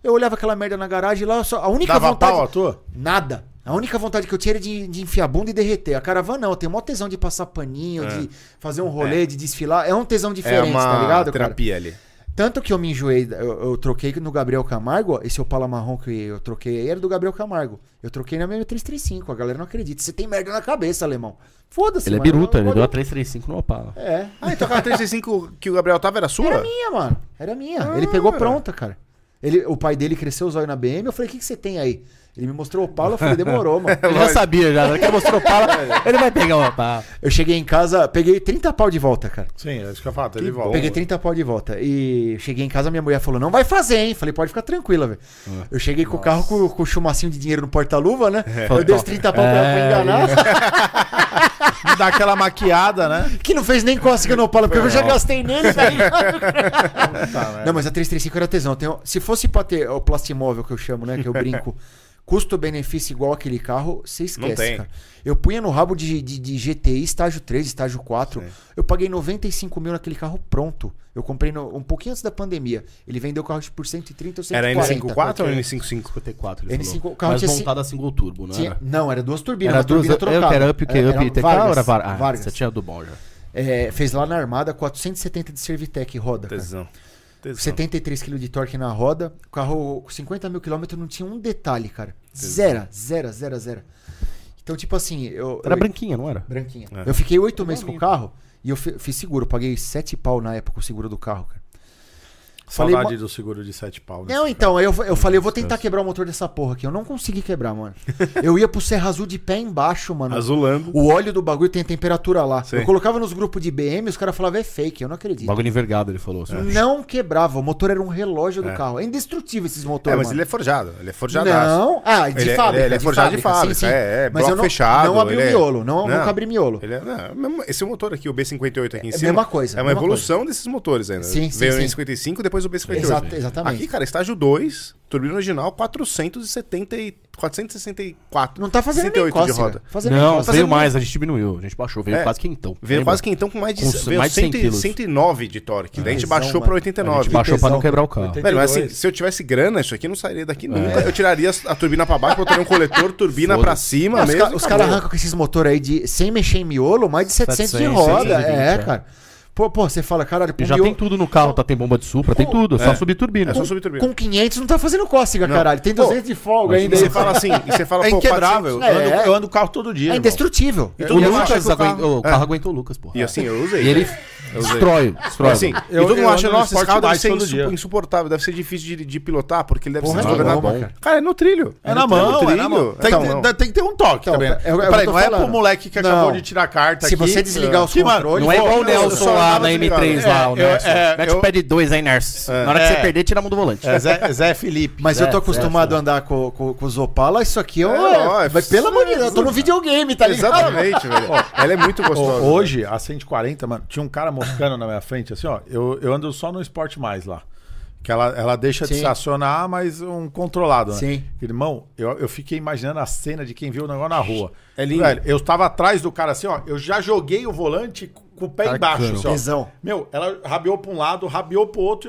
[SPEAKER 4] Eu olhava aquela merda na garagem lá, só, a única
[SPEAKER 1] Dava
[SPEAKER 4] vontade...
[SPEAKER 1] pau a tua?
[SPEAKER 4] Nada. A única vontade que eu tinha era de, de enfiar a bunda e derreter. A caravana não, eu tenho maior tesão de passar paninho, de fazer um rolê, de desfilar. É um tesão
[SPEAKER 2] É
[SPEAKER 4] diferente,
[SPEAKER 2] uma
[SPEAKER 4] tá ligado, cara?
[SPEAKER 2] terapia ali.
[SPEAKER 4] Tanto que eu me enjoei, eu, eu troquei no Gabriel Camargo, ó, esse Opala marrom que eu troquei aí era do Gabriel Camargo. Eu troquei na minha 335, a galera não acredita. Você tem merda na cabeça, alemão. Foda-se,
[SPEAKER 5] Ele é
[SPEAKER 4] assim, mano,
[SPEAKER 5] biruta,
[SPEAKER 4] eu-
[SPEAKER 5] ele
[SPEAKER 4] eu-
[SPEAKER 5] deu a 335 no Opala.
[SPEAKER 4] É.
[SPEAKER 2] Ah, então aquela 365 que o Gabriel tava era
[SPEAKER 4] Era
[SPEAKER 2] sua?
[SPEAKER 4] minha, mano. Era minha. ele pegou pronta, cara. Ele, o pai dele cresceu os olhos na BM, eu falei, o que, que você tem aí? Ele me mostrou o Opala, eu falei, demorou, mano.
[SPEAKER 5] Ele já sabia, já. Ele quer mostrar o Opala,
[SPEAKER 4] É.
[SPEAKER 5] ele vai pegar o Opala.
[SPEAKER 4] Eu cheguei em casa, peguei 30 pau de volta, cara.
[SPEAKER 1] Sim, é isso que eu falo, ele
[SPEAKER 2] Que
[SPEAKER 1] volta.
[SPEAKER 4] Peguei 30 pau de volta. E cheguei em casa, minha mulher falou: Não vai fazer, hein? Falei: Pode ficar tranquila, velho. Eu cheguei com o carro com, com o chumacinho de dinheiro no porta-luva, né? Eu dei os 30 pau pra ela pra enganar,
[SPEAKER 1] Me dá aquela maquiada, né?
[SPEAKER 4] que não fez nem cócega no Opala, porque eu
[SPEAKER 2] É.
[SPEAKER 4] já gastei nele, tá ligado? Não, mas a 335 era tesão. Eu tenho- se fosse pra ter o plastimóvel que eu chamo, né? Que eu brinco. Custo-benefício igual aquele carro, você esquece,
[SPEAKER 2] Não tem.
[SPEAKER 4] cara. Eu punha no rabo de, de, de GTI, estágio 3, estágio 4. Eu paguei 95 mil naquele carro pronto. Eu comprei no- um pouquinho antes da pandemia. Ele vendeu o carro por 130 ou 140.
[SPEAKER 2] Era N54 ou
[SPEAKER 4] Ok.
[SPEAKER 2] N55?
[SPEAKER 5] 54, ele
[SPEAKER 4] N5,
[SPEAKER 5] falou.
[SPEAKER 4] o carro
[SPEAKER 5] Mas
[SPEAKER 4] tinha
[SPEAKER 5] montado a single turbo, né?
[SPEAKER 4] Tinha- não, era duas turbinas.
[SPEAKER 5] Era
[SPEAKER 4] uma
[SPEAKER 5] duas,
[SPEAKER 4] turbina É,
[SPEAKER 5] eu eu que era up, que
[SPEAKER 4] Era-
[SPEAKER 5] up
[SPEAKER 4] era
[SPEAKER 5] TK
[SPEAKER 4] Vargas,
[SPEAKER 5] ou era var... ah,
[SPEAKER 4] Vargas.
[SPEAKER 5] Você tinha do bom já.
[SPEAKER 4] É, fez lá na Armada 470 de Servitec roda. cara.
[SPEAKER 2] Tesão. Tesão.
[SPEAKER 4] 73 kg de torque na roda. O carro com 50 mil quilômetros não tinha um detalhe, cara. Zero, zero, zero, zero. Então, tipo assim, eu.
[SPEAKER 5] Era
[SPEAKER 4] eu-
[SPEAKER 5] branquinha, não era?
[SPEAKER 4] branquinha.
[SPEAKER 2] É.
[SPEAKER 4] Eu fiquei oito meses com o carro e eu fi- fiz seguro. Eu Paguei sete pau na época o seguro do carro, cara. Falei,
[SPEAKER 1] Saudade do seguro de 7 pau. né?
[SPEAKER 4] Não, então, eu, eu falei, eu vou tentar quebrar o motor dessa porra aqui. Eu não consegui quebrar, mano. Eu ia pro Serra Azul de pé embaixo, mano.
[SPEAKER 2] Azulando.
[SPEAKER 4] O óleo do bagulho tem temperatura lá.
[SPEAKER 2] Sim.
[SPEAKER 4] Eu colocava nos grupos de BM, os caras falavam, é fake, eu não acredito.
[SPEAKER 5] Bagulho envergado, ele falou.
[SPEAKER 2] É.
[SPEAKER 5] assim.
[SPEAKER 4] Não quebrava, o motor era um relógio do carro. É indestrutível esses
[SPEAKER 2] É,
[SPEAKER 4] motores.
[SPEAKER 2] mas
[SPEAKER 4] mano.
[SPEAKER 2] ele é forjado. Ele é forjado.
[SPEAKER 4] Não, ah, de
[SPEAKER 2] Ele é-
[SPEAKER 4] fábrica.
[SPEAKER 2] ele é- ele é forjado de fábrica, é, é,
[SPEAKER 4] mas
[SPEAKER 2] bloco
[SPEAKER 4] eu não,
[SPEAKER 2] fechado,
[SPEAKER 4] Não abri o
[SPEAKER 2] ele é-
[SPEAKER 4] miolo, não,
[SPEAKER 2] Não.
[SPEAKER 4] nunca abri miolo.
[SPEAKER 2] Ele é, não, mesmo- esse motor aqui, o B58 aqui em
[SPEAKER 4] É a
[SPEAKER 2] cima.
[SPEAKER 4] mesma coisa,
[SPEAKER 2] É uma
[SPEAKER 4] mesma
[SPEAKER 2] evolução desses motores ainda.
[SPEAKER 4] Sim, sim,
[SPEAKER 2] Veio o
[SPEAKER 4] sim.
[SPEAKER 2] N55, depois depois do B58.
[SPEAKER 4] Exata- exatamente.
[SPEAKER 2] Aqui, cara, estágio 2, turbina original, 470, e- 464.
[SPEAKER 4] Não tá fazendo nem
[SPEAKER 2] 68
[SPEAKER 4] cócega.
[SPEAKER 2] de roda.
[SPEAKER 4] Fazendo nem
[SPEAKER 5] Não,
[SPEAKER 4] cócega.
[SPEAKER 2] fazendo-
[SPEAKER 5] veio mais, a gente diminuiu. A gente baixou, veio
[SPEAKER 2] É,
[SPEAKER 5] quase quintão.
[SPEAKER 2] Veio
[SPEAKER 5] lembra?
[SPEAKER 2] quase que então com mais de,
[SPEAKER 5] Com
[SPEAKER 2] veio
[SPEAKER 5] mais de 100
[SPEAKER 2] cento e-
[SPEAKER 5] quilos.
[SPEAKER 2] 109 de torque. Daí a gente
[SPEAKER 4] tesão,
[SPEAKER 2] baixou pra
[SPEAKER 4] mano.
[SPEAKER 2] 89.
[SPEAKER 5] A gente baixou pra não
[SPEAKER 4] tesão.
[SPEAKER 5] quebrar o carro.
[SPEAKER 2] Velho, mas assim, se eu tivesse grana, isso aqui eu não sairia daqui nunca. Eu tiraria a turbina pra baixo, botaria um coletor, turbina pra
[SPEAKER 5] Foda-se.
[SPEAKER 2] cima
[SPEAKER 4] Não, os
[SPEAKER 2] mesmo.
[SPEAKER 4] ca- os caras
[SPEAKER 2] acabou.
[SPEAKER 4] arrancam com esses motores aí de, sem mexer em miolo, mais de 700, de
[SPEAKER 5] 700,
[SPEAKER 4] roda.
[SPEAKER 5] 720,
[SPEAKER 4] é,
[SPEAKER 5] é.
[SPEAKER 4] cara. Pô, pô, você fala, caralho,
[SPEAKER 5] E
[SPEAKER 4] com,
[SPEAKER 5] já
[SPEAKER 4] miolo-
[SPEAKER 5] tem tudo no carro, tá? Tem bomba de supra, tem tudo. É só subir turbina.
[SPEAKER 2] É só subir turbina.
[SPEAKER 4] com 500 não tá fazendo cócega,
[SPEAKER 2] Não.
[SPEAKER 4] caralho. Tem
[SPEAKER 2] Pô,
[SPEAKER 4] 200 de folga
[SPEAKER 2] E
[SPEAKER 4] ainda.
[SPEAKER 2] você
[SPEAKER 4] aí.
[SPEAKER 2] fala assim, e você fala,
[SPEAKER 1] É
[SPEAKER 2] pô,
[SPEAKER 1] inquebrável.
[SPEAKER 2] 400.
[SPEAKER 1] Eu ando-
[SPEAKER 4] É.
[SPEAKER 1] Eu ando o carro todo dia.
[SPEAKER 4] É
[SPEAKER 1] irmão.
[SPEAKER 4] indestrutível.
[SPEAKER 2] E
[SPEAKER 5] O
[SPEAKER 2] todo mundo acha
[SPEAKER 5] Lucas
[SPEAKER 2] que o carro-
[SPEAKER 5] aguentou, o carro aguentou o Lucas, porra.
[SPEAKER 2] E assim, eu usei.
[SPEAKER 5] E ele
[SPEAKER 2] cara.
[SPEAKER 5] destrói, destrói.
[SPEAKER 2] assim,
[SPEAKER 1] Eu-
[SPEAKER 2] e todo
[SPEAKER 1] eu
[SPEAKER 2] mundo acha,
[SPEAKER 1] ando no
[SPEAKER 2] nossa, esse
[SPEAKER 1] Sport
[SPEAKER 2] carro deve
[SPEAKER 1] Bike
[SPEAKER 2] ser
[SPEAKER 1] todo
[SPEAKER 2] insu-
[SPEAKER 1] dia.
[SPEAKER 2] insuportável, deve ser difícil de, de pilotar, porque ele deve
[SPEAKER 4] Porra
[SPEAKER 2] ser
[SPEAKER 4] nenhuma,
[SPEAKER 2] desgovernado.
[SPEAKER 4] cara.
[SPEAKER 2] Cara, é no trilho.
[SPEAKER 1] É na
[SPEAKER 2] no
[SPEAKER 1] mão, é
[SPEAKER 2] trilho.
[SPEAKER 1] na mão. Tem,
[SPEAKER 2] Então,
[SPEAKER 1] que,
[SPEAKER 2] não.
[SPEAKER 1] ter- tem que ter um toque
[SPEAKER 4] Então,
[SPEAKER 1] também. né?
[SPEAKER 4] é o- é o que eu
[SPEAKER 1] Peraí,
[SPEAKER 4] tô
[SPEAKER 1] não é
[SPEAKER 4] falando.
[SPEAKER 1] pro moleque que acabou
[SPEAKER 4] Não.
[SPEAKER 1] de tirar a carta
[SPEAKER 4] Se
[SPEAKER 1] aqui.
[SPEAKER 4] você desligar os
[SPEAKER 1] Que, mano,
[SPEAKER 4] controles,
[SPEAKER 5] Não é
[SPEAKER 1] pô,
[SPEAKER 5] igual o
[SPEAKER 1] eu
[SPEAKER 5] Nelson
[SPEAKER 1] só
[SPEAKER 5] lá
[SPEAKER 1] tava
[SPEAKER 5] na
[SPEAKER 1] desligado.
[SPEAKER 5] M3
[SPEAKER 1] É,
[SPEAKER 5] lá, o
[SPEAKER 1] eu-
[SPEAKER 5] Nelson.
[SPEAKER 1] é,
[SPEAKER 5] Mete
[SPEAKER 1] eu-
[SPEAKER 5] o pé de dois aí, Nerson. Na hora que
[SPEAKER 1] É.
[SPEAKER 5] você perder, tira a mão do volante.
[SPEAKER 1] é, Zé, Zé Felipe.
[SPEAKER 4] Mas eu tô
[SPEAKER 5] É,
[SPEAKER 4] acostumado a andar com, com, com os Opala, isso aqui é, um-
[SPEAKER 2] É, ó, é-
[SPEAKER 4] mas pelo amor de Deus, eu tô no videogame, tá ligado?
[SPEAKER 2] Exatamente, velho. Ela é muito
[SPEAKER 4] né?
[SPEAKER 2] gostosa.
[SPEAKER 1] Ô, Hoje, a 140, mano, tinha um cara moscando na minha frente, assim, ó. Eu, eu ando só no Sport Mais lá. Que ela, ela deixa de
[SPEAKER 4] Sim.
[SPEAKER 1] estacionar, mas um controlado, né?
[SPEAKER 4] Sim.
[SPEAKER 1] Irmão, eu, eu fiquei imaginando a cena de quem viu o negócio na rua.
[SPEAKER 2] É lindo.
[SPEAKER 1] Velho, eu tava atrás do cara assim, ó. Eu já joguei o volante com com o pé embaixo, assim, ó.
[SPEAKER 4] Tesão.
[SPEAKER 1] Meu, ela rabiou pra um lado, rabiou pro outro,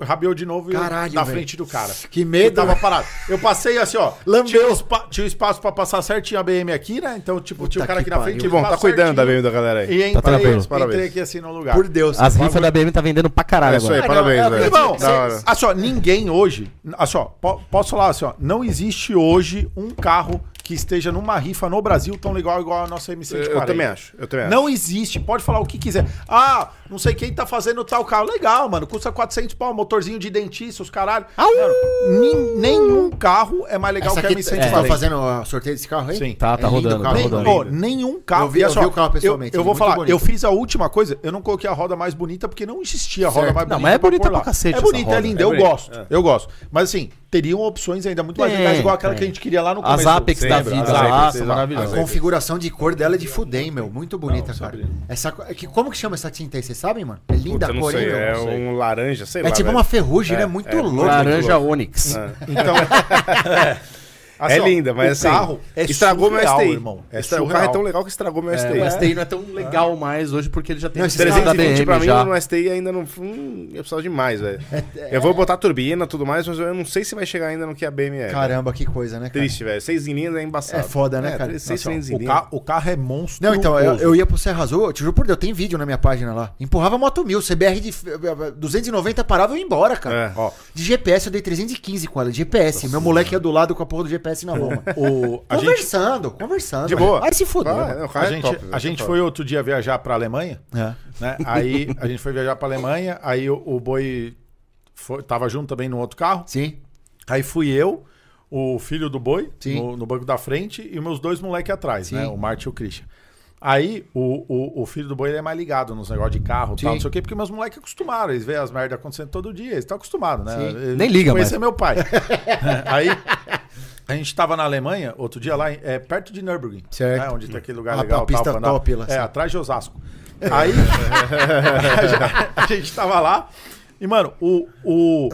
[SPEAKER 1] eu rabiou de novo e eu
[SPEAKER 4] Caralho,
[SPEAKER 1] na
[SPEAKER 4] velho.
[SPEAKER 1] frente do cara.
[SPEAKER 4] Que medo,
[SPEAKER 1] Eu tava
[SPEAKER 4] velho.
[SPEAKER 1] parado. Eu passei assim, ó.
[SPEAKER 4] Lambeu.
[SPEAKER 1] Tinha, o espa- tinha o espaço pra passar certinho a BM aqui, né? Então, tipo, tinha o
[SPEAKER 4] Puta
[SPEAKER 1] cara aqui
[SPEAKER 4] que
[SPEAKER 1] na frente.
[SPEAKER 2] Que
[SPEAKER 4] pariu.
[SPEAKER 2] bom, tá
[SPEAKER 1] passou
[SPEAKER 2] cuidando da
[SPEAKER 1] certinho.
[SPEAKER 2] BM da galera aí.
[SPEAKER 1] E entrei,
[SPEAKER 5] tranquilo.
[SPEAKER 1] entrei
[SPEAKER 2] Parabéns.
[SPEAKER 1] aqui assim no lugar.
[SPEAKER 4] Por Deus.
[SPEAKER 5] As rifas da BM tá vendendo pra caralho
[SPEAKER 2] É isso aí,
[SPEAKER 5] agora.
[SPEAKER 2] parabéns,
[SPEAKER 4] é,
[SPEAKER 2] velho.
[SPEAKER 1] Irmão,
[SPEAKER 2] Da hora.
[SPEAKER 1] assim, ó, ninguém hoje. Assim, ó, po- posso falar assim, ó. Não existe hoje um carro que esteja numa rifa no Brasil tão legal igual a nossa MC140.
[SPEAKER 2] Eu também acho, eu também acho.
[SPEAKER 1] Não existe, pode falar o que quiser. Ah, não sei quem tá fazendo tal carro. Legal, mano, custa 400 pau, motorzinho de dentista, os caralho. Mano, nin- nenhum carro é mais legal
[SPEAKER 4] Essa
[SPEAKER 1] que a
[SPEAKER 4] aqui, é, vocês
[SPEAKER 1] MC140.
[SPEAKER 4] estão fazendo ó, sorteio desse carro aí?
[SPEAKER 1] Sim.
[SPEAKER 5] Tá, tá
[SPEAKER 4] É lindo
[SPEAKER 5] rodando,
[SPEAKER 4] o
[SPEAKER 5] tá
[SPEAKER 4] carro,
[SPEAKER 1] Nem-
[SPEAKER 5] rodando.
[SPEAKER 1] ó, nenhum carro.
[SPEAKER 4] Eu vi-
[SPEAKER 1] e
[SPEAKER 4] eu
[SPEAKER 1] olha só,
[SPEAKER 4] vi o carro pessoalmente,
[SPEAKER 1] Eu, eu vou
[SPEAKER 4] muito
[SPEAKER 1] falar,
[SPEAKER 4] bonito.
[SPEAKER 1] eu fiz a última coisa, eu não coloquei a roda mais bonita porque não existia a roda
[SPEAKER 4] Certo.
[SPEAKER 1] mais
[SPEAKER 5] Não,
[SPEAKER 1] bonita.
[SPEAKER 5] mas é
[SPEAKER 1] pra
[SPEAKER 5] bonita
[SPEAKER 1] pôr
[SPEAKER 5] pra
[SPEAKER 1] lá.
[SPEAKER 5] cacete
[SPEAKER 1] É
[SPEAKER 5] essa
[SPEAKER 1] bonita, é
[SPEAKER 5] roda.
[SPEAKER 1] linda,
[SPEAKER 2] É
[SPEAKER 1] eu
[SPEAKER 2] bonita,
[SPEAKER 1] gosto. Eu gosto. Mas assim, teriam opções ainda muito mais
[SPEAKER 5] Tem,
[SPEAKER 1] legais, igual aquela
[SPEAKER 5] tem.
[SPEAKER 1] que a gente queria lá no
[SPEAKER 5] As
[SPEAKER 1] começo.
[SPEAKER 5] Apex da
[SPEAKER 2] Lembra?
[SPEAKER 5] vida,
[SPEAKER 2] As Apex,
[SPEAKER 5] nossa,
[SPEAKER 2] exato.
[SPEAKER 4] A
[SPEAKER 5] maravilhosa.
[SPEAKER 2] As Apex.
[SPEAKER 4] configuração de cor dela é de fuder, hein, meu. Muito bonita,
[SPEAKER 1] Não,
[SPEAKER 4] cara.
[SPEAKER 1] sobre-
[SPEAKER 4] Essa, co- é que, como que chama essa tinta aí? Vocês sabem, mano? É linda
[SPEAKER 2] Puta,
[SPEAKER 4] a
[SPEAKER 2] não
[SPEAKER 4] cor,
[SPEAKER 2] sei,
[SPEAKER 4] hein, meu?
[SPEAKER 2] é
[SPEAKER 4] Não sei.
[SPEAKER 2] um laranja, sei lá. né?
[SPEAKER 4] É tipo
[SPEAKER 2] velho.
[SPEAKER 4] uma ferrugem, ele é muito
[SPEAKER 2] é,
[SPEAKER 4] louco.
[SPEAKER 5] Laranja Onix.
[SPEAKER 1] Então, Assim,
[SPEAKER 2] é
[SPEAKER 1] ó,
[SPEAKER 2] linda, mas
[SPEAKER 1] o
[SPEAKER 2] assim,
[SPEAKER 1] carro é
[SPEAKER 2] estragou meu
[SPEAKER 1] surreal,
[SPEAKER 2] STI.
[SPEAKER 1] irmão. É
[SPEAKER 2] Estra- o carro é
[SPEAKER 1] surreal.
[SPEAKER 2] tão legal que estragou meu STI.
[SPEAKER 5] O STI não é tão legal mais hoje porque ele já
[SPEAKER 2] É.
[SPEAKER 5] tem
[SPEAKER 4] Não,
[SPEAKER 5] o
[SPEAKER 4] esse
[SPEAKER 5] sistema da
[SPEAKER 2] 320 pra mim
[SPEAKER 5] BM já.
[SPEAKER 2] no STI ainda não. é. Hum, eu preciso demais, velho.
[SPEAKER 4] É,
[SPEAKER 2] eu vou botar turbina e tudo mais, mas eu não sei se vai chegar ainda no que a BM é. velho.
[SPEAKER 4] Caramba, que coisa, né, cara?
[SPEAKER 2] Triste, velho. Seis em linhas é embaçado.
[SPEAKER 4] É foda, né,
[SPEAKER 2] É,
[SPEAKER 4] cara?
[SPEAKER 2] Seis
[SPEAKER 1] assim, ó,
[SPEAKER 2] cilindros em
[SPEAKER 1] o,
[SPEAKER 2] linha.
[SPEAKER 1] ca- o carro é monstro.
[SPEAKER 4] Não, então, eu, eu ia pro Serra Azul, eu te juro por Deus, tem vídeo na minha página lá. Empurrava moto mil, CBR de f- 290 parava e ia embora, cara.
[SPEAKER 2] É.
[SPEAKER 1] Ó,
[SPEAKER 4] De GPS eu dei 315 com ela, de GPS. meu moleque ia do lado com a porra do GPS na mão. mano.
[SPEAKER 1] o, a gente
[SPEAKER 4] conversando, conversando.
[SPEAKER 2] De boa.
[SPEAKER 4] Vai se fuder.
[SPEAKER 2] Vai,
[SPEAKER 4] mano.
[SPEAKER 2] o carro
[SPEAKER 1] A
[SPEAKER 2] é
[SPEAKER 1] gente,
[SPEAKER 2] top, velho,
[SPEAKER 1] a gente
[SPEAKER 2] é top.
[SPEAKER 1] foi outro dia viajar pra Alemanha,
[SPEAKER 4] É.
[SPEAKER 1] né? Aí a gente foi viajar pra Alemanha, aí o, o boi foi, tava junto também no outro carro.
[SPEAKER 4] Sim.
[SPEAKER 1] Aí fui eu, o filho do boi,
[SPEAKER 4] Sim.
[SPEAKER 1] no, no banco da frente, e meus dois moleques atrás,
[SPEAKER 4] Sim.
[SPEAKER 1] né? O Martin e o Christian. Aí o, o, o filho do boi ele é mais ligado nos negócios de carro e
[SPEAKER 4] Sim.
[SPEAKER 1] tal, não sei o quê, porque meus moleques acostumaram, eles veem as merdas acontecendo todo dia, eles estão acostumados, né?
[SPEAKER 4] Sim.
[SPEAKER 1] Eles
[SPEAKER 5] Nem liga
[SPEAKER 1] Conhecer
[SPEAKER 5] mais.
[SPEAKER 1] meu pai. Aí a gente tava na Alemanha outro dia lá, em- é, perto de Nürburgring,
[SPEAKER 4] Certo.
[SPEAKER 1] né? onde tem aquele lugar
[SPEAKER 4] A-
[SPEAKER 1] legal.
[SPEAKER 4] a pista
[SPEAKER 1] tal, pra andar.
[SPEAKER 4] top lá,
[SPEAKER 1] É,
[SPEAKER 4] assim.
[SPEAKER 1] atrás de Osasco. Aí a gente tava lá e, mano, o... o...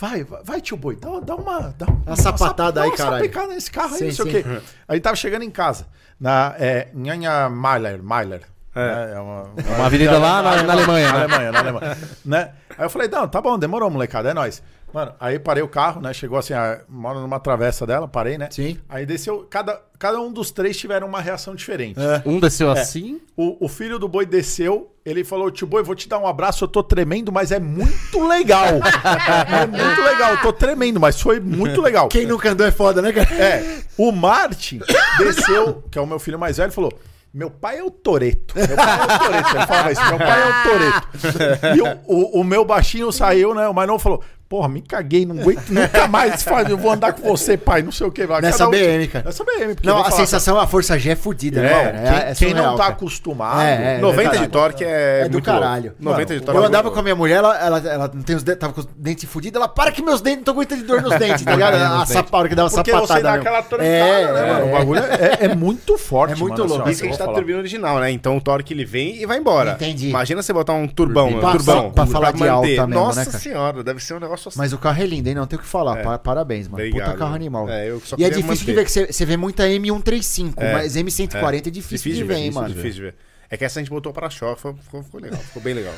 [SPEAKER 1] Vai, vai, vai, tio boi, dá, dá uma... Dá uma
[SPEAKER 4] sapatada
[SPEAKER 1] dá
[SPEAKER 4] aí,
[SPEAKER 1] uma
[SPEAKER 4] caralho.
[SPEAKER 1] sapecada nesse carro aí,
[SPEAKER 4] Sim,
[SPEAKER 1] não sei
[SPEAKER 4] sim.
[SPEAKER 1] o quê. A gente tava chegando em casa, na é, Nhanha Mailer, Mailer. né? É uma,
[SPEAKER 5] Uma avenida lá na, na Alemanha,
[SPEAKER 1] na
[SPEAKER 5] né?
[SPEAKER 1] Alemanha, na Alemanha. né? Aí eu falei, não, tá bom, demorou, molecada, é nóis. Mano, aí parei o carro, né? Chegou assim, a, moro numa travessa dela, parei, né?
[SPEAKER 4] Sim.
[SPEAKER 1] Aí desceu, cada, cada um dos três tiveram uma reação diferente.
[SPEAKER 5] Um desceu assim.
[SPEAKER 1] O, o filho do boi desceu, ele falou: Tio boi, vou te dar um abraço, eu tô tremendo, mas é muito legal. é muito legal, eu tô tremendo, mas foi muito legal.
[SPEAKER 4] Quem nunca andou é foda, né, cara?
[SPEAKER 1] É, o Martin desceu, que é o meu filho mais velho, falou: Meu pai é o Toreto. Meu pai é o Toreto. Ele falava isso: Meu pai é o Toreto. E o, o- o meu baixinho saiu, né? O mais novo falou: Porra, me caguei, não aguento nunca mais fazer. Eu vou andar com você, pai, não sei o que. vai.
[SPEAKER 4] Nessa
[SPEAKER 1] Cada um-
[SPEAKER 4] BM, cara.
[SPEAKER 1] Nessa BM. porque eu
[SPEAKER 4] Não,
[SPEAKER 1] vou
[SPEAKER 4] a
[SPEAKER 1] falar,
[SPEAKER 4] sensação, a força G é fodida,
[SPEAKER 1] É,
[SPEAKER 4] né, cara?
[SPEAKER 1] quem,
[SPEAKER 4] é
[SPEAKER 1] quem
[SPEAKER 4] surreal,
[SPEAKER 1] não tá
[SPEAKER 4] cara.
[SPEAKER 1] acostumado.
[SPEAKER 4] É, é.
[SPEAKER 2] 90
[SPEAKER 4] verdade.
[SPEAKER 2] de torque é,
[SPEAKER 4] É do
[SPEAKER 2] muito
[SPEAKER 4] caralho.
[SPEAKER 2] Louco. 90 de
[SPEAKER 1] Mano,
[SPEAKER 2] torque
[SPEAKER 4] eu
[SPEAKER 2] é
[SPEAKER 4] andava
[SPEAKER 2] muito
[SPEAKER 4] com a minha mulher, ela, ela, ela não tem os dentes, tava com os dentes fudidos, ela para que meus dentes, não tô aguentando de dor nos dentes, tá ligado? a sapata que dá uma
[SPEAKER 1] Porque
[SPEAKER 4] sapatada.
[SPEAKER 1] você dá
[SPEAKER 4] mesmo.
[SPEAKER 1] aquela trancada,
[SPEAKER 4] É,
[SPEAKER 1] né,
[SPEAKER 4] é,
[SPEAKER 1] mano? O bagulho é, é muito forte,
[SPEAKER 4] É muito
[SPEAKER 1] mano, assim,
[SPEAKER 4] louco.
[SPEAKER 1] ó,
[SPEAKER 2] Isso que
[SPEAKER 1] eu
[SPEAKER 2] a
[SPEAKER 1] vou
[SPEAKER 2] gente tá
[SPEAKER 1] falar.
[SPEAKER 2] turbina original, né? Então o torque ele vem e vai embora.
[SPEAKER 4] Entendi.
[SPEAKER 2] Imagina você botar um turbão, um
[SPEAKER 4] Pra-
[SPEAKER 2] turbão.
[SPEAKER 4] pra falar de alta mesmo, né,
[SPEAKER 2] Nossa
[SPEAKER 4] cara?
[SPEAKER 2] senhora, deve ser um negócio assim.
[SPEAKER 4] Mas o carro é lindo, hein? Não tem o que falar. Pa- Parabéns, mano.
[SPEAKER 2] Obrigado.
[SPEAKER 4] Puta carro animal.
[SPEAKER 2] É, eu só
[SPEAKER 4] e é
[SPEAKER 2] queria
[SPEAKER 4] difícil de
[SPEAKER 2] manter.
[SPEAKER 4] ver, que você, você vê muita M135, mas M140 é, difícil, de ver, hein, mano.
[SPEAKER 2] Difícil de ver. É que essa a gente botou para choque, foi- ficou, ficou legal, ficou bem legal.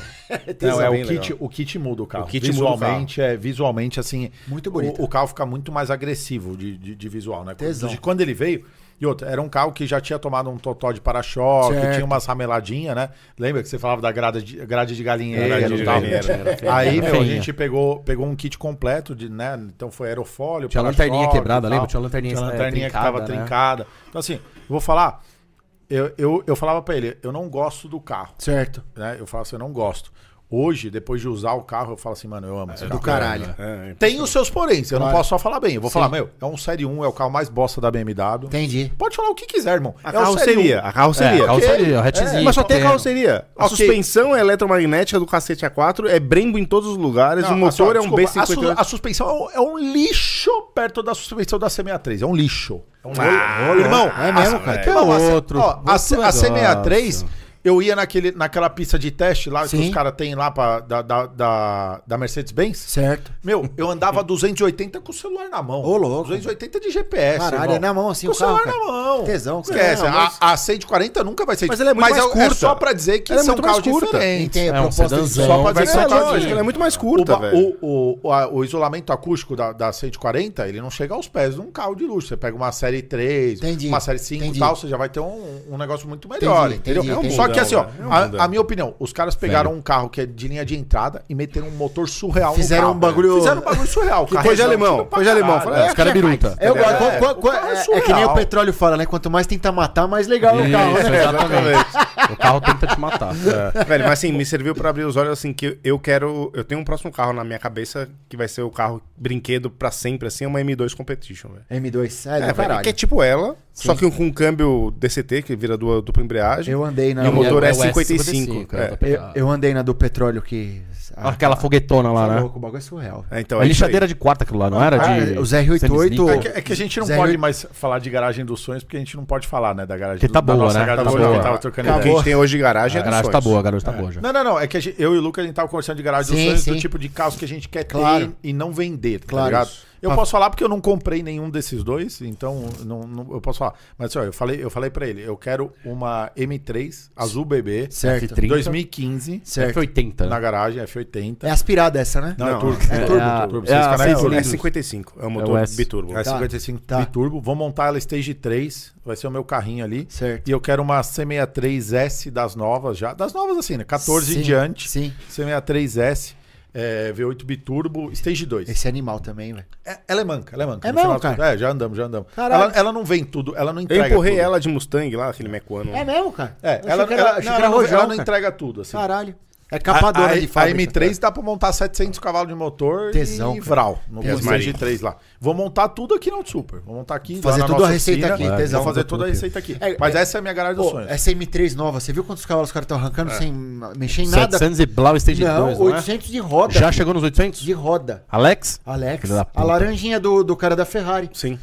[SPEAKER 1] Não, é,
[SPEAKER 2] Bem
[SPEAKER 1] o,
[SPEAKER 2] legal.
[SPEAKER 1] kit, o kit muda o carro.
[SPEAKER 2] O kit muda o carro.
[SPEAKER 1] visualmente, é visualmente, assim.
[SPEAKER 4] Muito
[SPEAKER 1] o-
[SPEAKER 4] bonito.
[SPEAKER 1] O, carro fica muito mais agressivo de, de, de visual, né?
[SPEAKER 4] Tesão.
[SPEAKER 1] De quando ele veio. E outra, era um carro que já tinha tomado um totó de para-choque,
[SPEAKER 4] Certo.
[SPEAKER 1] tinha umas rameladinhas, né? Lembra que você falava da grade de, grade de galinheiro
[SPEAKER 2] Grade de
[SPEAKER 1] e tal?
[SPEAKER 2] galinheiro, era
[SPEAKER 1] Aí, meu, a
[SPEAKER 5] Feinha.
[SPEAKER 1] gente pegou, pegou um kit completo, de, né? Então foi aerofólio,
[SPEAKER 5] Tinha a
[SPEAKER 1] para-choque
[SPEAKER 5] lanterninha
[SPEAKER 1] e
[SPEAKER 5] quebrada,
[SPEAKER 1] tal.
[SPEAKER 5] lembra? Tinha a lanterninha,
[SPEAKER 1] Tinha a
[SPEAKER 5] eh,
[SPEAKER 1] lanterninha que
[SPEAKER 5] trincada,
[SPEAKER 1] tava
[SPEAKER 5] né?
[SPEAKER 1] trincada. Então, assim, eu vou falar... Eu, eu, eu falava pra ele, eu não gosto do carro
[SPEAKER 4] Certo.
[SPEAKER 1] né? Eu falo assim, eu não gosto. Hoje, depois de usar o carro, eu falo assim, mano, eu amo esse
[SPEAKER 4] Do
[SPEAKER 1] carro.
[SPEAKER 4] caralho.
[SPEAKER 2] É,
[SPEAKER 1] Tem os seus poréns, eu não
[SPEAKER 4] Claro.
[SPEAKER 1] posso só falar bem. Eu vou falar, meu, é um Série 1, é o carro mais bosta da BMW.
[SPEAKER 4] Entendi.
[SPEAKER 1] Pode falar o que quiser, irmão. é
[SPEAKER 2] a
[SPEAKER 1] um
[SPEAKER 2] carroceria, a carroceria.
[SPEAKER 5] É, a carroceria, a
[SPEAKER 2] É,
[SPEAKER 5] retezinha.
[SPEAKER 2] mas só tem a
[SPEAKER 5] pequeno.
[SPEAKER 2] carroceria. A
[SPEAKER 1] Ok.
[SPEAKER 2] suspensão é eletromagnética do cacete A4, é Brembo em todos os lugares, o motor é um
[SPEAKER 1] a, su-
[SPEAKER 2] B58.
[SPEAKER 1] a suspensão é um, é um lixo perto da suspensão da C63. É um lixo. É um
[SPEAKER 2] Ah,
[SPEAKER 1] lixo. irmão,
[SPEAKER 2] é mesmo, cara?
[SPEAKER 1] Que outro. a,
[SPEAKER 5] outro- outro
[SPEAKER 1] C- a
[SPEAKER 5] negócio.
[SPEAKER 1] C63, eu ia naquele, naquela pista de teste lá que
[SPEAKER 4] Sim.
[SPEAKER 1] os caras têm lá pra, da, da, da, da Mercedes-Benz.
[SPEAKER 4] Certo.
[SPEAKER 1] Meu, eu andava 280 com o celular na mão.
[SPEAKER 4] Ô, louco.
[SPEAKER 1] 280 de GPS.
[SPEAKER 4] Caralho,
[SPEAKER 1] irmão.
[SPEAKER 4] é na mão, assim,
[SPEAKER 1] Com o
[SPEAKER 4] o carro,
[SPEAKER 1] celular
[SPEAKER 4] cara.
[SPEAKER 1] na mão.
[SPEAKER 4] Tesão, cara.
[SPEAKER 1] Esquece.
[SPEAKER 4] Não, mas-
[SPEAKER 1] a, a 140 nunca vai ser.
[SPEAKER 2] Mas ela é muito mais
[SPEAKER 1] é-
[SPEAKER 2] curta.
[SPEAKER 1] É só pra dizer que
[SPEAKER 2] Ela é
[SPEAKER 1] são
[SPEAKER 2] muito mais
[SPEAKER 1] carros
[SPEAKER 2] curta.
[SPEAKER 1] diferentes.
[SPEAKER 4] Entendi.
[SPEAKER 5] É,
[SPEAKER 4] a
[SPEAKER 5] um
[SPEAKER 4] proposta de-
[SPEAKER 5] sedãzão,
[SPEAKER 4] só pra dizer
[SPEAKER 1] versão
[SPEAKER 4] que
[SPEAKER 2] é,
[SPEAKER 4] são
[SPEAKER 1] tadinha.
[SPEAKER 2] lógico, ela é muito mais
[SPEAKER 1] O,
[SPEAKER 2] curta,
[SPEAKER 1] ba-
[SPEAKER 2] velho.
[SPEAKER 1] o, o, a- o isolamento acústico da, da 140, ele não chega aos pés de um carro de luxo. Você pega uma série 3,
[SPEAKER 4] Entendi.
[SPEAKER 1] uma série 5 e
[SPEAKER 4] Entendi.
[SPEAKER 1] tal, você já vai ter um, um negócio muito melhor,
[SPEAKER 4] Entendi,
[SPEAKER 1] entendeu?
[SPEAKER 4] entendi,
[SPEAKER 1] Só
[SPEAKER 2] entendi.
[SPEAKER 1] que assim, ó,
[SPEAKER 2] É um
[SPEAKER 1] a-
[SPEAKER 2] bundão.
[SPEAKER 1] a, minha opinião, os caras pegaram um carro que é de linha de entrada e meteram um motor surreal
[SPEAKER 4] Fizeram
[SPEAKER 1] no carro.
[SPEAKER 4] um bagulho-
[SPEAKER 1] Fizeram um bagulho surreal.
[SPEAKER 2] Que coisa de alemão, coisa de alemão. Fala,
[SPEAKER 5] É, os caras é biruta.
[SPEAKER 4] Eu gosto.
[SPEAKER 1] É,
[SPEAKER 4] Qu- qu-
[SPEAKER 1] o carro é
[SPEAKER 4] é- é, que
[SPEAKER 1] surreal.
[SPEAKER 4] nem o petróleo fala, né? Quanto mais tenta matar, mais legal é o carro, né?
[SPEAKER 5] Isso, exatamente. o carro tenta te matar.
[SPEAKER 2] Velho, mas assim, me serviu pra abrir os olhos assim que eu quero, eu tenho um próximo carro na minha cabeça que vai ser o carro brinquedo pra sempre assim, é uma M2 Competition, velho.
[SPEAKER 4] M2. É,
[SPEAKER 2] É,
[SPEAKER 4] do
[SPEAKER 2] velho,
[SPEAKER 4] caralho.
[SPEAKER 2] que é tipo ela, só que com um câmbio DCT, que vira dupla, dupla embreagem.
[SPEAKER 4] Eu andei na.
[SPEAKER 2] E o motor
[SPEAKER 5] É,
[SPEAKER 2] é
[SPEAKER 5] o S55,
[SPEAKER 2] 55.
[SPEAKER 5] cara, tá
[SPEAKER 2] é.
[SPEAKER 4] Eu, eu andei na do petróleo que.
[SPEAKER 1] Ah,
[SPEAKER 5] Aquela foguetona lá,
[SPEAKER 4] Tá
[SPEAKER 5] né?
[SPEAKER 4] louco, o bagulho é surreal.
[SPEAKER 2] É, então,
[SPEAKER 5] É
[SPEAKER 2] é
[SPEAKER 5] lixadeira de quarta aquilo lá, não era?
[SPEAKER 4] Ah,
[SPEAKER 5] De...
[SPEAKER 4] os R88.
[SPEAKER 1] É
[SPEAKER 5] semi-slick.
[SPEAKER 1] que, é que a gente não
[SPEAKER 4] Zé
[SPEAKER 1] pode
[SPEAKER 4] Ru-
[SPEAKER 1] mais falar de garagem dos sonhos, porque a gente não pode falar, né? Da garagem
[SPEAKER 5] Que
[SPEAKER 1] do-
[SPEAKER 5] tá
[SPEAKER 1] da
[SPEAKER 5] boa, né?
[SPEAKER 1] garagem
[SPEAKER 5] Tá
[SPEAKER 1] dos sonhos,
[SPEAKER 5] boa.
[SPEAKER 1] eu tava trocando
[SPEAKER 2] O que a
[SPEAKER 1] ideia.
[SPEAKER 2] gente tem hoje de garagem
[SPEAKER 5] A
[SPEAKER 2] é dos
[SPEAKER 5] garagem tá
[SPEAKER 2] sonhos.
[SPEAKER 5] boa, a garagem tá boa já.
[SPEAKER 1] Não, não, não. É que a gente- eu e o Lucas a gente tava conversando de garagem dos
[SPEAKER 4] Sim,
[SPEAKER 1] sonhos, do
[SPEAKER 4] sim.
[SPEAKER 1] tipo de carros que a gente quer
[SPEAKER 4] Claro.
[SPEAKER 1] ter e não vender, tá
[SPEAKER 4] Claro.
[SPEAKER 1] ligado? Eu
[SPEAKER 4] Pra-
[SPEAKER 1] posso falar porque eu não comprei nenhum desses dois, então não, não- eu posso falar. Mas ó, eu falei, eu falei para ele, eu quero uma M3 azul bebê,
[SPEAKER 4] Certo.
[SPEAKER 5] F30.
[SPEAKER 1] 2015,
[SPEAKER 4] Certo.
[SPEAKER 5] F80,
[SPEAKER 1] na
[SPEAKER 5] né?
[SPEAKER 1] garagem F80.
[SPEAKER 4] É aspirada essa, né?
[SPEAKER 1] Tá. Não, é
[SPEAKER 2] Não,
[SPEAKER 1] turbo, é, turbo,
[SPEAKER 5] a-
[SPEAKER 1] turbo.
[SPEAKER 5] é
[SPEAKER 1] Seis
[SPEAKER 5] a
[SPEAKER 1] canais
[SPEAKER 5] seis
[SPEAKER 1] turbo.
[SPEAKER 2] É
[SPEAKER 5] cilindros.
[SPEAKER 2] 55, é um
[SPEAKER 5] o
[SPEAKER 2] motor
[SPEAKER 5] S.
[SPEAKER 2] biturbo.
[SPEAKER 1] É
[SPEAKER 4] Tá.
[SPEAKER 1] 55
[SPEAKER 4] Tá.
[SPEAKER 1] biturbo. Vou montar ela Stage 3. Vai ser o meu carrinho ali.
[SPEAKER 4] Certo.
[SPEAKER 1] E eu quero uma C63S das novas já. Das novas assim, né? 14 em
[SPEAKER 4] Sim,
[SPEAKER 1] diante.
[SPEAKER 4] Sim.
[SPEAKER 1] C63S. é, V8 biturbo, Stage 2.
[SPEAKER 4] Esse animal também, velho.
[SPEAKER 1] É, ela é manca, ela é manca.
[SPEAKER 4] É
[SPEAKER 1] no final
[SPEAKER 4] mesmo,
[SPEAKER 1] das contas. É, já andamos, já andamos.
[SPEAKER 4] Caralho.
[SPEAKER 1] Ela, ela não vem tudo, ela não
[SPEAKER 2] Eu
[SPEAKER 1] entrega
[SPEAKER 2] empurrei
[SPEAKER 1] tudo.
[SPEAKER 2] ela de Mustang lá, aquele Mecuano.
[SPEAKER 4] É mesmo, cara?
[SPEAKER 1] É,
[SPEAKER 4] Eu
[SPEAKER 1] ela,
[SPEAKER 4] achei que
[SPEAKER 1] ela-
[SPEAKER 4] era-
[SPEAKER 1] não,
[SPEAKER 4] achei que
[SPEAKER 1] ela
[SPEAKER 4] era
[SPEAKER 1] não, ela
[SPEAKER 4] rojão,
[SPEAKER 1] não
[SPEAKER 4] cara.
[SPEAKER 1] entrega tudo, assim.
[SPEAKER 4] Caralho. É
[SPEAKER 1] a,
[SPEAKER 4] capadona
[SPEAKER 1] a-
[SPEAKER 4] de fábrica. tá?
[SPEAKER 1] a M3 dá pra montar 700 cavalos de motor
[SPEAKER 4] Tesão,
[SPEAKER 1] e
[SPEAKER 4] cara.
[SPEAKER 1] vral no
[SPEAKER 2] Tesão.
[SPEAKER 1] Stage 3 lá. Vou montar tudo aqui na Auto Super. Vou montar aqui. lá
[SPEAKER 4] Fazer
[SPEAKER 1] na
[SPEAKER 4] toda
[SPEAKER 1] nossa
[SPEAKER 4] a receita
[SPEAKER 1] oficina.
[SPEAKER 4] aqui,
[SPEAKER 1] Vou
[SPEAKER 4] tesão.
[SPEAKER 1] fazer toda a receita aqui.
[SPEAKER 4] É,
[SPEAKER 1] Mas
[SPEAKER 4] é-
[SPEAKER 1] essa é a minha garagem dos
[SPEAKER 4] Pô,
[SPEAKER 1] sonhos.
[SPEAKER 4] essa M3 nova, você viu quantos cavalos os caras estão
[SPEAKER 1] É.
[SPEAKER 4] arrancando sem mexer em nada?
[SPEAKER 5] 700 e Blau Stage
[SPEAKER 4] não,
[SPEAKER 5] 2, não é?
[SPEAKER 4] 800 de roda.
[SPEAKER 5] Já chegou nos 800?
[SPEAKER 4] De roda.
[SPEAKER 5] Alex?
[SPEAKER 4] Alex,
[SPEAKER 5] Filha da puta.
[SPEAKER 4] a laranjinha do, do cara da Ferrari.
[SPEAKER 2] Sim.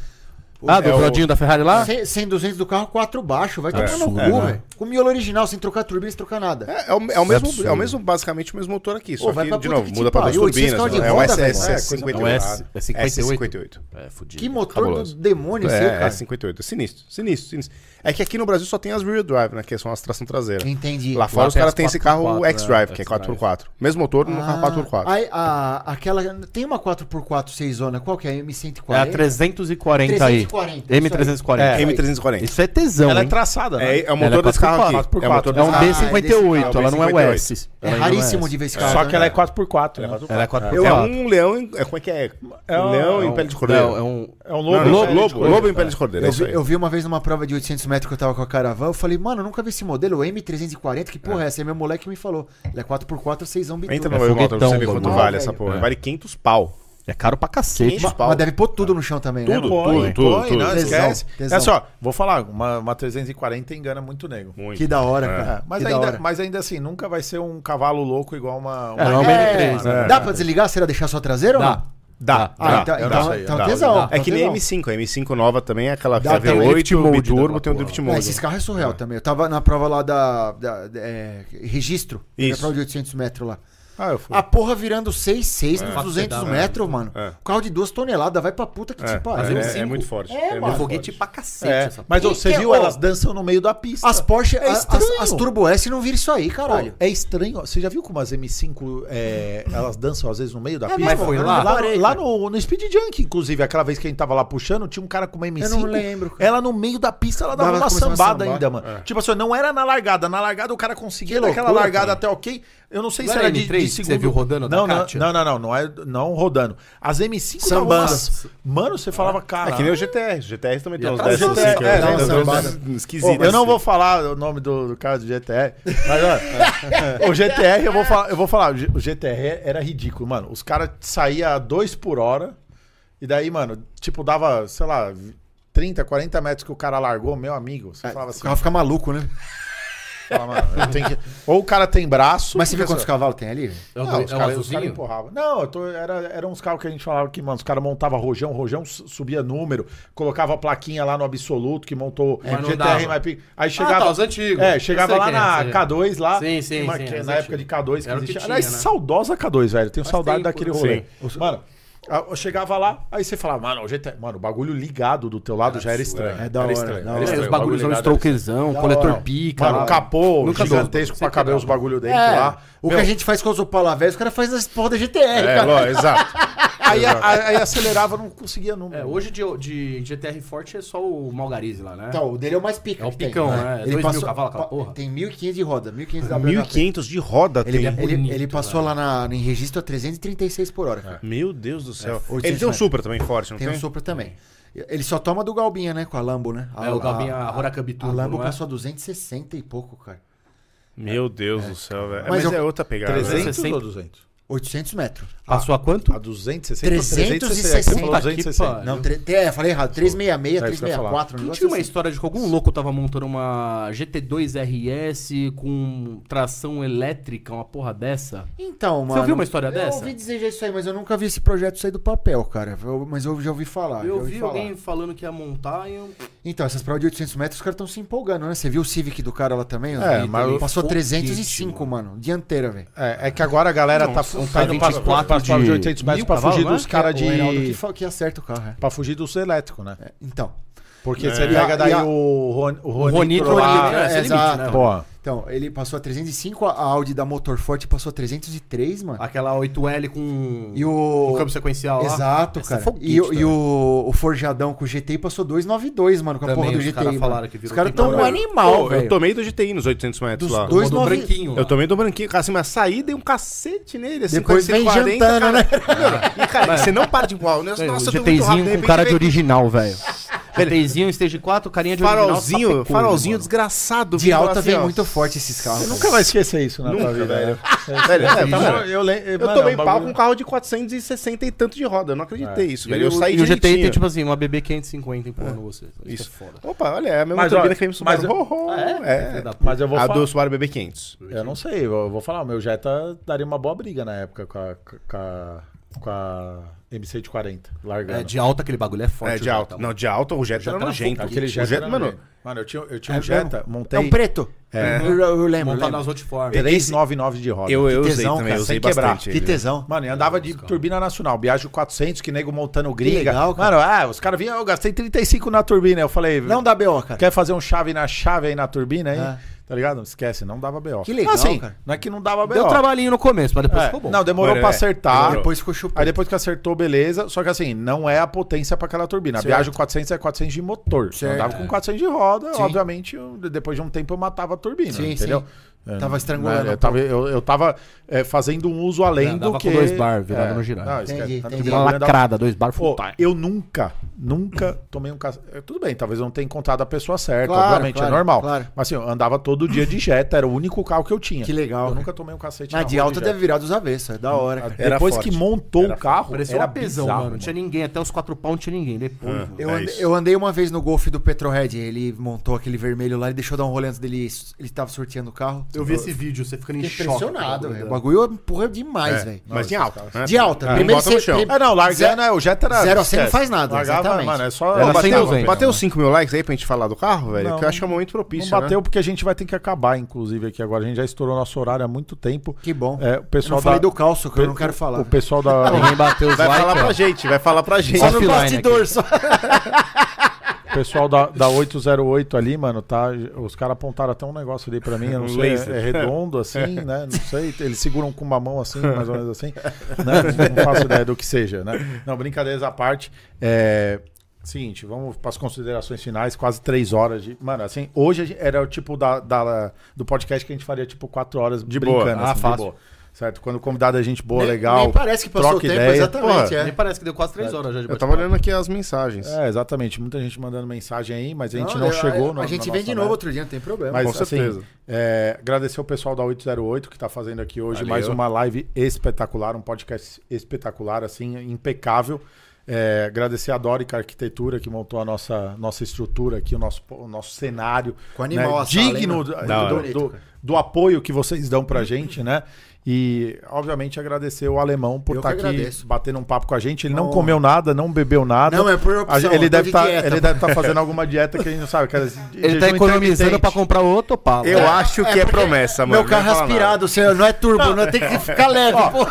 [SPEAKER 5] Ah, do
[SPEAKER 2] É o-
[SPEAKER 5] Brodinho da Ferrari
[SPEAKER 1] Tá.
[SPEAKER 5] lá?
[SPEAKER 4] 100, 100, 200 do carro, 4 baixo.
[SPEAKER 1] É,
[SPEAKER 4] Vai tomar no
[SPEAKER 5] absurdo,
[SPEAKER 4] cu,
[SPEAKER 5] né?
[SPEAKER 4] velho. Com miolo original, sem trocar turbina, sem trocar nada.
[SPEAKER 2] É, é o, é o mesmo,
[SPEAKER 5] absurdo.
[SPEAKER 2] é o mesmo, basicamente o mesmo motor aqui. Só
[SPEAKER 4] Pô, vai
[SPEAKER 2] que,
[SPEAKER 4] pra
[SPEAKER 2] de
[SPEAKER 4] puta
[SPEAKER 2] novo,
[SPEAKER 4] que
[SPEAKER 2] muda
[SPEAKER 4] te
[SPEAKER 2] para duas
[SPEAKER 4] pariu, 800
[SPEAKER 2] turbinas.
[SPEAKER 4] carro de
[SPEAKER 2] né? É o
[SPEAKER 4] roda,
[SPEAKER 2] S-
[SPEAKER 4] velho.
[SPEAKER 2] S-
[SPEAKER 4] É,
[SPEAKER 2] S58.
[SPEAKER 5] É o S-
[SPEAKER 2] S-
[SPEAKER 5] é 58.
[SPEAKER 2] S58.
[SPEAKER 5] É, fudido.
[SPEAKER 4] Que motor
[SPEAKER 2] cabuloso.
[SPEAKER 4] do demônio esse aí,
[SPEAKER 2] É,
[SPEAKER 4] cara.
[SPEAKER 2] S58. Sinistro, sinistro, sinistro. É que aqui no Brasil só tem as rear drive, né? Que são as tração traseira.
[SPEAKER 4] Entendi.
[SPEAKER 2] Lá fora
[SPEAKER 5] Lá
[SPEAKER 2] os
[SPEAKER 5] tem
[SPEAKER 2] caras
[SPEAKER 5] as
[SPEAKER 2] têm esse
[SPEAKER 5] 4x4,
[SPEAKER 2] carro
[SPEAKER 5] né?
[SPEAKER 2] X-Drive, que é
[SPEAKER 5] X-Drive.
[SPEAKER 2] 4x4. Mesmo motor é no
[SPEAKER 4] Ah,
[SPEAKER 2] carro 4x4.
[SPEAKER 4] aí, é? a- aquela, tem uma 4x4 6 zona, qual que é? M140?
[SPEAKER 5] É a 340 aí.
[SPEAKER 3] M340.
[SPEAKER 5] M340.
[SPEAKER 1] É.
[SPEAKER 2] M340.
[SPEAKER 5] Isso é tesão.
[SPEAKER 1] Ela é
[SPEAKER 5] hein?
[SPEAKER 1] traçada, né?
[SPEAKER 2] É, é o
[SPEAKER 5] Ela
[SPEAKER 2] motor
[SPEAKER 5] é
[SPEAKER 2] desse carro aqui.
[SPEAKER 1] 4x4.
[SPEAKER 2] É o motor
[SPEAKER 5] É um
[SPEAKER 2] desse carro.
[SPEAKER 4] Ah, é desse
[SPEAKER 5] B58,
[SPEAKER 2] carro,
[SPEAKER 5] ela não é o
[SPEAKER 2] B58.
[SPEAKER 5] S.
[SPEAKER 4] É
[SPEAKER 5] Ela ainda não
[SPEAKER 4] raríssimo
[SPEAKER 5] S.
[SPEAKER 4] de ver esse carro.
[SPEAKER 1] Só que
[SPEAKER 4] né?
[SPEAKER 1] ela é 4x4. né?
[SPEAKER 5] Ela é 4x4.
[SPEAKER 2] É um leão em... É, como é que é?
[SPEAKER 1] É um-
[SPEAKER 2] um leão em pele de cordeiro.
[SPEAKER 5] Não, é um...
[SPEAKER 1] É um
[SPEAKER 2] Não,
[SPEAKER 1] lobo.
[SPEAKER 2] não,
[SPEAKER 1] né?
[SPEAKER 2] lobo, lobo, lobo em pele de cordeiro. É
[SPEAKER 4] Eu
[SPEAKER 2] isso
[SPEAKER 4] vi,
[SPEAKER 2] aí.
[SPEAKER 4] eu vi uma vez numa prova de 800 metros que eu tava com a caravan, eu falei, mano, eu nunca vi esse modelo, o M340, que porra é essa? Aí meu moleque me falou, ele é 4x4, 6 bitum.
[SPEAKER 2] Entra no
[SPEAKER 4] mas,
[SPEAKER 2] meu motor pra você
[SPEAKER 5] foguetão,
[SPEAKER 2] ver
[SPEAKER 5] lobo.
[SPEAKER 2] quanto
[SPEAKER 5] Não,
[SPEAKER 2] vale essa
[SPEAKER 1] velho.
[SPEAKER 2] porra. Vale 500 pau.
[SPEAKER 5] É caro pra cacete.
[SPEAKER 2] 500 pau.
[SPEAKER 4] mas deve pôr tudo no chão também, né?
[SPEAKER 2] Tudo,
[SPEAKER 1] Põe,
[SPEAKER 2] tudo, tudo,
[SPEAKER 1] põe,
[SPEAKER 2] tudo.
[SPEAKER 1] Não,
[SPEAKER 4] Tesão,
[SPEAKER 1] esquece.
[SPEAKER 4] tesão.
[SPEAKER 1] É só, vou falar, uma, uma 340 engana muito nego.
[SPEAKER 2] Muito.
[SPEAKER 4] Que da hora,
[SPEAKER 1] É,
[SPEAKER 4] cara.
[SPEAKER 1] mas,
[SPEAKER 4] que da
[SPEAKER 1] ainda,
[SPEAKER 4] hora.
[SPEAKER 1] mas ainda assim, nunca vai ser um cavalo louco igual uma. uma-
[SPEAKER 5] É, não, mas-
[SPEAKER 4] É,
[SPEAKER 5] M3, né?
[SPEAKER 4] Dá pra desligar? Será deixar só traseiro ou não?
[SPEAKER 1] Dá.
[SPEAKER 4] Ah,
[SPEAKER 1] dá,
[SPEAKER 4] então,
[SPEAKER 1] eu
[SPEAKER 4] então,
[SPEAKER 1] não sei,
[SPEAKER 4] então
[SPEAKER 1] dá.
[SPEAKER 4] tesão.
[SPEAKER 2] É
[SPEAKER 4] então
[SPEAKER 2] que nem
[SPEAKER 4] tesão.
[SPEAKER 2] M5. A M5 nova também é aquela
[SPEAKER 4] Dá, tem um
[SPEAKER 2] V8,
[SPEAKER 4] drift
[SPEAKER 2] o
[SPEAKER 4] mode
[SPEAKER 2] biturbo,
[SPEAKER 4] da
[SPEAKER 2] tem um drift
[SPEAKER 4] Ah,
[SPEAKER 2] mode.
[SPEAKER 4] esses carros é surreal também. Eu tava na prova lá da. da- da- é, registro. Teve a
[SPEAKER 2] Isso.
[SPEAKER 4] prova de 800 metros lá.
[SPEAKER 1] Ah, eu fui.
[SPEAKER 4] A porra virando 6, 6 nos 200
[SPEAKER 5] né?
[SPEAKER 4] metros, mano.
[SPEAKER 2] É.
[SPEAKER 4] O carro de duas toneladas vai pra puta que te
[SPEAKER 2] É,
[SPEAKER 4] pariu.
[SPEAKER 2] é,
[SPEAKER 4] Cinco.
[SPEAKER 2] é muito forte.
[SPEAKER 4] É,
[SPEAKER 2] muito
[SPEAKER 4] mano.
[SPEAKER 5] Foguete
[SPEAKER 2] forte.
[SPEAKER 5] pra cacete
[SPEAKER 1] É,
[SPEAKER 5] essa
[SPEAKER 1] mas
[SPEAKER 4] Que
[SPEAKER 1] ô, você
[SPEAKER 4] que
[SPEAKER 1] viu,
[SPEAKER 4] é, ô?
[SPEAKER 1] elas dançam no meio da pista.
[SPEAKER 4] As Porsche,
[SPEAKER 1] É
[SPEAKER 4] a- as,
[SPEAKER 1] estranho.
[SPEAKER 4] as Turbo S não viram isso aí,
[SPEAKER 1] Pô,
[SPEAKER 4] caralho.
[SPEAKER 1] é estranho. ó, Você já viu como as M5 é, elas dançam às vezes no meio da pista?
[SPEAKER 4] É mesmo,
[SPEAKER 1] Mas foi
[SPEAKER 4] eu não
[SPEAKER 1] lá, lá,
[SPEAKER 4] reparei,
[SPEAKER 1] lá
[SPEAKER 4] cara.
[SPEAKER 1] no, no Speed Junk, inclusive, aquela vez que a gente tava lá puxando, tinha um cara com uma M5.
[SPEAKER 4] Eu não lembro, cara.
[SPEAKER 1] Ela no meio da pista, ela dava
[SPEAKER 4] Dava-
[SPEAKER 1] uma
[SPEAKER 4] começava a
[SPEAKER 1] sambada
[SPEAKER 4] sambar.
[SPEAKER 1] ainda, mano.
[SPEAKER 5] É.
[SPEAKER 1] Tipo assim, não era na largada. Na largada o cara conseguia
[SPEAKER 4] Que
[SPEAKER 1] dar aquela
[SPEAKER 4] loucura,
[SPEAKER 1] largada
[SPEAKER 4] cara.
[SPEAKER 1] até ok. Eu não sei
[SPEAKER 5] Não
[SPEAKER 1] se
[SPEAKER 5] era
[SPEAKER 1] era de,
[SPEAKER 5] M3
[SPEAKER 1] de
[SPEAKER 5] que você
[SPEAKER 1] segundo.
[SPEAKER 5] viu rodando da
[SPEAKER 1] não, não,
[SPEAKER 5] Kátia?
[SPEAKER 1] não, não, não, não é não rodando. As M5 davam
[SPEAKER 4] Sambadas.
[SPEAKER 1] umas- Mano, você falava, cara.
[SPEAKER 2] É que nem o GTR. O GTR também tem uns
[SPEAKER 1] atrás
[SPEAKER 2] 10
[SPEAKER 1] do GTR, é, dá uma
[SPEAKER 2] assim.
[SPEAKER 1] Ô, eu não vou falar o nome do, do cara do GTR, mas ó, o GTR eu vou falar, eu vou falar, o GTR era ridículo, mano. Os caras saía a dois por hora e daí, mano, tipo dava, sei lá, 30, 40 metros que o cara largou, meu amigo. Você falava
[SPEAKER 4] o
[SPEAKER 1] assim,
[SPEAKER 4] carro fica maluco, né?
[SPEAKER 1] fala, mano, eu tenho que- ou o cara tem braço, assim,
[SPEAKER 4] Mas você viu
[SPEAKER 1] porque
[SPEAKER 4] quantos cavalos tem ali?
[SPEAKER 5] É o,
[SPEAKER 1] não,
[SPEAKER 5] do-
[SPEAKER 1] os
[SPEAKER 5] é o
[SPEAKER 1] caras cara
[SPEAKER 5] azulzinho?
[SPEAKER 1] empurravam. Não, eu tô, era, eram uns carros que a gente falava que, mano, os caras montavam rojão, rojão su- subia número, colocava a plaquinha lá no absoluto que montou
[SPEAKER 5] É, Mas não
[SPEAKER 1] GTR,
[SPEAKER 5] dava.
[SPEAKER 1] mais pico. aí chegava...
[SPEAKER 5] Ah, tá, os antigos.
[SPEAKER 1] É,
[SPEAKER 5] Eu
[SPEAKER 1] chegava
[SPEAKER 5] sei
[SPEAKER 1] lá
[SPEAKER 5] quem é,
[SPEAKER 1] na
[SPEAKER 5] sei.
[SPEAKER 1] K2 lá.
[SPEAKER 5] Sim, sim,
[SPEAKER 1] uma-
[SPEAKER 5] sim,
[SPEAKER 1] que- na
[SPEAKER 5] é, sim.
[SPEAKER 1] época de K2 que
[SPEAKER 5] Era o que
[SPEAKER 1] existia.
[SPEAKER 5] tinha,
[SPEAKER 1] Aliás,
[SPEAKER 5] né?
[SPEAKER 1] saudosa K2, velho. Tenho
[SPEAKER 5] Faz
[SPEAKER 1] saudade
[SPEAKER 5] tempo,
[SPEAKER 1] daquele
[SPEAKER 5] né?
[SPEAKER 1] rolê.
[SPEAKER 2] Sim.
[SPEAKER 1] Os- Mano, a- eu chegava lá, aí você falava, mano, o GTR, mano, o bagulho ligado do teu lado já era estranho.
[SPEAKER 4] é
[SPEAKER 1] era
[SPEAKER 4] da hora,
[SPEAKER 1] estranho.
[SPEAKER 4] da
[SPEAKER 1] era
[SPEAKER 4] hora.
[SPEAKER 5] É,
[SPEAKER 1] estranho,
[SPEAKER 5] os
[SPEAKER 1] o
[SPEAKER 5] bagulhos são
[SPEAKER 1] ligado era estranho.
[SPEAKER 5] strokerzão, coletor
[SPEAKER 4] hora.
[SPEAKER 5] pica.
[SPEAKER 1] Mano, um
[SPEAKER 5] lá.
[SPEAKER 1] capô
[SPEAKER 5] Nunca dou.
[SPEAKER 1] gigantesco pra caber os bagulho dentro
[SPEAKER 4] É,
[SPEAKER 1] lá.
[SPEAKER 4] o que a gente faz com os Opala velho, os caras fazem as porra da GTR,
[SPEAKER 2] É,
[SPEAKER 4] cara.
[SPEAKER 2] ló, exato.
[SPEAKER 1] Aí, a- aí acelerava, não conseguia número.
[SPEAKER 5] É, hoje de, de GTR forte é só o Malgarize lá, né?
[SPEAKER 4] Então, o dele é o mais pica.
[SPEAKER 5] É o
[SPEAKER 4] que tem,
[SPEAKER 5] picão, né? É
[SPEAKER 4] Ele
[SPEAKER 5] dois mil
[SPEAKER 4] passou,
[SPEAKER 5] cavalos, aquela porra.
[SPEAKER 4] Tem 1.500 de roda, 1.500 da
[SPEAKER 2] 1.500 de roda
[SPEAKER 4] Ele,
[SPEAKER 2] tem.
[SPEAKER 4] ele,
[SPEAKER 5] bonito, É.
[SPEAKER 4] ele passou lá na, em registro a 336 por hora, cara.
[SPEAKER 2] Meu Deus do céu.
[SPEAKER 4] É,
[SPEAKER 2] ele tem um
[SPEAKER 4] 800
[SPEAKER 2] Supra também forte, não tem?
[SPEAKER 4] Tem o Supra também. Ele só toma do Galbinha, né? Com a Lambo, né? A,
[SPEAKER 5] É, o Galbinha, a Horacambi
[SPEAKER 4] A
[SPEAKER 5] Turbo,
[SPEAKER 4] Lambo
[SPEAKER 5] não é?
[SPEAKER 4] passou a 260 e pouco, cara.
[SPEAKER 2] Meu Deus do céu, velho.
[SPEAKER 4] Mas
[SPEAKER 2] Mas,
[SPEAKER 4] eu-
[SPEAKER 2] é outra pegada. né?
[SPEAKER 1] 300
[SPEAKER 5] 360?
[SPEAKER 1] ou 200?
[SPEAKER 4] 800 metros.
[SPEAKER 5] Passou a quanto?
[SPEAKER 1] A 260
[SPEAKER 4] 360.
[SPEAKER 1] Você falou
[SPEAKER 5] Puta que
[SPEAKER 1] 260.
[SPEAKER 5] pariu.
[SPEAKER 4] Não, tre- tre- é, falei errado. 366,
[SPEAKER 1] É isso que eu ia falar.
[SPEAKER 4] 364. um
[SPEAKER 5] Não
[SPEAKER 4] negócio
[SPEAKER 5] tinha uma
[SPEAKER 4] assim.
[SPEAKER 5] história de que algum louco tava montando uma GT2 RS com tração elétrica, uma porra dessa?
[SPEAKER 4] Então, mano.
[SPEAKER 5] Você ouviu uma história
[SPEAKER 4] eu
[SPEAKER 5] dessa?
[SPEAKER 4] Eu ouvi dizer isso aí, mas eu nunca vi esse projeto sair do papel, cara. Eu- mas eu já ouvi falar. já
[SPEAKER 5] eu
[SPEAKER 4] ouvi
[SPEAKER 5] vi
[SPEAKER 4] falar.
[SPEAKER 5] alguém falando que ia montar e eu...
[SPEAKER 4] Então, essas provas de 800 metros, os caras estão se empolgando, né? Você viu o Civic do cara lá também? ó?
[SPEAKER 1] É, mas eu-
[SPEAKER 4] Passou 305, mano. Dianteira, velho.
[SPEAKER 1] É, é que agora a galera tá, tá indo para
[SPEAKER 5] 24
[SPEAKER 1] as de, de
[SPEAKER 5] de
[SPEAKER 1] 800 metros
[SPEAKER 5] mil
[SPEAKER 1] pra fugir
[SPEAKER 5] cavalos,
[SPEAKER 1] dos
[SPEAKER 5] né?
[SPEAKER 1] caras
[SPEAKER 4] O Heraldo
[SPEAKER 1] de...
[SPEAKER 4] que, fa- que acerta o carro, é.
[SPEAKER 1] Pra fugir dos elétricos, né?
[SPEAKER 4] É, Então.
[SPEAKER 1] Porque
[SPEAKER 2] É.
[SPEAKER 1] você
[SPEAKER 2] E a-
[SPEAKER 1] pega daí
[SPEAKER 4] e a-
[SPEAKER 1] o, Ron, o Ronito,
[SPEAKER 5] Ronito,
[SPEAKER 1] lá...
[SPEAKER 5] Ronito, é,
[SPEAKER 1] é,
[SPEAKER 5] esse
[SPEAKER 1] exato.
[SPEAKER 5] limite, né?
[SPEAKER 1] Pô,
[SPEAKER 4] Então, ele passou a 305, a Audi da Motorforte passou a 303, mano.
[SPEAKER 5] Aquela 8L com
[SPEAKER 4] E o.
[SPEAKER 5] com câmbio sequencial lá.
[SPEAKER 4] Exato,
[SPEAKER 1] é
[SPEAKER 5] Essa
[SPEAKER 4] cara.
[SPEAKER 5] foi o
[SPEAKER 4] e o,
[SPEAKER 5] kit
[SPEAKER 4] e o, o Forjadão com o GTI passou 292, mano, com a
[SPEAKER 5] Também
[SPEAKER 4] porra do
[SPEAKER 5] os
[SPEAKER 4] GTI.
[SPEAKER 5] cara
[SPEAKER 4] mano.
[SPEAKER 5] falaram que
[SPEAKER 4] Os
[SPEAKER 5] virou
[SPEAKER 4] caras
[SPEAKER 5] quintal,
[SPEAKER 4] tão um
[SPEAKER 5] né?
[SPEAKER 4] animal,
[SPEAKER 2] Pô, eu
[SPEAKER 4] velho.
[SPEAKER 2] tomei do GTI nos 800 metros
[SPEAKER 4] Dos
[SPEAKER 2] lá.
[SPEAKER 4] dois
[SPEAKER 5] Uma do
[SPEAKER 4] nove-
[SPEAKER 5] branquinho.
[SPEAKER 2] Eu tomei do branquinho, cara, assim, mas saí, dei um cacete nele, assim,
[SPEAKER 4] Depois vem
[SPEAKER 2] 40,
[SPEAKER 4] jantando, né?
[SPEAKER 2] E, cara, você não para de empurrar. Nossa,
[SPEAKER 5] Velho,
[SPEAKER 2] eu tô muito rápido, de
[SPEAKER 5] GTzinho
[SPEAKER 2] repente
[SPEAKER 5] com cara de né?
[SPEAKER 2] vem
[SPEAKER 5] original, velho. GTzinho, Stage 4, carinha de original.
[SPEAKER 2] Farolzinho,
[SPEAKER 5] sapecura,
[SPEAKER 2] farolzinho
[SPEAKER 5] tá mano.
[SPEAKER 2] desgraçado.
[SPEAKER 4] De
[SPEAKER 2] vindo lá,
[SPEAKER 4] alta
[SPEAKER 2] assim,
[SPEAKER 4] vem
[SPEAKER 2] ó.
[SPEAKER 4] muito forte esses carros.
[SPEAKER 1] Você
[SPEAKER 4] velho.
[SPEAKER 1] nunca vai esquecer isso na tua
[SPEAKER 2] Nunca,
[SPEAKER 1] vida.
[SPEAKER 2] velho.
[SPEAKER 1] né?
[SPEAKER 2] Velho, é, tá bom.
[SPEAKER 1] eu, le-
[SPEAKER 2] Eu
[SPEAKER 1] mano,
[SPEAKER 2] tomei
[SPEAKER 1] é um
[SPEAKER 2] pau com um
[SPEAKER 1] bagulho-
[SPEAKER 2] carro de 460 e tanto de roda. Eu não acreditei isso, velho. Eu
[SPEAKER 5] E o-
[SPEAKER 2] saí
[SPEAKER 5] E o GTI tem,
[SPEAKER 2] direitinho.
[SPEAKER 5] tipo assim, uma BB 550 empurrando você.
[SPEAKER 2] Isso.
[SPEAKER 5] é foda.
[SPEAKER 2] Opa, olha, é a mesma
[SPEAKER 1] Mas,
[SPEAKER 2] turbina
[SPEAKER 1] olha,
[SPEAKER 2] que vem pro
[SPEAKER 1] mas
[SPEAKER 2] Subaru. Ho, ho, é.
[SPEAKER 1] Mas eu vou
[SPEAKER 2] A
[SPEAKER 1] falar...
[SPEAKER 2] do Subaru BB500.
[SPEAKER 1] Eu não sei, eu vou falar. O meu Jetta daria uma boa briga na época com a, com a, com a MC de 40, largando.
[SPEAKER 5] É, de alta aquele bagulho é forte.
[SPEAKER 2] É, de
[SPEAKER 5] velho,
[SPEAKER 2] alta.
[SPEAKER 5] tá
[SPEAKER 2] Não, de alta o Jetta
[SPEAKER 5] Jetta
[SPEAKER 2] era
[SPEAKER 5] era
[SPEAKER 2] nojento.
[SPEAKER 5] pouco,
[SPEAKER 1] Aquele
[SPEAKER 2] O
[SPEAKER 1] Jetta, era
[SPEAKER 2] mano...
[SPEAKER 1] maneiro. Mano, eu tinha, eu tinha
[SPEAKER 4] É
[SPEAKER 1] um Jetta,
[SPEAKER 4] mesmo?
[SPEAKER 1] montei
[SPEAKER 4] É um preto.
[SPEAKER 1] É.
[SPEAKER 4] Eu, eu lembro,
[SPEAKER 5] Montar
[SPEAKER 4] lembro.
[SPEAKER 5] nas outforms.
[SPEAKER 1] 399 de roda.
[SPEAKER 2] Eu, eu
[SPEAKER 4] Que
[SPEAKER 2] usei
[SPEAKER 4] tesão,
[SPEAKER 2] também,
[SPEAKER 4] cara,
[SPEAKER 2] eu usei
[SPEAKER 1] sem quebrar.
[SPEAKER 2] bastante.
[SPEAKER 4] Que
[SPEAKER 2] ele.
[SPEAKER 4] tesão.
[SPEAKER 1] Mano, eu andava de turbina nacional, Biagio 400, que nego montando gringa.
[SPEAKER 4] legal, cara.
[SPEAKER 1] Mano, ah, os caras vinham, eu gastei 35 na turbina. Eu falei,
[SPEAKER 4] Não dá BO, cara.
[SPEAKER 1] quer fazer um chave na chave aí na turbina aí?
[SPEAKER 4] É.
[SPEAKER 1] Tá ligado? Esquece, não dava BO.
[SPEAKER 4] Que legal,
[SPEAKER 1] Assim,
[SPEAKER 4] cara.
[SPEAKER 1] Não é que não dava BO.
[SPEAKER 5] Deu trabalhinho no começo, mas depois
[SPEAKER 1] É,
[SPEAKER 5] ficou bom.
[SPEAKER 1] Não, demorou
[SPEAKER 2] Demorou,
[SPEAKER 1] pra
[SPEAKER 2] é.
[SPEAKER 1] acertar.
[SPEAKER 2] Demorou.
[SPEAKER 4] Depois ficou chupado.
[SPEAKER 1] Aí depois que acertou, beleza. Só que assim, não é a potência pra aquela turbina. A
[SPEAKER 4] Certo.
[SPEAKER 1] Viagem 400 é 400 de motor. Eu
[SPEAKER 4] Certo.
[SPEAKER 1] andava com 400 de roda,
[SPEAKER 4] Sim.
[SPEAKER 1] obviamente, eu- depois de um tempo eu matava a turbina,
[SPEAKER 4] Sim,
[SPEAKER 1] entendeu? É,
[SPEAKER 4] Tava
[SPEAKER 1] não-
[SPEAKER 4] estrangulando
[SPEAKER 1] Eu
[SPEAKER 4] um
[SPEAKER 1] tava, eu, eu tava é, fazendo um uso além
[SPEAKER 5] É,
[SPEAKER 1] do
[SPEAKER 5] dava
[SPEAKER 1] que... é.
[SPEAKER 5] com dois bar, virava no girar.
[SPEAKER 1] não, esquece. tá um
[SPEAKER 4] Entendi,
[SPEAKER 1] Tanto
[SPEAKER 4] entendi.
[SPEAKER 1] que o
[SPEAKER 5] Uma
[SPEAKER 1] bagulho dava-
[SPEAKER 5] lacrada, dois bar
[SPEAKER 1] Pô,
[SPEAKER 5] full time.
[SPEAKER 1] eu nunca, nunca tomei um caça. eh, Tudo bem, talvez eu não tenha encontrado a pessoa certa,
[SPEAKER 4] Claro,
[SPEAKER 1] obviamente,
[SPEAKER 4] claro,
[SPEAKER 1] é normal.
[SPEAKER 4] claro.
[SPEAKER 1] Mas assim, eu andava todo dia de Jetta, era o único carro que eu tinha.
[SPEAKER 4] Que legal,
[SPEAKER 1] Eu
[SPEAKER 4] cara.
[SPEAKER 1] nunca tomei um cacete.
[SPEAKER 4] Na
[SPEAKER 1] na
[SPEAKER 4] de
[SPEAKER 1] rua
[SPEAKER 4] alta
[SPEAKER 1] Jetta.
[SPEAKER 4] deve virar dos avessos, é da hora. cara.
[SPEAKER 2] Era
[SPEAKER 1] Depois
[SPEAKER 2] forte.
[SPEAKER 1] que montou
[SPEAKER 2] Era
[SPEAKER 1] o carro,
[SPEAKER 5] Parecia
[SPEAKER 1] era
[SPEAKER 5] uma pesão,
[SPEAKER 1] bizarro,
[SPEAKER 5] é um mano. Não tinha ninguém. Até os quatro pau não tinha ninguém. Depois. mano.
[SPEAKER 4] Eu,
[SPEAKER 2] É
[SPEAKER 4] ande-
[SPEAKER 2] isso.
[SPEAKER 4] eu andei uma vez no Golf do Petrohead, ele montou aquele vermelho lá e deixou dar um rolê antes dele. Ele tava sorteando o carro.
[SPEAKER 5] Eu vi esse vídeo, você ficando em
[SPEAKER 4] Fiquei
[SPEAKER 5] choque. tá
[SPEAKER 1] tá
[SPEAKER 4] impressionado, velho. O bagulho empurra demais,
[SPEAKER 2] É,
[SPEAKER 4] velho.
[SPEAKER 2] Mas em alta. né?
[SPEAKER 4] De alta.
[SPEAKER 2] Ah,
[SPEAKER 4] Primeiro
[SPEAKER 2] bota no
[SPEAKER 4] você-
[SPEAKER 2] chão.
[SPEAKER 4] prim-
[SPEAKER 1] É, não, largando,
[SPEAKER 4] Zero-
[SPEAKER 1] é, o Jetta era.
[SPEAKER 4] zero a cem não
[SPEAKER 1] esquece.
[SPEAKER 4] faz nada,
[SPEAKER 1] Largava,
[SPEAKER 4] exatamente.
[SPEAKER 1] mano, é só.
[SPEAKER 5] Era
[SPEAKER 1] bateu-
[SPEAKER 5] cem, duzentos.
[SPEAKER 1] bateu-
[SPEAKER 2] Bateu 5 mil likes aí pra gente falar do carro, velho?
[SPEAKER 1] Não.
[SPEAKER 2] Que eu acho que é um momento propício,
[SPEAKER 1] Não bateu
[SPEAKER 2] né?
[SPEAKER 1] porque a gente vai ter que acabar, inclusive, aqui agora. A gente já estourou nosso horário há muito tempo.
[SPEAKER 4] Que bom.
[SPEAKER 1] É, o
[SPEAKER 4] Eu
[SPEAKER 1] pessoal
[SPEAKER 4] não falei
[SPEAKER 1] da-
[SPEAKER 4] do calço, que eu não quero falar.
[SPEAKER 1] O pessoal da.
[SPEAKER 5] Ninguém bateu os
[SPEAKER 2] Vai
[SPEAKER 5] likes,
[SPEAKER 2] falar
[SPEAKER 5] ó.
[SPEAKER 2] pra gente, vai falar pra gente.
[SPEAKER 5] Só no offline aqui.
[SPEAKER 4] só.
[SPEAKER 1] O pessoal da, da 808 ali, mano, tá. Os caras apontaram até um negócio ali pra mim, eu não
[SPEAKER 2] Um
[SPEAKER 1] sei,
[SPEAKER 2] laser.
[SPEAKER 1] é, é redondo assim, né? Não sei, eles seguram com uma mão assim, mais ou menos assim. né? Não faço ideia do que seja, né? Não, brincadeiras à parte. É. Seguinte, vamos para as considerações finais, quase três horas de. Mano, assim, hoje a gente- era o tipo da, da- do podcast que a gente faria tipo quatro horas
[SPEAKER 2] De boa.
[SPEAKER 1] brincando.
[SPEAKER 2] Ah,
[SPEAKER 1] assim, de
[SPEAKER 2] fácil.
[SPEAKER 1] boa. Certo? Quando o convidado é gente boa,
[SPEAKER 4] Nem-
[SPEAKER 1] legal.
[SPEAKER 4] nem parece que passou
[SPEAKER 1] troca
[SPEAKER 4] o tempo,
[SPEAKER 1] ideia.
[SPEAKER 4] exatamente,
[SPEAKER 1] Porra,
[SPEAKER 4] é.
[SPEAKER 5] Nem parece que deu quase três horas já de
[SPEAKER 2] Eu tava
[SPEAKER 5] bate-papo.
[SPEAKER 2] olhando aqui as mensagens.
[SPEAKER 1] é, exatamente. Muita gente mandando mensagem aí, mas a gente não, chegou. no-
[SPEAKER 4] A
[SPEAKER 1] na
[SPEAKER 4] gente vem
[SPEAKER 1] nossa
[SPEAKER 4] de novo
[SPEAKER 1] meta.
[SPEAKER 4] outro dia, não tem problema.
[SPEAKER 1] Mas,
[SPEAKER 2] Com certeza.
[SPEAKER 1] Assim, é, agradecer o pessoal da 808 que está fazendo aqui hoje
[SPEAKER 2] Valeu.
[SPEAKER 1] mais uma live espetacular, um podcast espetacular, assim, impecável. É, agradecer a Dórica Arquitetura que montou a nossa, nossa estrutura aqui, o nosso, o nosso cenário. né,
[SPEAKER 4] Ficou animal a sala,
[SPEAKER 1] Digno
[SPEAKER 4] hein, né?
[SPEAKER 1] do,
[SPEAKER 4] mano?
[SPEAKER 2] Da hora.
[SPEAKER 1] do- do- do apoio que vocês dão pra gente, né? E, obviamente, agradecer o alemão por
[SPEAKER 4] Eu
[SPEAKER 1] estar
[SPEAKER 4] que
[SPEAKER 1] aqui
[SPEAKER 4] agradeço.
[SPEAKER 1] batendo um papo com a gente. Ele não
[SPEAKER 4] Uma
[SPEAKER 1] comeu nada, não bebeu nada.
[SPEAKER 4] Não, é por
[SPEAKER 1] A
[SPEAKER 4] opção,
[SPEAKER 1] gente-
[SPEAKER 4] eu
[SPEAKER 1] ele
[SPEAKER 4] tô
[SPEAKER 1] deve
[SPEAKER 4] de
[SPEAKER 1] estar
[SPEAKER 4] dieta, pô.
[SPEAKER 1] fazendo alguma dieta que a gente não sabe. cara,
[SPEAKER 5] Ele
[SPEAKER 1] jejum
[SPEAKER 5] tá economizando
[SPEAKER 1] intermitente.
[SPEAKER 5] pra comprar outro palo.
[SPEAKER 2] Eu acho que é, promessa, mano.
[SPEAKER 4] Meu carro
[SPEAKER 2] não fala nada.
[SPEAKER 4] aspirado, senhor, não é turbo, não tem que ficar leve, pô.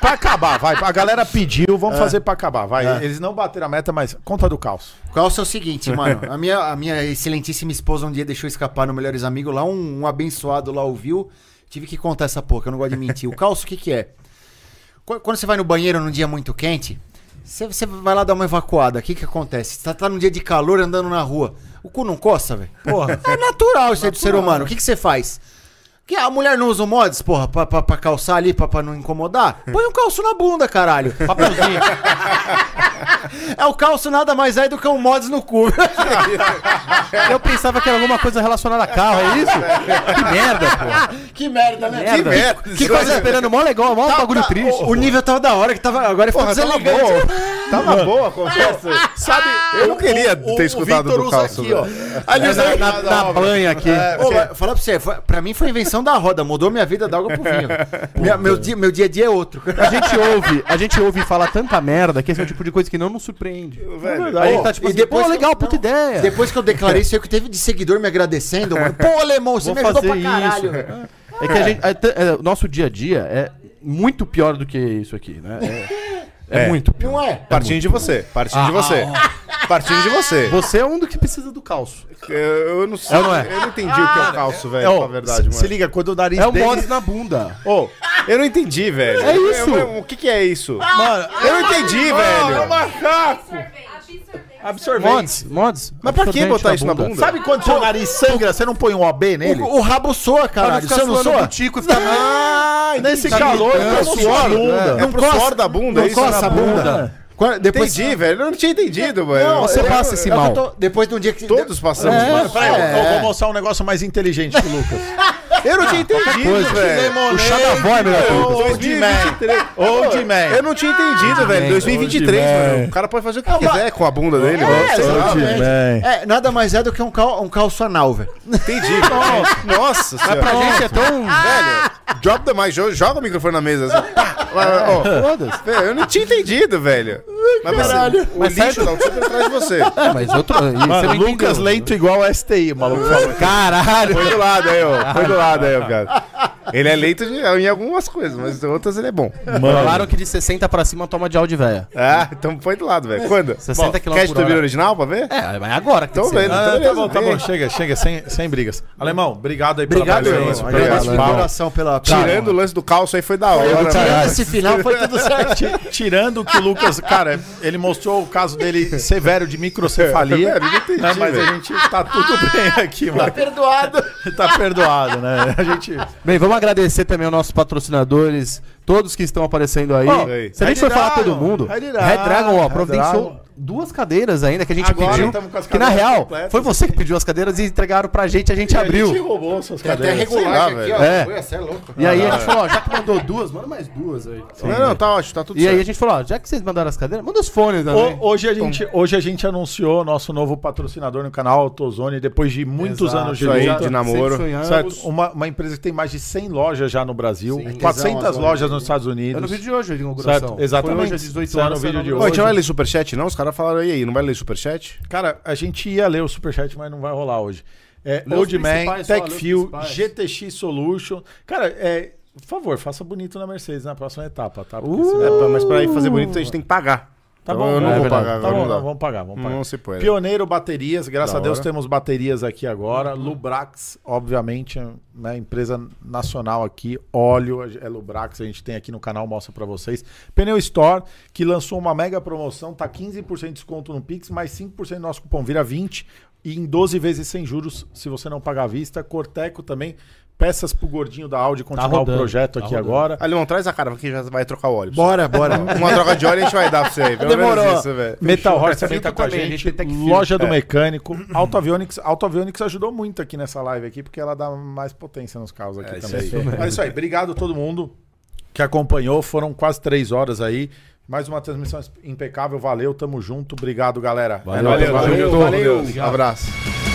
[SPEAKER 1] Pra acabar, vai. A galera pediu, vamos
[SPEAKER 2] É.
[SPEAKER 1] fazer pra acabar, vai. Eles não bateram a meta, mas conta do caos.
[SPEAKER 4] Calça é o seguinte, mano. A minha, a minha excelentíssima esposa um dia deixou escapar no Melhores Amigos. Lá um, um abençoado lá ouviu. Tive que contar essa porca, eu não gosto de mentir. O calço, o que que é? Qu- Quando você vai no banheiro num dia muito quente, você, você vai lá dar uma evacuada. O que que acontece? Você tá, tá num dia de calor andando na rua. O cu não coça, velho? Porra. É natural isso aí do ser humano. O que que você faz? Que a mulher não usa o mods, porra, pra, pra, pra calçar ali, pra, pra não incomodar? Põe um calço na bunda, caralho.
[SPEAKER 5] Papelzinho.
[SPEAKER 4] É o calço nada mais é do que um mods no cu.
[SPEAKER 5] Eu pensava que era alguma coisa relacionada a carro, é isso? que merda, pô.
[SPEAKER 4] que merda, né?
[SPEAKER 5] Merda.
[SPEAKER 2] merda.
[SPEAKER 5] Que coisa esperando mó legal, mó
[SPEAKER 4] Tá,
[SPEAKER 5] bagulho
[SPEAKER 4] tá,
[SPEAKER 5] triste.
[SPEAKER 4] O, o nível tava da hora, que tava, agora ficou
[SPEAKER 2] Porra, tava boa.
[SPEAKER 4] deselegante.
[SPEAKER 1] É
[SPEAKER 2] Tava boa, confesso.
[SPEAKER 1] Sabe,
[SPEAKER 2] É. Eu não queria ter escutado do calço.
[SPEAKER 1] aqui, ó.
[SPEAKER 2] velho.
[SPEAKER 4] Ali
[SPEAKER 5] É
[SPEAKER 4] os
[SPEAKER 5] na,
[SPEAKER 4] dois-
[SPEAKER 5] na, na banha aqui.
[SPEAKER 4] Ô, mas falar pra você, foi, pra mim foi invenção da roda, mudou minha vida da água pro vinho. Minha- meu, dia, meu dia a dia é outro.
[SPEAKER 5] A gente ouve, a gente ouve falar tanta merda que esse é o tipo de coisa que não nos surpreende.
[SPEAKER 1] É
[SPEAKER 2] Velho,
[SPEAKER 5] A gente
[SPEAKER 4] Pô,
[SPEAKER 5] tá tipo
[SPEAKER 4] e
[SPEAKER 5] assim,
[SPEAKER 4] depois
[SPEAKER 5] pô,
[SPEAKER 4] que eu-
[SPEAKER 5] legal, puta
[SPEAKER 4] não,
[SPEAKER 5] ideia.
[SPEAKER 4] Depois que eu declarei isso aí, que teve de seguidor me agradecendo, mano. Pô, alemão, você
[SPEAKER 5] Vou
[SPEAKER 4] me ajudou
[SPEAKER 5] fazer
[SPEAKER 4] pra caralho.
[SPEAKER 5] isso.
[SPEAKER 4] velho.
[SPEAKER 5] É que a gente. é t- é, o nosso dia a dia é muito pior do que isso aqui, né? É, é
[SPEAKER 2] É.
[SPEAKER 5] muito pior.
[SPEAKER 4] Não é?
[SPEAKER 2] Partindo de você, partindo de você. Partindo de você.
[SPEAKER 5] Você é um do que precisa do calço.
[SPEAKER 2] Eu, eu não sei.
[SPEAKER 5] É ou não é?
[SPEAKER 2] Eu não entendi o que é o calço, velho, pra verdade, mano.
[SPEAKER 1] Se liga, quando o nariz
[SPEAKER 5] É o
[SPEAKER 4] um
[SPEAKER 1] dele-
[SPEAKER 5] mods na bunda.
[SPEAKER 2] Ô, eu não entendi, velho.
[SPEAKER 5] É isso.
[SPEAKER 2] Eu- eu- o que, que é isso? eu não entendi,
[SPEAKER 1] é
[SPEAKER 2] velho.
[SPEAKER 7] Absorvente.
[SPEAKER 5] Mods, mods.
[SPEAKER 2] Mas pra que
[SPEAKER 5] Absorvente
[SPEAKER 2] botar isso na bunda?
[SPEAKER 1] Sabe quando seu nariz sangra, você não põe um OB nele?
[SPEAKER 4] O, o rabo soa,
[SPEAKER 5] Pra não
[SPEAKER 4] caralho.
[SPEAKER 5] ficar
[SPEAKER 4] Você não
[SPEAKER 5] suando
[SPEAKER 4] soa?
[SPEAKER 5] butico e ficar...
[SPEAKER 2] Ah,
[SPEAKER 1] Nesse
[SPEAKER 2] entendi.
[SPEAKER 1] calor,
[SPEAKER 2] é pro
[SPEAKER 1] tá
[SPEAKER 2] suor,
[SPEAKER 1] suando,
[SPEAKER 2] bunda.
[SPEAKER 1] né?
[SPEAKER 2] É pro suor da bunda, é
[SPEAKER 4] Não
[SPEAKER 2] isso?
[SPEAKER 4] coça a
[SPEAKER 2] na
[SPEAKER 4] bunda. Quando- Depois,
[SPEAKER 2] Entendi, velho. Eu não tinha entendido, mano.
[SPEAKER 5] você
[SPEAKER 2] Eu-
[SPEAKER 5] passa esse
[SPEAKER 4] é o que eu
[SPEAKER 5] mal.
[SPEAKER 4] tô- depois de um dia que...
[SPEAKER 2] Todos passamos,
[SPEAKER 5] É.
[SPEAKER 2] mano.
[SPEAKER 1] Peraí, eu- eu vou mostrar um negócio mais inteligente pro Lucas.
[SPEAKER 2] Eu não tinha entendido,
[SPEAKER 5] coisa.
[SPEAKER 2] velho.
[SPEAKER 5] O chá da avó é melhor
[SPEAKER 2] Ô,
[SPEAKER 5] coisa.
[SPEAKER 2] 2023.
[SPEAKER 1] Old man.
[SPEAKER 2] Eu não tinha entendido, velho. 2023, mano. O cara pode fazer o que quiser com a bunda dele. mano. Sei lá, velho.
[SPEAKER 4] exatamente. É, nada mais é do que um, cal, um calço anal, velho.
[SPEAKER 2] Entendi. Nossa senhora.
[SPEAKER 5] Pra gente é tão...
[SPEAKER 2] Velho, drop the mic, jo- joga o microfone na mesa. assim. Mas, ó,
[SPEAKER 5] É, Foda-se.
[SPEAKER 2] velho, eu não tinha entendido, velho. Mas caralho. o lixo da altura atrás de você.
[SPEAKER 5] É, mas outro... e você não
[SPEAKER 1] Mano,
[SPEAKER 5] entendeu. É.
[SPEAKER 1] Lucas lento igual STI, maluco.
[SPEAKER 5] Caralho. Ah.
[SPEAKER 2] Foi do lado aí, ó. Foi do lado aí, ó, cara. Ele é lento de- em algumas coisas, mas em outras ele é bom.
[SPEAKER 5] Falaram que de 60 pra cima toma de áudio velha.
[SPEAKER 2] Ah, então põe do lado, velho. Quando?
[SPEAKER 5] 60
[SPEAKER 2] Bom,
[SPEAKER 5] km
[SPEAKER 2] Quer de
[SPEAKER 5] por
[SPEAKER 2] turbina
[SPEAKER 5] hora.
[SPEAKER 2] original pra ver?
[SPEAKER 5] É, mas agora que tem
[SPEAKER 2] Tô
[SPEAKER 5] que ser,
[SPEAKER 2] vendo,
[SPEAKER 5] né?
[SPEAKER 2] tô
[SPEAKER 1] Ah, tá
[SPEAKER 2] beleza,
[SPEAKER 1] bom, tá
[SPEAKER 2] vem.
[SPEAKER 1] bom, chega, chega, sem, sem brigas. Alemão, obrigado aí
[SPEAKER 5] Obrigado,
[SPEAKER 1] pela
[SPEAKER 5] irmão.
[SPEAKER 1] presença, pelo
[SPEAKER 2] Obrigado,
[SPEAKER 4] Agradeço de
[SPEAKER 1] bate-papo.
[SPEAKER 4] coração pela...
[SPEAKER 2] Tirando o lance do calço aí foi da hora. né?
[SPEAKER 4] Tirando esse final foi tudo certo.
[SPEAKER 1] Tirando que o Lucas, cara, ele mostrou o caso dele severo de microcefalia.
[SPEAKER 2] Velho, É, eu não entendi,
[SPEAKER 1] né, mas
[SPEAKER 2] velho.
[SPEAKER 1] a gente tá tudo bem aqui, mano.
[SPEAKER 4] Ah, Perdoado.
[SPEAKER 1] Tá perdoado, né? A gente.
[SPEAKER 5] Bem, vamos agradecer também aos nossos patrocinadores, todos que estão aparecendo aí.
[SPEAKER 2] Ó,
[SPEAKER 5] Se a gente
[SPEAKER 1] Red
[SPEAKER 5] for falar
[SPEAKER 1] Dragon,
[SPEAKER 5] todo mundo,
[SPEAKER 1] Red
[SPEAKER 5] Red
[SPEAKER 1] Dragon,
[SPEAKER 5] Dragon, ó,
[SPEAKER 1] Red
[SPEAKER 5] providenciou
[SPEAKER 1] Dragon.
[SPEAKER 5] duas cadeiras ainda que a gente
[SPEAKER 1] Agora
[SPEAKER 5] pediu.
[SPEAKER 1] tamo com as
[SPEAKER 5] Que na
[SPEAKER 1] cadeiras
[SPEAKER 5] real,
[SPEAKER 1] completas
[SPEAKER 5] foi você que pediu as cadeiras e entregaram pra gente, a gente
[SPEAKER 1] A gente
[SPEAKER 5] abriu.
[SPEAKER 1] roubou suas
[SPEAKER 4] Tem até
[SPEAKER 1] cadeiras.
[SPEAKER 4] regulagem aqui, ó.
[SPEAKER 5] É.
[SPEAKER 4] Ué, cê é louco.
[SPEAKER 5] E aí a gente falou, ó, já que mandou duas, manda mais duas aí.
[SPEAKER 2] Não, não, tá ótimo, tá tudo
[SPEAKER 5] E aí a
[SPEAKER 2] certo.
[SPEAKER 5] gente falou, ó, já que vocês mandaram as cadeiras, manda os fones também.
[SPEAKER 1] Ho- Hoje a, gente, hoje a gente anunciou nosso novo patrocinador no canal, Autozone, depois de muitos
[SPEAKER 5] Exato,
[SPEAKER 1] anos de
[SPEAKER 2] Isso aí,
[SPEAKER 1] luta.
[SPEAKER 2] de namoro.
[SPEAKER 5] Sempre sonhamos.
[SPEAKER 1] Certo? Uma, uma empresa que tem mais de 100 lojas já no Brasil,
[SPEAKER 5] Sim.
[SPEAKER 1] 400
[SPEAKER 4] Tesão,
[SPEAKER 1] lojas nos Estados
[SPEAKER 5] É no vídeo
[SPEAKER 1] Unidos.
[SPEAKER 5] de hoje a inauguração.
[SPEAKER 1] Certo,
[SPEAKER 5] Foi
[SPEAKER 1] exatamente.
[SPEAKER 5] hoje às 18
[SPEAKER 1] Saiu
[SPEAKER 5] horas.
[SPEAKER 1] no vídeo
[SPEAKER 5] saiu
[SPEAKER 1] de
[SPEAKER 5] no
[SPEAKER 2] Pô, a gente não vai
[SPEAKER 5] hoje.
[SPEAKER 2] ler superchat, não? Os caras falaram, e aí, não vai ler superchat?
[SPEAKER 1] Cara, a gente ia ler o superchat, mas não vai rolar hoje. É,
[SPEAKER 5] Lê os
[SPEAKER 1] Old Man,
[SPEAKER 5] principais só, lê os
[SPEAKER 1] TechFill,
[SPEAKER 5] principais.
[SPEAKER 1] GTX Solution. Cara, é, por favor, faça bonito na Mercedes na próxima etapa, tá? Porque
[SPEAKER 5] Uh!
[SPEAKER 1] senão-
[SPEAKER 2] É, pra- mas pra ir fazer bonito a gente tem que pagar.
[SPEAKER 1] Tá
[SPEAKER 2] Então
[SPEAKER 1] bom,
[SPEAKER 2] eu não
[SPEAKER 1] é
[SPEAKER 2] vou
[SPEAKER 1] verdade.
[SPEAKER 2] pagar
[SPEAKER 1] Tá
[SPEAKER 2] agora,
[SPEAKER 1] bom,
[SPEAKER 2] não dá.
[SPEAKER 1] não, vamos pagar, vamos pagar.
[SPEAKER 2] Não se pode.
[SPEAKER 1] Pioneiro Baterias, graças
[SPEAKER 2] Da
[SPEAKER 1] a Deus
[SPEAKER 2] hora. Uhum.
[SPEAKER 1] temos baterias aqui agora. Lubrax, obviamente, né, empresa nacional aqui. Óleo é Lubrax, a gente tem aqui no canal, mostra pra vocês. Pneu Store, que lançou uma mega promoção, tá 15% de desconto no Pix, mais 5% no nosso cupom, vira 20. E em 12 vezes sem juros, se você não pagar à vista. Corteco também, peças pro gordinho da Audi continuar
[SPEAKER 5] rodando,
[SPEAKER 1] o projeto
[SPEAKER 5] tá
[SPEAKER 1] aqui
[SPEAKER 5] rodando.
[SPEAKER 1] agora.
[SPEAKER 2] Alemão, traz a cara, que já vai trocar o óleo.
[SPEAKER 4] Bora, bora.
[SPEAKER 2] Uma troca de óleo a gente vai dar pra você aí. Pelo
[SPEAKER 4] Demorou.
[SPEAKER 2] menos isso, velho.
[SPEAKER 1] Metal Horse
[SPEAKER 5] Fechou.
[SPEAKER 1] também tá
[SPEAKER 5] Filtro
[SPEAKER 1] com a
[SPEAKER 5] também, a
[SPEAKER 1] gente.
[SPEAKER 5] gente tem Tech Filtro.
[SPEAKER 1] Loja do Mecânico. Autoavionics. Autoavionics ajudou muito aqui nessa live aqui, porque ela dá mais potência nos carros aqui
[SPEAKER 2] É, isso
[SPEAKER 1] também.
[SPEAKER 2] aí.
[SPEAKER 1] Mas é isso aí. Obrigado a todo mundo que acompanhou. Foram quase três horas aí. Mais uma transmissão impecável. Valeu, tamo junto. Obrigado, galera.
[SPEAKER 5] Valeu,
[SPEAKER 1] nóis,
[SPEAKER 5] valeu.
[SPEAKER 2] Valeu, valeu. Abraço.